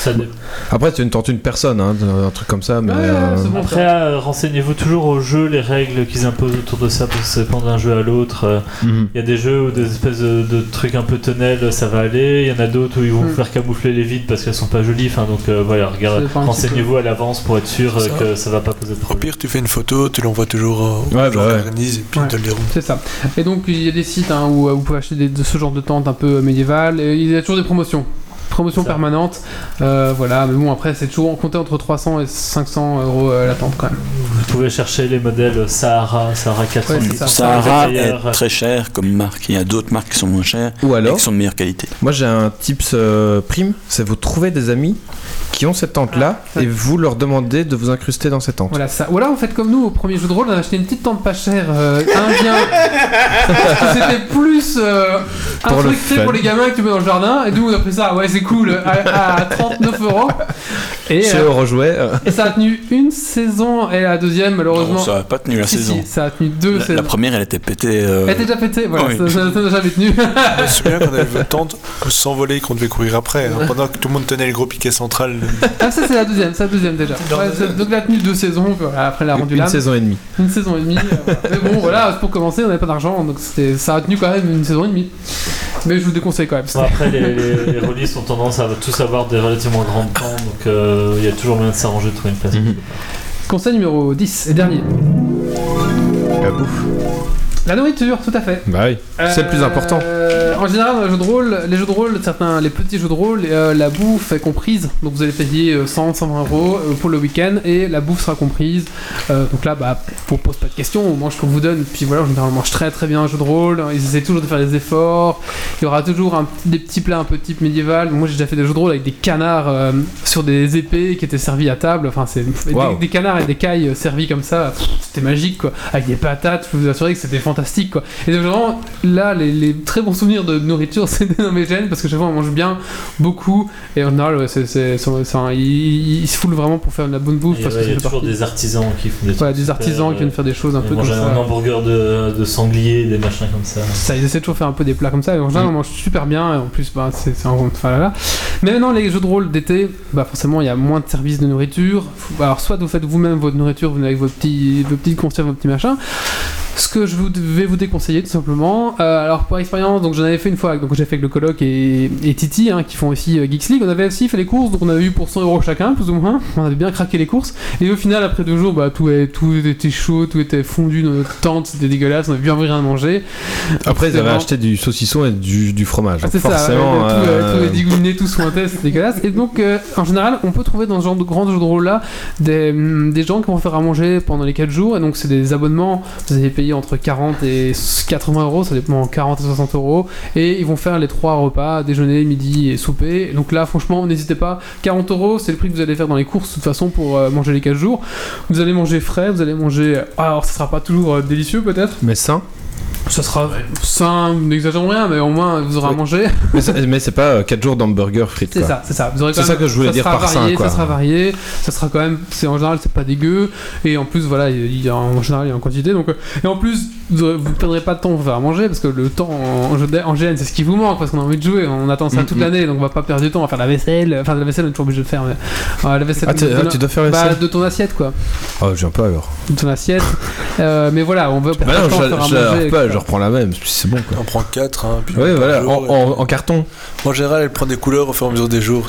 [SPEAKER 5] Ça dé-
[SPEAKER 3] Après, tu ne tentes une personne, hein, un truc comme ça, mais.
[SPEAKER 1] Ouais, ouais,
[SPEAKER 3] euh,
[SPEAKER 1] c'est bon.
[SPEAKER 5] Après, euh, renseignez-vous toujours au jeu les règles qu'ils imposent autour de ça, parce que ça dépend d'un jeu à l'autre. euh,
[SPEAKER 3] mhm.
[SPEAKER 5] Il y a des jeux où des espèces de, de trucs un peu tonnelles, ça va aller. Il y en a d'autres où ils vont
[SPEAKER 1] Mm.
[SPEAKER 5] vous faire camoufler les vides parce qu'elles sont pas jolies. Enfin, donc euh, voilà,
[SPEAKER 1] Ça
[SPEAKER 5] regarde,
[SPEAKER 1] dépend un petit
[SPEAKER 5] renseignez-vous à l'avance pour être sûr euh,
[SPEAKER 7] Ça.
[SPEAKER 5] que ça va pas poser de
[SPEAKER 7] Au
[SPEAKER 5] problème.
[SPEAKER 7] pire, tu fais une photo, tu l'envoies toujours euh, aux
[SPEAKER 3] Ouais,
[SPEAKER 7] gens
[SPEAKER 3] bah ouais.
[SPEAKER 7] qui organisent et puis
[SPEAKER 1] Ouais.
[SPEAKER 7] ils te le déroulent.
[SPEAKER 1] C'est ça. Et donc, il y a des sites hein, où euh, vous pouvez acheter des- de ce genre de tente un peu euh, médiévale. Et il y a toujours des promotions. Promotion
[SPEAKER 5] C'est ça.
[SPEAKER 1] permanente. Euh, voilà, mais bon, après, c'est toujours en comptait entre 300 et 500 euros euh, la tente quand même.
[SPEAKER 5] Vous pouvez chercher les modèles Sahara, Sahara 400.
[SPEAKER 1] Ouais, c'est euh, ça.
[SPEAKER 2] Sahara
[SPEAKER 5] D'ailleurs,
[SPEAKER 2] est très cher comme marque. Il y a d'autres marques qui sont moins chères
[SPEAKER 3] Ou
[SPEAKER 2] et
[SPEAKER 3] alors,
[SPEAKER 2] qui sont de meilleure qualité.
[SPEAKER 3] moi j'ai un tips euh, prime, c'est vous trouvez des amis qui ont cette tente-là
[SPEAKER 1] Ah, ça-
[SPEAKER 3] et vous leur demandez de vous incruster dans cette tente.
[SPEAKER 1] Voilà, ça. Ou alors, vous faites comme nous au premier jeu de rôle, on a acheté une petite tente pas chère euh, indien. Parce que C'était plus euh, un
[SPEAKER 3] Pour le
[SPEAKER 1] truc fait
[SPEAKER 3] fun.
[SPEAKER 1] pour les gamins que tu mets dans le jardin. Et nous, on a pris ça. Ouais, c'est cool. À, à 39 euros. Et,
[SPEAKER 3] Chez
[SPEAKER 1] euh,
[SPEAKER 3] Eurojouet, euh,
[SPEAKER 1] et ça a tenu une saison. Et la deuxième, malheureusement.
[SPEAKER 2] Non, ça n'a pas tenu la
[SPEAKER 1] Si, si,
[SPEAKER 2] saison.
[SPEAKER 1] ça a tenu deux
[SPEAKER 2] La, la
[SPEAKER 1] saisons.
[SPEAKER 2] première, elle était pétée. euh,
[SPEAKER 1] Elle était déjà pétée, voilà,
[SPEAKER 2] Oui.
[SPEAKER 1] ça- ça ça n'a jamais tenu.
[SPEAKER 7] Je me souviens qu'on avait vu une tente où s'envoler qu'on devait courir après, hein, pendant que tout le monde tenait le gros piquet central.
[SPEAKER 1] ah, ça, c'est la deuxième, c'est la deuxième déjà. Ouais, c'est- donc, elle a tenu deux saisons, voilà, après, elle a rendu
[SPEAKER 3] une
[SPEAKER 1] l'âme.
[SPEAKER 3] saison et demie.
[SPEAKER 1] Une saison et demie. euh, voilà. Mais bon, voilà, pour commencer, on n'avait pas d'argent, donc c'était- ça a tenu quand même une saison et demie. Mais je vous le déconseille quand même.
[SPEAKER 5] Bon, après, les, les, les relis ont tendance à tous avoir des relativement grandes pans, donc euh, il y a toujours moyen de s'arranger de trouver une place.
[SPEAKER 1] Conseil numéro 10 et dernier.
[SPEAKER 3] La bouffe.
[SPEAKER 1] La nourriture, tout à fait.
[SPEAKER 3] Bah oui, c'est le plus important.
[SPEAKER 1] Euh, En général, dans les jeux de rôle, les jeux de rôle, certains, les petits jeux de rôle, euh, la bouffe est comprise. Donc vous allez payer euh, 100, 120 euros euh, pour le week-end et la bouffe sera comprise. Euh, donc là, bah, on pose pas de questions, on mange ce qu'on vous donne. Puis voilà, en général, on mange très très bien un jeu de rôle. Ils essaient toujours de faire des efforts. Il y aura toujours un- des petits plats un peu type médiéval. Moi, j'ai déjà fait des jeux de rôle avec des canards euh, sur des épées qui étaient servis à table. Enfin, c'est et des-
[SPEAKER 3] Waouh.
[SPEAKER 1] des, canards et des cailles euh, servis comme ça. Pff, C'était magique, quoi. Avec des patates, je peux vous assurer que c'était fantastique, quoi. Et donc, vraiment, là, les, les très bons souvenirs de nourriture, c'est dans mes gènes parce que chaque fois, on mange bien, beaucoup. Et en général, ouais, c'est, c'est- c'est- c'est un- ils, ils se foulent vraiment pour faire de la bonne bouffe.
[SPEAKER 5] Et
[SPEAKER 1] parce
[SPEAKER 5] ouais,
[SPEAKER 1] que
[SPEAKER 5] euh, il y a
[SPEAKER 1] c'est
[SPEAKER 5] toujours des artisans qui font des
[SPEAKER 1] voilà,
[SPEAKER 5] trucs
[SPEAKER 1] des
[SPEAKER 5] super,
[SPEAKER 1] artisans qui
[SPEAKER 5] euh,
[SPEAKER 1] viennent faire des choses un
[SPEAKER 5] ils
[SPEAKER 1] peu comme
[SPEAKER 5] mangent
[SPEAKER 1] ça.
[SPEAKER 5] un hamburger de, de sanglier, des machins comme ça.
[SPEAKER 1] Ça, ils essaient toujours de faire un peu des plats comme ça, et en général, on mange super bien, et en plus, bah, c'est c'est un rond. Enfin, là, là. Mais maintenant, les jeux de rôle d'été, bah, forcément, il y a moins de services de nourriture. Faut- Alors, soit vous faites vous-même votre nourriture, vous venez avec vos petits, vos petites conserves, vos petits machins. Ce que je vous- vais vous déconseiller, tout simplement. euh, alors, pour expérience, donc j'en avais fait une fois, donc j'ai fait avec le coloc et, et Titi, hein, qui font aussi euh, Geeks League. On avait aussi fait les courses, donc on avait eu pour 100 euros chacun, plus ou moins. On avait bien craqué les courses. Et au final, après deux jours, bah, tout, est- tout était chaud, tout était fondu dans notre tente, c'était dégueulasse, on avait bien envie de rien manger.
[SPEAKER 3] Après, ils avaient
[SPEAKER 1] Forcément.
[SPEAKER 3] acheté du saucisson et du, du fromage.
[SPEAKER 1] Ah, c'est ça,
[SPEAKER 3] forcément.
[SPEAKER 1] ouais, tout, euh,
[SPEAKER 3] euh,
[SPEAKER 1] tout est dégouliné, tout sointé, c'est dégueulasse. Et donc, euh, en général, on peut trouver dans ce genre de grands jeux de rôle là des, hum, des gens qui vont faire à manger pendant les 4 jours. Et donc, c'est des abonnements, vous allez payer entre 40 et 80 euros, ça dépend 40 et 60 euros. Et ils vont faire les trois repas, déjeuner, midi et souper. Et donc là, franchement, n'hésitez pas, 40 euros, c'est le prix que vous allez faire dans les courses de toute façon pour euh, manger les 4 jours. Vous allez manger frais, vous allez manger. Alors, ça sera pas toujours euh, délicieux peut-être,
[SPEAKER 3] Mais sain.
[SPEAKER 1] ça sera sain, n'exagérons rien, mais au moins vous aurez à
[SPEAKER 3] Oui.
[SPEAKER 1] manger.
[SPEAKER 3] Mais, ça- mais c'est pas 4 jours d'hamburger frites.
[SPEAKER 1] C'est
[SPEAKER 3] quoi.
[SPEAKER 1] ça, c'est ça. Vous aurez
[SPEAKER 3] C'est
[SPEAKER 1] quand
[SPEAKER 3] ça
[SPEAKER 1] même-
[SPEAKER 3] que je voulais dire
[SPEAKER 1] sera
[SPEAKER 3] par ça,
[SPEAKER 1] varié,
[SPEAKER 3] quoi.
[SPEAKER 1] Ça sera varié, ça sera quand même. C'est en général, c'est pas dégueu. Et en plus, voilà, il y a, en général, il y a en quantité. Donc, euh, et en plus, vous aurez- vous ne perdrez pas de temps pour faire à manger parce que le temps en, jeu d'a- en GN, c'est ce qui vous manque parce qu'on a envie de jouer. On attend ça
[SPEAKER 3] Mm,
[SPEAKER 1] toute
[SPEAKER 3] mm.
[SPEAKER 1] l'année, donc on va pas perdre du temps à faire la vaisselle. Enfin, de la vaisselle, on est toujours obligé de faire. Mais, euh, la vaisselle.
[SPEAKER 3] Ah, tu,
[SPEAKER 1] de,
[SPEAKER 3] ah, tu dois faire
[SPEAKER 1] bah,
[SPEAKER 3] ça
[SPEAKER 1] de ton assiette, quoi.
[SPEAKER 3] Oh, je viens pas alors.
[SPEAKER 1] De ton assiette. Euh, mais voilà, on veut perdre
[SPEAKER 3] Bah
[SPEAKER 1] pas de
[SPEAKER 3] non,
[SPEAKER 1] temps à
[SPEAKER 3] je,
[SPEAKER 1] faire à
[SPEAKER 3] je la
[SPEAKER 1] manger,
[SPEAKER 3] rate pas,
[SPEAKER 1] quoi.
[SPEAKER 3] je reprends la même, puis c'est bon quoi.
[SPEAKER 7] On prend 4. Hein, puis
[SPEAKER 3] Ouais, voilà,
[SPEAKER 7] par
[SPEAKER 3] en,
[SPEAKER 7] jour,
[SPEAKER 3] en- en carton.
[SPEAKER 7] et- En général, elle prend des couleurs au fur et à mesure des jours.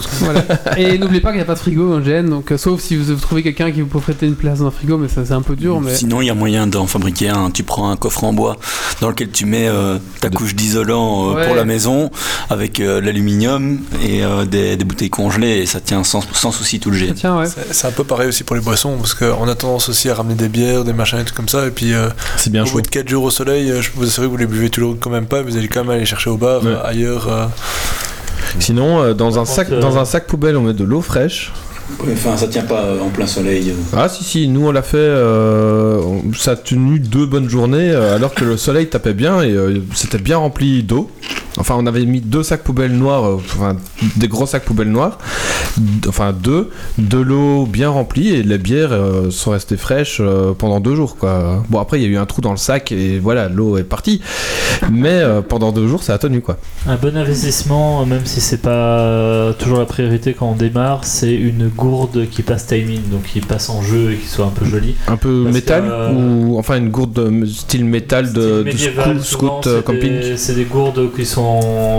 [SPEAKER 1] Voilà. Et n'oubliez pas qu'il n'y a pas de frigo en GN, donc euh, sauf si vous trouvez quelqu'un qui vous peut prêter une place dans un frigo, mais ça c'est un peu dur. Mais...
[SPEAKER 2] Sinon, il y a moyen d'en fabriquer un. Tu prends un coffre en bois dans lequel tu mets euh, ta couche d'isolant euh,
[SPEAKER 1] Ouais.
[SPEAKER 2] pour la maison avec euh, l'aluminium et euh, des, des bouteilles congelées et ça tient sans, sans souci tout le jet.
[SPEAKER 1] Tiens, ouais.
[SPEAKER 7] C'est c'est un peu pareil aussi pour les boissons, parce qu'on a tendance aussi à ramener des bières, des machins et tout comme ça. Et puis, euh,
[SPEAKER 3] C'est bien
[SPEAKER 7] au
[SPEAKER 3] chaud.
[SPEAKER 7] bout de 4 jours au soleil, euh, je peux vous assurer que vous les buvez toujours quand même pas, mais vous allez quand même aller chercher au bar,
[SPEAKER 3] Ouais.
[SPEAKER 7] euh, ailleurs. euh.
[SPEAKER 3] Sinon, euh, dans, un
[SPEAKER 5] contre,
[SPEAKER 3] sac,
[SPEAKER 5] euh,
[SPEAKER 3] dans un sac poubelle, on met de l'eau fraîche.
[SPEAKER 2] Enfin, ça tient pas euh, en plein soleil.
[SPEAKER 3] Ah si, si, nous on l'a fait, euh, on- ça a tenu deux bonnes journées euh, alors que le soleil tapait bien et euh, c'était bien rempli d'eau. Enfin, on avait mis deux sacs poubelles noirs, euh, enfin des gros sacs poubelles noirs, d- enfin deux, de l'eau bien remplie et les bières euh, sont restées fraîches euh, pendant deux jours quoi. Bon après il y a eu un trou dans le sac et voilà l'eau est partie, mais euh, pendant deux jours ça a tenu quoi.
[SPEAKER 5] Un bon investissement, même si c'est pas euh, toujours la priorité quand on démarre, c'est une gourde qui passe timing, donc qui passe en jeu et qui soit un peu jolie.
[SPEAKER 3] Un peu
[SPEAKER 5] Parce que,
[SPEAKER 3] métal
[SPEAKER 5] euh,
[SPEAKER 3] ou enfin une gourde de style métal de,
[SPEAKER 5] Style
[SPEAKER 3] de
[SPEAKER 5] médiéval,
[SPEAKER 3] scout,
[SPEAKER 5] souvent,
[SPEAKER 3] scout, euh,
[SPEAKER 5] c'est des-
[SPEAKER 3] camping.
[SPEAKER 5] C'est des gourdes qui sont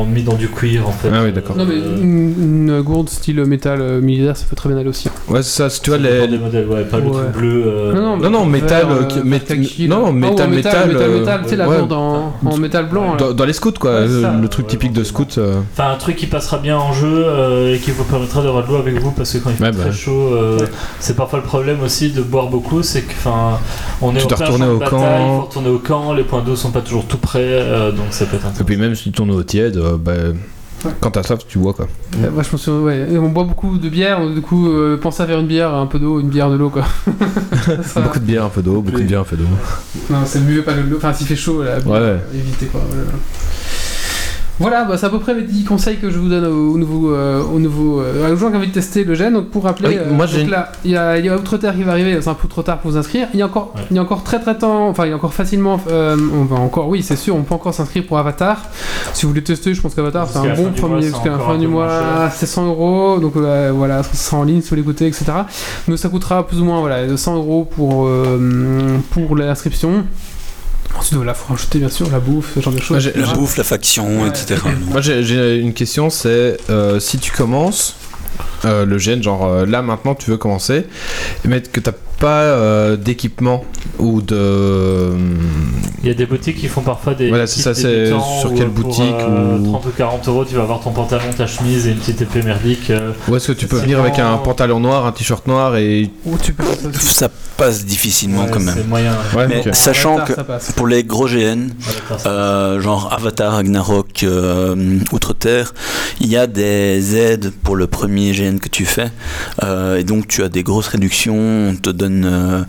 [SPEAKER 5] mises dans du cuir en fait.
[SPEAKER 3] Ah oui, d'accord.
[SPEAKER 1] Non mais
[SPEAKER 5] Euh,
[SPEAKER 1] une, une gourde style métal euh, militaire ça peut très bien aller aussi.
[SPEAKER 3] Ouais c'est ça, si tu
[SPEAKER 5] ça
[SPEAKER 3] vois
[SPEAKER 5] dépend
[SPEAKER 3] les,
[SPEAKER 5] des modèles, ouais, pas le
[SPEAKER 1] Ouais.
[SPEAKER 5] truc bleu. euh,
[SPEAKER 3] Non, non, métal,
[SPEAKER 1] vert,
[SPEAKER 3] euh, qui- mét-
[SPEAKER 1] tactile.
[SPEAKER 3] non,
[SPEAKER 1] Ah, ou en
[SPEAKER 3] métal, métal,
[SPEAKER 1] métal,
[SPEAKER 3] euh,
[SPEAKER 1] métal, tu sais la
[SPEAKER 3] ouais.
[SPEAKER 1] gourde en, en métal blanc. là.
[SPEAKER 3] Dans, dans les scouts, quoi,
[SPEAKER 5] Ouais,
[SPEAKER 3] euh,
[SPEAKER 5] ça,
[SPEAKER 3] le
[SPEAKER 5] euh,
[SPEAKER 3] truc
[SPEAKER 5] ouais,
[SPEAKER 3] typique de
[SPEAKER 5] éventuellement.
[SPEAKER 3] scout. euh.
[SPEAKER 5] Enfin, un truc qui passera bien en jeu euh, et qui vous permettra d'avoir de l'eau avec vous parce que quand il fait
[SPEAKER 3] Ouais,
[SPEAKER 5] très
[SPEAKER 3] bah.
[SPEAKER 5] chaud, euh, c'est parfois le problème aussi de boire beaucoup. C'est que, enfin, on est
[SPEAKER 3] Tu
[SPEAKER 5] en
[SPEAKER 3] dois
[SPEAKER 5] plein
[SPEAKER 3] retourner
[SPEAKER 5] champ de
[SPEAKER 3] au
[SPEAKER 5] bataille,
[SPEAKER 3] camp.
[SPEAKER 5] faut retourner au camp, les points d'eau sont pas toujours tout prêts, euh, donc ça peut être
[SPEAKER 3] Et
[SPEAKER 5] intéressant.
[SPEAKER 3] puis même si tu tournes au tiède, euh, bah, quand t'as soif, tu bois, quoi.
[SPEAKER 1] Euh, moi je pense que, ouais, et on boit beaucoup de bière, donc, du coup euh, pensez à faire une bière, un peu d'eau, une bière de l'eau quoi. Ça, ça-
[SPEAKER 3] Beaucoup de bière, un peu d'eau, beaucoup de bière, un peu d'eau.
[SPEAKER 1] Non c'est mieux pas de l'eau, enfin s'il fait chaud là,
[SPEAKER 3] Ouais, ouais.
[SPEAKER 1] évitez quoi. Voilà, Voilà, bah, c'est à peu près les 10 conseils que je vous donne aux, aux nouveaux, euh, aux, nouveaux, euh, aux gens qui ont envie de tester le gène. Donc pour rappeler,
[SPEAKER 3] Ah oui, moi,
[SPEAKER 1] euh,
[SPEAKER 3] j'ai
[SPEAKER 1] donc
[SPEAKER 3] une-
[SPEAKER 1] là, il y a, il y a Outre-Terre qui va arriver, c'est un peu trop tard pour vous inscrire. Il y a encore,
[SPEAKER 5] Ouais.
[SPEAKER 1] il y a encore très très temps, enfin il y a encore facilement, euh, on va encore, oui c'est sûr, on peut encore s'inscrire pour Avatar. Si vous voulez tester, je pense qu'Avatar c'est un
[SPEAKER 5] Jusqu'à la
[SPEAKER 1] bon
[SPEAKER 5] fin du mois,
[SPEAKER 1] premier,
[SPEAKER 5] c'est
[SPEAKER 1] jusqu'à la
[SPEAKER 5] encore
[SPEAKER 1] fin
[SPEAKER 5] un
[SPEAKER 1] du
[SPEAKER 5] peu
[SPEAKER 1] mois,
[SPEAKER 5] moins cher.
[SPEAKER 1] c'est 100 euros, donc euh, voilà, ça sera en ligne si vous l'écoutez, etc. Mais ça coûtera plus ou moins voilà, 100 euros pour, euh, pour l'inscription. tu dois la faut rajouter bien sûr la bouffe, ce genre de
[SPEAKER 3] Moi,
[SPEAKER 1] choses.
[SPEAKER 3] j'ai-
[SPEAKER 2] La bouffe, la faction, etc.
[SPEAKER 3] Moi j'ai- j'ai une question, c'est euh, si tu commences euh, le gène, genre euh, là maintenant tu veux commencer, mais que t'as pas euh, d'équipement ou de. euh,
[SPEAKER 5] Il y a des boutiques qui font parfois des.
[SPEAKER 3] Voilà, c'est
[SPEAKER 5] kits
[SPEAKER 3] ça, c'est
[SPEAKER 5] débutants
[SPEAKER 3] sur
[SPEAKER 5] où,
[SPEAKER 3] quelle
[SPEAKER 5] pour,
[SPEAKER 3] boutique
[SPEAKER 5] euh,
[SPEAKER 3] ou-
[SPEAKER 5] 30 ou 40 euros, tu vas avoir ton pantalon, ta chemise et une petite épée merdique. euh,
[SPEAKER 3] Ou est-ce que tu peux
[SPEAKER 5] C'est
[SPEAKER 3] venir avec un
[SPEAKER 5] vraiment-
[SPEAKER 3] pantalon noir, un t-shirt noir et.
[SPEAKER 1] Ou Oh, tu peux faire ça aussi.
[SPEAKER 2] Ça passe difficilement
[SPEAKER 5] ouais,
[SPEAKER 2] quand même.
[SPEAKER 5] C'est moyen. ouais.
[SPEAKER 3] Ouais,
[SPEAKER 2] Mais
[SPEAKER 3] ok.
[SPEAKER 2] sachant
[SPEAKER 1] Avatar,
[SPEAKER 2] que
[SPEAKER 1] ça passe.
[SPEAKER 2] pour les gros GN,
[SPEAKER 5] Voilà, t'as ça.
[SPEAKER 2] euh, genre Avatar, Ragnarok, euh, Outre-Terre, il y a des aides pour le premier GN que tu fais. Euh, et donc tu as des grosses réductions, on te donne euh,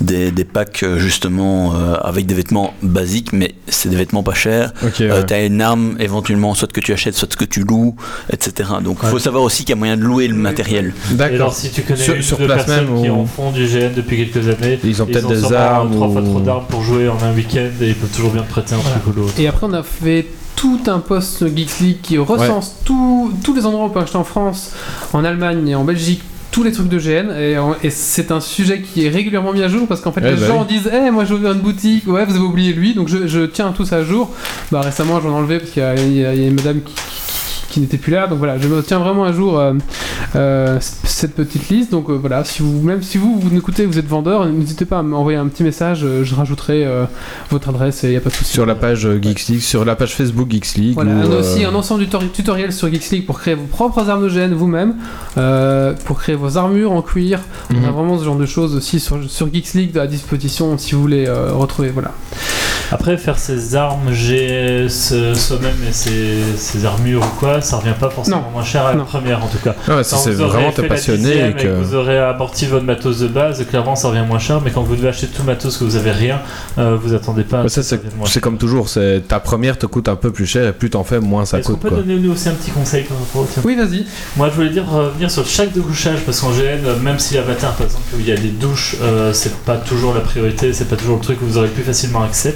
[SPEAKER 2] des, des packs euh, justement euh, avec des vêtements basiques, mais c'est des vêtements pas chers.
[SPEAKER 3] Ok,
[SPEAKER 2] Euh,
[SPEAKER 3] ouais.
[SPEAKER 2] t'as une arme éventuellement, soit que tu achètes, soit que tu loues, etc. Donc il faut
[SPEAKER 5] Ouais.
[SPEAKER 2] savoir aussi qu'il y a moyen de louer le matériel.
[SPEAKER 5] Et alors,
[SPEAKER 3] Euh, D'accord.
[SPEAKER 5] si tu connais
[SPEAKER 3] Sur-
[SPEAKER 5] une ou
[SPEAKER 3] sur
[SPEAKER 5] deux
[SPEAKER 3] place
[SPEAKER 5] personnes
[SPEAKER 3] même,
[SPEAKER 5] qui
[SPEAKER 3] on-
[SPEAKER 5] en font du GN depuis quelques années,
[SPEAKER 3] Ils ont peut-être des
[SPEAKER 5] sûrement
[SPEAKER 3] armes.
[SPEAKER 5] trois fois
[SPEAKER 3] ou-
[SPEAKER 5] trop d'armes pour jouer en un week-end et ils peuvent toujours bien te prêter un
[SPEAKER 1] Voilà.
[SPEAKER 5] truc ou l'autre.
[SPEAKER 1] Et après, on a fait tout un post Geeks League qui recense tout- tous les endroits où on peut acheter en France, en Allemagne et en Belgique tous les trucs de GN et, en- et c'est un sujet qui est régulièrement mis à jour parce qu'en fait
[SPEAKER 3] Eh
[SPEAKER 1] les
[SPEAKER 3] bah
[SPEAKER 1] gens disent eh moi j'ai ouvert une boutique ouais vous avez oublié lui donc je, je tiens tous à jour bah récemment j'en ai enlevé parce qu'il y, a- il y a il y a une madame qui, qui- qui n'était plus là donc voilà je me tiens vraiment à jour euh, euh, c- cette petite liste donc euh, voilà si vous même si vous vous écoutez vous êtes vendeur n'hésitez pas à m'envoyer un petit message euh, je rajouterai euh, votre adresse et il n'y a pas de souci
[SPEAKER 3] Sur la page euh, Geeks League, sur la page Facebook Geeks League.
[SPEAKER 1] voilà,
[SPEAKER 3] ou,
[SPEAKER 1] un,
[SPEAKER 3] euh,
[SPEAKER 1] aussi un ensemble de tutori- tutoriels sur Geeks League pour créer vos propres armes de GN vous-même, euh, pour créer vos armures en cuir. On a
[SPEAKER 3] Mhm.
[SPEAKER 1] vraiment ce genre de choses aussi sur, sur Geeks League à disposition si vous voulez euh, retrouver. Voilà.
[SPEAKER 5] Après, faire ses armes GS euh, soi-même et ses, ses armures ou quoi, ça revient pas forcément
[SPEAKER 1] Non.
[SPEAKER 5] moins cher à la
[SPEAKER 1] Non.
[SPEAKER 5] première en tout cas.
[SPEAKER 3] Ah ouais, si
[SPEAKER 5] Quand
[SPEAKER 3] c'est
[SPEAKER 5] vous aurez
[SPEAKER 3] vraiment
[SPEAKER 5] fait
[SPEAKER 3] t'es
[SPEAKER 5] la
[SPEAKER 3] passionné
[SPEAKER 5] dixième
[SPEAKER 3] et
[SPEAKER 5] et que
[SPEAKER 3] que.
[SPEAKER 5] vous aurez amorti votre matos de base, clairement ça revient moins cher, mais quand vous devez acheter tout le matos que vous avez rien, euh, vous attendez pas. à
[SPEAKER 3] Bah, ça,
[SPEAKER 5] ce que
[SPEAKER 3] c'est
[SPEAKER 5] revienne moins
[SPEAKER 3] c'est
[SPEAKER 5] cher.
[SPEAKER 3] comme toujours, c'est ta première te coûte un peu plus cher et plus t'en fais, moins ça
[SPEAKER 5] Est-ce qu'on
[SPEAKER 3] coûte.
[SPEAKER 5] peut
[SPEAKER 3] Quoi.
[SPEAKER 5] donner nous aussi un petit conseil par rapport au- tiens.
[SPEAKER 1] Oui, vas-y.
[SPEAKER 5] Moi je voulais dire revenir sur chaque découchage parce qu'en GN, euh, même si Avatar par exemple où il y a des douches, euh, c'est pas toujours la priorité, c'est pas toujours le truc où vous aurez le plus facilement accès.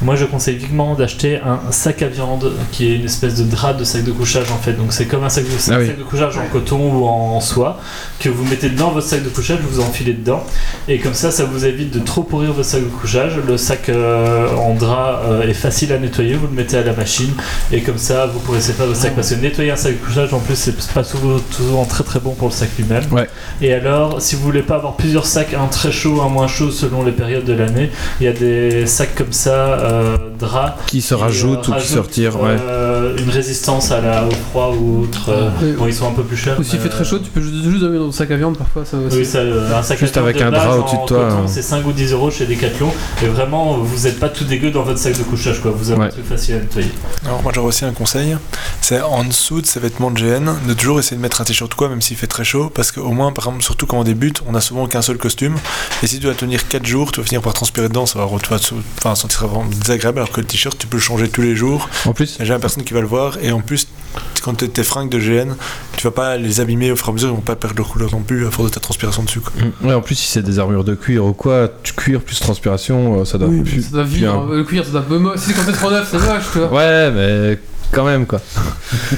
[SPEAKER 5] Moi je conseille uniquement d'acheter un sac à viande qui est une espèce de drap de sac de couchage en fait. Donc c'est comme un sac de,
[SPEAKER 3] Ah oui.
[SPEAKER 5] sac de couchage en coton ou en, en soie que vous mettez dans votre sac de couchage, vous enfilez dedans et comme ça ça vous évite de trop pourrir votre sac de couchage. Le sac euh, en drap euh, est facile à nettoyer, vous le mettez à la machine et comme ça, vous pourrez séparer votre sac parce que nettoyer un sac de couchage en plus, c'est pas souvent, souvent très très bon pour le sac lui-même.
[SPEAKER 3] Ouais.
[SPEAKER 5] Et alors, si vous voulez pas avoir plusieurs sacs, un très chaud, un moins chaud selon les périodes de l'année, il y a des sacs comme ça, euh, draps,
[SPEAKER 3] Qui se
[SPEAKER 5] qui, euh,
[SPEAKER 3] rajoute ou qui se
[SPEAKER 5] rajoutent,
[SPEAKER 3] retire, ouais.
[SPEAKER 5] euh, une résistance à la, au froid ou autre. euh,
[SPEAKER 1] Ouais.
[SPEAKER 5] bon, ils sont un peu plus chers.
[SPEAKER 1] Ou s'il
[SPEAKER 5] mais,
[SPEAKER 1] fait très chaud,
[SPEAKER 5] euh,
[SPEAKER 1] tu peux juste, juste donner dans le sac à viande parfois. Ça,
[SPEAKER 5] oui,
[SPEAKER 1] aussi.
[SPEAKER 5] ça, euh, un sac à
[SPEAKER 3] Juste
[SPEAKER 5] viande
[SPEAKER 3] avec
[SPEAKER 5] de
[SPEAKER 3] un
[SPEAKER 5] base
[SPEAKER 3] drap
[SPEAKER 5] en
[SPEAKER 3] au-dessus de toi,
[SPEAKER 5] coton,
[SPEAKER 3] hein.
[SPEAKER 5] C'est 5 ou 10 euros chez Decathlon. Et vraiment, vous n'êtes pas tout dégueu dans votre sac de couchage. quoi. Vous avez
[SPEAKER 3] Ouais.
[SPEAKER 5] un truc facile à nettoyer.
[SPEAKER 7] Alors moi j'aurais aussi un conseil, c'est en dessous de ces vêtements de GN, de toujours essayer de mettre un t-shirt ou quoi même s'il fait très chaud, parce qu'au moins par exemple surtout quand on débute, on a souvent qu'un seul costume, et si tu dois tenir 4 jours, tu vas finir par transpirer dedans, ça va tu vas te- enfin, sentir vraiment désagréable, alors que le t-shirt tu peux le changer tous les jours,
[SPEAKER 3] En plus,
[SPEAKER 7] il n'y a jamais personne qui va le voir, et en plus quand t'es- tes fringues de GN, tu vas pas les abîmer au fur et à mesure, ils vont pas perdre leur couleur non plus à force de ta transpiration dessus. Quoi.
[SPEAKER 3] ouais, en plus, si c'est des armures de cuir ou quoi, tu cuir plus transpiration, euh, ça doit.
[SPEAKER 1] Oui,
[SPEAKER 3] plus-
[SPEAKER 1] ça doit
[SPEAKER 3] plus
[SPEAKER 1] vivre.
[SPEAKER 3] un-
[SPEAKER 1] hein. Le cuir, ça doit un peu moche. Si c'est quand c'est trop neuf, c'est moche, tu vois.
[SPEAKER 3] Ouais, mais quand même quoi.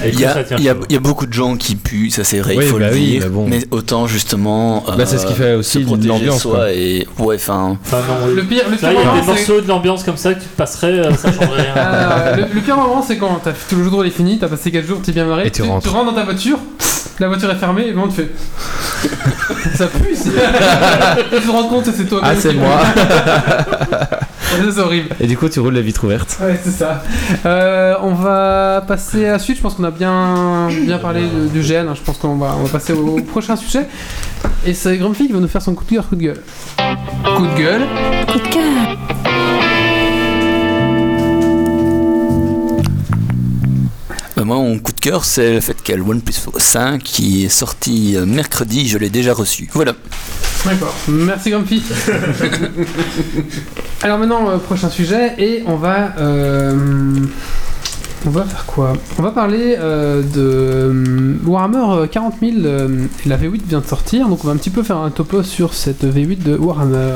[SPEAKER 5] Et
[SPEAKER 2] Il
[SPEAKER 5] tout
[SPEAKER 2] y, a,
[SPEAKER 5] ça tient
[SPEAKER 2] il y a-
[SPEAKER 5] chaud.
[SPEAKER 2] il y a beaucoup de gens qui puent, ça c'est vrai,
[SPEAKER 3] Oui,
[SPEAKER 2] il faut
[SPEAKER 3] bah
[SPEAKER 2] le
[SPEAKER 3] oui,
[SPEAKER 2] dire.
[SPEAKER 3] mais
[SPEAKER 2] mais,
[SPEAKER 3] bon.
[SPEAKER 2] autant justement.
[SPEAKER 3] Bah, c'est ce qui
[SPEAKER 2] euh,
[SPEAKER 3] fait
[SPEAKER 2] se
[SPEAKER 3] aussi de
[SPEAKER 2] protéger
[SPEAKER 3] l'ambiance. quoi.
[SPEAKER 2] soi et ouais, enfin.
[SPEAKER 5] Enfin, non, oui.
[SPEAKER 1] Le pire, le pire
[SPEAKER 5] Là, il y a
[SPEAKER 1] moment,
[SPEAKER 5] des
[SPEAKER 1] c'est-
[SPEAKER 5] morceaux de l'ambiance comme ça que tu te passerais, euh, ça changerait rien.
[SPEAKER 1] Ah, le, le pire moment, c'est quand t'as, tout le jour est fini, t'as passé 4 jours, t'es bien marré,
[SPEAKER 3] Et tu
[SPEAKER 1] tu,
[SPEAKER 3] rentres.
[SPEAKER 1] tu rentres dans ta voiture, la voiture est fermée, et le monde fait. ça pue ici Tu te rends compte que c'est toi
[SPEAKER 3] Ah, c'est moi.
[SPEAKER 1] Ça, c'est horrible
[SPEAKER 3] Et du coup, tu roules la vitre ouverte.
[SPEAKER 1] Ouais, c'est ça. Euh, on va passer à la suite. Je pense qu'on a bien, bien parlé de- du GN. hein. Je pense qu'on va, on va passer au, prochain sujet. Et c'est Grumpy qui va nous faire son coup de cœur, coup de gueule. Coup de gueule.
[SPEAKER 2] Bah, moi, mon coup de cœur, c'est le fait qu'il y a le OnePlus 5 qui est sorti euh, mercredi, je l'ai déjà reçu. Voilà.
[SPEAKER 1] D'accord. Merci Grumpy. Alors maintenant, euh, prochain sujet, et on va... euh, on va faire quoi On va parler euh, de euh, Warhammer 40 000, euh, et la V8 vient de sortir, donc on va un petit peu faire un topo sur cette V8 de Warhammer.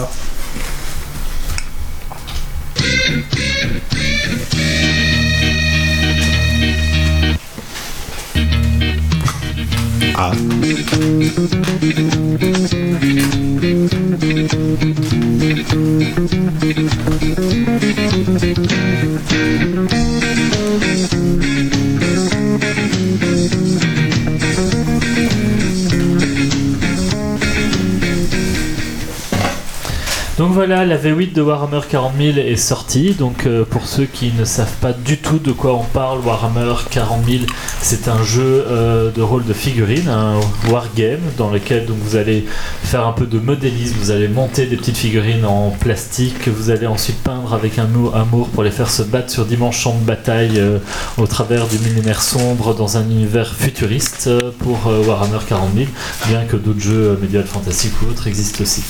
[SPEAKER 5] voilà, la V8 de Warhammer 40 000 est sortie. Donc, euh, pour ceux qui ne savent pas du tout de quoi on parle, Warhammer 40 000, c'est un jeu euh, de rôle de figurines, un wargame, dans lequel donc, vous allez faire un peu de modélisme, vous allez monter des petites figurines en plastique, que vous allez ensuite peindre avec un mou- amour pour les faire se battre sur d'immenses champs de bataille euh, au travers du millénaire sombre dans un univers futuriste euh, pour euh, Warhammer 40 000, bien que d'autres jeux euh, médiéval fantastiques ou autres existent aussi.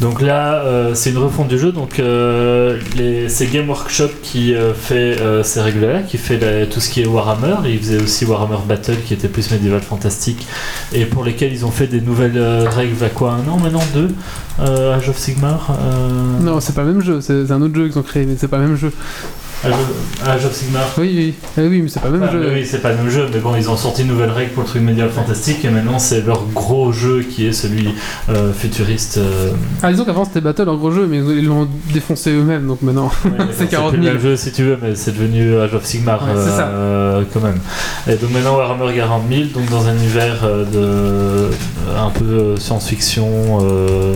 [SPEAKER 5] Donc là, euh, c'est une refonte du jeu. Donc euh, les- c'est Game Workshop qui euh, fait euh, ces règles-là, qui fait la- tout ce qui est Warhammer. Ils faisaient aussi Warhammer Battle, qui était plus médiéval fantastique, et pour lesquels ils ont fait des nouvelles euh, règles. À quoi un an maintenant deux euh, Age of Sigmar. euh,
[SPEAKER 1] Non, c'est pas le même jeu, c'est c'est un autre jeu qu'ils ont créé, mais c'est pas le même jeu.
[SPEAKER 5] Age of- Age of Sigmar.
[SPEAKER 1] Oui, oui, Eh oui mais c'est pas le même
[SPEAKER 5] Ah,
[SPEAKER 1] jeu.
[SPEAKER 5] mais Oui, c'est pas le même jeu, mais bon, ils ont sorti une nouvelle règle pour le truc médiéval fantastique, et maintenant c'est leur gros jeu qui est celui euh, futuriste. euh,
[SPEAKER 1] Ah, disons qu'avant c'était Battle, un gros jeu, mais ils l'ont défoncé eux-mêmes, donc maintenant.
[SPEAKER 5] ouais, d'accord, c'est
[SPEAKER 1] 40
[SPEAKER 5] plus
[SPEAKER 1] 000.
[SPEAKER 5] le même jeu si tu veux, mais c'est devenu Age of Sigmar
[SPEAKER 1] Ouais, c'est ça.
[SPEAKER 5] euh, quand même. Et donc maintenant Warhammer 40 000, donc dans un univers euh, de un peu euh, science-fiction. euh,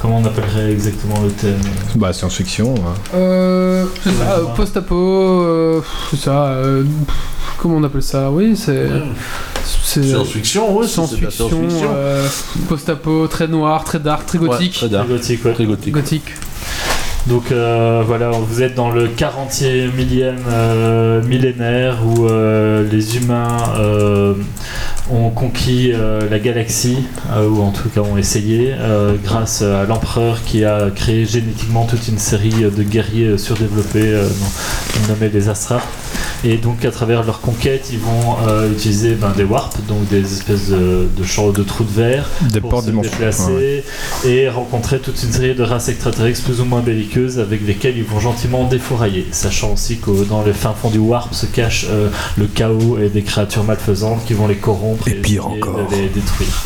[SPEAKER 5] Comment on appellerait exactement le thème
[SPEAKER 3] Bah, science-fiction. hein.
[SPEAKER 1] Euh, c'est
[SPEAKER 5] Ouais,
[SPEAKER 1] ça, euh,
[SPEAKER 5] voilà.
[SPEAKER 1] post-apo, euh, pff, c'est ça, euh, pff, comment on appelle ça Oui, c'est. c'est-
[SPEAKER 4] Science-fiction, ouais, c'est de la
[SPEAKER 1] Science-fiction, euh, post-apo, très noir, très dark, très
[SPEAKER 4] Ouais,
[SPEAKER 1] gothique.
[SPEAKER 4] très dark,
[SPEAKER 5] Gothic, ouais.
[SPEAKER 4] très gothique.
[SPEAKER 1] Gothique.
[SPEAKER 5] Donc euh, voilà, vous êtes dans le 40e millième euh, millénaire où euh, les humains euh, ont conquis euh, la galaxie, euh, ou en tout cas ont essayé, euh, grâce à l'empereur qui a créé génétiquement toute une série euh, de guerriers euh, surdéveloppés, euh, non- nommés les Astra. Et donc à travers leur conquête, ils vont euh, utiliser ben, des warps, donc des espèces de, de champs de trous de verre,
[SPEAKER 3] Des
[SPEAKER 5] pour
[SPEAKER 3] portes
[SPEAKER 5] se
[SPEAKER 3] dimensionnelles.
[SPEAKER 5] déplacer
[SPEAKER 3] Ouais, ouais.
[SPEAKER 5] et rencontrer toute une série de races extraterrestres plus ou moins belliqueuses avec lesquelles ils vont gentiment défourailler, sachant aussi que dans les fins fonds du warp se cache euh, le chaos et des créatures malfaisantes qui vont les corrompre
[SPEAKER 11] Et pire
[SPEAKER 5] essayer
[SPEAKER 11] encore.
[SPEAKER 5] de les détruire.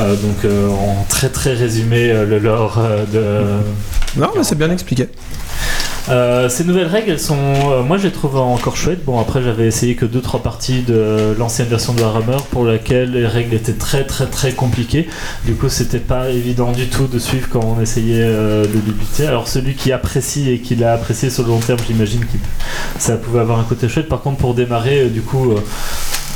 [SPEAKER 5] Euh, donc euh, en très très résumé euh, le lore euh, de
[SPEAKER 3] Non, mais c'est bien expliqué.
[SPEAKER 5] euh, ces nouvelles règles, elles sont, euh, moi, je les trouve encore chouettes. Bon, après, j'avais essayé que deux trois parties de l'ancienne version de Warhammer, pour laquelle les règles étaient très, très, très compliquées. Du coup, c'était pas évident du tout de suivre quand on essayait euh, de débuter. Alors, celui qui apprécie et qui l'a apprécié sur le long terme, j'imagine que ça pouvait avoir un côté chouette. Par contre, pour démarrer, euh, du coup. euh,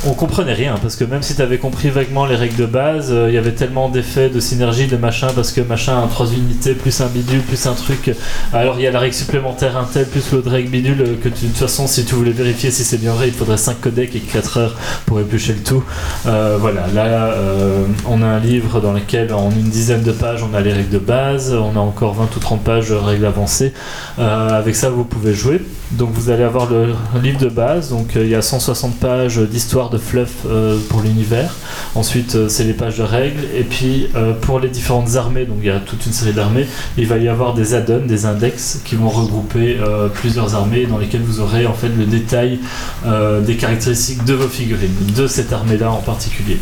[SPEAKER 5] on comprenait rien parce que même si tu avais compris vaguement les règles de base, euh, il y avait tellement d'effets, de synergie, de machin, parce que machin a trois unités, plus un bidule, plus un truc, alors il y a la règle supplémentaire un tel plus l'autre règle bidule euh, que tu- de toute façon si tu voulais vérifier si c'est bien vrai il te faudrait 5 codecs et 4 heures pour éplucher le tout. Euh, voilà, là euh, on a un livre dans lequel en une dizaine de pages on a les règles de base, on a encore 20 ou 30 pages de règles avancées. Euh, avec ça vous pouvez jouer. Donc vous allez avoir le livre de base, donc euh, il y a 160 pages d'histoire de fluff euh, pour l'univers. Ensuite euh, c'est les pages de règles et puis euh, pour les différentes armées, donc il y a toute une série d'armées il va y avoir des add-ons, des index qui vont regrouper euh, plusieurs armées dans lesquelles vous aurez en fait le détail euh, des caractéristiques de vos figurines, de cette armée-là en particulier.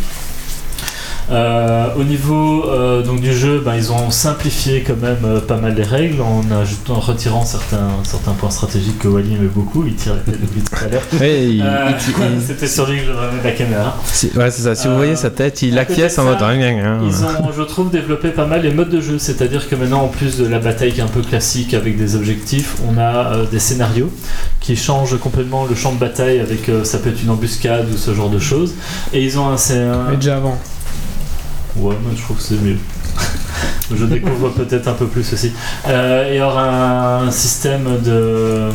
[SPEAKER 5] Euh, au niveau euh, donc du jeu, ben, ils ont simplifié quand même euh, pas mal les règles en, ajoutant- en retirant certains, certains points stratégiques que Wally aimait beaucoup. Il tire la tête depuis tout à l'heure.
[SPEAKER 3] Ouais, il-
[SPEAKER 5] Euh,
[SPEAKER 3] il- il-
[SPEAKER 5] C'était sur lui que je devrais mettre la caméra.
[SPEAKER 3] si- ouais, c'est ça. Si vous
[SPEAKER 5] Euh,
[SPEAKER 3] voyez sa tête, il
[SPEAKER 5] à
[SPEAKER 3] acquiesce
[SPEAKER 5] côté
[SPEAKER 3] en
[SPEAKER 5] de
[SPEAKER 3] mode.
[SPEAKER 5] ça,
[SPEAKER 3] Rien, rien, rien.
[SPEAKER 5] Ils
[SPEAKER 1] Ah.
[SPEAKER 5] ont, je trouve, développé pas mal les modes de jeu, c'est-à-dire que maintenant, en plus de la bataille qui est un peu classique avec des objectifs, on a euh, des scénarios qui changent complètement le champ de bataille avec euh, ça peut être une embuscade ou ce genre de choses. Et ils ont un. c'est un-
[SPEAKER 1] Mais déjà avant.
[SPEAKER 5] Ouais, moi je trouve que c'est mieux. je découvre peut-être un peu plus aussi. Euh, il y aura un système de.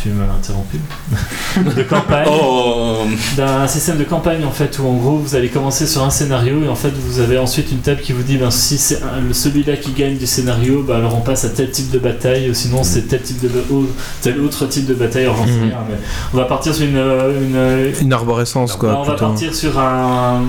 [SPEAKER 5] Tu m'as interrompu. de campagne
[SPEAKER 2] Oh
[SPEAKER 5] d'un système de campagne en fait où en gros vous allez commencer sur un scénario et en fait vous avez ensuite une table qui vous dit ben si c'est un- le- celui-là qui gagne du scénario ben alors on passe à tel type de bataille ou sinon c'est tel type de ba- ou tel autre type de bataille alors j'en sais
[SPEAKER 3] Mhm.
[SPEAKER 5] rien, mais on va partir sur une, euh, une-
[SPEAKER 3] Une arborescence, quoi.
[SPEAKER 5] ben, on va
[SPEAKER 3] plutôt.
[SPEAKER 5] partir sur un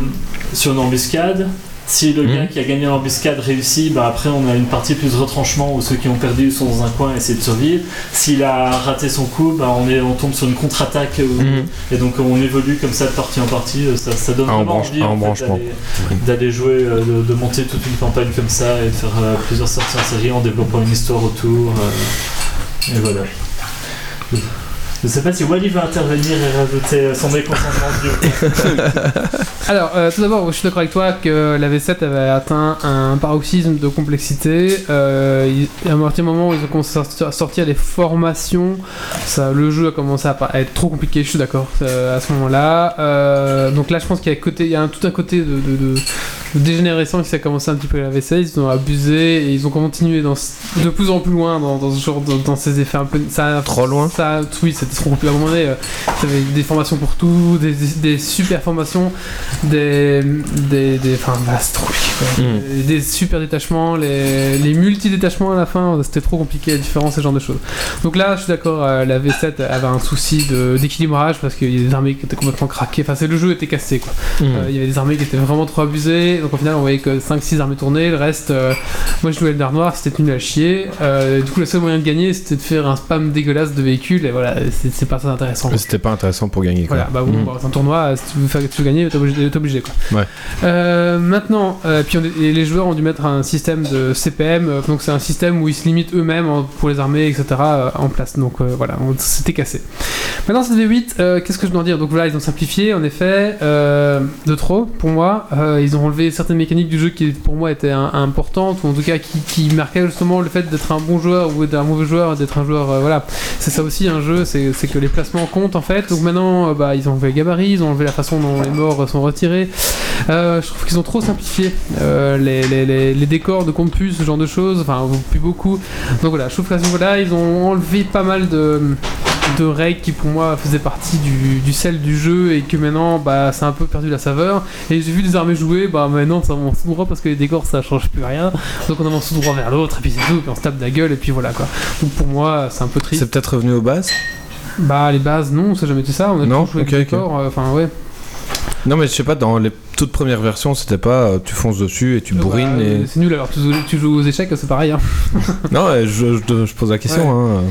[SPEAKER 5] sur une embuscade si le
[SPEAKER 3] Mhm.
[SPEAKER 5] gars qui a gagné l'embuscade réussit, bah après on a une partie plus retranchement où ceux qui ont perdu sont dans un coin et essaient de survivre. S'il a raté son coup, bah on, est, on tombe sur une contre-attaque où-
[SPEAKER 3] Mhm.
[SPEAKER 5] et donc on évolue comme ça de partie en partie, euh, ça, ça donne
[SPEAKER 3] Un
[SPEAKER 5] vraiment
[SPEAKER 3] Ah, branche-
[SPEAKER 5] envie
[SPEAKER 3] un
[SPEAKER 5] en fait,
[SPEAKER 3] branchement.
[SPEAKER 5] d'aller- d'aller jouer, euh, de, de monter toute une campagne comme ça et de faire euh, plusieurs sorties en série en développant une histoire autour. euh, et voilà. Je sais pas si Wally va intervenir et rajouter euh, son mécontentement du
[SPEAKER 1] Alors, euh, tout d'abord, je suis d'accord avec toi que la V7 avait atteint un paroxysme de complexité. Euh, il- à partir du moment où ils ont commencé à sortir- à sortir les formations, ça, le jeu a commencé à, par- à être trop compliqué, je suis d'accord, euh, à ce moment-là. Euh, donc là, je pense qu'il y a, côté, il y a un- tout un côté de, de, de- de dégénérescent qui s'est commencé un petit peu à la V7. Ils ont abusé et ils ont continué dans, ce- de plus en plus loin dans, dans ce genre, dans, dans ces effets un peu. Ça,
[SPEAKER 3] Trop loin.
[SPEAKER 1] ça, oui, c'était trop compliqué à un moment donné. euh, T'avais des formations pour tout, des, des super formations, des. des. des enfin, bah, c'est trop compliqué, quoi.
[SPEAKER 3] Mm.
[SPEAKER 1] Des- Des super détachements, les, les multi-détachements à la fin, c'était trop compliqué, la différence, ce genre de choses. Donc là, je suis d'accord, euh, la V7 avait un souci de- d'équilibrage parce qu'il y a des armées qui étaient complètement craquées, enfin, c'est le jeu était cassé, quoi.
[SPEAKER 3] Hmm. Mmh.
[SPEAKER 1] Euh, Il y avait des armées qui étaient vraiment trop abusées, donc au final on voyait que 5-6 armées tournées, le reste, euh, moi je jouais Eldar Noir, c'était nul à chier, Euh, du coup le seul moyen de gagner c'était de faire un spam dégueulasse de véhicules, et voilà, c'est c'est pas très intéressant.
[SPEAKER 3] Mais C'était pas intéressant pour gagner. Quoi.
[SPEAKER 1] Voilà, bah bon,
[SPEAKER 3] Mm.
[SPEAKER 1] bah, c'est un tournoi, euh, si tu veux, faire, tu veux gagner, t'es obligé, t'es obligé, quoi.
[SPEAKER 3] Ouais.
[SPEAKER 1] Euh, maintenant, euh, puis on- et les joueurs ont dû mettre un système de CPM, euh, donc c'est un système où ils se limitent eux-mêmes en- pour les armées, etc. euh, en place, donc euh, voilà, on- c'était cassé. Maintenant, cette V8, euh, qu'est-ce que je dois en dire Donc voilà, ils ont simplifié, en effet, euh, de trop, pour moi. Euh, ils ont enlevé certaines mécaniques du jeu qui, pour moi, étaient un- importantes, ou en tout cas qui, qui marquaient justement le fait d'être un bon joueur ou d'être un mauvais joueur, d'être un joueur, euh, voilà, c'est ça aussi un jeu, c'est c'est que les placements comptent en fait. Donc maintenant, euh, bah, ils ont enlevé les gabarits, ils ont enlevé la façon dont les morts euh, sont retirés. Euh, je trouve qu'ils ont trop simplifié euh, les, les- les- les décors de campus, ce genre de choses, enfin, plus beaucoup. Donc voilà, je trouve qu'à ce niveau-là, ils ont enlevé pas mal de, de règles qui pour moi faisaient partie du, du sel du jeu et que maintenant, bah, ça a un peu perdu la saveur. Et j'ai vu des armées jouer, bah maintenant ça avance tout droit parce que les décors ça change plus rien. Donc on avance tout droit vers l'autre, et puis c'est tout, et puis on se tape de la gueule, et puis voilà quoi. Donc pour moi, c'est un peu triste.
[SPEAKER 3] C'est peut-être revenu aux bases
[SPEAKER 1] Bah les bases non, ça a jamais été ça, on a
[SPEAKER 3] Non,
[SPEAKER 1] toujours joué
[SPEAKER 3] ok,
[SPEAKER 1] avec
[SPEAKER 3] ok.
[SPEAKER 1] des corps, euh, enfin ouais.
[SPEAKER 3] Non, mais je sais pas, dans les toutes premières versions, c'était pas euh, tu fonces dessus et tu bourrines.
[SPEAKER 1] Bah,
[SPEAKER 3] et...
[SPEAKER 1] euh, C'est nul alors, tu, joues- tu joues aux échecs, c'est pareil. hein.
[SPEAKER 3] Non, ouais, je, je- je pose la question. hein.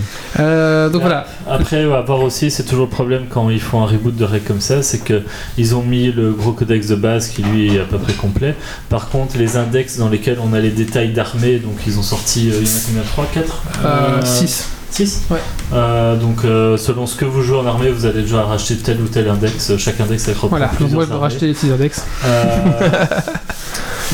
[SPEAKER 1] Euh, donc
[SPEAKER 5] Ouais.
[SPEAKER 1] voilà,
[SPEAKER 5] Après, à voir aussi, c'est toujours le problème quand ils font un reboot de règles comme ça, c'est que ils ont mis le gros codex de base qui lui est à peu près complet. Par contre, les index dans lesquels on a les détails d'armée, donc ils ont sorti, euh, il y en a combien 3, 4
[SPEAKER 1] euh, 6.
[SPEAKER 5] 6
[SPEAKER 1] Ouais.
[SPEAKER 5] donc, euh, selon ce que vous jouez en armée, vous allez déjà racheter tel ou tel index. Chaque index est
[SPEAKER 1] Voilà, donc moi je vais racheter les 6 index.
[SPEAKER 5] euh,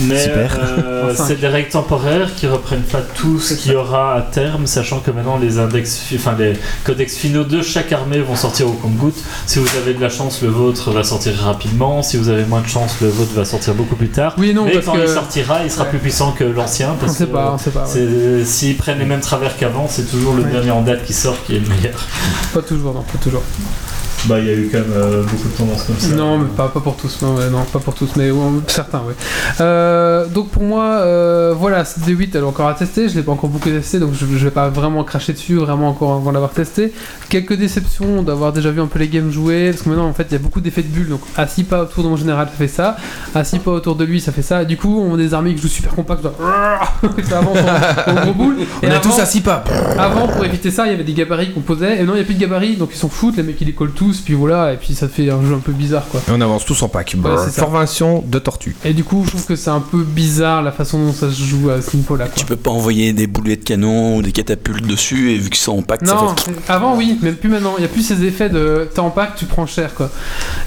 [SPEAKER 5] mais
[SPEAKER 3] Super.
[SPEAKER 5] euh,
[SPEAKER 1] Enfin.
[SPEAKER 5] c'est des règles temporaires qui reprennent pas tout ce qu'il y aura à terme, sachant que maintenant les index, fi- enfin les codex finaux de chaque armée vont sortir au compte-goutte. Si vous avez de la chance, le vôtre va sortir rapidement. Si vous avez moins de chance, le vôtre va sortir beaucoup plus tard.
[SPEAKER 1] Oui et non,
[SPEAKER 5] Mais
[SPEAKER 1] parce
[SPEAKER 5] quand
[SPEAKER 1] que.
[SPEAKER 5] il sortira, il sera
[SPEAKER 1] Ouais.
[SPEAKER 5] plus puissant que l'ancien
[SPEAKER 1] On
[SPEAKER 5] parce
[SPEAKER 1] sait
[SPEAKER 5] que
[SPEAKER 1] pas, on sait pas. Ah ouais.
[SPEAKER 5] c'est- s'ils prennent les mêmes travers qu'avant, c'est toujours le
[SPEAKER 1] Ouais.
[SPEAKER 5] dernier en date qui sort qui est le meilleur.
[SPEAKER 1] Pas toujours, non, pas toujours.
[SPEAKER 5] Bah, il y a eu quand même beaucoup de tendances comme ça.
[SPEAKER 1] Non, mais pas, pas pour tous, non, ouais, non, pas pour tous, mais ouais, certains, oui. Euh, donc pour moi, euh, voilà, cette D8, elle est encore à tester, je l'ai pas encore beaucoup testé, donc je, je vais pas vraiment cracher dessus, vraiment encore avant d'avoir testé. Quelques déceptions d'avoir déjà vu un peu les games jouer, parce que maintenant, en fait, il y a beaucoup d'effets de bulle, donc à 6 pas autour de mon général, ça fait ça, à 6 pas autour de lui, ça fait ça, et du coup, on a des armées qui jouent super compact, genre, ça avance en, en gros boule. et
[SPEAKER 3] On est
[SPEAKER 1] avant-
[SPEAKER 3] tous à 6 pas.
[SPEAKER 1] avant, pour éviter ça, il y avait des gabarits qu'on posait, et non, il n'y a plus de gabarits, donc ils s'en foutent, les mecs ils les collent tous, puis voilà, et puis ça fait un jeu un peu bizarre quoi.
[SPEAKER 3] Et on avance tous en pack.
[SPEAKER 1] Ouais, c'est ça.
[SPEAKER 3] Formation de tortue.
[SPEAKER 1] Et du coup, je trouve que c'est un peu bizarre la façon dont ça se joue à ce niveau-là. quoi.
[SPEAKER 2] Tu peux pas envoyer des boulets de canon ou des catapultes dessus et vu que c'est en pacte, ça
[SPEAKER 1] Non,
[SPEAKER 2] fait...
[SPEAKER 1] c'est- avant oui, mais plus maintenant. Il n'y a plus ces effets de t'es en pack, tu prends cher quoi.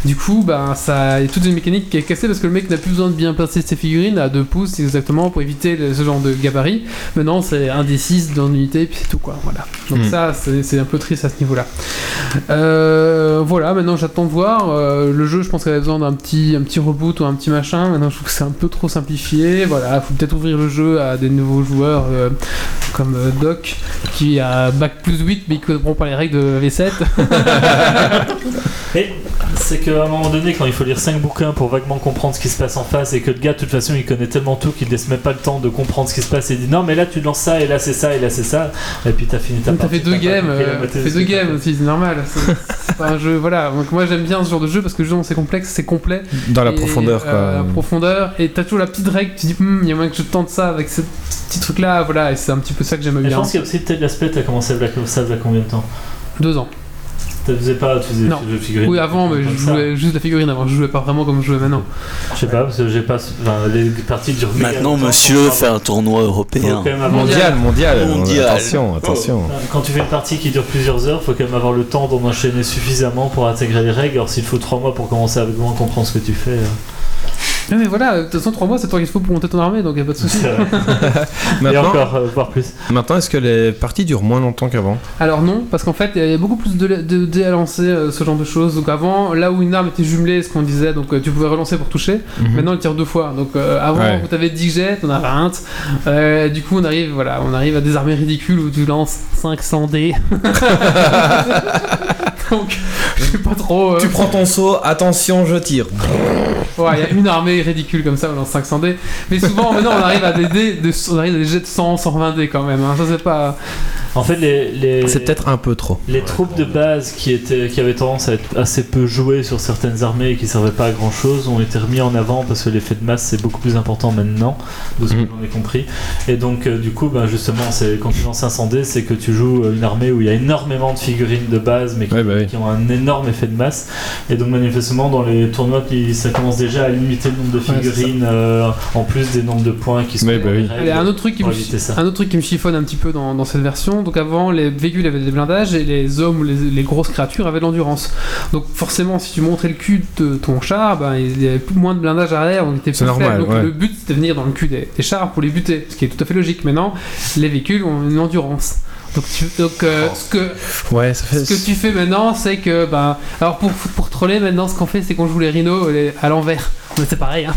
[SPEAKER 1] Du coup, ben ça, il y a toute une mécanique qui est cassée parce que le mec n'a plus besoin de bien placer ses figurines à deux pouces exactement pour éviter le- ce genre de gabarit. Maintenant, c'est un des 6 dans l'unité, puis c'est tout quoi. Voilà. Donc
[SPEAKER 2] Hmm.
[SPEAKER 3] Mm.
[SPEAKER 1] ça, c'est c'est un peu triste à ce niveau-là. Euh, voilà. Maintenant, j'attends de voir Euh, le jeu. Je pense qu'il avait besoin d'un petit, un petit reboot ou un petit machin. Maintenant, je trouve que c'est un peu trop simplifié. Voilà, faut peut-être ouvrir le jeu à des nouveaux joueurs euh, comme euh, Doc qui a bac plus 8 mais qui comprend pas les règles de V7.
[SPEAKER 5] Et c'est qu'à un moment donné, quand il faut lire 5 bouquins pour vaguement comprendre ce qui se passe en face, et que le gars, de toute façon, il connaît tellement tout qu'il laisse même pas le temps de comprendre ce qui se passe, et il dit non, mais là tu lances ça, et là c'est ça, et là c'est ça, et puis t'as fini ta
[SPEAKER 1] T'as
[SPEAKER 5] partie,
[SPEAKER 1] fait deux
[SPEAKER 5] pas
[SPEAKER 1] games,
[SPEAKER 5] compris la
[SPEAKER 1] euh,
[SPEAKER 5] moitié
[SPEAKER 1] t'as
[SPEAKER 5] de
[SPEAKER 1] fait
[SPEAKER 5] ce
[SPEAKER 1] deux
[SPEAKER 5] que t'as
[SPEAKER 1] games aussi, c'est normal. c'est- C'est pas un jeu, voilà. Donc moi j'aime bien ce genre de jeu parce que justement c'est complexe, c'est complet.
[SPEAKER 3] Dans Ah, la
[SPEAKER 1] Et,
[SPEAKER 3] profondeur, quoi.
[SPEAKER 1] euh, la profondeur. Et t'as toujours la petite règle, tu dis, Hum, il y a moyen que je tente ça avec ce petit truc là, voilà. Et c'est un petit peu ça que j'aime
[SPEAKER 5] fait. Et Je
[SPEAKER 1] bien.
[SPEAKER 5] pense qu'il y a aussi peut-être l'aspect, t'as commencé Black Ops ça il y a combien de temps
[SPEAKER 1] Deux ans.
[SPEAKER 5] Tu faisais pas, tu faisais
[SPEAKER 1] Non.
[SPEAKER 5] des jeux de figurines.
[SPEAKER 1] Oui, avant, mais je
[SPEAKER 5] Comme ça.
[SPEAKER 1] jouais juste la figurine avant, je jouais pas vraiment comme je jouais maintenant.
[SPEAKER 5] Je sais pas, parce que j'ai pas. Enfin, les parties durent. méga
[SPEAKER 2] Maintenant,
[SPEAKER 5] longtemps,
[SPEAKER 2] monsieur
[SPEAKER 5] faut
[SPEAKER 2] fait un tournoi européen.
[SPEAKER 5] quand même avoir-
[SPEAKER 3] Mondial, mondial.
[SPEAKER 2] Mondial.
[SPEAKER 3] Attention, attention.
[SPEAKER 5] Quand tu fais une partie qui dure plusieurs heures, faut quand même avoir le temps d'en enchaîner suffisamment pour intégrer les règles. Alors s'il faut trois mois pour commencer avec moi, comprendre ce que tu fais. euh,
[SPEAKER 1] Mais, mais voilà, de toute façon, 3 mois, c'est le temps qu'il faut pour monter ton armée, donc y a pas de soucis.
[SPEAKER 5] c'est vrai. Et
[SPEAKER 3] Maintenant,
[SPEAKER 5] encore, euh, voire plus.
[SPEAKER 3] maintenant est-ce que les parties durent moins longtemps qu'avant
[SPEAKER 1] Alors non, parce qu'en fait, il y a beaucoup plus de de- dés à lancer, euh, ce genre de choses. Donc avant, là où une arme était jumelée, ce qu'on disait, donc euh, tu pouvais relancer pour toucher, maintenant elle tire deux fois. Donc euh, avant,
[SPEAKER 3] Mhm. Ouais.
[SPEAKER 1] on t'avait dit que j'ai, t'en as 20. Euh, du coup, on arrive, voilà, on arrive à des armées ridicules où tu lances 500 dés. donc, je sais pas trop... euh,
[SPEAKER 3] Tu prends ton saut, attention, je tire.
[SPEAKER 1] Ouais, il y a une armée ridicule comme ça, on lance 500 dés. Mais souvent, maintenant, on arrive à des dés, de, on arrive à des jets de 100, 120 dés quand même. hein. Ça, c'est pas.
[SPEAKER 5] En fait, les. les...
[SPEAKER 3] C'est peut-être un peu trop.
[SPEAKER 5] Les troupes de base qui, étaient, qui avaient tendance à être assez peu jouées sur certaines armées et qui servaient pas à grand chose ont été remis en avant parce que l'effet de masse c'est beaucoup plus important maintenant, de ce
[SPEAKER 3] Mhm.
[SPEAKER 5] que j'en ai compris. Et donc, euh, du coup, ben, justement, c'est, quand tu lances un 100 dés, c'est que tu joues euh, une armée où il y a énormément de figurines de base mais qui,
[SPEAKER 3] Ouais, bah oui.
[SPEAKER 5] qui ont un énorme effet de masse. Et donc, manifestement, dans les tournois, il- ça commence déjà à limiter le nombre de
[SPEAKER 1] Ouais, c'est ça.
[SPEAKER 5] figurines euh, en plus des nombres de points qui sont.
[SPEAKER 3] Ouais, bah
[SPEAKER 5] dans les
[SPEAKER 3] oui.
[SPEAKER 5] règles.
[SPEAKER 1] Il y a un autre truc qui me,
[SPEAKER 5] Pour éviter ça.
[SPEAKER 1] un autre truc qui me chiffonne un petit peu dans, dans cette version. Donc avant, les véhicules avaient des blindages et les hommes ou les, les grosses créatures avaient de l'endurance. Donc forcément, si tu montrais le cul de ton char, ben, il y avait plus- moins de blindage arrière, on était plus
[SPEAKER 3] C'est normal,
[SPEAKER 1] faible. Donc
[SPEAKER 3] ouais.
[SPEAKER 1] le but c'était de venir dans le cul des, des chars pour les buter, ce qui est tout à fait logique. Maintenant, les véhicules ont une endurance. Donc, tu- donc euh,
[SPEAKER 3] Oh.
[SPEAKER 1] ce que
[SPEAKER 3] Ouais, ça fait.
[SPEAKER 1] Ce que tu fais maintenant, c'est que, bah, alors pour, pour troller, maintenant, ce qu'on fait, c'est qu'on joue les rhinos euh, les- à l'envers. Mais c'est pareil, hein.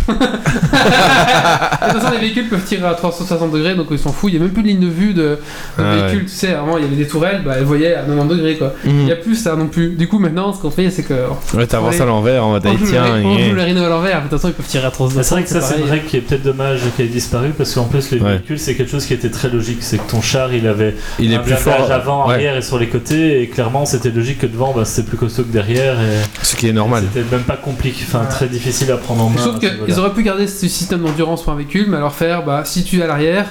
[SPEAKER 1] de toute façon, les véhicules peuvent tirer à 360 degrés, donc ils s'en foutent. Il n'y a même plus de ligne de vue de, de
[SPEAKER 3] Ah
[SPEAKER 1] véhicules. Tu sais, avant, il y avait des tourelles, bah, elles voyaient à 90 degrés, quoi. Il n'y
[SPEAKER 3] Hmm.
[SPEAKER 1] a plus ça non plus. Du coup, maintenant, ce qu'on fait, c'est que.
[SPEAKER 3] Ouais, t'avances à l'envers en mode,
[SPEAKER 1] on
[SPEAKER 3] allez,
[SPEAKER 1] joue,
[SPEAKER 3] tiens, eh,
[SPEAKER 1] les, on
[SPEAKER 3] yeah.
[SPEAKER 1] joue les rhinos à l'envers, de toute façon, ils peuvent tirer à 360
[SPEAKER 5] C'est vrai que ça, c'est une
[SPEAKER 1] pareil.
[SPEAKER 5] règle qui est peut-être dommage et qui a disparu parce qu'en plus, les
[SPEAKER 3] Ouais.
[SPEAKER 5] véhicules, c'est quelque chose qui était très logique. C'est que ton char, il avait
[SPEAKER 3] il
[SPEAKER 1] Ah,
[SPEAKER 3] est
[SPEAKER 5] un
[SPEAKER 3] plus
[SPEAKER 5] blindage
[SPEAKER 3] fort.
[SPEAKER 5] avant,
[SPEAKER 3] Ouais,
[SPEAKER 5] arrière et sur les côtés. Et clairement, c'était logique que devant, bah, c'était plus costaud que derrière. Et
[SPEAKER 3] ce qui est normal.
[SPEAKER 5] C'était même pas compliqué, enfin très difficile à prendre en main.
[SPEAKER 1] Sauf
[SPEAKER 5] à ce
[SPEAKER 1] qu'ils
[SPEAKER 5] niveau-là.
[SPEAKER 1] auraient pu garder ce système d'endurance pour un véhicule, mais alors faire, bah, si tu es à l'arrière,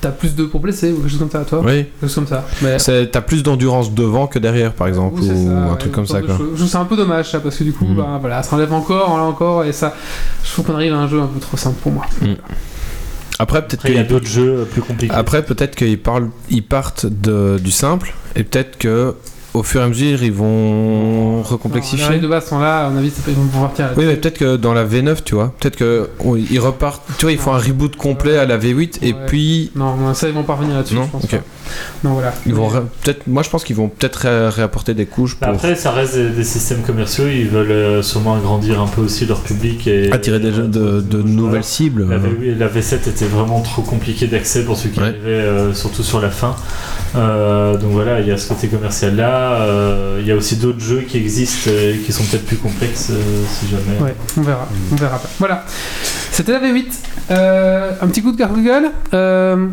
[SPEAKER 1] t'as plus de pour blesser, ou quelque chose comme ça, toi.
[SPEAKER 3] Oui,
[SPEAKER 1] Quelque chose comme ça. Mais-
[SPEAKER 3] C'est- t'as plus d'endurance devant que derrière, par exemple,
[SPEAKER 1] Ou c'est
[SPEAKER 3] ou
[SPEAKER 1] ça,
[SPEAKER 3] un
[SPEAKER 1] ouais,
[SPEAKER 3] truc
[SPEAKER 1] ce
[SPEAKER 3] comme
[SPEAKER 1] genre
[SPEAKER 3] ça,
[SPEAKER 1] de
[SPEAKER 3] quoi.
[SPEAKER 1] choses. Je trouve ça un peu dommage, ça, parce que du coup,
[SPEAKER 3] Mhm.
[SPEAKER 1] bah, voilà, ça enlève encore, on enlève encore, et ça, je trouve qu'on arrive à un jeu un peu trop simple pour moi.
[SPEAKER 3] Après, peut-être
[SPEAKER 5] Après, il y a
[SPEAKER 3] qu'ils
[SPEAKER 5] d'autres jeux plus compliqués.
[SPEAKER 3] après, peut-être qu'ils parlent, ils partent de, du simple, et peut-être que au fur et à mesure, ils vont
[SPEAKER 1] Alors, Les
[SPEAKER 3] recomplexifier.
[SPEAKER 1] deux bases sont là, à mon avis, c'est pas- ils vont pouvoir tirer.
[SPEAKER 3] Oui, mais peut-être que dans la V9, tu vois, peut-être que on- ils repartent. Tu vois, ils font un reboot complet à la V8, et
[SPEAKER 1] Ouais.
[SPEAKER 3] puis
[SPEAKER 1] Non, non, ça, ils vont pas revenir là-dessus,
[SPEAKER 3] Non,
[SPEAKER 1] je pense.
[SPEAKER 3] ok.
[SPEAKER 1] pas. Non, voilà.
[SPEAKER 3] ils vont ré- peut-être. Moi, je pense qu'ils vont peut-être ré- réapporter des couches
[SPEAKER 5] Bah,
[SPEAKER 3] pour
[SPEAKER 5] Après, ça reste des, des systèmes commerciaux. Ils veulent euh, sûrement agrandir un peu aussi leur public et
[SPEAKER 3] attirer des, de, de nouvelles cibles. euh.
[SPEAKER 5] La, V- oui, la V7 était vraiment trop compliquée d'accès pour ceux qui
[SPEAKER 3] Ouais.
[SPEAKER 5] arrivaient, euh, surtout sur la fin. Euh, donc voilà, il y a ce côté commercial là. Euh, Il y a aussi d'autres jeux qui existent euh, qui sont peut-être plus complexes euh, si jamais.
[SPEAKER 1] Ouais, on verra, on verra pas. Voilà. C'était la V8. Euh, un petit coup de carte Google. Euh,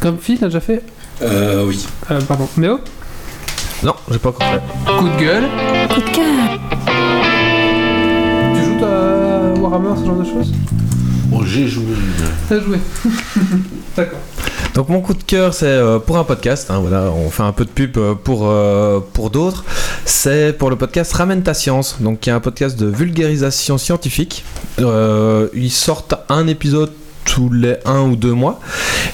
[SPEAKER 1] comme Phil l'a déjà fait.
[SPEAKER 2] Euh, oui.
[SPEAKER 1] Euh, pardon, Méo.
[SPEAKER 3] Non, j'ai pas encore fait.
[SPEAKER 1] Coup de gueule.
[SPEAKER 6] Coup de cœur.
[SPEAKER 1] Tu joues toi, à Warhammer, ce genre de choses
[SPEAKER 4] Bon, Oh, j'ai joué une.
[SPEAKER 1] T'as joué. D'accord.
[SPEAKER 3] Donc mon coup de cœur, c'est euh, pour un podcast. hein, voilà, on fait un peu de pub euh, pour euh, pour d'autres. C'est pour le podcast Ramène ta science, donc qui est un podcast de vulgarisation scientifique. Euh, ils sortent un épisode tous les un ou deux mois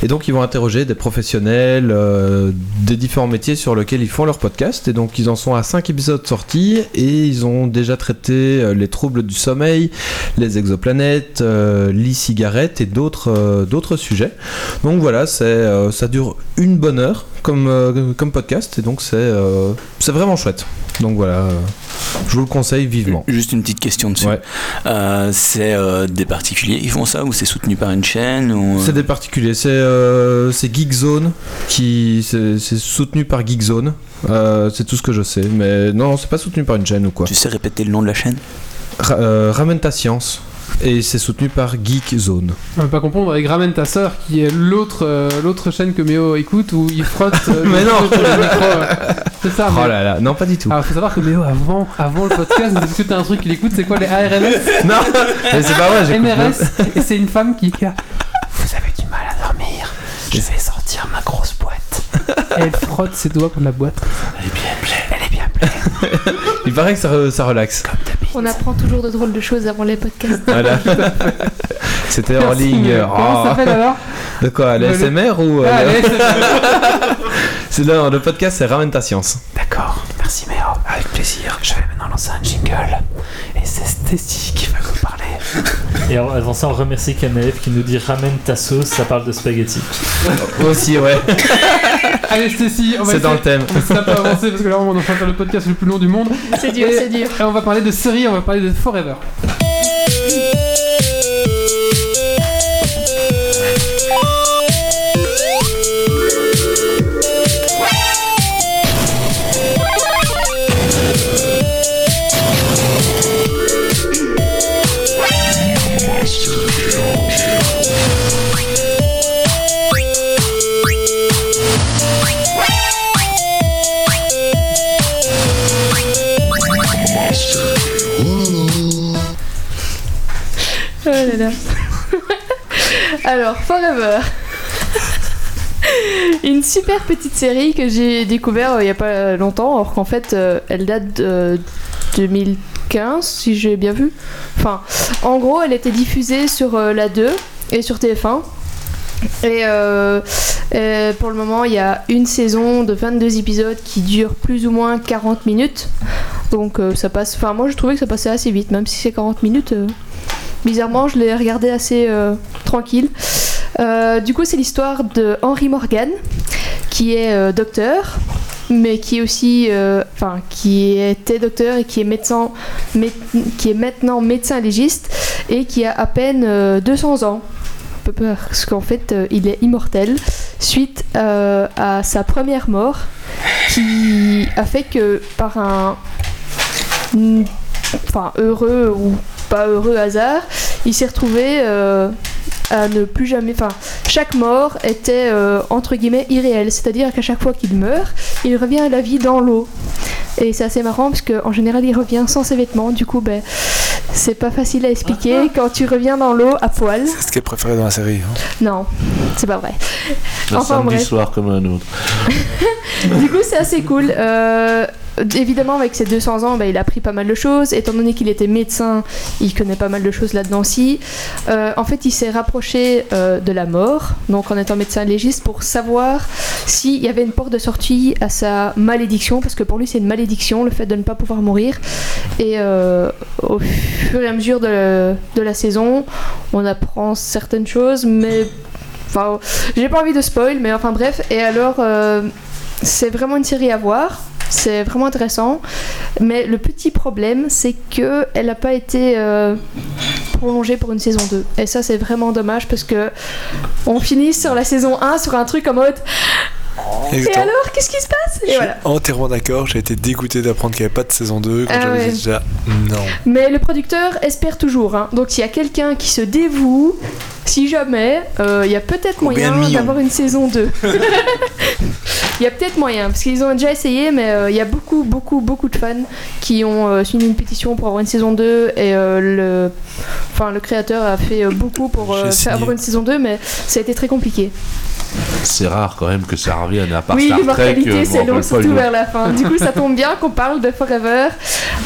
[SPEAKER 3] et donc ils vont interroger des professionnels euh, des différents métiers sur lesquels ils font leur podcast et donc ils en sont à cinq épisodes sortis et ils ont déjà traité euh, les troubles du sommeil les exoplanètes euh, l'e-cigarette et d'autres euh, d'autres sujets donc voilà, c'est, euh, ça dure une bonne heure comme, euh, comme podcast et donc c'est, euh, c'est vraiment chouette. Donc voilà, euh, je vous le conseille vivement.
[SPEAKER 2] Juste une petite question dessus.
[SPEAKER 3] Ouais.
[SPEAKER 2] Euh, c'est euh, des particuliers qui font ça ou c'est soutenu par une chaîne ou...
[SPEAKER 3] C'est des particuliers, c'est, euh, c'est Geekzone qui c'est, c'est soutenu par Geekzone. Euh, c'est tout ce que je sais, mais non, c'est pas soutenu par une chaîne ou quoi.
[SPEAKER 2] Tu sais répéter le nom de la chaîne
[SPEAKER 3] Ra- euh, ramène ta science et c'est soutenu par Geekzone.
[SPEAKER 1] On va pas comprendre avec Ramène ta sœur qui est l'autre euh, l'autre chaîne que Méo écoute où il frotte euh,
[SPEAKER 3] Mais
[SPEAKER 1] le
[SPEAKER 3] non.
[SPEAKER 1] micro sur le micro, euh. C'est ça.
[SPEAKER 3] Oh
[SPEAKER 1] mais-
[SPEAKER 3] là là, non pas du tout.
[SPEAKER 1] Alors faut savoir que Méo avant avant le podcast nous discutait un truc qu'il écoute c'est quoi les ARMS
[SPEAKER 3] Non, mais c'est pas vrai, j'écoute même-
[SPEAKER 1] MRS et c'est une femme qui qui a, vous avez du mal à dormir je vais sortir ma grosse boîte Et elle frotte ses doigts contre la boîte elle est bien pleine elle est bien pleine
[SPEAKER 3] Il paraît que ça, re- ça relaxe.
[SPEAKER 6] On apprend toujours de drôles de choses avant les podcasts.
[SPEAKER 3] Voilà. C'était en ligne.
[SPEAKER 1] Comment ça
[SPEAKER 3] Ah.
[SPEAKER 1] s'appelle alors
[SPEAKER 3] De quoi
[SPEAKER 1] Le-
[SPEAKER 3] L'ASMR ou euh,
[SPEAKER 1] Ah,
[SPEAKER 3] le-
[SPEAKER 1] allez, c'est-
[SPEAKER 3] C'est là, le podcast c'est Ramène ta science.
[SPEAKER 1] D'accord, merci Méo. Avec plaisir. Je vais maintenant lancer un jingle. Et c'est Stacy qui va vous parler.
[SPEAKER 5] Et alors, avant ça, on remercie Kameev qui nous dit ramène ta sauce, ça parle de spaghetti.
[SPEAKER 3] Aussi ouais,
[SPEAKER 1] Allez Stacy, on va
[SPEAKER 3] c'est dans le thème.
[SPEAKER 1] essayer- Ça peut avancer parce que là on est en train de faire le podcast le plus long du monde.
[SPEAKER 6] C'est dur,
[SPEAKER 1] Et-
[SPEAKER 6] c'est dur.
[SPEAKER 1] Et on va parler de séries, on va parler de Forever.
[SPEAKER 6] Oh là là. Alors, Forever. Une super petite série que j'ai découvert euh, il y a pas longtemps, alors qu'en fait euh, elle date de 2015, si j'ai bien vu. Enfin, en gros, elle était diffusée sur euh, la 2 et sur TF1. Et euh, euh, pour le moment, il y a une saison de 22 épisodes qui dure plus ou moins 40 minutes. Donc euh, ça passe. Enfin, moi je trouvais que ça passait assez vite, même si c'est 40 minutes. euh, Bizarrement, je l'ai regardé assez euh, tranquille. Euh, du coup, c'est l'histoire de Henry Morgan, qui est euh, docteur, mais qui est aussi, euh, enfin, qui était docteur et qui est médecin, mé- qui est maintenant médecin légiste et qui a à peine euh, 200 ans. Peu peur, Parce qu'en fait, euh, il est immortel suite euh, à sa première mort, qui a fait que par un, enfin, heureux ou pas heureux hasard, il s'est retrouvé euh, à ne plus jamais. Enfin, chaque mort était euh, entre guillemets irréelle, c'est-à-dire qu'à chaque fois qu'il meurt, il revient à la vie dans l'eau. Et c'est assez marrant parce qu'en général, il revient sans ses vêtements, du coup, ben. C'est pas facile à expliquer quand tu reviens dans l'eau à poil.
[SPEAKER 7] C'est ce qui est préféré dans la série. hein.
[SPEAKER 6] Non, c'est pas vrai.
[SPEAKER 10] Un
[SPEAKER 6] Enfin,
[SPEAKER 10] samedi
[SPEAKER 6] bref.
[SPEAKER 10] soir comme un autre.
[SPEAKER 6] Du coup, c'est assez cool. Euh, évidemment, avec ses 200 ans, bah, il a appris pas mal de choses. Étant donné qu'il était médecin, il connaît pas mal de choses là-dedans aussi. Euh, en fait, il s'est rapproché euh, de la mort, donc en étant médecin légiste, pour savoir s'il y avait une porte de sortie à sa malédiction, parce que pour lui, c'est une malédiction, le fait de ne pas pouvoir mourir. Et euh, au fur et à mesure de, de la saison, on apprend certaines choses, mais... Enfin, j'ai pas envie de spoil, mais enfin bref. Et alors... euh, c'est vraiment une série à voir. C'est vraiment intéressant. Mais le petit problème, c'est que elle n'a pas été euh, prolongée pour une saison 2. Et ça, c'est vraiment dommage parce que on finit sur la saison 1 sur un truc en mode Et
[SPEAKER 7] Exactement.
[SPEAKER 6] alors, qu'est-ce qui se passe Et voilà.
[SPEAKER 7] Entièrement d'accord, j'ai été dégoûté d'apprendre qu'il n'y avait pas de saison 2 quand
[SPEAKER 6] Ah
[SPEAKER 7] j'avais
[SPEAKER 6] ouais.
[SPEAKER 7] dit déjà non.
[SPEAKER 6] Mais le producteur espère toujours. hein. Donc, s'il y a quelqu'un qui se dévoue, si jamais, euh, il y a peut-être
[SPEAKER 11] Combien de
[SPEAKER 6] moyen
[SPEAKER 11] millions
[SPEAKER 6] d'avoir une saison 2. Il y a peut-être moyen, parce qu'ils ont déjà essayé, mais euh, il y a beaucoup, beaucoup, beaucoup de fans qui ont euh, signé une pétition pour avoir une saison 2. Et euh, le... Enfin, le créateur a fait euh, beaucoup pour euh,
[SPEAKER 7] J'ai
[SPEAKER 6] faire
[SPEAKER 7] signé.
[SPEAKER 6] avoir une saison 2, mais ça a été très compliqué.
[SPEAKER 10] C'est rare quand même que ça revienne à part
[SPEAKER 6] oui,
[SPEAKER 10] Star Trek. euh,
[SPEAKER 6] l'immortalité,
[SPEAKER 10] bon,
[SPEAKER 6] c'est
[SPEAKER 10] on
[SPEAKER 6] long,
[SPEAKER 10] parle pas
[SPEAKER 6] surtout
[SPEAKER 10] du-
[SPEAKER 6] vers la fin. Du coup, ça tombe bien qu'on parle de Forever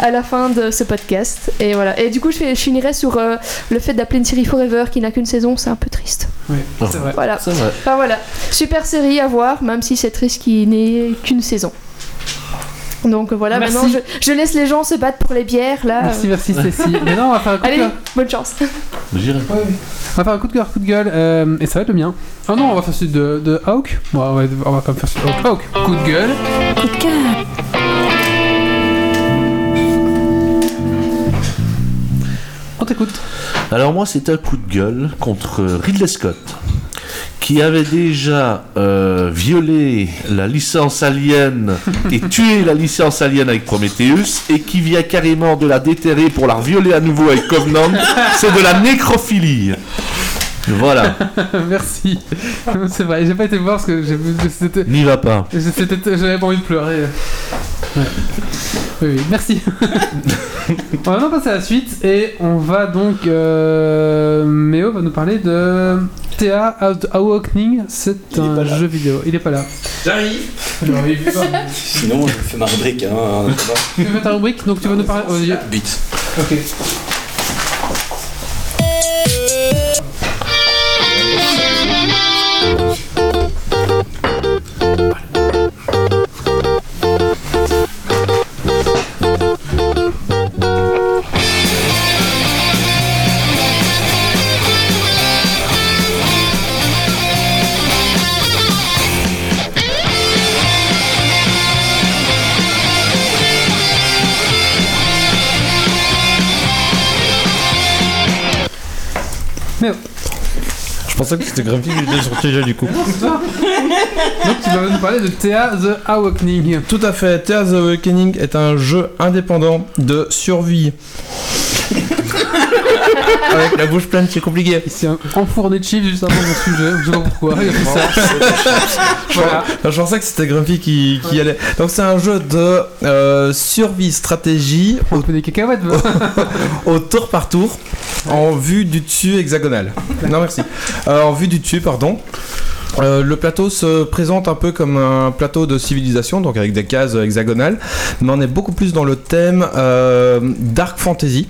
[SPEAKER 6] à la fin de ce podcast. Et voilà. Et du coup, je, fais- je finirai sur euh, le fait d'appeler une série Forever qui n'a qu'une saison, c'est un peu triste.
[SPEAKER 1] Oui, c'est vrai.
[SPEAKER 6] Voilà.
[SPEAKER 10] C'est vrai.
[SPEAKER 6] Enfin voilà, super série à voir, même si c'est triste qu'il n'ait qu'une saison. Donc voilà,
[SPEAKER 1] Merci.
[SPEAKER 6] maintenant je, je laisse les gens se battre pour les bières là.
[SPEAKER 1] Merci,
[SPEAKER 6] Euh,
[SPEAKER 1] merci Stacy. Mais non, on va faire un coup de
[SPEAKER 6] Allez,
[SPEAKER 1] cœur.
[SPEAKER 6] bonne chance.
[SPEAKER 10] J'irai.
[SPEAKER 1] On va faire un coup de cœur, coup de gueule. euh, et ça va être le mien. Ah non, on va faire celui de, de Hawk. Bon, on va, on va quand même faire celui de Hawk. Hawk, coup de gueule. On t'écoute.
[SPEAKER 10] Alors moi, c'est un coup de gueule contre Ridley Scott, qui avait déjà euh, violé la licence alien et tué la licence alien avec Prometheus, et qui vient carrément de la déterrer pour la violer à nouveau avec Covenant. C'est de la nécrophilie. Voilà,
[SPEAKER 1] merci. c'est vrai, j'ai pas été voir parce que j'ai vu- c'était.
[SPEAKER 10] n'y va pas.
[SPEAKER 1] Je- c'était- J'avais pas envie de pleurer. Ouais. Oui, oui, merci. on va maintenant passer à la suite et on va donc. euh, Méo va nous parler de. GTA Out- Awakening, c'est
[SPEAKER 2] est pas
[SPEAKER 1] un
[SPEAKER 2] là.
[SPEAKER 1] jeu vidéo. Il est pas là.
[SPEAKER 3] J'arrive
[SPEAKER 2] Sinon, je fais ma rubrique. Hein,
[SPEAKER 1] Tu veux faire ta rubrique Donc tu vas nous parler. oh, je-
[SPEAKER 2] Bit.
[SPEAKER 1] Ok.
[SPEAKER 3] Je pensais que c'était Grumpy qui était sorti déjà du coup.
[SPEAKER 1] Donc tu vas nous parler de GTA The Awakening.
[SPEAKER 3] Tout à fait, Tears of Awakening est un jeu indépendant de survie. Avec la bouche pleine, c'est compliqué.
[SPEAKER 1] Il s'est enfourné de chips juste avant mon sujet. Je sais pas pourquoi. Il a fait ça. Voilà.
[SPEAKER 3] Non, je pensais que c'était Grumpy qui, qui allait. Donc c'est un jeu de euh, survie stratégie
[SPEAKER 1] On fait des cacahuètes. hein. va.
[SPEAKER 3] Oh, au tour par tour en vue du dessus hexagonal. Non merci. Euh, en vue du dessus, pardon. Euh, le plateau se présente un peu comme un plateau de civilisation, donc avec des cases hexagonales, mais on est beaucoup plus dans le thème euh, dark fantasy.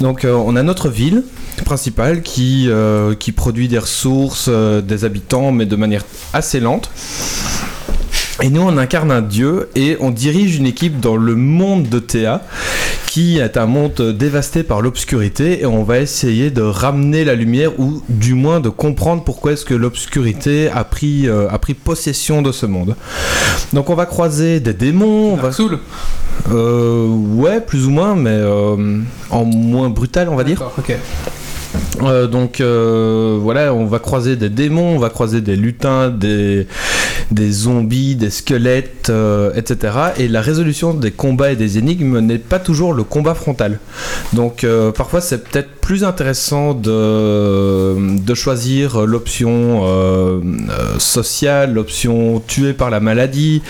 [SPEAKER 3] Donc euh, on a notre ville principale qui, euh, qui produit des ressources, euh, des habitants, mais de manière assez lente. Et nous, on incarne un dieu et on dirige une équipe dans le monde de Théa, qui est un monde dévasté par l'obscurité, et on va essayer de ramener la lumière, ou du moins de comprendre pourquoi est-ce que l'obscurité a, pris, euh, a pris possession de ce monde. Donc on va croiser des démons, on va...
[SPEAKER 1] Dark Souls.
[SPEAKER 3] Euh, ouais, plus ou moins, mais euh, en moins brutal, on va dire.
[SPEAKER 1] D'accord, Ok.
[SPEAKER 3] Euh, donc euh, voilà, on va croiser des démons, on va croiser des lutins, des, des zombies, des squelettes, euh, etc. Et la résolution des combats et des énigmes n'est pas toujours le combat frontal. Donc euh, parfois c'est peut-être plus intéressant de, de choisir l'option euh, euh, sociale, l'option tuée par la maladie.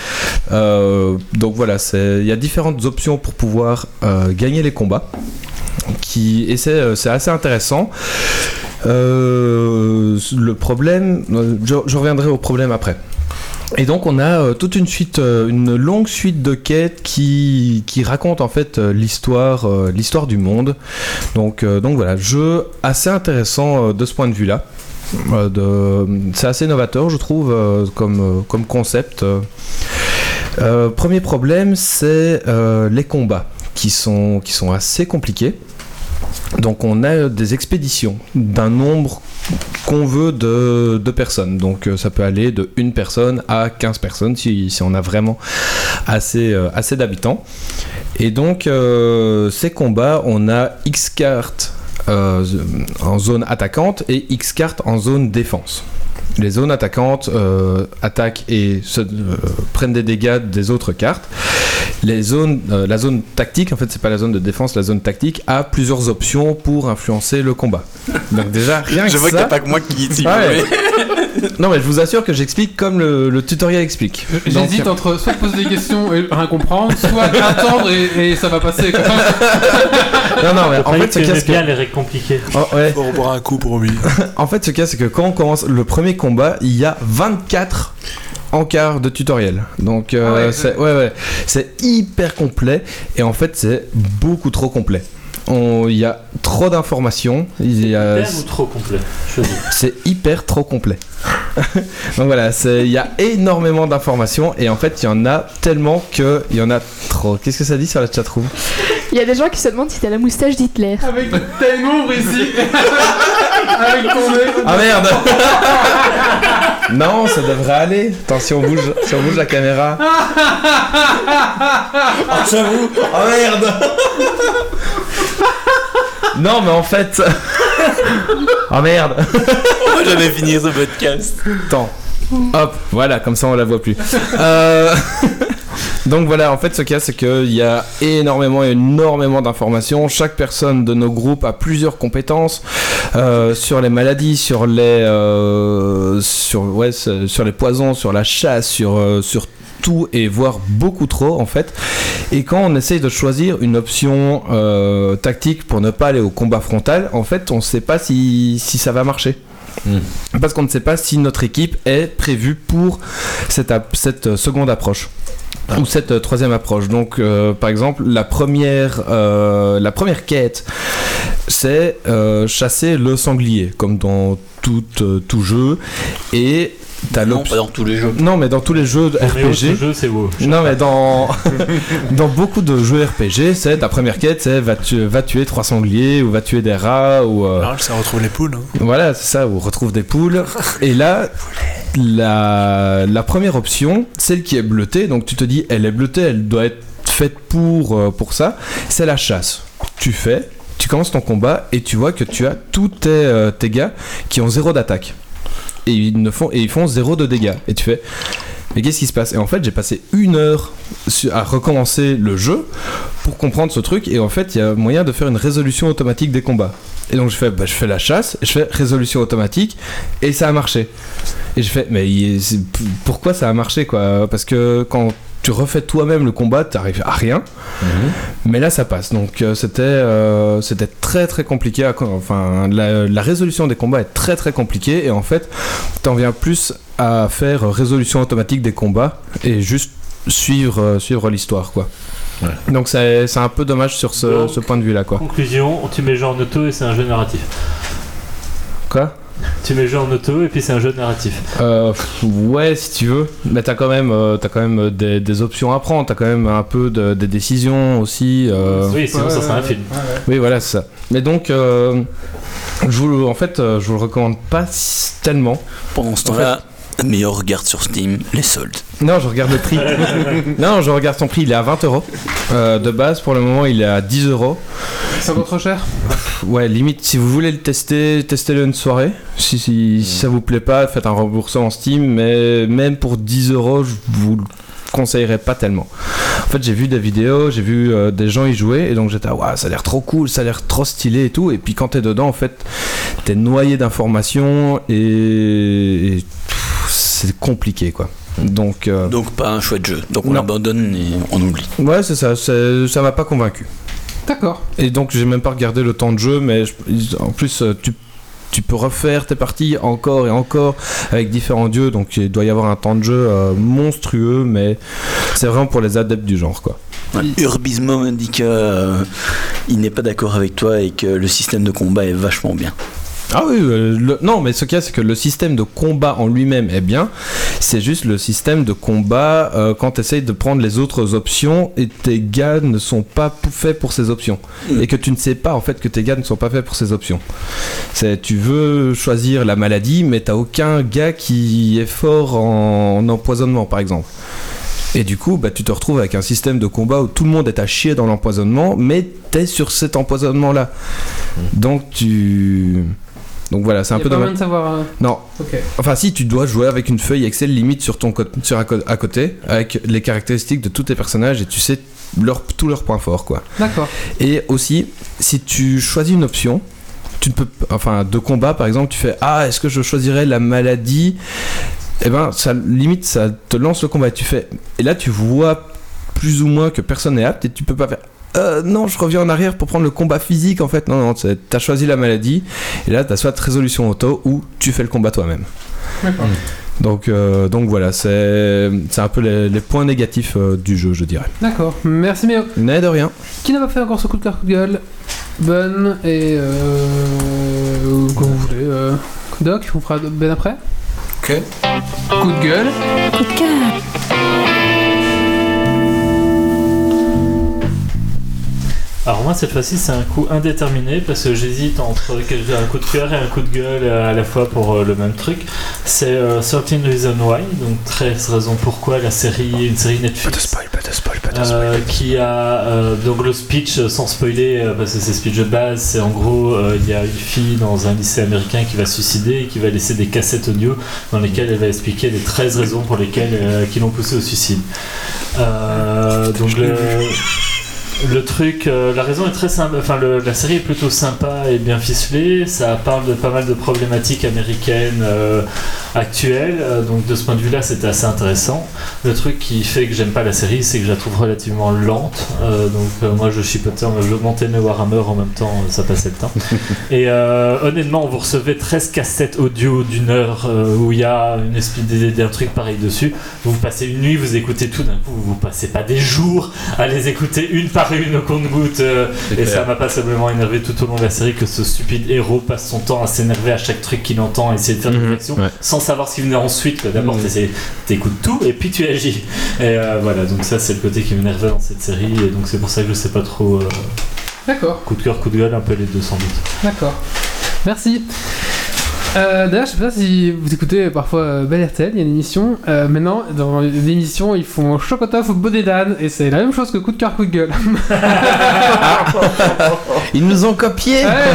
[SPEAKER 3] Euh, donc voilà, c'est- il y a différentes options pour pouvoir euh, gagner les combats. Qui, et c'est euh, c'est assez intéressant. Euh, le problème, euh, je, je reviendrai au problème après. Et donc on a euh, toute une suite, euh, une longue suite de quêtes qui, qui raconte en fait euh, l'histoire, euh, l'histoire du monde. Donc, euh, donc voilà, jeu assez intéressant euh, de ce point de vue-là. Euh, de- c'est assez novateur, je trouve, euh, comme, euh, comme concept. Euh, premier problème, c'est euh, les combats qui sont, qui sont assez compliqués. Donc on a euh, des expéditions d'un nombre qu'on veut de, de personnes. Donc euh, ça peut aller de une personne à 15 personnes si, si on a vraiment assez, euh, assez d'habitants. Et donc euh, ces combats, on a X cartes euh, en zone attaquante et X cartes en zone défense. Les zones attaquantes euh, attaquent et se- euh, prennent des dégâts des autres cartes les zones, euh, la zone tactique, en fait, c'est pas la zone de défense, la zone tactique a plusieurs options pour influencer le combat. Donc déjà, rien que
[SPEAKER 11] Je vois qu'il n'y
[SPEAKER 3] ça.
[SPEAKER 11] a pas que moi qui. qui-
[SPEAKER 3] Ah ouais. non mais je vous assure que j'explique comme le, le tutoriel explique. Donc,
[SPEAKER 1] J'hésite entre soit poser des questions et rien comprendre, soit attendre et, et ça va passer. quoi.
[SPEAKER 3] Non non, mais en
[SPEAKER 5] Croyez
[SPEAKER 3] fait,
[SPEAKER 5] que
[SPEAKER 3] ce qu'il
[SPEAKER 5] tu
[SPEAKER 3] y a,
[SPEAKER 5] aimais
[SPEAKER 3] c'est que-
[SPEAKER 5] bien les règles compliquées.
[SPEAKER 3] Oh, ouais.
[SPEAKER 7] Bon, on boira un coup pour oublier.
[SPEAKER 3] En fait, ce qu'il y a, c'est que quand on commence le premier combat, il y a 24 encarts de tutoriel. Donc, euh,
[SPEAKER 1] Ah ouais.
[SPEAKER 3] c'est ouais, ouais. C'est hyper complet et en fait, c'est beaucoup trop complet. On- Il y a trop d'informations. Il y a...
[SPEAKER 5] Bien ou trop complet je dis.
[SPEAKER 3] C'est hyper trop complet. Donc voilà, c'est- il y a énormément d'informations et en fait il y en a tellement que il y en a trop. Qu'est-ce que ça dit sur la chatroom
[SPEAKER 6] Il y a des gens qui se demandent si t'as la moustache d'Hitler.
[SPEAKER 1] Avec ta ombre ici. Avec ton nez.
[SPEAKER 3] Ah merde Non, ça devrait aller. Attends, si on bouge, si on bouge la caméra.
[SPEAKER 10] J'avoue, oh merde
[SPEAKER 3] Non, mais en fait. oh merde
[SPEAKER 11] Moi, j'avais fini ce podcast.
[SPEAKER 3] Attends. Hop, voilà, comme ça on la voit plus. Euh, Donc voilà, en fait, ce qu'il y a, c'est qu'il y a énormément, énormément d'informations. Chaque personne de nos groupes a plusieurs compétences euh, sur les maladies, sur les, euh, sur, ouais, sur sur les poisons, sur la chasse, sur, euh, sur tout et voire beaucoup trop en fait. Et quand on essaye de choisir une option euh, tactique pour ne pas aller au combat frontal, en fait, on ne sait pas si, si ça va marcher.
[SPEAKER 2] Hmm.
[SPEAKER 3] Parce qu'on ne sait pas si notre équipe est prévue pour cette, ap- cette euh, seconde approche.
[SPEAKER 2] Ah.
[SPEAKER 3] Ou cette euh, troisième approche. Donc, euh, par exemple, la première, euh, la première quête, c'est euh, chasser le sanglier, comme dans tout, euh, tout jeu. Et t'as
[SPEAKER 2] Non,
[SPEAKER 3] l'op-
[SPEAKER 2] pas dans tous les jeux.
[SPEAKER 3] Non, mais dans tous les jeux de
[SPEAKER 5] Mais autre
[SPEAKER 3] RPG.
[SPEAKER 5] jeu, c'est WoW.
[SPEAKER 3] Non mais dans dans beaucoup de jeux RPG, c'est ta première quête, c'est va tuer, va tuer trois sangliers ou va tuer des rats ou euh,
[SPEAKER 7] Alors, ça retrouve les poules. hein.
[SPEAKER 3] voilà, c'est ça, on retrouve des poules. Et là, la, la première option, celle qui est bleutée, donc tu te dis, elle est bleutée, elle doit être faite pour, euh, pour ça, c'est la chasse. Tu fais, tu commences ton combat et tu vois que tu as tous tes, euh, tes gars qui ont zéro d'attaque. Et ils, ne font, et ils font zéro de dégâts. Et tu fais, mais qu'est-ce qui se passe Et en fait, j'ai passé une heure su- à recommencer le jeu pour comprendre ce truc. Et en fait, il y a moyen de faire une résolution automatique des combats. Et donc je fais, bah, je fais la chasse, je fais résolution automatique, et ça a marché. Et je fais, mais il- c'est- p- pourquoi ça a marché quoi Parce que quand tu refais toi-même le combat, t'arrives à rien. Mais là, ça passe. Donc euh, c'était, euh, c'était très très compliqué. à co- enfin, la, la résolution des combats est très très compliquée. Et en fait, t'en viens plus à faire résolution automatique des combats et juste suivre euh, suivre l'histoire quoi. Donc c'est, c'est un peu dommage sur ce,
[SPEAKER 5] Donc-
[SPEAKER 3] ce point de vue là quoi.
[SPEAKER 5] Conclusion, tu mets genre en auto et c'est un jeu narratif.
[SPEAKER 3] Quoi
[SPEAKER 5] Tu mets genre en auto et puis c'est un jeu narratif.
[SPEAKER 3] Euh, pff, ouais, si tu veux. Mais t'as quand même, euh, t'as quand même euh, des, des options à prendre. T'as quand même un peu de- des décisions aussi. euh,
[SPEAKER 5] Oui, sinon ça serait un film.
[SPEAKER 3] Oui, voilà, c'est ça. Mais donc, euh, je vous, le- en fait, euh, je vous le recommande pas si- tellement.
[SPEAKER 2] Pendant ce temps-là, meilleur regarde sur Steam les soldes.
[SPEAKER 3] Non, je regarde le prix. non, je regarde son prix. Il est à 20 euros Euh, de base. Pour le moment, il est à 10 euros.
[SPEAKER 1] C'est encore trop cher
[SPEAKER 3] Pff, Ouais, limite, si vous voulez le tester, testez-le une soirée. Si, si, si ça vous plaît pas, faites un remboursement en Steam. Mais même pour 10 euros, je vous le conseillerais pas tellement. En fait, j'ai vu des vidéos, j'ai vu euh, des gens y jouer, et donc j'étais, ah, Ouah, ça a l'air trop cool, ça a l'air trop stylé et tout. Et puis quand t'es dedans, en fait, t'es noyé d'informations et, et, pff, c'est compliqué, quoi. Donc, euh,
[SPEAKER 2] Donc pas un chouette jeu. Donc on
[SPEAKER 3] Non.
[SPEAKER 2] abandonne et on oublie.
[SPEAKER 3] ouais, c'est ça, c'est- ça m'a pas convaincu.
[SPEAKER 1] D'accord.
[SPEAKER 3] Et donc j'ai même pas regardé le temps de jeu, mais je- en plus euh, tu, tu peux refaire tes parties encore et encore avec différents dieux, donc il doit y avoir un temps de jeu euh, monstrueux, mais c'est vraiment pour les adeptes du genre quoi.
[SPEAKER 2] Ouais. Urbismo me dit que euh, il n'est pas d'accord avec toi et que le système de combat est vachement bien.
[SPEAKER 3] Ah oui, euh, le- non, mais ce qu'il y a, c'est que le système de combat en lui-même est bien. C'est juste le système de combat euh, quand tu essayes de prendre les autres options et tes gars ne sont pas pou- faits pour ces options.
[SPEAKER 2] Mm.
[SPEAKER 3] Et que tu ne sais pas en fait que tes gars ne sont pas faits pour ces options. C'est, tu veux choisir la maladie, mais t'as aucun gars qui est fort en, en empoisonnement, par exemple. Et du coup, bah, tu te retrouves avec un système de combat où tout le monde est à chier dans l'empoisonnement, mais t'es sur cet empoisonnement-là. Donc tu... Donc voilà, c'est un
[SPEAKER 1] Y a
[SPEAKER 3] peu
[SPEAKER 1] pas moyen
[SPEAKER 3] dommage.
[SPEAKER 1] de savoir. euh,
[SPEAKER 3] Non,
[SPEAKER 1] Ok.
[SPEAKER 3] enfin si, tu dois jouer avec une feuille Excel limite sur ton co- sur à, co- à côté, avec les caractéristiques de tous tes personnages et tu sais leur, tous leurs points forts, quoi.
[SPEAKER 1] D'accord.
[SPEAKER 3] Et aussi, si tu choisis une option, tu ne peux, p- enfin, de combat par exemple, tu fais ah, est-ce que je choisirais la maladie Eh ben, ça limite, ça te lance le combat. Et tu fais, et là tu vois plus ou moins que personne n'est apte et tu peux pas faire. Euh, non, je reviens en arrière pour prendre le combat physique en fait. Non, non, c'est- t'as choisi la maladie et là t'as soit résolution auto ou tu fais le combat toi-même.
[SPEAKER 1] D'accord.
[SPEAKER 3] Donc, euh, donc voilà, c'est c'est un peu les, les points négatifs euh, du jeu, je dirais.
[SPEAKER 1] D'accord. Merci Méo.
[SPEAKER 3] Mais de rien.
[SPEAKER 1] Qui n'a pas fait encore ce coup de cœur coup de gueule Bonne et euh, quand vous voulez. euh, Doc, on fera bien après.
[SPEAKER 11] Ok.
[SPEAKER 1] Coup de gueule.
[SPEAKER 5] Alors moi cette fois-ci c'est un coup indéterminé parce que j'hésite entre quel- un coup de cœur et un coup de gueule euh, à la fois pour euh, le même truc. C'est euh, 13 Reasons Why, donc 13 raisons pourquoi la série, une série Netflix.
[SPEAKER 11] pas de spoil, pas
[SPEAKER 5] Euh, qui a euh, donc le speech euh, sans spoiler euh, parce que c'est le speech de base c'est en gros euh, il y a une fille dans un lycée américain qui va se suicider et qui va laisser des cassettes audio dans lesquelles elle va expliquer les 13 raisons pour lesquelles euh, qui l'ont poussé au suicide Euh, donc le Le truc, euh, la raison est très simple. Enfin, le- la série est plutôt sympa et bien ficelée. Ça parle de pas mal de problématiques américaines euh, actuelles. Euh, Donc, de ce point de vue-là, c'était assez intéressant. Le truc qui fait que j'aime pas la série, c'est que je la trouve relativement lente. Euh, donc, euh, moi, je chipotais, je montais mes Warhammer en même temps, euh, ça passait le temps. Et euh, honnêtement, vous recevez 13 cassettes audio d'une heure euh, où il y a une espèce d- d'un truc pareil dessus. Vous passez une nuit, vous écoutez tout d'un coup, vous passez pas des jours à les écouter une par une au compte-goutte. euh, et ça m'a passablement énervé tout au long de la série que ce stupide héros passe son temps à s'énerver à chaque truc qu'il entend, essayer de faire des
[SPEAKER 3] Mhm,
[SPEAKER 5] actions,
[SPEAKER 3] ouais. Mhm.
[SPEAKER 5] sans savoir ce qui venait ensuite. quoi. D'abord, t'essayes- t'écoutes tout et puis tu agis. Et euh, voilà, donc ça, c'est le côté qui m'énervait dans cette série. Et donc, c'est pour ça que je sais pas trop. euh,
[SPEAKER 1] D'accord,
[SPEAKER 5] coup de cœur, coup de gueule, un peu les deux sans doute.
[SPEAKER 1] d'accord. Merci. Euh, D'ailleurs, je sais pas si vous écoutez parfois euh, Bel RTL, il y a une émission. Euh, maintenant, dans l'émission, ils font Chocotof ou Bodédane, et c'est la même chose que coup de cœur, coup de gueule.
[SPEAKER 3] Ils nous ont copié
[SPEAKER 1] Ouais,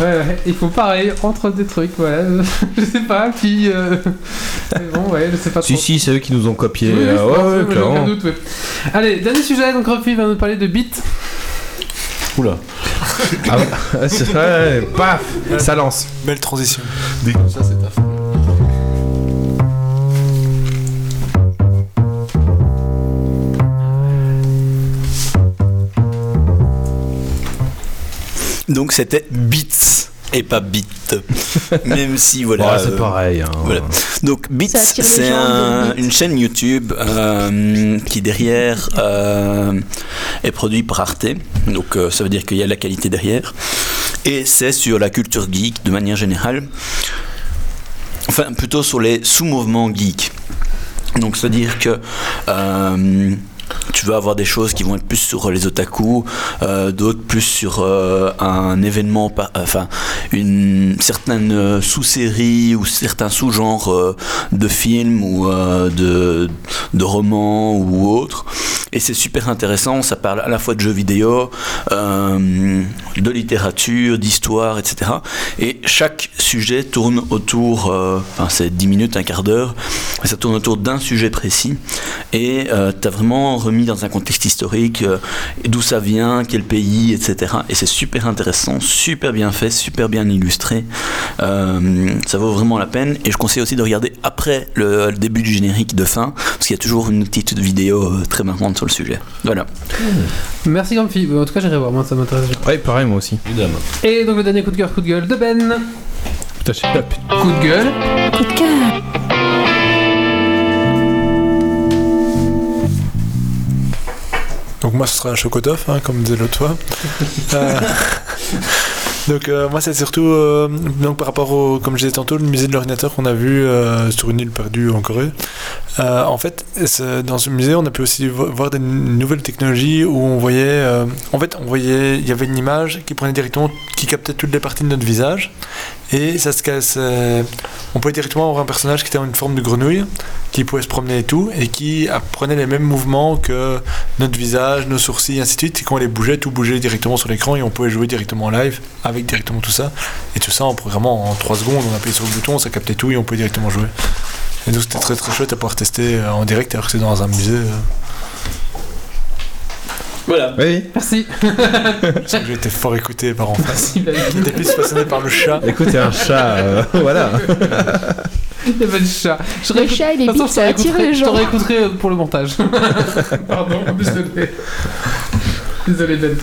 [SPEAKER 1] ouais, ouais, ouais. Ils font pareil, entre des trucs, voilà. je sais pas, puis. euh, mais Bon, ouais, je sais pas trop.
[SPEAKER 3] Si, si, c'est eux qui nous ont copié.
[SPEAKER 1] Oui, oui, je
[SPEAKER 3] euh,
[SPEAKER 1] pense,
[SPEAKER 3] ouais, ouais,
[SPEAKER 1] mais j'ai aucun
[SPEAKER 3] clairement.
[SPEAKER 1] doute, ouais. Allez, dernier sujet, donc Ruffy va nous parler de beat.
[SPEAKER 10] Oula.
[SPEAKER 3] Ah ouais, ouais, c'est vrai, paf, ça lance.
[SPEAKER 7] Belle transition.
[SPEAKER 10] Dis comme ça, c'est affreux.
[SPEAKER 2] Donc c'était Beats et pas Beat. Même si voilà.
[SPEAKER 3] Ouais, c'est
[SPEAKER 2] euh,
[SPEAKER 3] pareil. hein.
[SPEAKER 2] voilà. Donc Beats,
[SPEAKER 6] Ça attire les
[SPEAKER 2] c'est
[SPEAKER 6] gens,
[SPEAKER 2] un-
[SPEAKER 6] donc Beats.
[SPEAKER 2] une chaîne YouTube euh, qui derrière euh, est produite par Arte. Donc euh, ça veut dire qu'il y a de la qualité derrière. Et c'est sur la culture geek de manière générale. Enfin, plutôt sur les sous-mouvements geek. Donc c'est-à-dire que... euh, tu vas avoir des choses qui vont être plus sur les otaku, euh, d'autres plus sur euh, un événement, par- enfin une certaine euh, sous-série ou certains sous-genres euh, de films ou euh, de, de romans ou autres. Et c'est super intéressant, ça parle à la fois de jeux vidéo, euh, de littérature, d'histoire, etc. Et chaque sujet tourne autour, euh, enfin c'est 10 minutes, un quart d'heure, mais ça tourne autour d'un sujet précis. Et tu as vraiment remis dans un contexte historique euh, d'où ça vient, quel pays, etc. Et c'est super intéressant, super bien fait, super bien illustré. Euh, ça vaut vraiment la peine. Et je conseille aussi de regarder après le, le début du générique de fin, parce qu'il y a toujours une petite vidéo euh, très marquante sur le sujet. Voilà.
[SPEAKER 1] Merci, Grumpy. Euh, En tout cas, j'irai voir, moi, ça m'intéresse.
[SPEAKER 3] Ouais, pareil, moi aussi.
[SPEAKER 10] Évidemment.
[SPEAKER 1] Et donc, le dernier coup de cœur, coup de gueule de Ben.
[SPEAKER 3] Putain, je sais pas, putain.
[SPEAKER 1] Coup de gueule.
[SPEAKER 12] Coup de cœur.
[SPEAKER 7] Donc moi, ce sera un chocotof, hein, comme disait l'autre fois. Euh, donc euh, moi, c'est surtout euh, donc par rapport au, comme je disais tantôt, le musée de l'ordinateur qu'on a vu euh, sur une île perdue en Corée. Euh, en fait, ce- dans ce musée, on a pu aussi vo- voir des n- nouvelles technologies où on voyait, euh, en fait, on voyait, il y avait une image qui prenait directement, qui captait toutes les parties de notre visage, et ça se casse. euh, on pouvait directement avoir un personnage qui était en une forme de grenouille, qui pouvait se promener et tout, et qui apprenait les mêmes mouvements que notre visage, nos sourcils, ainsi de suite. Et quand on les bougeait, tout bougeait directement sur l'écran et on pouvait jouer directement en live avec directement tout ça. Et tout ça en programmant en 3 secondes, on appuyait sur le bouton, ça captait tout et on pouvait directement jouer. Et donc c'était très très chouette à pouvoir tester euh, en direct alors que c'est dans un musée. euh.
[SPEAKER 2] Voilà.
[SPEAKER 3] Oui,
[SPEAKER 1] Merci.
[SPEAKER 7] Je sais que J'ai été fort écouté par en face.
[SPEAKER 1] Merci, Ben.
[SPEAKER 7] Qui était plus passionné par le chat.
[SPEAKER 3] écoute, il y a un chat, euh, voilà.
[SPEAKER 1] Le Ben chat. Je
[SPEAKER 6] Le
[SPEAKER 1] réécoute-
[SPEAKER 6] chat et les
[SPEAKER 1] De toute
[SPEAKER 6] bites,
[SPEAKER 1] façon,
[SPEAKER 6] ça
[SPEAKER 1] je
[SPEAKER 6] attire
[SPEAKER 1] réécouterai-
[SPEAKER 6] les
[SPEAKER 1] Je te
[SPEAKER 6] gens.
[SPEAKER 1] réécouterai euh, pour le montage. Pardon, désolé. Désolé, Ben.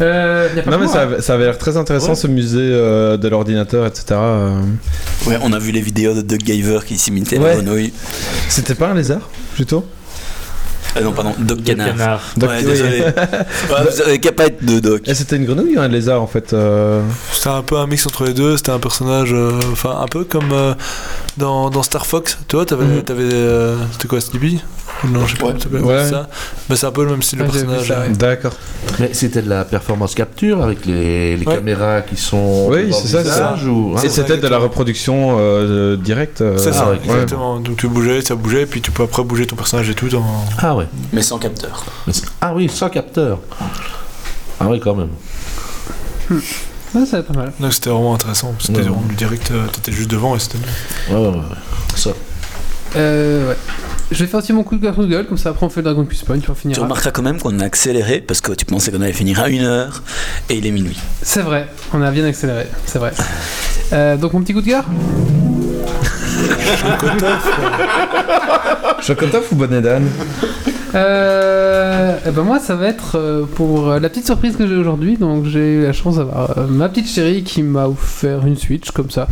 [SPEAKER 1] Euh, y a pas
[SPEAKER 3] Non,
[SPEAKER 1] que
[SPEAKER 3] mais
[SPEAKER 1] moi,
[SPEAKER 3] ça,
[SPEAKER 1] hein.
[SPEAKER 3] avait- ça avait l'air très intéressant
[SPEAKER 7] Ouais.
[SPEAKER 3] ce musée euh, de l'ordinateur, etc. euh.
[SPEAKER 2] Ouais, on a vu les vidéos de Doug Giver qui s'imitait
[SPEAKER 3] Ouais.
[SPEAKER 2] la grenouille.
[SPEAKER 3] C'était pas un lézard, plutôt
[SPEAKER 2] Euh, non, pardon, Doc Canard.
[SPEAKER 3] Donc,
[SPEAKER 2] Ouais,
[SPEAKER 3] oui.
[SPEAKER 2] désolé. Ouais, vous avez qu'à pas être de Doc.
[SPEAKER 3] Et Eh, c'était une grenouille ou un lézard en fait euh,
[SPEAKER 7] C'était un peu un mix entre les deux. C'était un personnage, euh, enfin un peu comme euh, dans, dans Star Fox. Tu vois, t'avais. t'avais, euh, c'était quoi, Snoopy Non, je sais pas. comment ça s'appelle,
[SPEAKER 3] Ouais.
[SPEAKER 7] c'est ça. Mais c'est un peu le même style
[SPEAKER 1] Ouais,
[SPEAKER 7] de
[SPEAKER 1] j'ai vu
[SPEAKER 7] personnage.
[SPEAKER 1] ça, ouais.
[SPEAKER 3] D'accord.
[SPEAKER 10] Mais c'était de la performance capture avec les, les
[SPEAKER 7] Ouais.
[SPEAKER 10] caméras qui sont.
[SPEAKER 3] Oui,
[SPEAKER 10] dans le
[SPEAKER 3] c'est ça,
[SPEAKER 10] visage Ou, hein,
[SPEAKER 3] Et c'était de la reproduction euh, directe. euh,
[SPEAKER 7] C'est ça,
[SPEAKER 10] ouais.
[SPEAKER 7] exactement. Donc tu bougeais, ça bougeait, puis tu peux après bouger ton personnage et tout. Dans...
[SPEAKER 10] Ah ouais.
[SPEAKER 2] Mais sans capteur.
[SPEAKER 10] Mais c'est- Ah oui, sans capteur. Ah oui, quand même.
[SPEAKER 1] Ouais, ça va être pas mal.
[SPEAKER 7] Donc c'était vraiment intéressant. C'était
[SPEAKER 10] Ouais.
[SPEAKER 7] vraiment du direct, euh, t'étais juste devant et c'était bien.
[SPEAKER 10] Ouais, ouais, ouais. Ça.
[SPEAKER 1] Euh, ouais. Je vais faire aussi mon coup de cœur, coup de gueule, comme ça après on fait le Dragon Quest Point, puis on
[SPEAKER 2] Tu
[SPEAKER 1] finira.
[SPEAKER 2] remarqueras quand même qu'on a accéléré parce que tu pensais qu'on allait finir à une heure et il est minuit.
[SPEAKER 1] C'est vrai, on a bien accéléré, c'est vrai. Euh, donc mon petit coup de cœur
[SPEAKER 3] Chocotoff ou bonnet d'âne
[SPEAKER 1] Euh, eh ben moi, ça va être euh, pour euh, la petite surprise que j'ai aujourd'hui. Donc, j'ai eu la chance d'avoir euh, ma petite chérie qui m'a offert une Switch comme ça.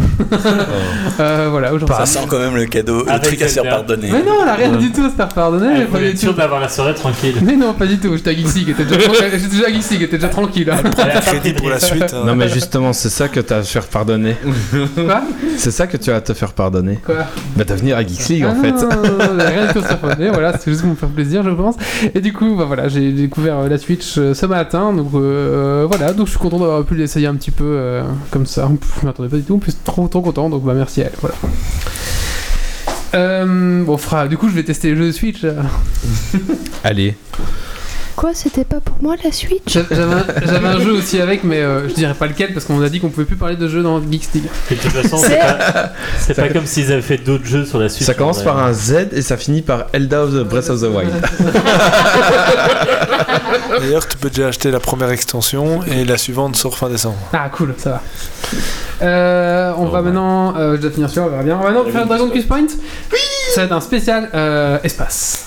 [SPEAKER 1] Euh, voilà, aujourd'hui.
[SPEAKER 2] Ça sent quand même le cadeau, le
[SPEAKER 5] Avec
[SPEAKER 2] truc à se faire
[SPEAKER 5] Zelda.
[SPEAKER 2] pardonner.
[SPEAKER 1] Mais non, elle a rien du tout à se faire pardonner. j'ai
[SPEAKER 5] Elle
[SPEAKER 1] pas
[SPEAKER 5] voulait
[SPEAKER 1] du
[SPEAKER 5] être sûre
[SPEAKER 1] tout.
[SPEAKER 5] d'avoir la soirée tranquille.
[SPEAKER 1] Mais non, pas du tout. J'étais à Geeksy, qui était déjà, j'étais déjà à Geeksy, qui était déjà tranquille. hein.
[SPEAKER 5] Elle a pas
[SPEAKER 7] Crédit pour la
[SPEAKER 5] pris de
[SPEAKER 7] suite. hein.
[SPEAKER 3] Non, mais justement, c'est ça que t'as à te faire pardonner.
[SPEAKER 1] Quoi
[SPEAKER 3] C'est ça que tu as à te faire pardonner.
[SPEAKER 1] Quoi
[SPEAKER 3] Bah, t'as venir à Geeks League en
[SPEAKER 1] Ah
[SPEAKER 3] fait.
[SPEAKER 1] non, non, non, non, rien de tout sur Fortnite, voilà, c'est juste pour me faire plaisir, je pense. Et du coup, bah voilà, j'ai découvert euh, la Switch euh, ce matin, donc euh, voilà, donc je suis content d'avoir pu l'essayer un petit peu euh, comme ça. Pff, Je m'attendais pas du tout, en plus trop trop content, donc bah merci à elle, voilà. Euh, bon, fra, du coup, je vais tester les jeux de Switch. euh.
[SPEAKER 3] Allez.
[SPEAKER 6] Quoi, c'était pas pour moi la Switch
[SPEAKER 1] J'avais un, j'avais un jeu aussi avec, mais euh, je dirais pas lequel parce qu'on a dit qu'on pouvait plus parler de jeux dans Geeks League.
[SPEAKER 5] Et de toute façon,
[SPEAKER 6] C'est-
[SPEAKER 5] c'est pas, c'est pas comme s'ils avaient fait d'autres jeux sur la suite.
[SPEAKER 3] Ça commence par un Z et ça finit par Elda of the Breath of the Wild.
[SPEAKER 7] D'ailleurs, tu peux déjà acheter la première extension et la suivante sort fin décembre.
[SPEAKER 1] Ah, cool, ça va. Euh, on va maintenant. euh, je dois finir sur, on verra bien. On va maintenant faire Dragon Quest Point. Ça va être un spécial euh, espace.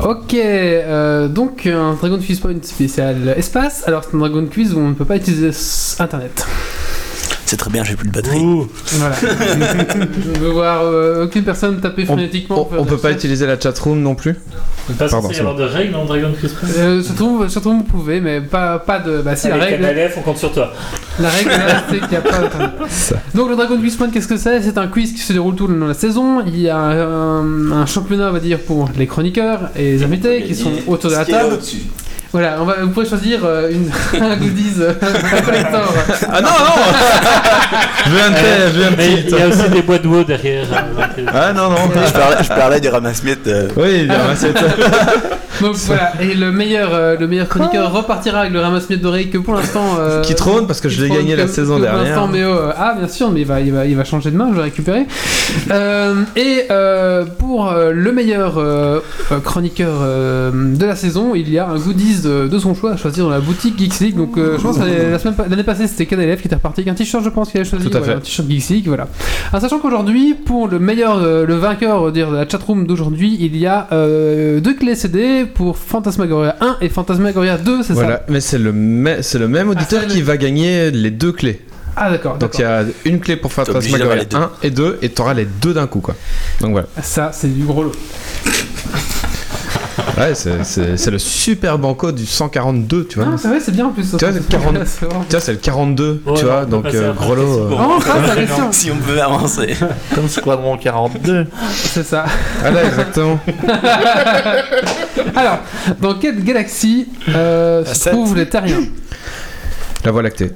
[SPEAKER 1] Ok, euh, donc un Dragon Quest Point spécial espace. Alors, c'est un Dragon Quiz où on ne peut pas utiliser s- internet.
[SPEAKER 2] C'est très bien, j'ai plus de batterie.
[SPEAKER 1] Voilà. on veut voir euh, aucune personne taper
[SPEAKER 3] On,
[SPEAKER 1] phonétiquement.
[SPEAKER 3] on- on peut pas utiliser la chatroom non plus
[SPEAKER 5] C'est pas
[SPEAKER 3] Pardon,
[SPEAKER 5] censé y
[SPEAKER 3] c'est
[SPEAKER 5] avoir de règles dans Dragon Quest Quest
[SPEAKER 1] Euh, se trouve, se trouve, vous pouvez, mais pas, pas de. Bah, si, la
[SPEAKER 5] Avec
[SPEAKER 1] règle,
[SPEAKER 5] Canal F, on compte sur toi.
[SPEAKER 1] La règle, là, c'est qu'il n'y a pas. Donc, le Dragon Quiz Point, qu'est-ce que c'est C'est un quiz qui se déroule tout le long de la saison. Il y a euh, un, un championnat, on va dire, pour les chroniqueurs et les invités qui sont autour de la table. Voilà, on va, vous pouvez choisir euh, une, un goodies, euh, un collector.
[SPEAKER 3] Ah non, non Je veux un thé, je veux un
[SPEAKER 5] Mais
[SPEAKER 3] petit.
[SPEAKER 5] il y a aussi des bois de WoW derrière. euh, donc, euh,
[SPEAKER 3] Euh, Ah non, non.
[SPEAKER 2] Je parlais, je parlais du ramasse-miettes. euh,
[SPEAKER 3] Oui, bien, c'est
[SPEAKER 1] Donc voilà, et le meilleur, euh, le meilleur chroniqueur repartira avec le ramasse-miettes doré que pour l'instant. euh,
[SPEAKER 3] Qui trône parce que je l'ai
[SPEAKER 1] Qui
[SPEAKER 3] gagné
[SPEAKER 1] trône
[SPEAKER 3] la
[SPEAKER 1] que-
[SPEAKER 3] saison
[SPEAKER 1] que pour
[SPEAKER 3] dernière.
[SPEAKER 1] l'instant, Méo, euh, ah, bien sûr, mais il va, il va, il va changer de main, je vais récupérer. Euh, et euh, pour euh, le meilleur euh, euh, chroniqueur euh, de la saison, il y a un goodies de, de son choix à choisir dans la boutique Geeks League. Donc euh, je pense que la semaine pa- l'année passée, c'était KDLF qui était reparti avec un t-shirt, je pense, qu'il a choisi.
[SPEAKER 3] Tout à
[SPEAKER 1] Ouais,
[SPEAKER 3] fait.
[SPEAKER 1] un t-shirt Geeks League, voilà. Alors, sachant qu'aujourd'hui, pour le meilleur, euh, le vainqueur euh, dire, de la chatroom d'aujourd'hui, il y a euh, deux clés CD pour Fantasmagoria 1 et Fantasmagoria 2, c'est ça
[SPEAKER 3] Voilà, mais c'est le, mê- c'est Ah, le même auditeur
[SPEAKER 1] c'est le
[SPEAKER 3] qui va gagner les deux clés.
[SPEAKER 1] Ah d'accord.
[SPEAKER 3] Donc
[SPEAKER 1] d'accord.
[SPEAKER 3] il y a une clé pour faire
[SPEAKER 2] T'es obligé d'avoir
[SPEAKER 3] Transmagoria 1 et 2 et t'auras les deux d'un coup quoi. Donc voilà.
[SPEAKER 1] Ça, c'est du gros lot.
[SPEAKER 3] Ouais, c'est- c'est c'est le super banco du 142, tu vois.
[SPEAKER 1] Ah, c'est vrai, c'est bien en plus.
[SPEAKER 3] Tu vois, c'est 40.
[SPEAKER 1] C'est vraiment-
[SPEAKER 3] Tu vois, c'est le 42,
[SPEAKER 5] Ouais,
[SPEAKER 3] tu vois,
[SPEAKER 5] on peut
[SPEAKER 3] donc
[SPEAKER 5] passer
[SPEAKER 3] euh,
[SPEAKER 5] à la
[SPEAKER 3] gros lot.
[SPEAKER 5] partie
[SPEAKER 3] euh.
[SPEAKER 1] Vraiment, ça, c'est agréable.
[SPEAKER 2] Si on peut avancer.
[SPEAKER 10] Comme Squadron 42.
[SPEAKER 1] C'est ça.
[SPEAKER 3] Ah là, exactement.
[SPEAKER 1] Alors, dans quelle galaxie euh, se
[SPEAKER 7] sept.
[SPEAKER 1] trouvent les terriens
[SPEAKER 3] La voie lactée.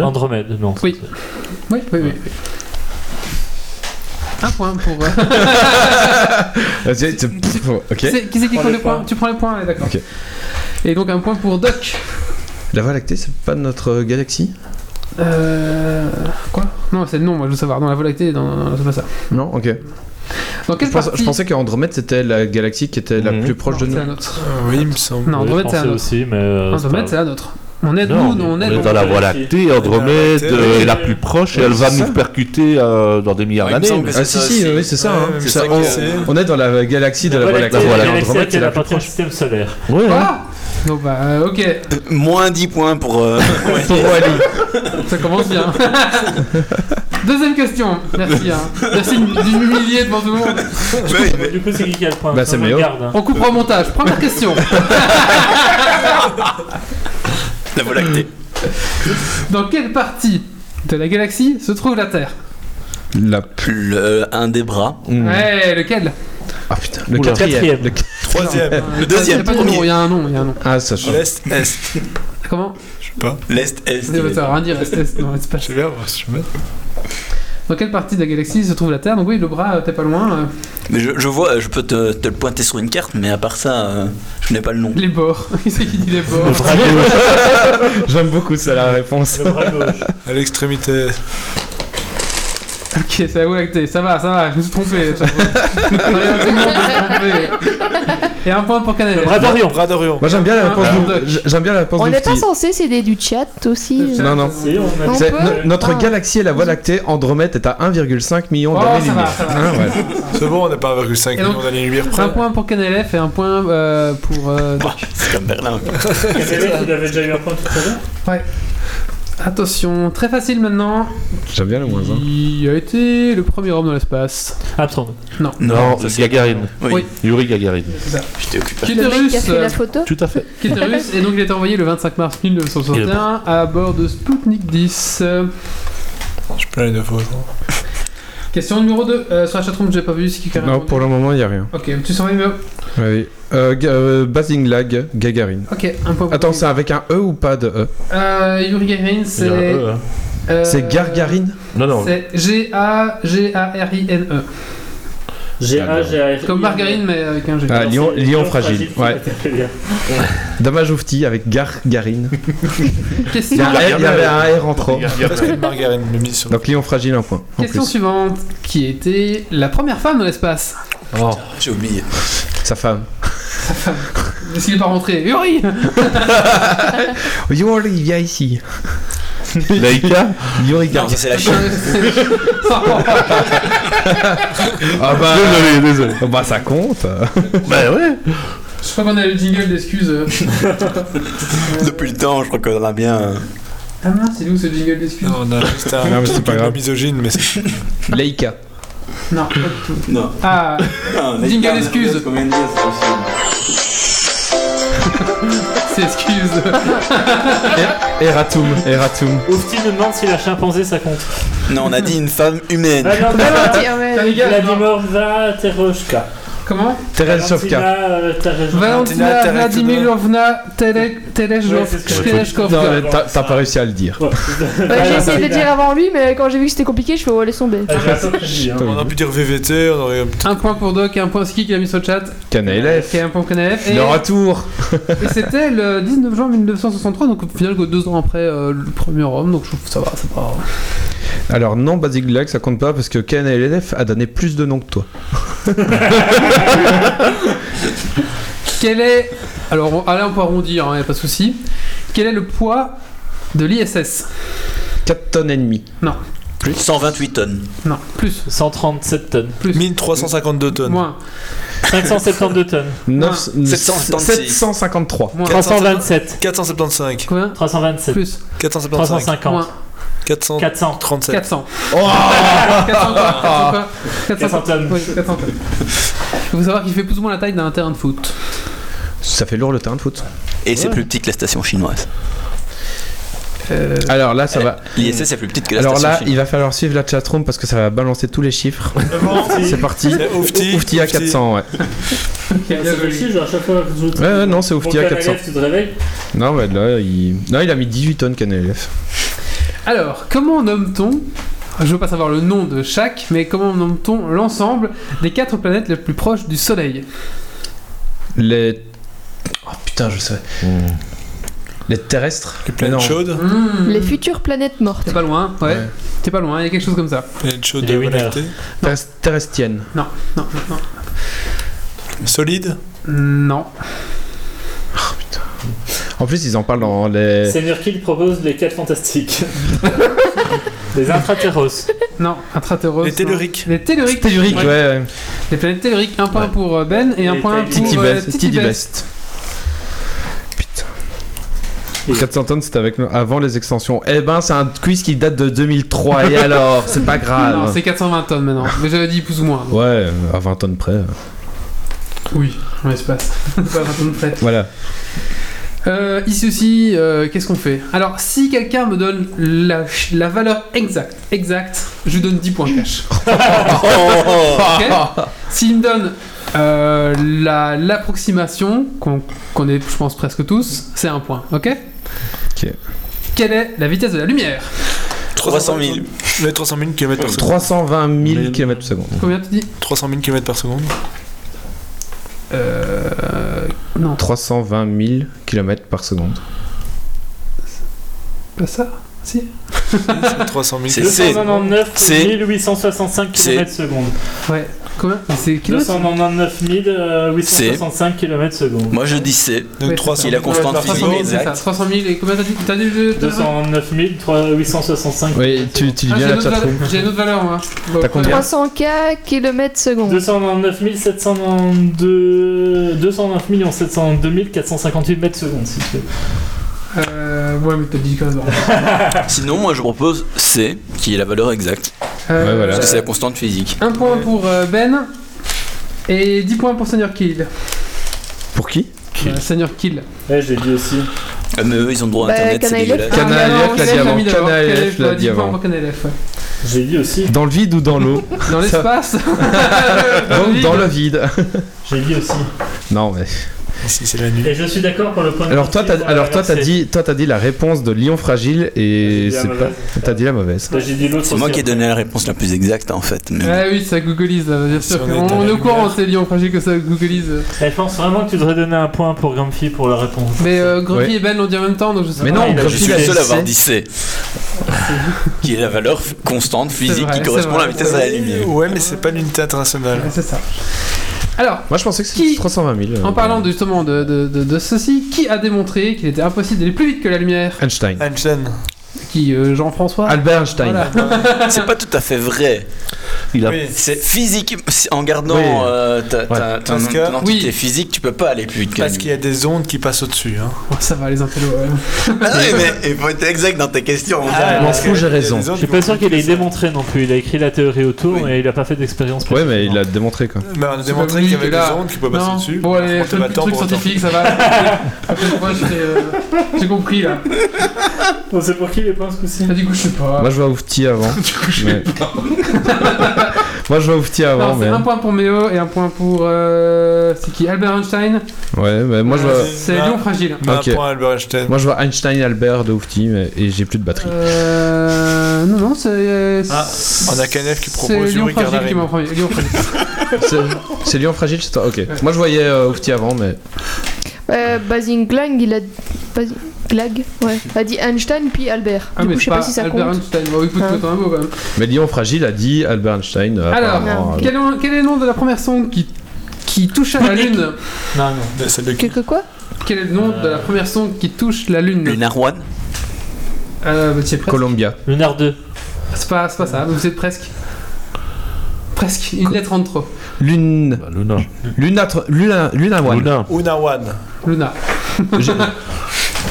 [SPEAKER 5] Andromède, non.
[SPEAKER 1] Oui. Oui, oui, oui. oui. Un point pour. euh,
[SPEAKER 3] Vas-y, c'est- pff,
[SPEAKER 1] qui
[SPEAKER 3] ok.
[SPEAKER 1] c'est qui c'est qui
[SPEAKER 5] Prends
[SPEAKER 1] prend
[SPEAKER 5] le
[SPEAKER 1] le point
[SPEAKER 5] point.
[SPEAKER 1] Tu prends le point, allez, d'accord.
[SPEAKER 3] Ok.
[SPEAKER 1] Et donc un point pour Doc.
[SPEAKER 3] La voie lactée, c'est pas notre euh, galaxie
[SPEAKER 1] Euh. Quoi Non, c'est le nom, moi je veux savoir. Dans la Voie lactée, non, non, non, c'est pas ça.
[SPEAKER 3] Non Ok.
[SPEAKER 1] Dans quelle
[SPEAKER 3] Je, pense-
[SPEAKER 1] partie
[SPEAKER 3] je pensais qu'Andromède, c'était la galaxie qui était la
[SPEAKER 10] Mhm.
[SPEAKER 3] plus proche
[SPEAKER 1] Non,
[SPEAKER 3] de
[SPEAKER 1] c'est la
[SPEAKER 3] nous.
[SPEAKER 1] nôtre.
[SPEAKER 7] oui, il me semble.
[SPEAKER 1] Non, Andromède, c'est la nôtre.
[SPEAKER 5] aussi, mais. euh, c'est
[SPEAKER 1] Andromède,
[SPEAKER 5] pas-
[SPEAKER 1] c'est la nôtre. On est,
[SPEAKER 5] Non,
[SPEAKER 1] nous,
[SPEAKER 5] mais
[SPEAKER 1] on est.
[SPEAKER 10] On est
[SPEAKER 1] nous.
[SPEAKER 10] dans la voie lactée, Andromède euh, est la plus proche et elle va nous percuter euh, dans des milliards
[SPEAKER 2] Ouais, il me
[SPEAKER 10] d'années.
[SPEAKER 2] semble que
[SPEAKER 3] Ah si,
[SPEAKER 2] c'est ça
[SPEAKER 3] si,
[SPEAKER 2] aussi.
[SPEAKER 3] oui, c'est ça. hein.
[SPEAKER 2] C'est
[SPEAKER 3] Ça,
[SPEAKER 2] ça
[SPEAKER 1] Oh.
[SPEAKER 3] on,
[SPEAKER 2] que c'est.
[SPEAKER 3] on est dans la galaxie de la voie lactée.
[SPEAKER 10] Voilà,
[SPEAKER 5] la galaxie
[SPEAKER 10] Andromède,
[SPEAKER 5] qui
[SPEAKER 10] c'est
[SPEAKER 5] est
[SPEAKER 10] la
[SPEAKER 5] la
[SPEAKER 10] plus
[SPEAKER 5] patronne du système solaire.
[SPEAKER 10] Ouais. hein.
[SPEAKER 1] Ah Bon bah, euh, ok.
[SPEAKER 2] Euh, Moins 10 points pour. euh,
[SPEAKER 3] Pour Wally.
[SPEAKER 1] Ça commence bien. Deuxième question. Merci. Hein. Merci d'humilier devant tout le monde.
[SPEAKER 5] Du coup, c'est qui qui a le point
[SPEAKER 3] Bah, c'est
[SPEAKER 5] On
[SPEAKER 3] Méo.
[SPEAKER 5] regarde, hein.
[SPEAKER 1] On coupe au montage. Première question.
[SPEAKER 2] la voie lactée.
[SPEAKER 1] Dans quelle partie de la galaxie se trouve la Terre
[SPEAKER 2] Le- un des bras.
[SPEAKER 3] Hmm.
[SPEAKER 1] Ouais, lequel
[SPEAKER 3] Mm. Ah putain, le
[SPEAKER 2] Oula.
[SPEAKER 3] quatrième.
[SPEAKER 2] Quatrième.
[SPEAKER 3] Le...
[SPEAKER 7] Troisième.
[SPEAKER 11] Le deuxième,
[SPEAKER 1] Il y a pas de nom,
[SPEAKER 11] premier.
[SPEAKER 1] Il y a un nom, il y a un nom.
[SPEAKER 3] Ah, ça change.
[SPEAKER 11] L'Est, Est.
[SPEAKER 1] Comment
[SPEAKER 11] L'Est, Est.
[SPEAKER 1] Ça veut rien dire, est- est- non, c'est pas
[SPEAKER 7] Je vais voir si je me-
[SPEAKER 1] Dans quelle partie de la galaxie se trouve la Terre Donc oui, le bras, euh, t'es pas loin. euh,
[SPEAKER 2] Mais je, je vois, je peux te, te le pointer sur une carte, mais à part ça, euh, je n'ai pas le nom.
[SPEAKER 1] les bords. Qui c'est qui dit les bords
[SPEAKER 3] J'aime beaucoup ça la réponse.
[SPEAKER 5] Le bras gauche.
[SPEAKER 7] À l'extrémité.
[SPEAKER 1] Ok, ça va, acté. ça va, ça va, je me suis trompé. ça va. Et un point pour Canal.
[SPEAKER 5] Le bras d'Orient.
[SPEAKER 7] Bras d'Orient.
[SPEAKER 3] Moi j'aime bien la réponse.
[SPEAKER 1] Ah.
[SPEAKER 3] du- j- J'aime bien la réponse.
[SPEAKER 6] On
[SPEAKER 3] du
[SPEAKER 6] n'est pas
[SPEAKER 3] petit.
[SPEAKER 6] censé s'aider du chat aussi. euh.
[SPEAKER 3] Non, non.
[SPEAKER 5] Si, on a-
[SPEAKER 6] Non.
[SPEAKER 3] C'est-
[SPEAKER 6] peut
[SPEAKER 3] no- notre
[SPEAKER 6] Ah.
[SPEAKER 3] galaxie et la Voie lactée, Andromède est à 1,5 million
[SPEAKER 1] Oh, ça
[SPEAKER 3] d'années
[SPEAKER 1] va,
[SPEAKER 3] lumière. Ah
[SPEAKER 1] ça va.
[SPEAKER 7] C'est bon, on n'est pas à 1,5
[SPEAKER 1] Et donc-
[SPEAKER 7] million d'années-lumière près.
[SPEAKER 1] Un point pour Canalef et un point euh, pour. euh,
[SPEAKER 2] Bah, c'est comme Berlin.
[SPEAKER 5] Vous avez déjà eu un point tout à l'heure
[SPEAKER 1] Attention, très facile maintenant.
[SPEAKER 3] J'aime bien le moins 1.
[SPEAKER 1] Qui a été le premier homme dans l'espace
[SPEAKER 5] Absent.
[SPEAKER 10] Non,
[SPEAKER 2] ça, c'est-
[SPEAKER 10] Gagarine.
[SPEAKER 2] Oui.
[SPEAKER 1] Oui.
[SPEAKER 10] Yuri Gagarine.
[SPEAKER 2] Je t'ai occupé.
[SPEAKER 1] Qui
[SPEAKER 6] Le
[SPEAKER 1] était
[SPEAKER 6] mec qui a
[SPEAKER 1] russe
[SPEAKER 6] fait
[SPEAKER 1] euh,
[SPEAKER 6] la photo.
[SPEAKER 10] Tout à fait.
[SPEAKER 1] Qui était russe et donc il a été envoyé le 25 mars 1961 à bord de Sputnik 10. Euh,
[SPEAKER 7] Je peux aller deux fois. je crois.
[SPEAKER 1] Question numéro 2. sur la chatroom, j'ai pas vu ce qui
[SPEAKER 3] Non, pour le moment, il n'y a rien.
[SPEAKER 1] Ok, tu sens mieux.
[SPEAKER 3] Oui. Euh, Ga- euh, Basinglag, Gagarine.
[SPEAKER 1] Ok, un point pour
[SPEAKER 3] Attends,
[SPEAKER 1] lui.
[SPEAKER 3] c'est avec un E ou pas de E
[SPEAKER 1] Euh, Yuri Gagarin, c'est. euh,
[SPEAKER 3] C'est Gargarine
[SPEAKER 10] Non, non.
[SPEAKER 1] C'est G-A-G-A-R-I-N-E.
[SPEAKER 5] GA, GA.
[SPEAKER 1] E. Comme margarine, mais avec un G.
[SPEAKER 3] Ah, Lyon- Lyon fragile, ouais. Damajofti avec Gargarine. Il y,
[SPEAKER 1] Question,
[SPEAKER 3] a un R- il y avait un R en trop.
[SPEAKER 7] Parce que Margarine me mise sur.
[SPEAKER 3] Donc Lyon fragile, un point. En
[SPEAKER 1] question
[SPEAKER 3] plus.
[SPEAKER 1] suivante. Qui était la première femme dans l'espace
[SPEAKER 2] J'ai oublié.
[SPEAKER 3] Oh. Sa femme.
[SPEAKER 1] Parce qu'il est pas rentré. Yuri Euh,
[SPEAKER 3] Yuri, Olivia ici.
[SPEAKER 10] Laïka
[SPEAKER 3] Yuri
[SPEAKER 2] Non,
[SPEAKER 3] Gargarine.
[SPEAKER 2] ça c'est la Chine.
[SPEAKER 1] Bah
[SPEAKER 3] Ah bah.
[SPEAKER 10] Désolé, désolé.
[SPEAKER 3] Ah Bah ça compte.
[SPEAKER 10] Bah ouais.
[SPEAKER 1] Je crois qu'on a le jingle d'excuses.
[SPEAKER 2] Depuis le temps, je crois qu'on en a bien. euh,
[SPEAKER 1] Ah mince, c'est où ce jingle d'excuses
[SPEAKER 7] Non, on a juste un
[SPEAKER 3] Non, mais c'est
[SPEAKER 7] truc
[SPEAKER 3] pas
[SPEAKER 7] de
[SPEAKER 3] grave.
[SPEAKER 7] misogyne, mais c'est
[SPEAKER 3] Laïka.
[SPEAKER 1] Non, pas du tout.
[SPEAKER 2] Non.
[SPEAKER 1] Ah, Jingle excuse.
[SPEAKER 2] Combien de dire, c'est possible
[SPEAKER 1] c'est excuse.
[SPEAKER 3] Er, Eratum. Eratum.
[SPEAKER 5] Oufti me demande si la chimpanzé ça compte.
[SPEAKER 2] Non, on a dit une femme humaine.
[SPEAKER 5] Ah non, non, non,
[SPEAKER 6] Tiens, ouais.
[SPEAKER 1] Tiens, les gars, non.
[SPEAKER 5] Vladimir Tereshka.
[SPEAKER 1] Comment
[SPEAKER 3] Teresovka.
[SPEAKER 5] euh,
[SPEAKER 1] Valentina
[SPEAKER 7] Valentina
[SPEAKER 1] Vladimirovna Tele-
[SPEAKER 5] Ouais, c'est ce
[SPEAKER 1] Telejov-
[SPEAKER 5] que-
[SPEAKER 3] Non,
[SPEAKER 1] Telejkovka.
[SPEAKER 3] mais t'as t'as pas réussi à le dire.
[SPEAKER 5] Ah,
[SPEAKER 6] Ouais, J'ai essayé de le dire avant lui, mais quand j'ai vu que c'était compliqué, je fais oh, laisse tomber.
[SPEAKER 5] Ah,
[SPEAKER 1] Hmm.
[SPEAKER 5] hein.
[SPEAKER 7] On a pu dire VVT, on aurait.
[SPEAKER 1] Un point pour Doc et un point Ski qui a mis sur le chat.
[SPEAKER 3] Canaïlef.
[SPEAKER 1] Qui a un point pour Canalef. Et-
[SPEAKER 3] Le retour.
[SPEAKER 1] Et c'était le 19 juin 1963, donc au final, que deux ans après euh, le premier homme, donc je trouve que ça va, ça va.
[SPEAKER 3] Alors non, Basinglag, ça compte pas parce que KNLF a donné plus de noms que toi.
[SPEAKER 1] Quel est. Alors, on- allez, on peut arrondir, hein, y a pas de souci. Quel est le poids de l'ISS
[SPEAKER 3] 4 tonnes et demie.
[SPEAKER 2] 128 tonnes.
[SPEAKER 1] Non, plus,
[SPEAKER 5] 137 tonnes.
[SPEAKER 1] plus.
[SPEAKER 7] 1352 tonnes.
[SPEAKER 1] Moins,
[SPEAKER 5] 572 tonnes.
[SPEAKER 3] 9,
[SPEAKER 2] 776.
[SPEAKER 3] 753.
[SPEAKER 1] moins.
[SPEAKER 5] 327.
[SPEAKER 7] 475.
[SPEAKER 1] Combien
[SPEAKER 5] 327.
[SPEAKER 1] Plus,
[SPEAKER 7] 475.
[SPEAKER 5] 350.
[SPEAKER 1] moins,
[SPEAKER 7] 437.
[SPEAKER 5] 400.
[SPEAKER 1] 400.
[SPEAKER 3] Oh
[SPEAKER 1] 400 quoi 400 quoi 400
[SPEAKER 5] 400 tonnes.
[SPEAKER 1] Oui, 400 tonnes. Il faut savoir qu'il fait plus ou moins la taille d'un terrain de foot.
[SPEAKER 3] ça fait lourd le terrain de foot.
[SPEAKER 2] Et c'est plus petit que la station chinoise.
[SPEAKER 1] Euh,
[SPEAKER 3] Alors là, ça va.
[SPEAKER 2] L'ISS est plus petite que la
[SPEAKER 3] Alors
[SPEAKER 2] station
[SPEAKER 3] là,
[SPEAKER 2] chinoise.
[SPEAKER 3] il va falloir suivre la chatroom parce que ça va balancer tous les chiffres. c'est parti.
[SPEAKER 1] Euh,
[SPEAKER 7] C'est Oufti.
[SPEAKER 3] Oufti à 400, ouais.
[SPEAKER 1] ok, bien
[SPEAKER 5] C'est
[SPEAKER 1] joli.
[SPEAKER 5] possible, à chaque fois que je
[SPEAKER 3] Ouais, ouais, non, c'est Oufti à 400.
[SPEAKER 5] Tu te réveilles
[SPEAKER 3] Non, mais là, il... Non, il a mis 18 tonnes KNLF.
[SPEAKER 1] Alors, comment nomme-t-on je veux pas savoir le nom de chaque, mais comment nomme-t-on l'ensemble des quatre planètes les plus proches du Soleil
[SPEAKER 3] Les. Oh putain, je sais. Les terrestres.
[SPEAKER 7] Les
[SPEAKER 3] Mais
[SPEAKER 7] planètes
[SPEAKER 3] non.
[SPEAKER 7] chaudes.
[SPEAKER 1] Hmm.
[SPEAKER 6] Les futures planètes mortes.
[SPEAKER 1] T'es pas loin, ouais.
[SPEAKER 3] Ouais.
[SPEAKER 1] T'es pas loin, il y a quelque chose comme ça.
[SPEAKER 7] Les planètes chaudes
[SPEAKER 5] Les
[SPEAKER 7] de
[SPEAKER 5] winners.
[SPEAKER 7] connecter.
[SPEAKER 3] Terres- Terrestriennes.
[SPEAKER 1] Non, non,
[SPEAKER 7] Solide.
[SPEAKER 1] non. Non.
[SPEAKER 3] En plus, ils en parlent dans les.
[SPEAKER 5] Seigneur Kill propose les 4 fantastiques. les intraterros.
[SPEAKER 1] Non, intraterros.
[SPEAKER 7] Les
[SPEAKER 1] non.
[SPEAKER 7] telluriques.
[SPEAKER 1] Les telluriques.
[SPEAKER 3] Tellurique, ouais. ouais.
[SPEAKER 1] Les planètes telluriques. Un point pour euh, Ben et un
[SPEAKER 5] Et
[SPEAKER 1] point
[SPEAKER 5] Tahiti.
[SPEAKER 1] pour euh,
[SPEAKER 3] Titi
[SPEAKER 1] Titi Best.
[SPEAKER 3] Best. Putain. 400 tonnes, c'était avec avant les extensions. Eh ben, c'est un quiz qui date de 2003. Et alors, c'est pas grave.
[SPEAKER 1] Non, c'est 420 tonnes maintenant. Mais j'avais dit plus ou moins. donc.
[SPEAKER 3] Ouais, à 20 tonnes près.
[SPEAKER 1] Oui, dans l'espace. Pas 20 tonnes près.
[SPEAKER 3] Voilà.
[SPEAKER 1] Euh, ici aussi, euh, qu'est-ce qu'on fait Alors, si quelqu'un me donne la, la valeur exacte, exacte, je lui donne 10 points cash. oh,
[SPEAKER 3] Oh.
[SPEAKER 1] Ok S'il me donne euh, la- l'approximation, qu'on connaît, je pense, presque tous, c'est un point, ok
[SPEAKER 3] Ok.
[SPEAKER 1] Quelle est la vitesse de la lumière
[SPEAKER 7] 300 000. Mais 300 000 km par seconde.
[SPEAKER 3] 320 000 km par seconde.
[SPEAKER 1] Combien tu dis
[SPEAKER 7] 300 000 km par seconde.
[SPEAKER 3] Euh,
[SPEAKER 1] non.
[SPEAKER 3] 320 000 km par seconde.
[SPEAKER 1] Pas ça Si
[SPEAKER 7] 300 000
[SPEAKER 11] C'est- c'est-
[SPEAKER 5] 299
[SPEAKER 11] c'est-
[SPEAKER 5] 1865
[SPEAKER 11] c'est-
[SPEAKER 5] km secondes.
[SPEAKER 1] Ouais. Combien C'est kilomètres
[SPEAKER 5] 299 865 km secondes.
[SPEAKER 11] Moi je dis c'est.
[SPEAKER 1] Ouais,
[SPEAKER 7] Donc 300
[SPEAKER 11] c'est la
[SPEAKER 7] 000
[SPEAKER 11] constante
[SPEAKER 7] par
[SPEAKER 1] 300
[SPEAKER 11] physique.
[SPEAKER 1] 000,
[SPEAKER 7] seconde.
[SPEAKER 11] exact.
[SPEAKER 1] c'est ça. 300 000 et combien t'as dit T'as dit le-
[SPEAKER 5] 299 865
[SPEAKER 3] Oui, tu, tu lis
[SPEAKER 1] Ah, j'ai une
[SPEAKER 3] bien la
[SPEAKER 1] autre valeur-
[SPEAKER 3] chatroom.
[SPEAKER 1] J'ai une autre valeur, moi. Bon,
[SPEAKER 3] T'as combien
[SPEAKER 6] 300k km seconde.
[SPEAKER 5] 299 792 209 792 458 mètres secondes si tu veux.
[SPEAKER 1] Euh, ouais, mais t'as dit quand même.
[SPEAKER 2] Sinon, moi je propose C, qui est la valeur exacte.
[SPEAKER 1] Euh,
[SPEAKER 3] Ouais, voilà.
[SPEAKER 2] Parce que c'est la constante physique.
[SPEAKER 1] Un point pour euh, Ben et 10 points pour Seigneur Kill.
[SPEAKER 3] Pour qui
[SPEAKER 1] Euh, Seigneur Kill.
[SPEAKER 5] Ouais, je l'ai Eh, dit aussi.
[SPEAKER 2] Ah, mais eux, ils ont droit à
[SPEAKER 6] Bah,
[SPEAKER 2] Internet, c'est
[SPEAKER 6] Canal F.
[SPEAKER 2] dégueulasse.
[SPEAKER 3] Canal
[SPEAKER 1] Ah,
[SPEAKER 3] F,
[SPEAKER 1] non,
[SPEAKER 3] la
[SPEAKER 1] Canal
[SPEAKER 3] diamant.
[SPEAKER 1] a mis d'abord.
[SPEAKER 3] Canal F,
[SPEAKER 1] Canal F,
[SPEAKER 3] la
[SPEAKER 1] ouais, 10 points
[SPEAKER 3] diamant.
[SPEAKER 1] pour Canal F, ouais.
[SPEAKER 5] Je l'ai dit aussi.
[SPEAKER 3] Dans le vide ou dans l'eau
[SPEAKER 1] Dans l'espace
[SPEAKER 3] Donc dans le vide.
[SPEAKER 5] Je l'ai dit aussi.
[SPEAKER 3] non, mais.
[SPEAKER 7] Ici, Ah, c'est la nuit.
[SPEAKER 5] Et je suis d'accord pour le point de
[SPEAKER 3] Alors toi,
[SPEAKER 5] Marseille
[SPEAKER 3] t'as,
[SPEAKER 5] pour
[SPEAKER 3] alors toi,
[SPEAKER 5] l'inverser.
[SPEAKER 3] t'as dit, toi, t'as dit la réponse de Lion fragile et
[SPEAKER 5] J'ai dit la
[SPEAKER 3] c'est pas.
[SPEAKER 5] mauvaise.
[SPEAKER 3] T'as dit la mauvaise.
[SPEAKER 5] Là, Bah, J'ai dit l'autre
[SPEAKER 2] C'est moi
[SPEAKER 5] aussi,
[SPEAKER 2] qui ai
[SPEAKER 5] après.
[SPEAKER 2] donné la réponse la plus exacte en fait. Mais...
[SPEAKER 1] Ah oui, ça googleise, là, bien sûr.
[SPEAKER 7] Si on
[SPEAKER 1] que-
[SPEAKER 7] est
[SPEAKER 1] on,
[SPEAKER 7] à la
[SPEAKER 1] est au
[SPEAKER 7] lumière.
[SPEAKER 1] courant, c'est Lyon Fragile que ça googleise.
[SPEAKER 5] Eh, je pense vraiment que tu devrais donner un point pour Grumpy pour la réponse.
[SPEAKER 1] Mais euh, Grumpy
[SPEAKER 3] Ouais.
[SPEAKER 1] et Ben l'ont dit en même temps, donc je sais
[SPEAKER 3] Mais
[SPEAKER 1] pas.
[SPEAKER 3] non,
[SPEAKER 5] il a
[SPEAKER 3] Grumpy
[SPEAKER 2] Je suis
[SPEAKER 3] l'a
[SPEAKER 2] le seul à avoir
[SPEAKER 3] C.
[SPEAKER 2] dit C, qui est la valeur f- constante physique
[SPEAKER 1] vrai,
[SPEAKER 2] qui
[SPEAKER 1] c'est
[SPEAKER 2] correspond à la
[SPEAKER 1] vrai.
[SPEAKER 2] vitesse à la lumière.
[SPEAKER 7] Ouais, mais c'est pas l'unité internationale.
[SPEAKER 1] Ouais, C'est ça. Alors,
[SPEAKER 3] Moi, je pensais que
[SPEAKER 1] Qui-
[SPEAKER 3] c'était 320 000. euh,
[SPEAKER 1] en parlant de- justement de, de, de, de ceci, qui a démontré qu'il était impossible d'aller plus vite que la lumière
[SPEAKER 3] Einstein.
[SPEAKER 7] Einstein.
[SPEAKER 1] Qui euh, Jean-François
[SPEAKER 3] Albert Einstein.
[SPEAKER 1] Voilà.
[SPEAKER 2] C'est pas tout à fait vrai.
[SPEAKER 10] Il a
[SPEAKER 7] Oui.
[SPEAKER 2] C'est physique. si- En gardant
[SPEAKER 3] Oui.
[SPEAKER 2] euh, ta, ta- ton-
[SPEAKER 7] Parce que-
[SPEAKER 2] ton entité
[SPEAKER 1] Oui.
[SPEAKER 2] physique, tu peux pas aller plus vite que la
[SPEAKER 7] Parce qu'il y a des ondes qui passent au-dessus. Hein.
[SPEAKER 1] Oh, ça va, les intellos. ouais.
[SPEAKER 2] lumière. Ah oui, mais il faut être exact dans tes questions.
[SPEAKER 3] Je m'en fous, j'ai raison.
[SPEAKER 5] Je suis pas sûr qu'il ait démontré non plus. Il a écrit la théorie autour et il a pas fait d'expérience.
[SPEAKER 3] Ouais, mais il l'a démontré quoi.
[SPEAKER 7] Mais on a
[SPEAKER 1] C'est
[SPEAKER 7] démontré
[SPEAKER 1] pas
[SPEAKER 7] qu'il y avait
[SPEAKER 1] logique, là.
[SPEAKER 7] des ondes qui pouvaient passer
[SPEAKER 1] Non.
[SPEAKER 7] au-dessus.
[SPEAKER 1] Bon, allez,
[SPEAKER 7] On te
[SPEAKER 1] fais le
[SPEAKER 7] bat
[SPEAKER 1] petit
[SPEAKER 7] tant
[SPEAKER 1] truc
[SPEAKER 7] pour autant.
[SPEAKER 1] scientifique, ça va. Après, moi, j'étais, euh, j'ai compris là.
[SPEAKER 5] On sait Oh, pour qui les points ce coup-ci.
[SPEAKER 1] Ah, Du coup, je sais pas.
[SPEAKER 3] Moi, je vois Oufti avant. mais- Moi, je vois Oufti avant,
[SPEAKER 1] Alors, c'est
[SPEAKER 3] mais.
[SPEAKER 1] un point pour Méo et un point pour. euh, c'est qui Albert Einstein Euh,
[SPEAKER 3] Ouais, mais moi, je vois.
[SPEAKER 1] C'est Lyon Fragile.
[SPEAKER 7] Mais
[SPEAKER 3] Ok.
[SPEAKER 7] Un point à Albert Einstein.
[SPEAKER 3] Moi je vois Einstein, Albert de Oufti mais- et j'ai plus de batterie.
[SPEAKER 1] Euh. Non, non, c'est.
[SPEAKER 7] Ah, on a KNF qui
[SPEAKER 1] C'est
[SPEAKER 7] propose
[SPEAKER 1] Lyon
[SPEAKER 7] Yuri
[SPEAKER 1] Fragile qui
[SPEAKER 7] Gagarin.
[SPEAKER 1] m'a en premier. Lyon Fragile.
[SPEAKER 3] C'est- C'est Lyon fragile, c'est toi Ok. Moi je voyais euh, Oufti avant, mais.
[SPEAKER 6] Euh, Basinglang, il a. Basi- Glag, ouais. A dit Einstein puis Albert.
[SPEAKER 1] Ah,
[SPEAKER 6] du
[SPEAKER 1] mais
[SPEAKER 6] coup, je sais
[SPEAKER 1] c'est
[SPEAKER 6] pas si ça
[SPEAKER 1] Albert
[SPEAKER 6] compte.
[SPEAKER 1] Einstein. Bon, écoute,
[SPEAKER 6] Ah.
[SPEAKER 1] c'est un mot quand même.
[SPEAKER 3] Mais Lyon fragile a dit Albert Einstein. euh, apparemment,
[SPEAKER 1] Alors,
[SPEAKER 3] euh,
[SPEAKER 1] quel est- quel est le nom de la première sonde qui. Qui touche à la Lune
[SPEAKER 5] Non, non.
[SPEAKER 7] Mais Celle de qui
[SPEAKER 6] Quelque quoi
[SPEAKER 1] Quel est le nom de la première sonde qui touche la Lune
[SPEAKER 2] Lunar One
[SPEAKER 1] Euh, bah, tu es presque.
[SPEAKER 3] Columbia.
[SPEAKER 5] Lunar 2.
[SPEAKER 1] C'est pas, c'est pas ça, vous êtes presque. Presque, une lettre en trop.
[SPEAKER 3] Lune.
[SPEAKER 10] Bah, Luna.
[SPEAKER 3] Luna. tr- Luna. Luna One.
[SPEAKER 10] Luna.
[SPEAKER 7] Una One.
[SPEAKER 1] Luna.
[SPEAKER 3] J'ai-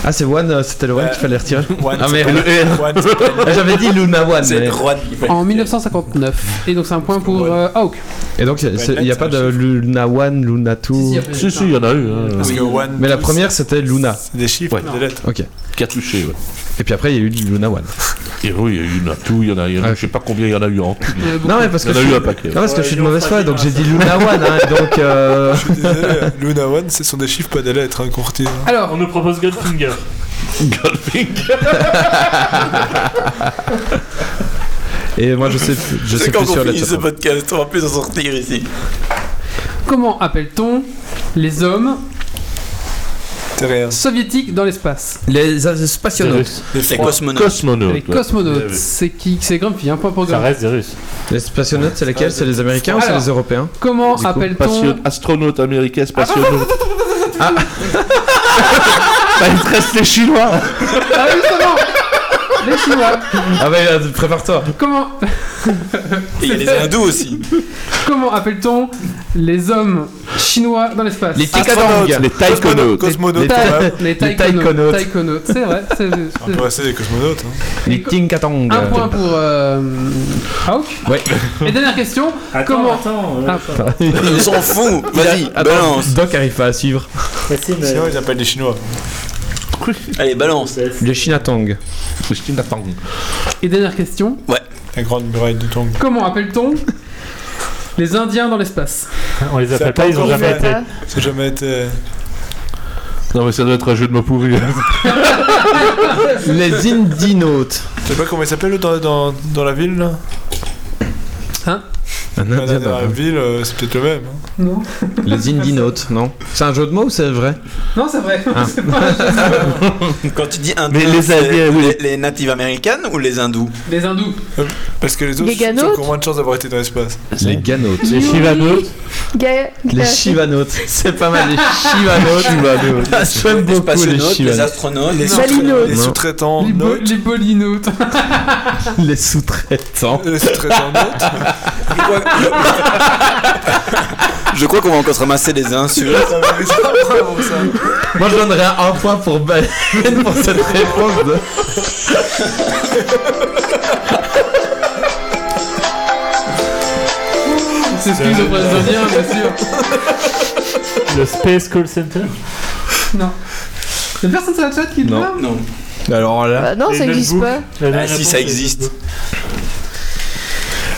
[SPEAKER 3] Ah, c'est One, euh, c'était le One
[SPEAKER 7] Ouais.
[SPEAKER 3] qu'il fallait retirer.
[SPEAKER 7] One,
[SPEAKER 3] Ah,
[SPEAKER 7] c'est
[SPEAKER 3] merde.
[SPEAKER 7] pas- One, c'est pas-
[SPEAKER 3] Ah, J'avais dit Luna One.
[SPEAKER 2] C'est
[SPEAKER 3] mais-
[SPEAKER 2] Juan qui fait.
[SPEAKER 1] En 1959. Et donc c'est un point pour euh, Hawk.
[SPEAKER 3] Et donc
[SPEAKER 7] Bah,
[SPEAKER 3] il n'y a
[SPEAKER 7] lettre,
[SPEAKER 3] pas de
[SPEAKER 7] c'est un
[SPEAKER 3] Luna One, Luna Two.
[SPEAKER 1] après,
[SPEAKER 10] Si,
[SPEAKER 1] il y a
[SPEAKER 10] si, il y en a eu. hein.
[SPEAKER 7] Parce que One.
[SPEAKER 3] Mais la
[SPEAKER 7] two,
[SPEAKER 3] première c'était Luna.
[SPEAKER 7] C'est des chiffres,
[SPEAKER 10] Ouais.
[SPEAKER 7] des lettres.
[SPEAKER 3] Ok.
[SPEAKER 10] Qui a touché, ouais.
[SPEAKER 3] Et puis après il y a eu Luna One.
[SPEAKER 10] Et oui, il y en a tout, il y en a, il y en a-
[SPEAKER 3] Ouais.
[SPEAKER 10] je sais pas combien il y en a eu en tout.
[SPEAKER 1] plein. Euh, bon,
[SPEAKER 3] Non mais parce
[SPEAKER 10] Il
[SPEAKER 3] que
[SPEAKER 10] y en
[SPEAKER 3] je
[SPEAKER 10] a eu
[SPEAKER 3] suis...
[SPEAKER 10] un paquet.
[SPEAKER 3] Non, parce que
[SPEAKER 5] Ouais,
[SPEAKER 3] je suis de
[SPEAKER 5] Lyon
[SPEAKER 3] mauvaise foi
[SPEAKER 5] fragile,
[SPEAKER 3] donc
[SPEAKER 5] hein,
[SPEAKER 3] j'ai dit Luna One hein, et donc euh,
[SPEAKER 7] Je suis désolé, Luna One, ce sont des chiffres, pas des lettres, hein, qu'on retire.
[SPEAKER 5] On
[SPEAKER 1] Alors,
[SPEAKER 5] nous propose Godfinger.
[SPEAKER 10] Goldfinger.
[SPEAKER 3] et moi je sais plus, je sais plus sur hein. la
[SPEAKER 2] ce podcast, on va plus en sortir ici.
[SPEAKER 1] comment appelle-t-on les hommes
[SPEAKER 7] C'est rien.
[SPEAKER 1] soviétiques dans l'espace
[SPEAKER 3] Les as- spationautes.
[SPEAKER 2] Les cosmonautes.
[SPEAKER 1] Les
[SPEAKER 4] Euh,
[SPEAKER 10] Cosmonaute.
[SPEAKER 4] bah,
[SPEAKER 10] ouais.
[SPEAKER 1] cosmonautes. C'est qui C'est Grumpy, un point pour
[SPEAKER 5] Ça
[SPEAKER 1] Grumpy.
[SPEAKER 5] reste des Russes.
[SPEAKER 3] Les spationautes c'est lesquels C'est les Américains ou c'est
[SPEAKER 1] Alors.
[SPEAKER 3] les Européens
[SPEAKER 1] Comment
[SPEAKER 3] Du coup,
[SPEAKER 1] appelle-t-on.
[SPEAKER 10] Passion- Astronaute américain, spationaute. Ah.
[SPEAKER 3] Bah il te reste les Chinois
[SPEAKER 1] Ah, justement Les Chinois.
[SPEAKER 3] Ah bah euh, prépare-toi
[SPEAKER 1] Comment,
[SPEAKER 2] Et il y a les hindous aussi.
[SPEAKER 1] comment appelle-t-on les hommes chinois dans l'espace Ah,
[SPEAKER 3] Les Tikadang
[SPEAKER 10] Les taïkonautes.
[SPEAKER 7] Cosmonautes,
[SPEAKER 3] les-
[SPEAKER 7] quand même.
[SPEAKER 1] Les
[SPEAKER 3] taïkonautes.
[SPEAKER 1] taïkonautes. Taïkonautes, c'est vrai. c'est-
[SPEAKER 7] On peut rester des cosmonautes. hein.
[SPEAKER 3] Les Tinkatang
[SPEAKER 1] Un point pour euh, Hawk.
[SPEAKER 3] Ouais.
[SPEAKER 1] Et dernière question.
[SPEAKER 5] Attends,
[SPEAKER 1] Comment
[SPEAKER 5] attends, euh,
[SPEAKER 1] Ah,
[SPEAKER 2] On s'en fout. Vas-y,
[SPEAKER 3] Attends,
[SPEAKER 2] balance.
[SPEAKER 3] Doc arrive pas à suivre.
[SPEAKER 5] Maxime, euh,
[SPEAKER 7] Sinon, ils appellent les Chinois.
[SPEAKER 2] Allez, balance.
[SPEAKER 3] Le Chinatang.
[SPEAKER 10] Le Chinatang.
[SPEAKER 1] Et dernière question,
[SPEAKER 2] Ouais.
[SPEAKER 7] La grande muraille de Tong.
[SPEAKER 1] comment appelle-t-on les Indiens dans l'espace
[SPEAKER 5] On les
[SPEAKER 7] Ça a
[SPEAKER 5] appelle pas, ils ont
[SPEAKER 7] encore
[SPEAKER 5] jamais
[SPEAKER 7] fait.
[SPEAKER 5] été.
[SPEAKER 7] Ça n'a jamais été.
[SPEAKER 10] Non, mais ça doit être un jeu de mots pourri. hein,
[SPEAKER 3] Les Indinotes.
[SPEAKER 7] Je sais pas comment il s'appelle dans, dans, dans la ville là
[SPEAKER 3] Un
[SPEAKER 7] Dans
[SPEAKER 3] Indien dans-
[SPEAKER 7] la ville, euh, c'est peut-être le même. hein.
[SPEAKER 1] Non.
[SPEAKER 3] Les Indinotes, non C'est un jeu de mots ou c'est vrai
[SPEAKER 1] Non, c'est vrai.
[SPEAKER 3] Ah.
[SPEAKER 1] C'est pas un jeu.
[SPEAKER 2] Quand tu dis hindous,
[SPEAKER 10] Mais les
[SPEAKER 2] c'est
[SPEAKER 10] Indiens, oui.
[SPEAKER 2] les, les natives américaines ou les hindous
[SPEAKER 1] les hindous.
[SPEAKER 7] Parce que les autres,
[SPEAKER 6] Les
[SPEAKER 7] ils ont
[SPEAKER 6] Ganotes
[SPEAKER 7] encore moins de chances d'avoir été dans l'espace.
[SPEAKER 3] Les Ganotes.
[SPEAKER 5] Les Chivanotes.
[SPEAKER 6] Ga-
[SPEAKER 3] Les
[SPEAKER 6] Ga-
[SPEAKER 3] Chivanotes. C'est pas mal, les Chivanotes. J'aime
[SPEAKER 2] Les
[SPEAKER 3] beaucoup les
[SPEAKER 2] spationautes, les
[SPEAKER 3] Chivanotes.
[SPEAKER 2] astronautes, les
[SPEAKER 6] Balinotes.
[SPEAKER 7] Les
[SPEAKER 3] Non.
[SPEAKER 7] sous-traitants,
[SPEAKER 1] les, bo-
[SPEAKER 7] notes.
[SPEAKER 1] les bolinotes.
[SPEAKER 3] Les sous-traitants.
[SPEAKER 7] Les sous-traitants, notes.
[SPEAKER 2] Je crois qu'on va encore se ramasser des insultes.
[SPEAKER 3] Moi, je donnerais un point pour Ben pour cette réponse. De...
[SPEAKER 1] C'est ce que je les Indiens, bien sûr.
[SPEAKER 5] Le Space Call Center.
[SPEAKER 1] Non. Y'a personne sur la chat qui le
[SPEAKER 3] Non.
[SPEAKER 1] l'a
[SPEAKER 2] Non.
[SPEAKER 3] Alors là.
[SPEAKER 6] Bah non,
[SPEAKER 5] Les
[SPEAKER 6] ça n'existe
[SPEAKER 5] notebooks.
[SPEAKER 6] pas.
[SPEAKER 5] La
[SPEAKER 2] Ah,
[SPEAKER 5] dernière
[SPEAKER 2] si,
[SPEAKER 5] réponse,
[SPEAKER 2] ça
[SPEAKER 5] c'est-
[SPEAKER 2] existe.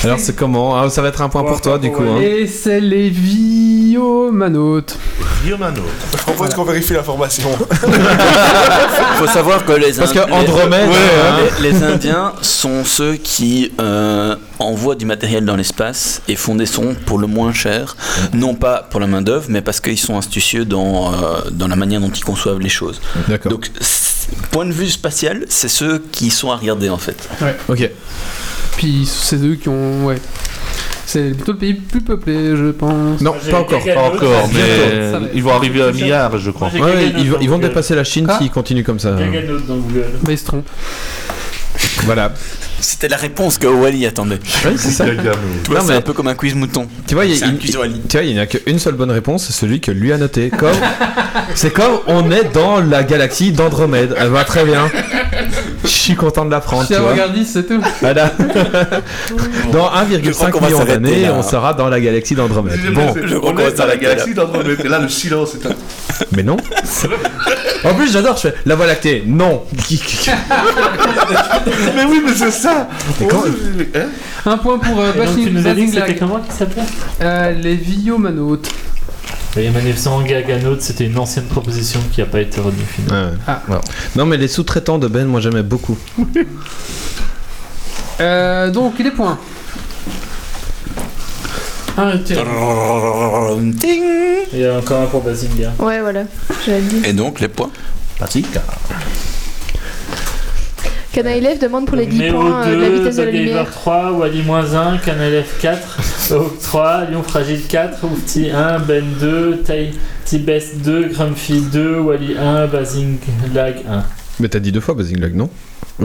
[SPEAKER 3] Alors, c'est comment Ah, Ça va être un point pour toi, du coup. hein.
[SPEAKER 1] Et c'est les viomanotes.
[SPEAKER 10] Yomano.
[SPEAKER 7] On voit ce qu'on vérifie l'information.
[SPEAKER 2] Faut savoir que les
[SPEAKER 3] Parce que
[SPEAKER 2] Indiens.
[SPEAKER 3] Andromède, hein.
[SPEAKER 2] les, les Indiens sont ceux qui euh, envoient du matériel dans l'espace et font des sons pour le moins cher, non pas pour la main d'œuvre, mais parce qu'ils sont astucieux dans, euh, dans la manière dont ils conçoivent les choses.
[SPEAKER 3] D'accord.
[SPEAKER 2] Donc, c- point de vue spatial, c'est ceux qui sont à regarder en fait.
[SPEAKER 3] Ok.
[SPEAKER 1] Puis c'est eux qui ont. Ouais. C'est plutôt le pays le plus peuplé, je pense.
[SPEAKER 3] Non,
[SPEAKER 5] j'ai
[SPEAKER 3] pas encore.
[SPEAKER 5] quelqu'un
[SPEAKER 3] Pas
[SPEAKER 5] d'autre.
[SPEAKER 3] encore.
[SPEAKER 1] Bientôt, ça va
[SPEAKER 10] Mais
[SPEAKER 1] être-
[SPEAKER 10] ils vont arriver à un milliard, je crois.
[SPEAKER 5] Moi, j'ai
[SPEAKER 3] Ouais, ouais,
[SPEAKER 5] Gaganote
[SPEAKER 3] ils, vont-
[SPEAKER 5] dans
[SPEAKER 3] ils vont
[SPEAKER 5] Google.
[SPEAKER 3] dépasser la Chine
[SPEAKER 1] Ah.
[SPEAKER 3] s'ils continuent comme ça.
[SPEAKER 5] Gaganote Euh. dans Google.
[SPEAKER 1] Bah, ils se trompent.
[SPEAKER 3] Voilà.
[SPEAKER 2] C'était la réponse que Wally attendait.
[SPEAKER 3] Oui, c'est ça.
[SPEAKER 2] Tu vois,
[SPEAKER 3] Non,
[SPEAKER 2] c'est
[SPEAKER 3] mais-
[SPEAKER 2] un peu comme un quiz mouton.
[SPEAKER 3] Tu vois, il y
[SPEAKER 2] C'est
[SPEAKER 3] a
[SPEAKER 2] un
[SPEAKER 3] une-
[SPEAKER 2] quiz Wally.
[SPEAKER 3] tu vois, il n'y a qu'une seule bonne réponse, c'est celui que lui a noté. Comme... c'est comme on est dans la galaxie d'Andromède. Elle va très bien. Je suis content de l'apprendre.
[SPEAKER 1] Si
[SPEAKER 3] Tu
[SPEAKER 1] elle
[SPEAKER 3] vois.
[SPEAKER 1] regarde, c'est tout.
[SPEAKER 3] Voilà. dans
[SPEAKER 2] Je crois
[SPEAKER 3] 1,5
[SPEAKER 2] qu'on va
[SPEAKER 3] million
[SPEAKER 2] s'arrêter
[SPEAKER 3] d'années,
[SPEAKER 2] là.
[SPEAKER 3] on sera dans la galaxie d'Andromède. Bon,
[SPEAKER 2] je
[SPEAKER 10] on
[SPEAKER 2] recommence
[SPEAKER 10] est dans
[SPEAKER 2] à
[SPEAKER 10] la
[SPEAKER 2] la
[SPEAKER 10] galaxie d'Andromède. Et là, le silence est un.
[SPEAKER 3] mais non. En plus, j'adore. Je fais la Voie lactée. Non.
[SPEAKER 10] Mais oui, mais c'est ça
[SPEAKER 3] Mais quand-
[SPEAKER 10] Hein
[SPEAKER 1] Un point pour euh,
[SPEAKER 5] Et donc,
[SPEAKER 1] Bashing-
[SPEAKER 5] tu nous as dit
[SPEAKER 1] Bashing
[SPEAKER 5] que c'était
[SPEAKER 1] Black.
[SPEAKER 5] comment qui s'appelait
[SPEAKER 1] Euh, Les viomanotes.
[SPEAKER 5] Les manifestants Gaganote, c'était une ancienne proposition qui n'a pas été retenue finalement.
[SPEAKER 3] Ouais, ouais.
[SPEAKER 1] Ah.
[SPEAKER 3] Voilà. Non, mais les sous-traitants de Ben, moi j'aimais beaucoup.
[SPEAKER 1] Euh, donc, les points. Un, tiens.
[SPEAKER 2] Ting
[SPEAKER 5] Il y a encore un pour hein. Basinga.
[SPEAKER 6] Ouais, voilà, j'avais dit.
[SPEAKER 2] Et donc, les points
[SPEAKER 6] Cana élève demande pour les 10
[SPEAKER 5] Méo
[SPEAKER 6] points euh, de la
[SPEAKER 5] 2,
[SPEAKER 6] vitesse de la
[SPEAKER 5] Dog Gamer
[SPEAKER 6] lumière.
[SPEAKER 5] 3, Wally 1, Canal F4, Oak 3, Lion Fragile 4, Oufti 1, Ben 2, Tai- Tibest 2, Grumpy 2, Wally 1, Basing Lag 1.
[SPEAKER 3] Mais t'as dit deux fois Basing Lag, non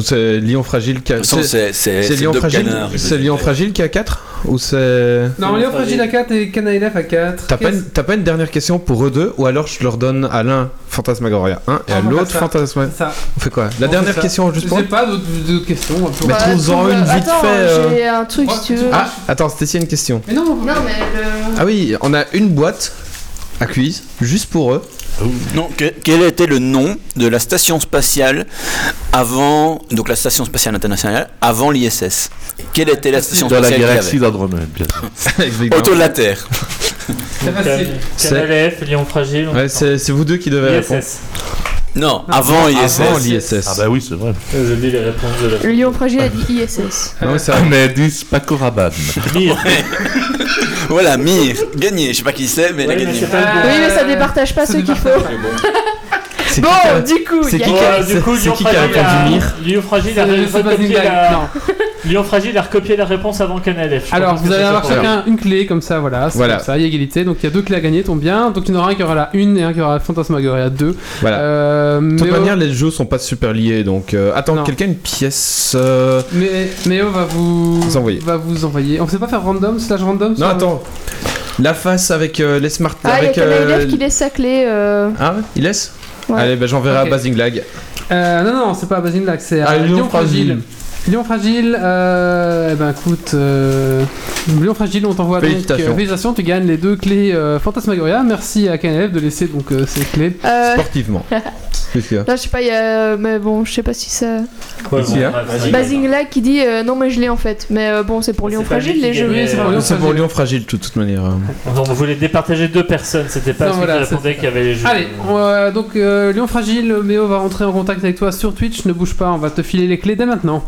[SPEAKER 3] C'est Lion Fragile qui a.
[SPEAKER 2] De toute façon,
[SPEAKER 3] Euh, C'est
[SPEAKER 2] c'est c'est-
[SPEAKER 3] c'est
[SPEAKER 2] Eh, c'est
[SPEAKER 3] Lion
[SPEAKER 2] Doc
[SPEAKER 3] Fragile
[SPEAKER 2] Canard.
[SPEAKER 3] C'est Lion Fragile qui a 4 Ou c'est.
[SPEAKER 1] Non, Léo Fragile à 4 et Canaïlef à 4.
[SPEAKER 3] T'as pas, une- t'as pas une dernière question pour eux deux Ou alors je leur donne à l'un Fantasmagoria 1 et
[SPEAKER 1] Ah,
[SPEAKER 3] à
[SPEAKER 1] on va
[SPEAKER 3] l'autre
[SPEAKER 1] faire ça.
[SPEAKER 3] Fantasmagoria.
[SPEAKER 1] Ça.
[SPEAKER 3] On fait quoi La
[SPEAKER 1] On
[SPEAKER 3] dernière
[SPEAKER 1] fait ça.
[SPEAKER 3] question,
[SPEAKER 1] Je
[SPEAKER 3] juste pour.
[SPEAKER 1] sais pas d'autres d'autres questions. on va pouvoir-
[SPEAKER 3] Mais
[SPEAKER 6] Bah,
[SPEAKER 3] trouve-en
[SPEAKER 6] trouve-
[SPEAKER 3] une vite
[SPEAKER 6] Attends,
[SPEAKER 3] fait, euh.
[SPEAKER 6] J'ai un truc si tu veux.
[SPEAKER 3] Ah, attends, c'était une question.
[SPEAKER 1] Mais non,
[SPEAKER 6] Non, mais le.
[SPEAKER 3] Ah oui, on a une boîte à cuise, juste pour eux.
[SPEAKER 2] Non, que- quel était le nom de la station spatiale avant, donc la station spatiale internationale, avant l'ISS Quelle était la station
[SPEAKER 10] Dans la
[SPEAKER 2] spatiale qu'il y avait
[SPEAKER 10] galaxie d'Andromède, bien sûr.
[SPEAKER 3] Évidemment.
[SPEAKER 2] Autour de la Terre.
[SPEAKER 1] c'est facile.
[SPEAKER 5] Canal F, Lion Fragile,
[SPEAKER 3] Ouais, c'est c'est vous deux qui devez répondre.
[SPEAKER 5] ISS.
[SPEAKER 2] Non, avant ISS.
[SPEAKER 3] Avant l'ISS.
[SPEAKER 10] Ah bah oui, c'est vrai.
[SPEAKER 5] Euh, Je lis les réponses de la
[SPEAKER 6] Le lion fragile a dit ISS.
[SPEAKER 3] Ah Non, mais c'est vrai.
[SPEAKER 10] Ah, Mais 10 Paco Rabanne.
[SPEAKER 5] Mire.
[SPEAKER 2] Voilà, Mir, gagné. Je sais pas qui c'est, mais
[SPEAKER 5] Ouais,
[SPEAKER 2] il a
[SPEAKER 5] mais
[SPEAKER 2] gagné.
[SPEAKER 5] c'est pas le
[SPEAKER 1] Euh,
[SPEAKER 5] bon.
[SPEAKER 6] Oui, mais ça ne départage pas
[SPEAKER 1] ça
[SPEAKER 6] ceux qu'il faut.
[SPEAKER 1] départage
[SPEAKER 3] C'est qui qui
[SPEAKER 6] Bon,
[SPEAKER 3] a-
[SPEAKER 6] du coup,
[SPEAKER 3] C'est
[SPEAKER 6] il y a
[SPEAKER 3] qui
[SPEAKER 5] Bon,
[SPEAKER 3] qui a-
[SPEAKER 5] euh, du coup,
[SPEAKER 3] c'est
[SPEAKER 5] Lion
[SPEAKER 3] qui qui a
[SPEAKER 5] Fragile
[SPEAKER 3] répondu Mire
[SPEAKER 5] a- Lion Fragile a
[SPEAKER 1] C'est-
[SPEAKER 5] réussi
[SPEAKER 1] c'est
[SPEAKER 5] à
[SPEAKER 1] pas une
[SPEAKER 5] copier
[SPEAKER 1] blague.
[SPEAKER 5] la-
[SPEAKER 1] Non.
[SPEAKER 5] Lion Fragile a recopié la réponse avant Canal F. Je
[SPEAKER 1] Alors,
[SPEAKER 5] pense que
[SPEAKER 1] vous allez
[SPEAKER 5] c'est ça
[SPEAKER 1] avoir
[SPEAKER 5] pour
[SPEAKER 1] chacun une clé comme ça, voilà. c'est
[SPEAKER 3] Voilà.
[SPEAKER 1] Comme ça, il y a égalité. Donc, il y a deux clés à gagner, tombe bien. Donc, il y en aura un qui aura la 1 et un qui aura la Fantasmagoria 2.
[SPEAKER 3] Voilà.
[SPEAKER 1] Euh,
[SPEAKER 3] De toute
[SPEAKER 1] Méo,
[SPEAKER 3] manière, les jeux sont pas super liés, donc euh, attends,
[SPEAKER 1] Non.
[SPEAKER 3] quelqu'un a une pièce euh,
[SPEAKER 1] Mé- Méo va vous...
[SPEAKER 3] Vous envoyer.
[SPEAKER 1] va vous envoyer. On sait pas faire random slash random
[SPEAKER 3] Non,
[SPEAKER 1] slash-
[SPEAKER 3] attends. La face avec euh, les smart.
[SPEAKER 6] Ah, il y a
[SPEAKER 3] avec,
[SPEAKER 6] Cana
[SPEAKER 3] euh,
[SPEAKER 6] élève qui laisse sa clé. euh,
[SPEAKER 3] Ah ouais, il laisse
[SPEAKER 6] Ouais.
[SPEAKER 3] Allez, bah, j'enverrai
[SPEAKER 1] Ok.
[SPEAKER 3] à Basinglag.
[SPEAKER 1] Euh, non, non, c'est pas Basine Lac, c'est
[SPEAKER 3] Ah,
[SPEAKER 1] euh,
[SPEAKER 3] Lion
[SPEAKER 1] Lion Fragile.
[SPEAKER 3] Fragile.
[SPEAKER 1] Lion Fragile, euh, eh ben écoute, euh, Lion Fragile, on t'envoie donc,
[SPEAKER 3] Félicitations.
[SPEAKER 1] euh, félicitations, tu gagnes les deux clés euh, Fantasmagoria. Merci à KNF de laisser donc euh, ces clés.
[SPEAKER 6] euh,
[SPEAKER 3] Sportivement. Qu'est-ce qu'il y a
[SPEAKER 6] Là, je sais pas, il y a. Mais bon, je sais pas si ça.
[SPEAKER 3] Quoi, Ici, bon, hein vas-y.
[SPEAKER 6] Basingla qui dit euh, non, mais je l'ai en fait. Mais euh, bon, c'est pour Lyon
[SPEAKER 5] pas lui
[SPEAKER 6] fragile
[SPEAKER 5] qui
[SPEAKER 6] les jeux.
[SPEAKER 5] gagnait, euh,
[SPEAKER 3] C'est pour Lyon fragile, de toute manière.
[SPEAKER 5] On voulait départager deux personnes, c'était pas
[SPEAKER 1] Non,
[SPEAKER 5] parce
[SPEAKER 1] voilà,
[SPEAKER 5] que tu répondais qu'il y avait les jeux.
[SPEAKER 1] Allez, on va- donc euh, Lion Fragile, Méo va rentrer en contact avec toi sur Twitch, ne bouge pas, on va te filer les clés dès maintenant.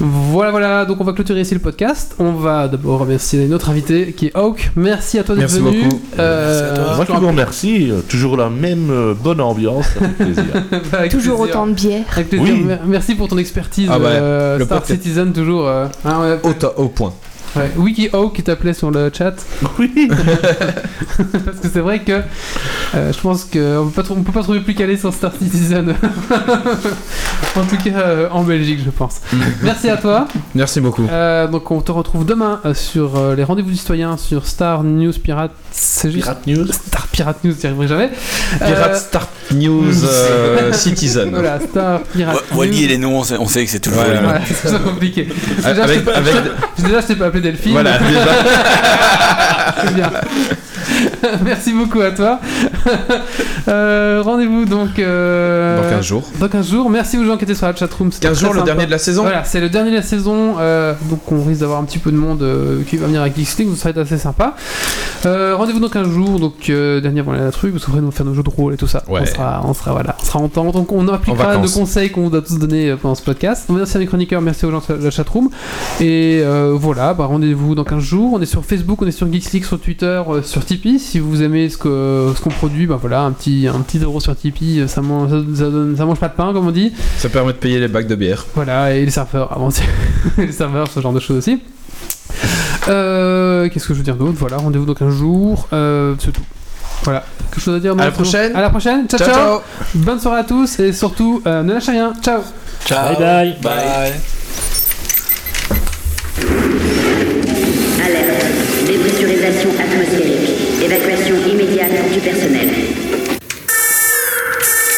[SPEAKER 1] Voilà, voilà, donc on va clôturer ici le podcast. On va d'abord remercier notre invité qui est Hawk. Merci à toi d'être
[SPEAKER 10] Merci
[SPEAKER 1] venu.
[SPEAKER 10] beaucoup.
[SPEAKER 1] Euh,
[SPEAKER 10] C'est moi
[SPEAKER 1] je te
[SPEAKER 10] qui vous remercie. euh, Toujours la même euh, bonne ambiance. ça fait plaisir.
[SPEAKER 1] rappelle- bah, avec
[SPEAKER 6] Toujours
[SPEAKER 1] plaisir.
[SPEAKER 6] autant de bière.
[SPEAKER 1] Avec plaisir.
[SPEAKER 10] Oui.
[SPEAKER 1] Mer- Merci pour ton expertise,
[SPEAKER 3] Ah ouais,
[SPEAKER 1] euh,
[SPEAKER 3] le
[SPEAKER 1] Star
[SPEAKER 3] podcast.
[SPEAKER 1] Citizen, toujours. euh, hein, ouais.
[SPEAKER 3] Au, to- au point.
[SPEAKER 1] Ouais, Wiki Hawk qui t'appelait sur le chat.
[SPEAKER 10] Oui.
[SPEAKER 1] Parce que c'est vrai que euh, je pense qu'on ne peut pas trouver plus calé sur Star Citizen. en tout cas, euh, en Belgique, je pense. Merci à toi.
[SPEAKER 3] Merci beaucoup.
[SPEAKER 1] Euh, donc, on te retrouve demain euh, sur euh, les rendez-vous du citoyen sur Star News Pirate. C'est juste
[SPEAKER 10] Pirate News.
[SPEAKER 1] Star Pirate News, j'y arriverai jamais. Euh,
[SPEAKER 3] Pirate Start News euh, Citizen.
[SPEAKER 1] Voilà, Star Pirate
[SPEAKER 2] Wa- Wally
[SPEAKER 1] News.
[SPEAKER 2] et les noms, on sait, on sait que c'est toujours
[SPEAKER 3] Voilà.
[SPEAKER 2] les mêmes.
[SPEAKER 1] Voilà, c'est tout ça compliqué. Parce que Déjà, je
[SPEAKER 3] Euh, Avec,
[SPEAKER 1] t'ai pas-
[SPEAKER 3] avec,
[SPEAKER 1] déjà, je t'ai pas appelé Delphine.
[SPEAKER 3] voilà, déjà.
[SPEAKER 1] Très bien. Merci beaucoup à toi. Euh, Rendez-vous donc. euh,
[SPEAKER 3] Dans 15 jours.
[SPEAKER 1] Dans 15 jours. Merci aux gens qui étaient sur la chatroom.
[SPEAKER 3] 15 jours, le dernier de la saison.
[SPEAKER 1] Voilà, c'est le dernier de la saison, euh, donc on risque d'avoir un petit peu de monde euh, qui va venir avec Geeks League, donc ça va être assez sympa. Euh, Rendez-vous dans 15 jours, donc euh, dernier avant la truc, vous saurez nous faire nos jeux de rôle et tout ça.
[SPEAKER 3] Ouais.
[SPEAKER 1] On, sera, on sera voilà, on sera en temps, donc on appliquera nos
[SPEAKER 3] vacances.
[SPEAKER 1] conseils qu'on vous a tous donnés euh, pendant ce podcast. Donc, merci à mes chroniqueurs, merci aux gens de la chatroom. Et euh, voilà, bah, rendez-vous dans 15 jours. On est sur Facebook, on est sur Geeks League, sur Twitter, euh, sur Tipeee. Si vous aimez ce qu'on ce qu'on produit, bah voilà, un petit, un petit euro sur Tipeee, euh, ça mange, ça, donne- ça mange pas de pain, comme on dit.
[SPEAKER 3] Ça permet de payer les bacs de bière.
[SPEAKER 1] Voilà, et les serveurs, avant les serveurs, ce genre de choses aussi. Euh, Qu'est-ce que je veux dire d'autre Voilà, rendez-vous dans 15 jours. Euh, c'est tout. Voilà. Quelque chose à dire non,
[SPEAKER 3] la
[SPEAKER 1] c'est bon
[SPEAKER 3] prochaine.
[SPEAKER 1] À la prochaine. Ciao, ciao. Bonne soirée à tous et surtout, euh, ne lâchez rien. Ciao.
[SPEAKER 2] Ciao.
[SPEAKER 5] Bye bye.
[SPEAKER 2] Bye.
[SPEAKER 13] Alerte. Dépressurisation atmosphérique. Évacuation immédiate du personnel.